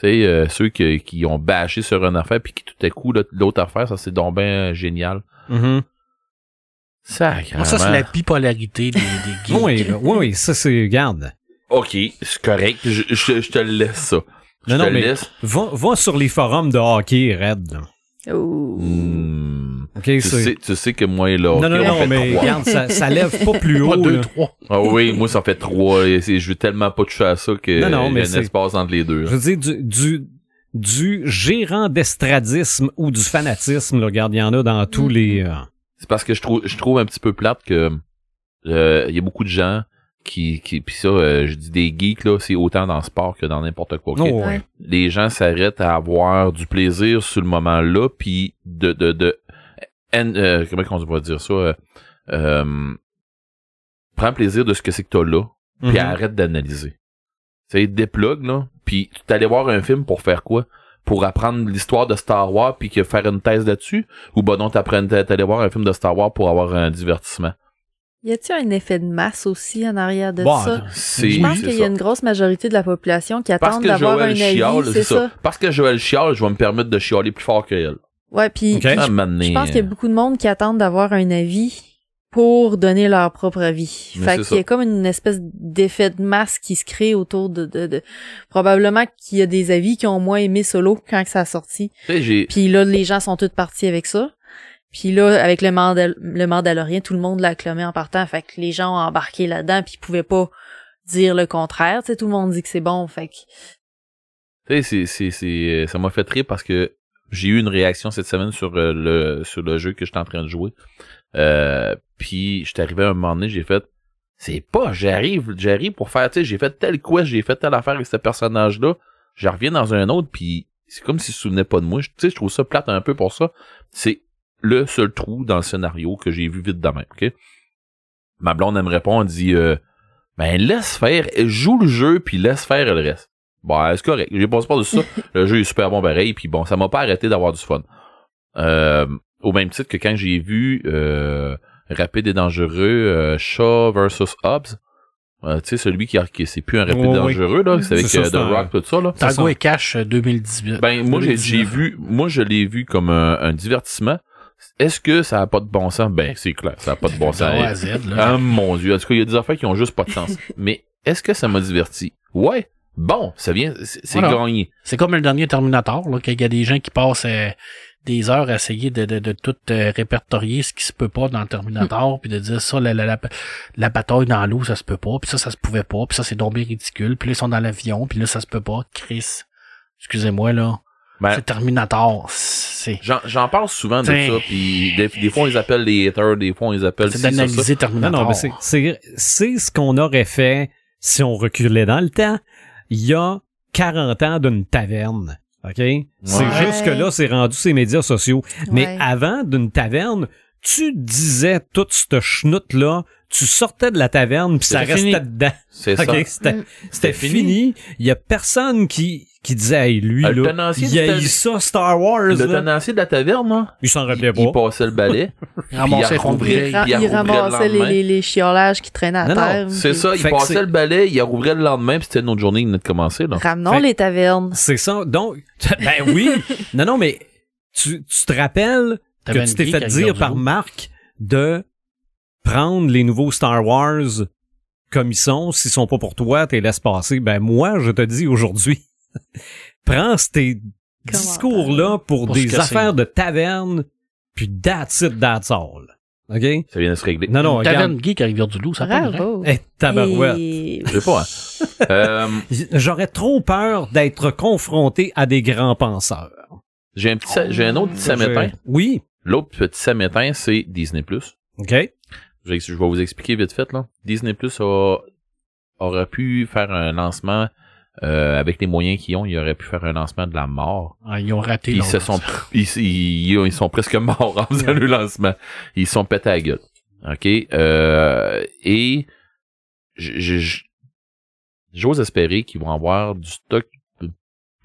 [SPEAKER 3] Tu sais, euh, ceux qui, qui ont bâché sur une affaire puis qui tout à coup, là, l'autre affaire, ça c'est donc ben euh, génial.
[SPEAKER 2] Mhm.
[SPEAKER 3] Sacrément.
[SPEAKER 5] Moi,
[SPEAKER 3] Ah,
[SPEAKER 5] ça,
[SPEAKER 3] ben.
[SPEAKER 5] c'est la bipolarité des, des geeks.
[SPEAKER 2] Oui, là, oui, oui, ça, c'est. Garde.
[SPEAKER 3] Ok, c'est correct. Je, je- je te laisse ça. Je
[SPEAKER 2] Non,
[SPEAKER 3] te
[SPEAKER 2] non, mais-
[SPEAKER 3] laisse.
[SPEAKER 2] Va, va sur les forums de hockey, Red. là.
[SPEAKER 4] Oh.
[SPEAKER 3] Hmm.
[SPEAKER 2] OK,
[SPEAKER 3] Tu,
[SPEAKER 2] c'est.
[SPEAKER 3] sais, tu sais que moi et là.
[SPEAKER 2] Non, non,
[SPEAKER 3] ok, on
[SPEAKER 2] non,
[SPEAKER 3] fait
[SPEAKER 2] mais
[SPEAKER 3] trois.
[SPEAKER 2] garde, ça, ça lève pas plus haut.
[SPEAKER 5] Moi, deux,
[SPEAKER 2] là.
[SPEAKER 5] trois.
[SPEAKER 3] Ah oui, moi ça fait trois. et c'est- Je veux tellement pas toucher à ça que
[SPEAKER 2] Non, non, mais
[SPEAKER 3] il y a
[SPEAKER 2] c'est-
[SPEAKER 3] un espace entre les deux. là.
[SPEAKER 2] Je veux dire, du, du, du gérant d'estradisme ou du fanatisme, là, regarde, il y en a dans tous les. euh,
[SPEAKER 3] C'est parce que je trouve, je trouve un petit peu plate que euh, il y a beaucoup de gens qui, qui puis ça, euh, je dis des geeks là, c'est autant dans le sport que dans n'importe quoi. ok?
[SPEAKER 2] oh, ouais.
[SPEAKER 4] Ouais.
[SPEAKER 3] Les gens s'arrêtent à avoir du plaisir sur le moment là, puis de de de en- euh, comment qu'on va dire ça, euh, euh, prends plaisir de ce que c'est que t'as là,
[SPEAKER 2] Mhm.
[SPEAKER 3] puis arrête d'analyser. Tu sais, déplugue, là, puis tu t'allais voir un film pour faire quoi? pour apprendre l'histoire de Star Wars puis que faire une thèse là-dessus, ou bah non, t'apprends à aller voir un film de Star Wars pour avoir un divertissement.
[SPEAKER 4] Y a-t-il un effet de masse aussi en arrière de
[SPEAKER 5] Bah,
[SPEAKER 2] Bon,
[SPEAKER 4] ça?
[SPEAKER 3] C'est
[SPEAKER 4] Je pense
[SPEAKER 3] c'est
[SPEAKER 4] qu'il y
[SPEAKER 3] ça.
[SPEAKER 4] a une grosse majorité de la population qui
[SPEAKER 3] parce
[SPEAKER 4] attend
[SPEAKER 3] que
[SPEAKER 4] d'avoir un
[SPEAKER 3] Joël
[SPEAKER 4] avis,
[SPEAKER 3] chiale,
[SPEAKER 4] c'est ça.
[SPEAKER 3] Parce que Joël chiale, je vais me permettre de chialer plus fort que elle.
[SPEAKER 4] Ouais, puis
[SPEAKER 2] Ok.
[SPEAKER 4] Ben, je-
[SPEAKER 2] Ah,
[SPEAKER 3] Un moment donné,
[SPEAKER 4] je pense qu'il y a beaucoup de monde qui attendent d'avoir un avis pour donner leur propre avis.
[SPEAKER 3] Mais
[SPEAKER 4] fait
[SPEAKER 3] c'est
[SPEAKER 4] qu'il
[SPEAKER 3] ça.
[SPEAKER 4] y a comme une espèce d'effet de masse qui se crée autour de... de, de- Probablement qu'il y a des avis qui ont moins aimé Solo quand que ça a sorti.
[SPEAKER 3] Tu sais, j'ai-
[SPEAKER 4] Puis là, les gens sont tous partis avec ça. Puis là, avec le, Mandal le Mandalorien, tout le monde l'acclamait en partant. Fait que les gens ont embarqué là-dedans, puis ils pouvaient pas dire le contraire. Tu sais, tout le monde dit que c'est bon. Fait que
[SPEAKER 3] Tu sais, c'est, c'est, c'est, euh, ça m'a fait rire parce que j'ai eu une réaction cette semaine sur euh, le sur le jeu que j'étais en train de jouer. Euh, puis j'étais arrivé à un moment donné, j'ai fait c'est pas j'arrive, j'arrive pour faire, tu sais, j'ai fait telle quest, j'ai fait telle affaire avec ce personnage là, je reviens dans un autre puis c'est comme s'il se souvenait pas de moi. Je- Tu sais, je trouve ça plate un peu pour ça. C'est le seul trou dans le scénario que j'ai vu vite de même, OK Ma blonde elle me répond, elle dit euh, ben laisse faire, joue le jeu puis laisse faire le reste. Bon, c'est correct. J'ai passé par de ça. le jeu est super bon pareil, puis bon, ça m'a pas arrêté d'avoir du fun. Euh, au même titre que quand j'ai vu euh, Rapide et Dangereux, euh, Shaw versus Hobbs. Euh, tu sais, celui qui, a- qui c'est plus un rapide
[SPEAKER 2] Oui,
[SPEAKER 3] et
[SPEAKER 2] oui.
[SPEAKER 3] dangereux, là, c'est avec
[SPEAKER 2] C'est ça,
[SPEAKER 3] euh,
[SPEAKER 2] c'est
[SPEAKER 3] The
[SPEAKER 2] un-
[SPEAKER 3] Rock, tout ça, là.
[SPEAKER 2] Ça
[SPEAKER 5] Tango
[SPEAKER 2] sent-
[SPEAKER 5] et Cash euh, 2018.
[SPEAKER 3] Ben, moi, j'ai, j'ai
[SPEAKER 5] 2019.
[SPEAKER 3] vu, moi, je l'ai vu comme un, un divertissement. Est-ce que ça a pas de bon sens? Ben, c'est clair, ça a pas de bon
[SPEAKER 5] De
[SPEAKER 3] sens.
[SPEAKER 5] A à Z, là.
[SPEAKER 3] Ah mon dieu, en tout cas, il y a des affaires qui ont juste pas de sens. Mais est-ce que ça m'a diverti? Ouais. Bon, ça vient, c'est c'est
[SPEAKER 5] Voilà.
[SPEAKER 3] gagné.
[SPEAKER 5] C'est comme le dernier Terminator, là, qu'il y a des gens qui passent euh, des heures à essayer de, de, de tout euh, répertorier ce qui se peut pas dans le Terminator, puis de dire ça, la, la, la, la bataille dans l'eau, ça se peut pas, puis ça, ça se pouvait pas, puis ça, c'est tombé ridicule, puis là, ils sont dans l'avion, puis là, ça se peut pas. Chris, excusez-moi, là,
[SPEAKER 3] Ben,
[SPEAKER 5] c'est Terminator, c'est...
[SPEAKER 3] j'en- j'en parle souvent de
[SPEAKER 5] T'sais.
[SPEAKER 3] ça, puis des, des fois on les appelle des haters, des fois on les appelle
[SPEAKER 5] C'est
[SPEAKER 3] ci, ça, ça.
[SPEAKER 5] d'analyser
[SPEAKER 2] Non,
[SPEAKER 5] Terminator.
[SPEAKER 2] non, mais c'est, c'est, c'est ce qu'on aurait fait si on reculait dans le temps. Il y a 40 ans d'une taverne. OK? C'est
[SPEAKER 3] Ouais.
[SPEAKER 2] juste que là, c'est rendu ces médias sociaux. Mais
[SPEAKER 4] Ouais.
[SPEAKER 2] avant, d'une taverne, tu disais toute cette chenoute-là, tu sortais de la taverne, puis ça
[SPEAKER 5] C'était
[SPEAKER 2] restait
[SPEAKER 5] fini.
[SPEAKER 2] dedans.
[SPEAKER 3] C'est
[SPEAKER 2] OK?
[SPEAKER 3] ça.
[SPEAKER 2] C'était,
[SPEAKER 4] Mm.
[SPEAKER 2] c'était fini. Il y a personne qui, qui disait, hey, lui,
[SPEAKER 3] Ah, le
[SPEAKER 2] là,
[SPEAKER 3] tenancier
[SPEAKER 2] il
[SPEAKER 3] du
[SPEAKER 2] a
[SPEAKER 3] tel-
[SPEAKER 2] ça, Star Wars.
[SPEAKER 3] Le
[SPEAKER 2] là.
[SPEAKER 3] tenancier de la taverne, là,
[SPEAKER 2] Il s'en
[SPEAKER 3] il,
[SPEAKER 2] rappelait
[SPEAKER 3] il
[SPEAKER 2] pas.
[SPEAKER 3] passait le balai,
[SPEAKER 5] Il
[SPEAKER 3] il
[SPEAKER 5] ramassait son
[SPEAKER 3] rouvrait,
[SPEAKER 5] bouteille.
[SPEAKER 4] ra-
[SPEAKER 3] puis il
[SPEAKER 4] il
[SPEAKER 3] rouvrait le
[SPEAKER 4] ramassait les,
[SPEAKER 3] lendemain.
[SPEAKER 4] les, les chiolages qui traînaient à
[SPEAKER 2] Non, non,
[SPEAKER 4] terre.
[SPEAKER 3] C'est
[SPEAKER 4] puis-
[SPEAKER 3] ça, il
[SPEAKER 2] Fait que c'est-
[SPEAKER 3] passait le balai, il rouvrait le lendemain, puis c'était une autre journée, il venait de commencer, là.
[SPEAKER 4] Ramenons
[SPEAKER 2] Fait-
[SPEAKER 4] les tavernes.
[SPEAKER 2] C'est ça. Donc, ben oui. non, non, mais tu, tu te rappelles
[SPEAKER 5] T'avais
[SPEAKER 2] que tu
[SPEAKER 5] une
[SPEAKER 2] t'es
[SPEAKER 5] geek
[SPEAKER 2] fait
[SPEAKER 5] avec
[SPEAKER 2] dire
[SPEAKER 5] Gorzo.
[SPEAKER 2] par Marc de prendre les nouveaux Star Wars comme ils sont. S'ils sont pas pour toi, t'es laisse passer. Ben moi, je te dis aujourd'hui, prends ces
[SPEAKER 4] Comment
[SPEAKER 2] discours-là pour,
[SPEAKER 5] Pour ce
[SPEAKER 2] des
[SPEAKER 5] que
[SPEAKER 2] affaires de taverne, puis that's it, that's all. OK?
[SPEAKER 3] Ça vient de se régler.
[SPEAKER 2] Non, non, regarde.
[SPEAKER 5] Taverne geek à Rivière-du-Loup, ça parle.
[SPEAKER 4] Bravo.
[SPEAKER 2] Eh, tabarouette.
[SPEAKER 4] Et-
[SPEAKER 3] Je sais pas. hein. euh,
[SPEAKER 2] J'aurais trop peur d'être confronté à des grands penseurs.
[SPEAKER 3] j'ai un petit, sa- j'ai un autre petit samétain.
[SPEAKER 2] Je- Oui.
[SPEAKER 3] L'autre petit samétain, c'est Disney+.
[SPEAKER 2] OK.
[SPEAKER 3] Je, vais- je vais vous expliquer vite fait. Là. Disney Plus aurait pu faire un lancement euh, avec les moyens qu'ils ont. Ils auraient pu faire un lancement de la mort.
[SPEAKER 5] Ah, ils ont
[SPEAKER 3] Puis
[SPEAKER 5] raté.
[SPEAKER 3] ils
[SPEAKER 5] leur-
[SPEAKER 3] se sont, ils, ils- ils- ils sont presque morts en faisant le lancement. Ils se sont pétés à la gueule. Ok. Euh, et j- j- j- j'ose espérer qu'ils vont avoir du stock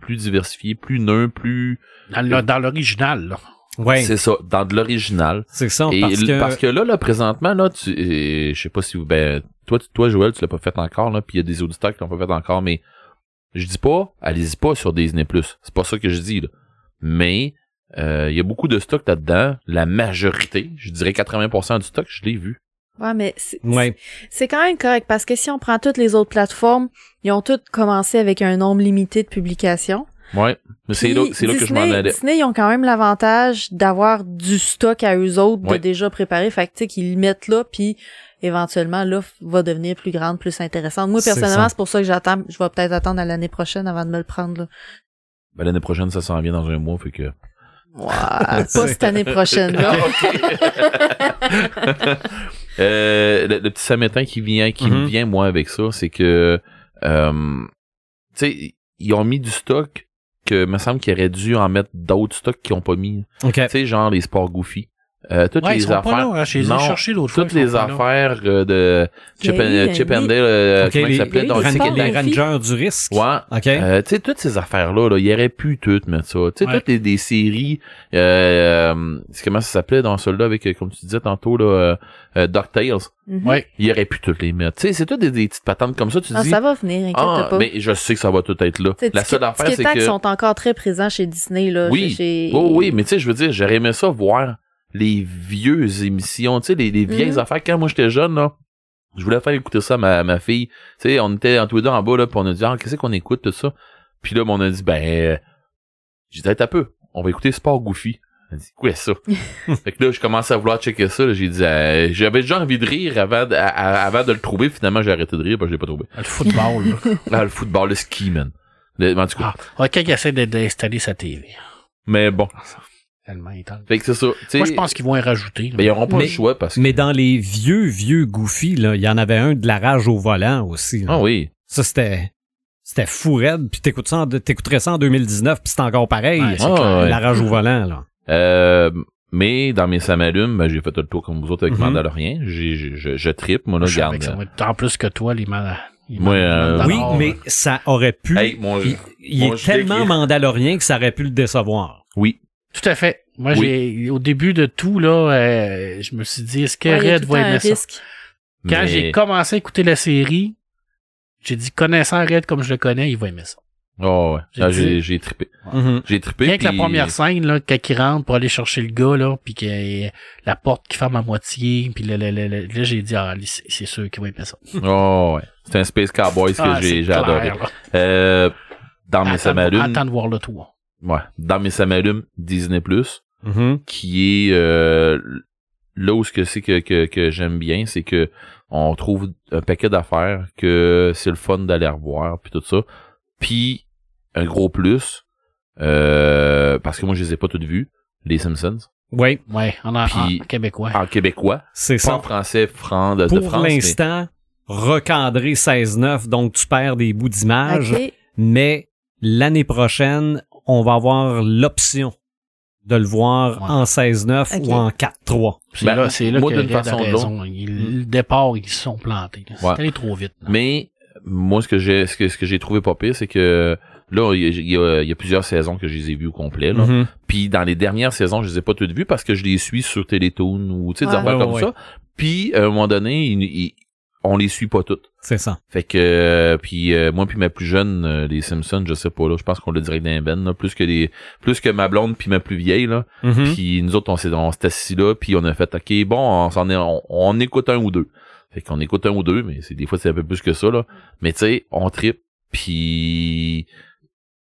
[SPEAKER 3] plus diversifié, plus neutre, plus.
[SPEAKER 5] Dans le- dans l'original, là.
[SPEAKER 2] Ouais.
[SPEAKER 3] C'est ça, dans de l'original.
[SPEAKER 2] C'est ça,
[SPEAKER 3] Et
[SPEAKER 2] parce
[SPEAKER 3] l-
[SPEAKER 2] que...
[SPEAKER 3] là, là, présentement, là, tu, euh, je sais pas si vous, ben, toi, tu- toi, Joël, tu l'as pas fait encore, là, puis il y a des auditeurs qui l'ont pas fait encore, mais je dis pas, allez-y pas sur Disney+. C'est pas ça que je dis, là. Mais, euh, il y a beaucoup de stock là-dedans. La majorité, je dirais 80% du stock, je l'ai vu.
[SPEAKER 4] Ouais, mais c'est
[SPEAKER 2] Ouais.
[SPEAKER 4] c'est quand même correct parce que si on prend toutes les autres plateformes, ils ont toutes commencé avec un nombre limité de publications.
[SPEAKER 3] Ouais. Mais c'est
[SPEAKER 4] Puis
[SPEAKER 3] là, c'est là que je m'en
[SPEAKER 4] Disney-
[SPEAKER 3] allais.
[SPEAKER 4] Disney, ils ont quand même l'avantage d'avoir du stock à eux autres de
[SPEAKER 3] Ouais.
[SPEAKER 4] déjà préparé. Fait que, tu sais, qu'ils le mettent là, puis éventuellement, là, f- va devenir plus grande, plus intéressante. Moi,
[SPEAKER 2] C'est ça.
[SPEAKER 4] personnellement, c'est pour ça que j'attends. Je vais peut-être attendre à l'année prochaine avant de me le prendre, là.
[SPEAKER 3] Ben, l'année prochaine, ça s'en vient dans un mois, fait que.
[SPEAKER 4] Ouah, pas cette année prochaine, là.
[SPEAKER 3] Euh, le, le petit samétain qui vient, qui
[SPEAKER 5] Mm-hmm.
[SPEAKER 2] Mhm.
[SPEAKER 3] me vient, moi, avec ça, c'est que, euh, tu sais, ils ont mis du stock que, me semble qu'ils auraient dû en mettre d'autres stocks qu'ils ont pas mis.
[SPEAKER 2] OK.
[SPEAKER 3] Tu sais, genre les sports goofy. Euh, toutes
[SPEAKER 5] Ouais, ils
[SPEAKER 3] les
[SPEAKER 5] sont pas
[SPEAKER 3] affaires.
[SPEAKER 5] là, hein, je les ai
[SPEAKER 3] Non,
[SPEAKER 5] cherchés l'autre fois.
[SPEAKER 3] toutes
[SPEAKER 5] ils sont
[SPEAKER 3] les
[SPEAKER 5] pas là.
[SPEAKER 3] affaires euh, de Chip,
[SPEAKER 4] Il y a eu
[SPEAKER 3] and, Chip
[SPEAKER 4] un
[SPEAKER 3] and
[SPEAKER 4] lit.
[SPEAKER 3] Dale, euh,
[SPEAKER 2] Ok,
[SPEAKER 3] comment
[SPEAKER 2] les-
[SPEAKER 3] il s'appelait,
[SPEAKER 4] les
[SPEAKER 3] dans
[SPEAKER 4] Ran-
[SPEAKER 3] Sick and
[SPEAKER 4] les
[SPEAKER 2] les
[SPEAKER 3] Dale.
[SPEAKER 2] Rangers du risque.
[SPEAKER 3] Ouais.
[SPEAKER 2] OK.
[SPEAKER 3] Euh, tu sais, toutes ces affaires-là, là, il aurait pu toutes mettre ça. Tu sais,
[SPEAKER 5] Ouais.
[SPEAKER 3] toutes les, des séries, euh, euh, c'est comment ça s'appelait dans celui-là avec, euh, comme tu disais tantôt, là, euh, euh, DuckTales,
[SPEAKER 4] Mhm.
[SPEAKER 5] Ouais.
[SPEAKER 3] il aurait pu toutes les mettre. Tu sais, c'est toutes des, des petites patentes comme ça, tu
[SPEAKER 4] Non,
[SPEAKER 3] dis,
[SPEAKER 4] Ah, ça va venir, inquiète
[SPEAKER 3] ah,
[SPEAKER 4] pas.
[SPEAKER 3] mais je sais que ça va tout être là.
[SPEAKER 4] T'sais,
[SPEAKER 3] La
[SPEAKER 4] Tiki-
[SPEAKER 3] seule affaire,
[SPEAKER 4] Tiki
[SPEAKER 3] c'est
[SPEAKER 4] Tac
[SPEAKER 3] que...
[SPEAKER 4] sont encore très présents chez Disney, là.
[SPEAKER 3] Oui.
[SPEAKER 4] chez- chez-
[SPEAKER 3] Oh oui, mais tu sais, je veux dire, j'aurais aimé ça voir les vieux émissions, tu sais, les, les vieilles
[SPEAKER 5] Mm-hmm.
[SPEAKER 4] Mhm.
[SPEAKER 3] affaires. Quand moi j'étais jeune, là, je voulais faire écouter ça à ma, ma fille. Tu sais, on était en tous les deux en bas, là, puis on a dit, ah, qu'est-ce qu'on écoute, tout ça. Puis là, ben, on a dit, ben, euh, j'ai dit, Hey, t'as peu, on va écouter Sport Goofy. Elle dit, quoi ça? fait que là, je commençais à vouloir checker ça, là, j'ai dit, Euh, j'avais déjà envie de rire avant de, à- à- avant de le trouver, finalement, j'ai arrêté de rire, parce que je l'ai pas trouvé.
[SPEAKER 5] Le football, là.
[SPEAKER 3] Ah, le football, le ski, man. Le- en tout cas,
[SPEAKER 5] Ah, ok, il essaie de- d'installer sa TV.
[SPEAKER 3] mais bon.
[SPEAKER 5] Tellement intense.
[SPEAKER 3] Fait que c'est Ben, ça. tu sais,
[SPEAKER 5] Moi, je pense qu'ils vont y rajouter. là.
[SPEAKER 3] Mais ils auront pas
[SPEAKER 2] Mais-
[SPEAKER 3] le choix parce que.
[SPEAKER 2] Mais dans les vieux, vieux Goofy, là, il y en avait un de la rage au volant aussi. là.
[SPEAKER 3] Ah oui.
[SPEAKER 2] Ça, c'était. C'était fou raide, puis t'écoutes ça en- t'écouterais ça en 2019, puis c'est encore pareil.
[SPEAKER 5] Ouais, c'est
[SPEAKER 3] Ah, clair. ouais.
[SPEAKER 2] La rage au volant, là.
[SPEAKER 3] Euh, mais dans mes samalumes, ben, j'ai fait tout le tour comme vous autres avec
[SPEAKER 2] Mhm.
[SPEAKER 3] Mandalorian. J'ai, j'ai- je, je tripe, moi, là,
[SPEAKER 5] Je savais
[SPEAKER 3] garde.
[SPEAKER 5] que ça va être en plus que toi, les man- les
[SPEAKER 3] Moi,
[SPEAKER 5] man-
[SPEAKER 3] euh,
[SPEAKER 2] oui,
[SPEAKER 5] Mandalore,
[SPEAKER 2] mais ça aurait pu.
[SPEAKER 3] Hey, mon-
[SPEAKER 2] il il
[SPEAKER 3] mon
[SPEAKER 2] est
[SPEAKER 3] gilet
[SPEAKER 2] tellement
[SPEAKER 3] qui-
[SPEAKER 2] mandalorien que ça aurait pu le décevoir.
[SPEAKER 3] Oui.
[SPEAKER 5] Tout à fait. Moi, j'ai au début de tout, là, euh, je me suis dit, est-ce que
[SPEAKER 4] Ouais, il y a
[SPEAKER 5] Red
[SPEAKER 4] tout le
[SPEAKER 5] va
[SPEAKER 4] temps un
[SPEAKER 5] aimer ça?
[SPEAKER 4] risque.
[SPEAKER 5] Quand
[SPEAKER 3] mais-
[SPEAKER 5] j'ai commencé à écouter la série, j'ai dit, connaissant Red comme je le connais, il va aimer ça.
[SPEAKER 3] Oh, ouais.
[SPEAKER 5] J'ai
[SPEAKER 3] Ah,
[SPEAKER 5] dit-
[SPEAKER 3] J'ai, j'ai trippé.
[SPEAKER 2] Mhm.
[SPEAKER 3] J'ai trippé.
[SPEAKER 5] Rien que la
[SPEAKER 3] puis-
[SPEAKER 5] première scène, là, quand il rentre pour aller chercher le gars, là, puis qu'il y a la porte qui ferme à moitié, puis là, là, là, là, là, j'ai dit, ah, lui, c'est c'est sûr qu'il va aimer ça.
[SPEAKER 3] Oh, ouais. C'est un Space Cowboys que
[SPEAKER 5] Ah,
[SPEAKER 3] j'ai,
[SPEAKER 5] c'est
[SPEAKER 3] j'ai
[SPEAKER 5] clair,
[SPEAKER 3] adoré.
[SPEAKER 5] là.
[SPEAKER 3] Euh, dans mes
[SPEAKER 5] Attends,
[SPEAKER 3] samalumes.
[SPEAKER 5] attends de voir le tour.
[SPEAKER 3] Ouais. Dans mes samalumes, Disney Plus.
[SPEAKER 2] Mhm.
[SPEAKER 3] qui est euh, là où ce que c'est que, que, que j'aime bien, c'est que on trouve un paquet d'affaires que c'est le fun d'aller revoir puis tout ça. Puis un gros plus euh, parce que moi je les ai pas toutes vues les Simpsons
[SPEAKER 2] Oui,
[SPEAKER 5] Ouais, en, en,
[SPEAKER 3] Puis- Ah,
[SPEAKER 5] en québécois.
[SPEAKER 3] en québécois,
[SPEAKER 2] c'est
[SPEAKER 3] pas
[SPEAKER 2] ça.
[SPEAKER 3] en français franc de, de
[SPEAKER 2] Pour
[SPEAKER 3] France. mais-
[SPEAKER 2] l'instant, recadré 16-9, donc tu perds des bouts d'image.
[SPEAKER 4] Ok.
[SPEAKER 2] mais l'année prochaine, on va avoir l'option de le voir
[SPEAKER 5] Ouais.
[SPEAKER 2] en 16-9
[SPEAKER 4] Ok.
[SPEAKER 2] ou en 4-3.
[SPEAKER 5] C'est
[SPEAKER 3] Ben,
[SPEAKER 5] là, c'est là
[SPEAKER 3] moi,
[SPEAKER 5] que
[SPEAKER 3] d'une
[SPEAKER 5] Red a
[SPEAKER 3] façon ou de
[SPEAKER 5] raison. Il- le départ, ils se sont plantés. C'est
[SPEAKER 3] Ouais.
[SPEAKER 5] allé trop vite. là.
[SPEAKER 3] Mais moi, ce que j'ai, ce que, ce que j'ai trouvé pas pire, c'est que là, il y, a- il y a- il y a plusieurs saisons que je les ai vues au complet. Là.
[SPEAKER 2] Mhm.
[SPEAKER 3] Puis dans les dernières saisons, je les ai pas toutes vues parce que je les suis sur Télétoon ou tu sais des
[SPEAKER 4] Ouais.
[SPEAKER 3] affaires
[SPEAKER 2] Ouais,
[SPEAKER 3] comme
[SPEAKER 2] ouais,
[SPEAKER 3] ça. Puis à un moment donné, il- il- on les suit pas toutes.
[SPEAKER 2] C'est ça.
[SPEAKER 3] Fait que euh, puis euh, moi puis ma plus jeune euh, les Simpsons, je sais pas là, je pense qu'on le dirait d'un ben là, plus que les plus que ma blonde puis ma plus vieille là.
[SPEAKER 2] Mhm.
[SPEAKER 3] Puis nous autres on s'est on s'est assis là puis on a fait OK, bon, on s'en est on, on écoute un ou deux. Fait qu'on écoute un ou deux, mais c'est des fois c'est un peu plus que ça là. Mais tu sais, on tripe puis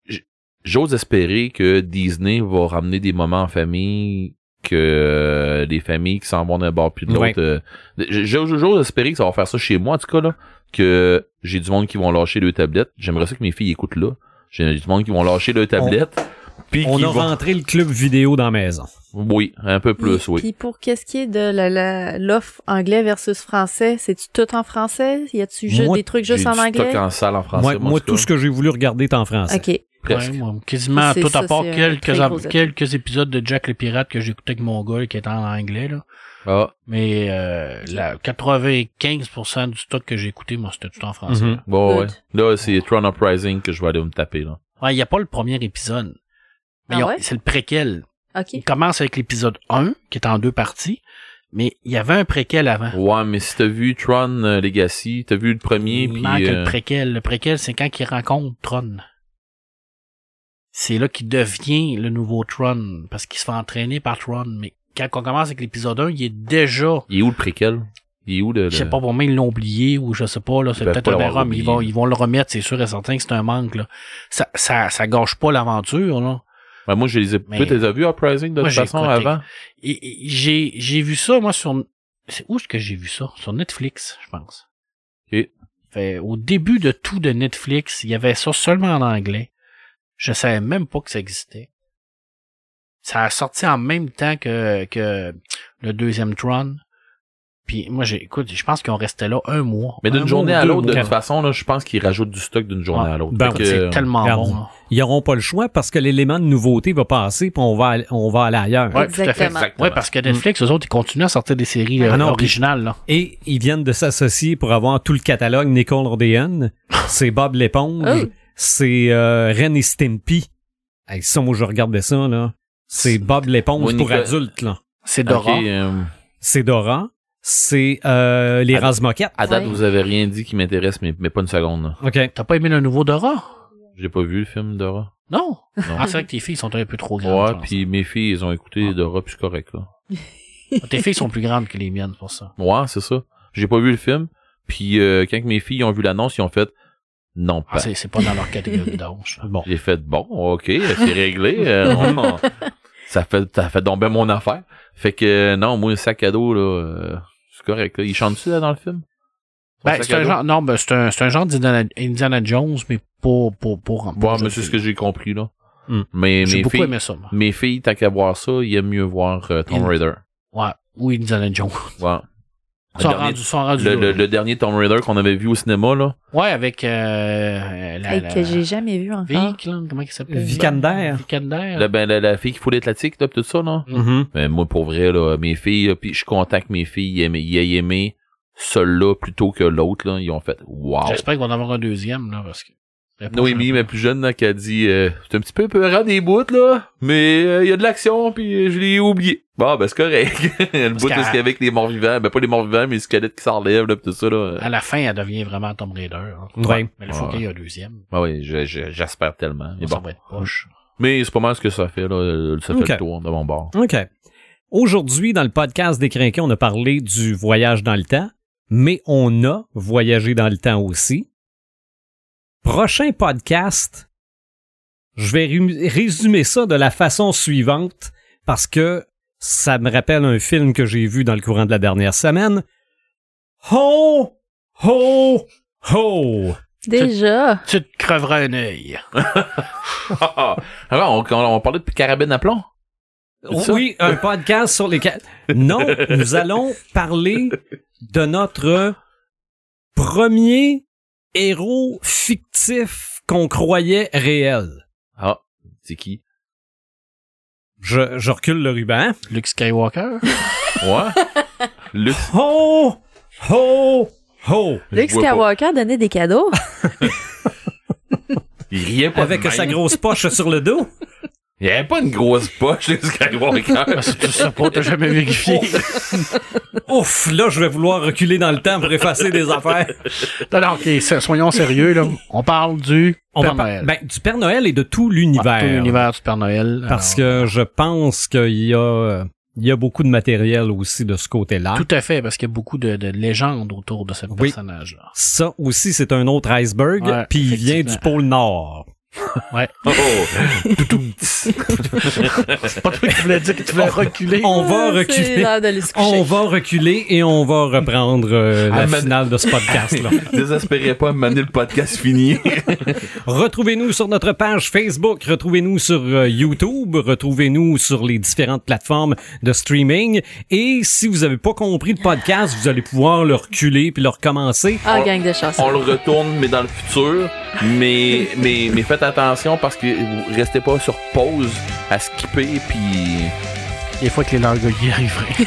[SPEAKER 3] j- j'ose espérer que Disney va ramener des moments en famille que euh, les familles qui s'en vont d'un bord puis de l'autre.
[SPEAKER 2] Ouais.
[SPEAKER 3] euh, j- j'ose j'ose espérer que ça va faire ça chez moi en tout cas là que j'ai du monde qui vont lâcher leurs tablettes. J'aimerais ça que mes filles écoutent là. J'ai du monde qui vont lâcher leurs tablettes. puis
[SPEAKER 2] On
[SPEAKER 3] qui
[SPEAKER 2] a
[SPEAKER 3] vont-
[SPEAKER 2] rentré le club vidéo dans la maison.
[SPEAKER 3] Oui, un peu plus,
[SPEAKER 4] Puis-
[SPEAKER 3] oui.
[SPEAKER 4] Puis pour qu'est-ce qui est de la- la- l'offre anglais versus français, c'est-tu tout en français? Y a-tu juste
[SPEAKER 2] Moi,
[SPEAKER 4] des trucs
[SPEAKER 3] J'ai
[SPEAKER 4] juste en
[SPEAKER 3] du
[SPEAKER 4] anglais?
[SPEAKER 3] stock en salle en
[SPEAKER 2] moi,
[SPEAKER 3] français.
[SPEAKER 2] moi,
[SPEAKER 3] en
[SPEAKER 2] tout ce
[SPEAKER 3] cas,
[SPEAKER 2] que j'ai voulu regarder est en français.
[SPEAKER 4] Ok.
[SPEAKER 3] Presque.
[SPEAKER 5] Ouais, moi, quasiment
[SPEAKER 4] C'est
[SPEAKER 5] tout
[SPEAKER 4] ça,
[SPEAKER 5] à part
[SPEAKER 4] c'est un
[SPEAKER 5] quelques,
[SPEAKER 4] très gros
[SPEAKER 5] quelques épisodes de Jack le Pirate que j'écoutais avec mon gars qui était en anglais. Là.
[SPEAKER 3] Ah,
[SPEAKER 5] Mais euh, la 95% du stock que j'ai écouté, moi, c'était tout en français.
[SPEAKER 2] Mhm.
[SPEAKER 5] là.
[SPEAKER 3] bon, ouais.
[SPEAKER 4] Good.
[SPEAKER 3] Là, c'est Tron Uprising que je vais aller me taper, là.
[SPEAKER 5] Ouais, il n'y a pas le premier épisode. Mais
[SPEAKER 4] Ah
[SPEAKER 5] ils ont-
[SPEAKER 4] ouais?
[SPEAKER 5] C'est le préquel. Il
[SPEAKER 4] Ok.
[SPEAKER 5] commence avec l'épisode 1, qui est en deux parties. Mais il y avait un préquel avant.
[SPEAKER 3] Ouais, mais si t'as vu Tron euh, Legacy, t'as vu le premier,
[SPEAKER 5] il
[SPEAKER 3] puis...
[SPEAKER 5] manque
[SPEAKER 3] euh,
[SPEAKER 5] le préquel. Le préquel, c'est quand il rencontre Tron. C'est là qu'il devient le nouveau Tron, parce qu'il se fait entraîner par Tron. Mais quand on commence avec l'épisode 1, il est déjà
[SPEAKER 3] Il est où le préquel? Il est où le...
[SPEAKER 5] Je
[SPEAKER 3] le-
[SPEAKER 5] sais pas, pour moi, ils l'ont oublié ou je sais pas, là, c'est
[SPEAKER 3] peuvent
[SPEAKER 5] peut-être
[SPEAKER 3] pas
[SPEAKER 5] un
[SPEAKER 3] l'avoir
[SPEAKER 5] erreur, mais ils
[SPEAKER 3] oublié.
[SPEAKER 5] vont, ils vont le remettre, c'est sûr et certain que c'est un manque, là. Ça, ça, ça gâche pas l'aventure, là.
[SPEAKER 3] Ouais, Ben, moi, je les ai...
[SPEAKER 5] Mais-
[SPEAKER 3] Toi, t'as vu Uprising, de
[SPEAKER 5] Moi,
[SPEAKER 3] toute
[SPEAKER 5] j'ai
[SPEAKER 3] façon,
[SPEAKER 5] écouté.
[SPEAKER 3] avant?
[SPEAKER 5] Et, et j'ai, j'ai vu ça, moi, sur, c'est où est-ce que j'ai vu ça? Sur Netflix, je pense.
[SPEAKER 3] Ok.
[SPEAKER 5] Fait, au début de tout de Netflix, il y avait ça seulement en anglais. Je savais même pas que ça existait. Ça a sorti en même temps que, que le deuxième Tron. Puis moi, j'ai, écoute, je pense qu'on restait là un mois.
[SPEAKER 3] Mais
[SPEAKER 5] Un
[SPEAKER 3] d'une
[SPEAKER 5] mois
[SPEAKER 3] journée
[SPEAKER 5] ou
[SPEAKER 3] à
[SPEAKER 5] deux
[SPEAKER 3] l'autre, de
[SPEAKER 5] mois.
[SPEAKER 3] toute façon, là, je pense qu'ils rajoutent du stock d'une journée
[SPEAKER 5] Ouais.
[SPEAKER 3] à l'autre.
[SPEAKER 2] Ben,
[SPEAKER 3] Fait
[SPEAKER 5] C'est
[SPEAKER 3] que- euh,
[SPEAKER 5] tellement
[SPEAKER 2] Regarde.
[SPEAKER 5] bon. hein. là.
[SPEAKER 2] ils n'auront pas le choix parce que l'élément de nouveauté va passer puis on va, aller- on va aller ailleurs.
[SPEAKER 5] Ouais, tout à fait.
[SPEAKER 4] Exactement.
[SPEAKER 5] Ouais, parce que Netflix, eux autres, ils continuent à sortir des séries euh,
[SPEAKER 2] Ah non, puis-
[SPEAKER 5] originales. Là.
[SPEAKER 2] Et ils viennent de s'associer pour avoir tout le catalogue Nicole Rodéon. C'est Bob l'éponge.
[SPEAKER 4] Oh.
[SPEAKER 2] C'est euh, Ren et Stimpy. Hey, ça, moi, je regardais ça, là. C'est Bob l'éponge
[SPEAKER 3] Oui,
[SPEAKER 2] pour
[SPEAKER 3] Nicole-
[SPEAKER 2] adultes, là.
[SPEAKER 5] C'est
[SPEAKER 3] Ok,
[SPEAKER 5] Dora.
[SPEAKER 3] euh,
[SPEAKER 2] C'est Dora. C'est euh, les
[SPEAKER 3] Ah.
[SPEAKER 2] Razmoquettes.
[SPEAKER 3] à date,
[SPEAKER 4] Ouais.
[SPEAKER 3] vous avez rien dit qui m'intéresse, mais, mais pas une seconde. là.
[SPEAKER 2] OK.
[SPEAKER 5] T'as pas aimé le nouveau Dora?
[SPEAKER 3] J'ai pas vu le film Dora.
[SPEAKER 5] Non.
[SPEAKER 3] Non.
[SPEAKER 5] Ah, c'est vrai que tes filles sont un peu trop grandes. je
[SPEAKER 3] Ouais,
[SPEAKER 5] pense.
[SPEAKER 3] puis mes filles, elles ont écouté Dora, puis c'est correct, là.
[SPEAKER 5] Ah, Tes filles sont plus grandes que les miennes pour ça.
[SPEAKER 3] Ouais, c'est ça. J'ai pas vu le film, puis euh, quand mes filles ont vu l'annonce, ils ont fait non
[SPEAKER 5] Ah,
[SPEAKER 3] pas.
[SPEAKER 5] c'est c'est pas dans leur catégorie d'âge.
[SPEAKER 2] Bon.
[SPEAKER 3] J'ai fait bon, ok, c'est réglé. euh, on- ça fait ça fait donc bien mon affaire. Fait que euh, non, moi, le sac à dos, là, euh, c'est correct. Là. Ils chantent-tu là, dans le film? Son
[SPEAKER 5] Ben,
[SPEAKER 3] sac
[SPEAKER 5] c'est
[SPEAKER 3] à
[SPEAKER 5] un
[SPEAKER 3] dos?
[SPEAKER 5] genre, non, ben, c'est un, c'est un genre d'Indiana Indiana Jones, mais pour, pour, pour, pour,
[SPEAKER 3] Ouais,
[SPEAKER 5] jeunes
[SPEAKER 3] mais c'est ce que
[SPEAKER 5] filles.
[SPEAKER 3] j'ai compris là.
[SPEAKER 2] Hmm.
[SPEAKER 3] Mais
[SPEAKER 5] J'ai
[SPEAKER 3] mes
[SPEAKER 5] beaucoup
[SPEAKER 3] filles,
[SPEAKER 5] aimé ça, moi.
[SPEAKER 3] mes filles, tant qu'à voir ça, il aiment mieux voir euh, Tomb
[SPEAKER 5] Il-
[SPEAKER 3] Raider.
[SPEAKER 5] Ouais. Ou Indiana Jones.
[SPEAKER 3] Ouais.
[SPEAKER 5] Ils
[SPEAKER 3] Le
[SPEAKER 5] sont
[SPEAKER 3] dernier-
[SPEAKER 5] rendus, sont rendus
[SPEAKER 3] le,
[SPEAKER 5] là,
[SPEAKER 3] le-
[SPEAKER 5] là.
[SPEAKER 3] le dernier Tomb Raider qu'on avait vu au cinéma là.
[SPEAKER 5] Ouais, avec, euh, euh, la,
[SPEAKER 4] Hey,
[SPEAKER 5] la-
[SPEAKER 4] que j'ai jamais vu encore.
[SPEAKER 5] Vic, là, comment il s'appelle?
[SPEAKER 2] Vikander.
[SPEAKER 5] Vikander.
[SPEAKER 3] La, ben, la, la fille qui fout l'athlétique, là, pis tout ça là.
[SPEAKER 2] Mhm.
[SPEAKER 3] Mais Ben, moi, pour vrai, là, mes filles, là, puis je contacte mes filles, ils aiment- ils aient aimé celui-là plutôt que l'autre, là. Ils ont fait Wow!
[SPEAKER 5] J'espère qu'ils vont en avoir un deuxième, là, parce que.
[SPEAKER 3] Noémie, ma plus jeune, là, qui a dit euh, C'est un petit peu peurant des bouts, là, mais euh, il y a de l'action, puis euh, je l'ai oublié. Bon, ben c'est correct. le bout,
[SPEAKER 5] qu'à-
[SPEAKER 3] parce qu'avec les morts vivants, ben pas les morts vivants, mais les squelettes qui s'enlèvent, là, pis tout ça, là.
[SPEAKER 5] À la fin, elle devient vraiment Tomb Raider. hein.
[SPEAKER 2] Ouais.
[SPEAKER 5] Mais il faut
[SPEAKER 3] Ouais.
[SPEAKER 5] qu'il y ait un deuxième.
[SPEAKER 3] Ah oui, je- je- j'espère tellement. Mais
[SPEAKER 5] ça
[SPEAKER 3] bon.
[SPEAKER 5] va être poche.
[SPEAKER 3] Mais c'est pas mal ce que ça fait, là. Ça fait
[SPEAKER 2] Ok.
[SPEAKER 3] le tour de mon bord.
[SPEAKER 2] OK. Aujourd'hui, dans le podcast des Crinqués, on a parlé du voyage dans le temps, mais on a voyagé dans le temps aussi. Prochain podcast, je vais ré- résumer ça de la façon suivante parce que ça me rappelle un film que j'ai vu dans le courant de la dernière semaine. Ho! Ho! Ho!
[SPEAKER 4] Déjà.
[SPEAKER 5] Tu te creveras un œil.
[SPEAKER 3] Ah, on, on, on parlait de carabine à plomb. C'est ça?
[SPEAKER 2] Oh Oui, un podcast sur les... ca- Non, nous allons parler de notre premier héros fictif qu'on croyait réel.
[SPEAKER 3] Ah, c'est qui?
[SPEAKER 2] Je, je recule le ruban.
[SPEAKER 5] Luke Skywalker.
[SPEAKER 3] Ouais. Luc,
[SPEAKER 2] Ho! Ho! Ho!
[SPEAKER 4] Luke
[SPEAKER 3] je vois pas.
[SPEAKER 4] Skywalker donnait des cadeaux.
[SPEAKER 3] Il riait pas
[SPEAKER 2] Avec
[SPEAKER 3] de
[SPEAKER 2] sa
[SPEAKER 3] même.
[SPEAKER 2] grosse poche sur le dos.
[SPEAKER 3] Il n'y avait pas une grosse poche de Skywalker.
[SPEAKER 5] C'est tout ça pour t'as jamais vérifié.
[SPEAKER 2] Ouf, là, je vais vouloir reculer dans le temps pour effacer des affaires.
[SPEAKER 5] non, non, ok, so- soyons sérieux, là. On parle du
[SPEAKER 2] On
[SPEAKER 5] Père
[SPEAKER 2] va par-
[SPEAKER 5] Noël.
[SPEAKER 2] ben, du Père Noël et de tout
[SPEAKER 5] Ouais, tout
[SPEAKER 2] l'univers.
[SPEAKER 5] l'univers du Père Noël.
[SPEAKER 2] Parce
[SPEAKER 5] Alors,
[SPEAKER 2] que je pense qu'il y a, il y a beaucoup de matériel aussi de ce côté-là.
[SPEAKER 5] Tout à fait, parce qu'il y a beaucoup de, de légendes autour de ce
[SPEAKER 2] Oui.
[SPEAKER 5] personnage-là.
[SPEAKER 2] Ça aussi, c'est un autre iceberg,
[SPEAKER 5] Ouais,
[SPEAKER 2] puis il vient du
[SPEAKER 5] effectivement.
[SPEAKER 2] pôle Nord.
[SPEAKER 3] Oh.
[SPEAKER 5] C'est pas toi qui voulais dire que tu voulais reculer.
[SPEAKER 2] On va
[SPEAKER 4] Ah, c'est
[SPEAKER 2] reculer.
[SPEAKER 4] l'heure d'aller se
[SPEAKER 2] On
[SPEAKER 4] coucher.
[SPEAKER 2] va reculer et on va reprendre euh, la
[SPEAKER 3] Ah, man-
[SPEAKER 2] finale de ce podcast-là.
[SPEAKER 3] Désespérez pas, mener le podcast fini.
[SPEAKER 2] Retrouvez-nous sur notre page Facebook, retrouvez-nous sur euh, YouTube, retrouvez-nous sur les différentes plateformes de streaming. Et si vous avez pas compris le podcast, vous allez pouvoir le reculer puis le recommencer.
[SPEAKER 4] Ah, gang de chasseurs.
[SPEAKER 3] On le retourne, mais dans le futur. Mais, mais, mais faites attention parce que vous restez pas sur pause à skipper puis.
[SPEAKER 5] Des fois que les langues y arriveraient.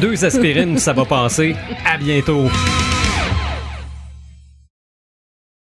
[SPEAKER 2] Deux aspirines, ça va passer. À bientôt.